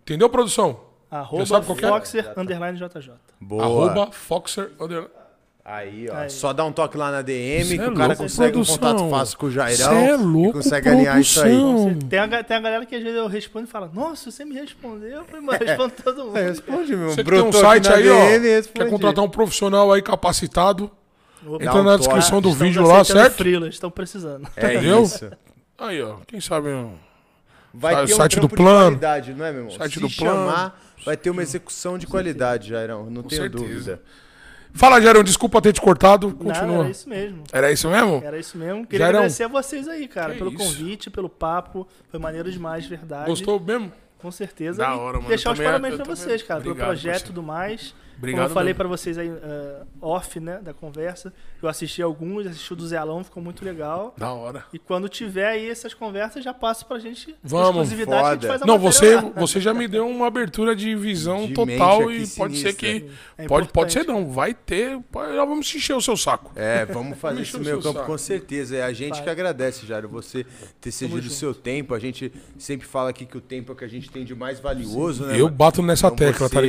[SPEAKER 2] Entendeu, produção?
[SPEAKER 3] Arroba
[SPEAKER 2] sabe qual que é?
[SPEAKER 3] Foxer underline JJ.
[SPEAKER 1] Boa.
[SPEAKER 2] Arroba Foxer. under-
[SPEAKER 1] Aí, ó.
[SPEAKER 3] Aí.
[SPEAKER 1] Só dá um toque lá na DM
[SPEAKER 2] Cê
[SPEAKER 1] que
[SPEAKER 2] é
[SPEAKER 1] o cara
[SPEAKER 2] louco,
[SPEAKER 1] consegue
[SPEAKER 2] produção.
[SPEAKER 1] um contato fácil com o Jairão.
[SPEAKER 2] Cê é
[SPEAKER 1] e
[SPEAKER 2] louco,
[SPEAKER 1] consegue alinhar isso aí.
[SPEAKER 2] produção.
[SPEAKER 3] Você- Tem a, ga- tem a galera que às vezes eu respondo e fala, nossa, você me respondeu? Eu falei, mano, eu respondo todo mundo.
[SPEAKER 1] É. Responde, meu.
[SPEAKER 2] Você que tem um
[SPEAKER 1] Brotou aqui
[SPEAKER 2] site
[SPEAKER 1] na
[SPEAKER 2] aí,
[SPEAKER 1] DM,
[SPEAKER 2] ó.
[SPEAKER 1] respondi.
[SPEAKER 2] Quer contratar um profissional aí capacitado?
[SPEAKER 3] Opa,
[SPEAKER 2] Entra
[SPEAKER 1] um toque.
[SPEAKER 2] na descrição do
[SPEAKER 3] estamos
[SPEAKER 2] vídeo lá,
[SPEAKER 3] aceitando
[SPEAKER 2] certo?
[SPEAKER 3] freelas, estão precisando.
[SPEAKER 1] É
[SPEAKER 2] Entendeu?
[SPEAKER 1] isso.
[SPEAKER 2] Aí, ó. Quem sabe. um-
[SPEAKER 1] Vai
[SPEAKER 2] Sabe,
[SPEAKER 1] ter um
[SPEAKER 2] site do
[SPEAKER 1] trampo
[SPEAKER 2] plano.
[SPEAKER 1] de qualidade, não é, meu irmão?
[SPEAKER 2] Site
[SPEAKER 1] Se
[SPEAKER 2] do plano.
[SPEAKER 1] chamar, vai ter uma execução de qualidade, Jairão. Não tenho
[SPEAKER 2] certeza.
[SPEAKER 1] dúvida.
[SPEAKER 2] Fala, Jairão, desculpa ter te cortado.
[SPEAKER 3] Não,
[SPEAKER 2] Continua.
[SPEAKER 3] era isso mesmo.
[SPEAKER 2] Era isso mesmo?
[SPEAKER 3] Era isso mesmo. Queria
[SPEAKER 2] Jairão.
[SPEAKER 3] agradecer a vocês aí, cara,
[SPEAKER 2] Que
[SPEAKER 3] pelo
[SPEAKER 2] isso.
[SPEAKER 3] convite, pelo papo. Foi maneiro demais, de verdade.
[SPEAKER 2] Gostou mesmo?
[SPEAKER 3] Com certeza.
[SPEAKER 2] Da
[SPEAKER 3] E
[SPEAKER 2] hora, mano.
[SPEAKER 3] Deixar
[SPEAKER 2] Eu
[SPEAKER 3] os
[SPEAKER 2] também- é-
[SPEAKER 3] parabéns
[SPEAKER 2] eu
[SPEAKER 3] pra
[SPEAKER 2] também-
[SPEAKER 3] vocês, cara,
[SPEAKER 2] Obrigado,
[SPEAKER 3] pelo projeto e
[SPEAKER 2] parceiro.
[SPEAKER 3] tudo mais.
[SPEAKER 2] Obrigado
[SPEAKER 3] Como eu falei
[SPEAKER 2] mesmo.
[SPEAKER 3] pra vocês aí, eh, off, né, da conversa. Eu assisti alguns, assisti o do Zelão, ficou muito legal.
[SPEAKER 2] Da hora.
[SPEAKER 3] E quando tiver aí essas conversas, já passa pra gente com
[SPEAKER 2] Vamos.
[SPEAKER 3] exclusividade que a gente
[SPEAKER 1] Foda.
[SPEAKER 3] faz a
[SPEAKER 2] Não,
[SPEAKER 3] matéria
[SPEAKER 2] você,
[SPEAKER 3] lá.
[SPEAKER 2] você já me deu uma abertura de visão
[SPEAKER 1] De
[SPEAKER 2] total e
[SPEAKER 1] mente aqui
[SPEAKER 2] pode ser
[SPEAKER 1] sinistra.
[SPEAKER 2] que.
[SPEAKER 3] É
[SPEAKER 2] pode, pode
[SPEAKER 3] importante.
[SPEAKER 2] ser não, vai ter. pode- nós vamos encher o seu saco.
[SPEAKER 1] É, vamos fazer
[SPEAKER 2] Deixa
[SPEAKER 1] isso
[SPEAKER 2] o
[SPEAKER 1] meio
[SPEAKER 2] seu
[SPEAKER 1] campo
[SPEAKER 2] saco.
[SPEAKER 1] com certeza. É a gente
[SPEAKER 3] Vai.
[SPEAKER 1] que agradece, Jairo, você ter cedido o seu tempo. A gente sempre fala aqui que o tempo é o que a gente tem de mais valioso, né?
[SPEAKER 2] Eu
[SPEAKER 1] mano?
[SPEAKER 2] bato nessa
[SPEAKER 1] Então
[SPEAKER 2] tecla,
[SPEAKER 1] você-
[SPEAKER 2] tá ligado?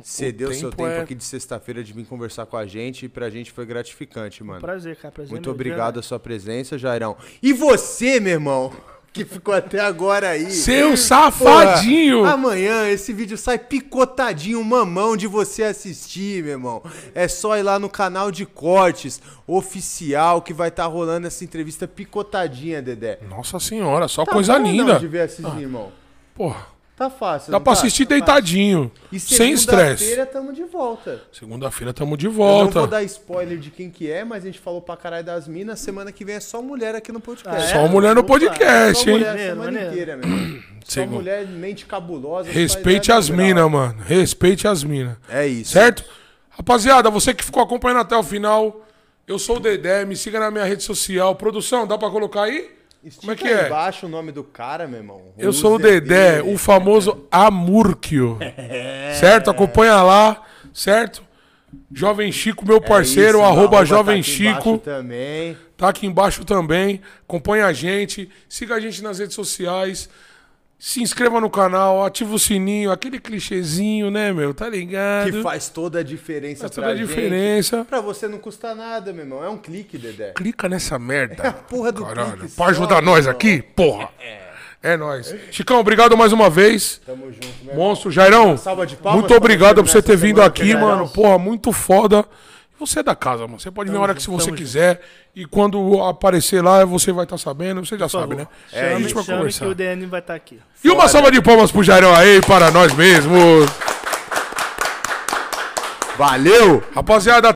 [SPEAKER 1] Cedeu
[SPEAKER 2] o
[SPEAKER 1] o seu
[SPEAKER 2] tempo
[SPEAKER 1] tempo
[SPEAKER 2] é-
[SPEAKER 1] aqui de sexta-feira de vir conversar com a gente e pra gente foi gratificante, mano.
[SPEAKER 3] Prazer, cara. Prazer
[SPEAKER 1] Muito
[SPEAKER 3] mesmo,
[SPEAKER 1] obrigado a sua presença, Jairão. E você, meu irmão, que ficou até agora aí.
[SPEAKER 2] Seu
[SPEAKER 1] Porra,
[SPEAKER 2] safadinho!
[SPEAKER 1] Amanhã esse vídeo sai picotadinho, um mamão de você assistir, meu irmão. É só ir lá no canal de cortes oficial que vai estar rolando essa entrevista picotadinha, Dedé.
[SPEAKER 2] Nossa senhora, só
[SPEAKER 1] Tá
[SPEAKER 2] coisa
[SPEAKER 1] bom, não,
[SPEAKER 2] linda.
[SPEAKER 1] de ver assistir, irmão.
[SPEAKER 2] Porra,
[SPEAKER 1] Tá fácil.
[SPEAKER 2] dá
[SPEAKER 1] não
[SPEAKER 2] pra
[SPEAKER 1] tá?
[SPEAKER 2] assistir deitadinho,
[SPEAKER 1] E
[SPEAKER 2] sem estresse.
[SPEAKER 1] Segunda-feira tamo de volta.
[SPEAKER 2] Segunda-feira tamo de
[SPEAKER 1] Eu não vou
[SPEAKER 2] volta.
[SPEAKER 1] dar spoiler de quem que é, mas a gente falou pra caralho das minas. Semana que vem é só mulher aqui no podcast.
[SPEAKER 3] Ah, é?
[SPEAKER 2] Só mulher no
[SPEAKER 3] Opa,
[SPEAKER 2] podcast,
[SPEAKER 1] Só
[SPEAKER 2] hein?
[SPEAKER 1] mulher a
[SPEAKER 3] Maneiro,
[SPEAKER 1] semana
[SPEAKER 3] maneiro.
[SPEAKER 1] inteira, meu irmão. Só
[SPEAKER 2] Segunda.
[SPEAKER 1] mulher, mente cabulosa.
[SPEAKER 2] Hum, Respeite
[SPEAKER 1] faz
[SPEAKER 2] as
[SPEAKER 1] nada,
[SPEAKER 2] minas, mano. Respeite as minas.
[SPEAKER 1] É isso.
[SPEAKER 2] Certo? Rapaziada, você que ficou acompanhando até o final, eu sou o Dedé, me siga na minha rede social. Produção, dá pra colocar aí?
[SPEAKER 1] Estica
[SPEAKER 2] Como é que
[SPEAKER 1] aí
[SPEAKER 2] é?
[SPEAKER 1] embaixo o nome do cara, meu irmão.
[SPEAKER 2] Eu sou o Dedé,
[SPEAKER 1] É
[SPEAKER 2] o famoso Amurquio. Certo? Acompanha lá, certo? Jovem Chico, meu parceiro,
[SPEAKER 1] É isso,
[SPEAKER 2] arroba
[SPEAKER 1] tá
[SPEAKER 2] Jovem
[SPEAKER 1] aqui embaixo
[SPEAKER 2] Chico.
[SPEAKER 1] Também.
[SPEAKER 2] Tá aqui embaixo também. Acompanha a gente. Siga a gente nas redes sociais. Se inscreva no canal, ativa o sininho, aquele clichêzinho, né, meu? Tá ligado?
[SPEAKER 1] Que faz toda a diferença
[SPEAKER 2] Faz
[SPEAKER 1] pra
[SPEAKER 2] toda a
[SPEAKER 1] gente.
[SPEAKER 2] diferença.
[SPEAKER 1] Pra você não custa nada, meu irmão. É um clique, Dedé.
[SPEAKER 2] Clica nessa merda.
[SPEAKER 1] É Porra do
[SPEAKER 2] Caralho,
[SPEAKER 1] clique.
[SPEAKER 2] pra ajudar
[SPEAKER 1] só,
[SPEAKER 2] nós
[SPEAKER 1] meu
[SPEAKER 2] aqui, porra. É nóis. Chicão, obrigado mais uma vez.
[SPEAKER 1] irmão. Tamo junto, meu irmão.
[SPEAKER 2] É, Monstro, Jairão,
[SPEAKER 1] salva de palmas
[SPEAKER 2] muito
[SPEAKER 1] pra
[SPEAKER 2] obrigado
[SPEAKER 1] você
[SPEAKER 2] por você ter
[SPEAKER 1] nessa
[SPEAKER 2] vindo
[SPEAKER 1] semana,
[SPEAKER 2] aqui,
[SPEAKER 1] Jairão.
[SPEAKER 2] mano. Porra, muito foda. Você é da casa, mano. Você pode vir a hora que você quiser. E quando aparecer lá, você vai estar sabendo. Você já sabe, né?
[SPEAKER 3] É,
[SPEAKER 2] a
[SPEAKER 3] chame,
[SPEAKER 2] gente vai
[SPEAKER 3] chame que
[SPEAKER 2] conversar.
[SPEAKER 3] o DN vai estar aqui.
[SPEAKER 2] E uma
[SPEAKER 3] né?
[SPEAKER 2] salva de palmas pro Jairão aí, para nós mesmos.
[SPEAKER 1] Valeu!
[SPEAKER 2] Rapaziada,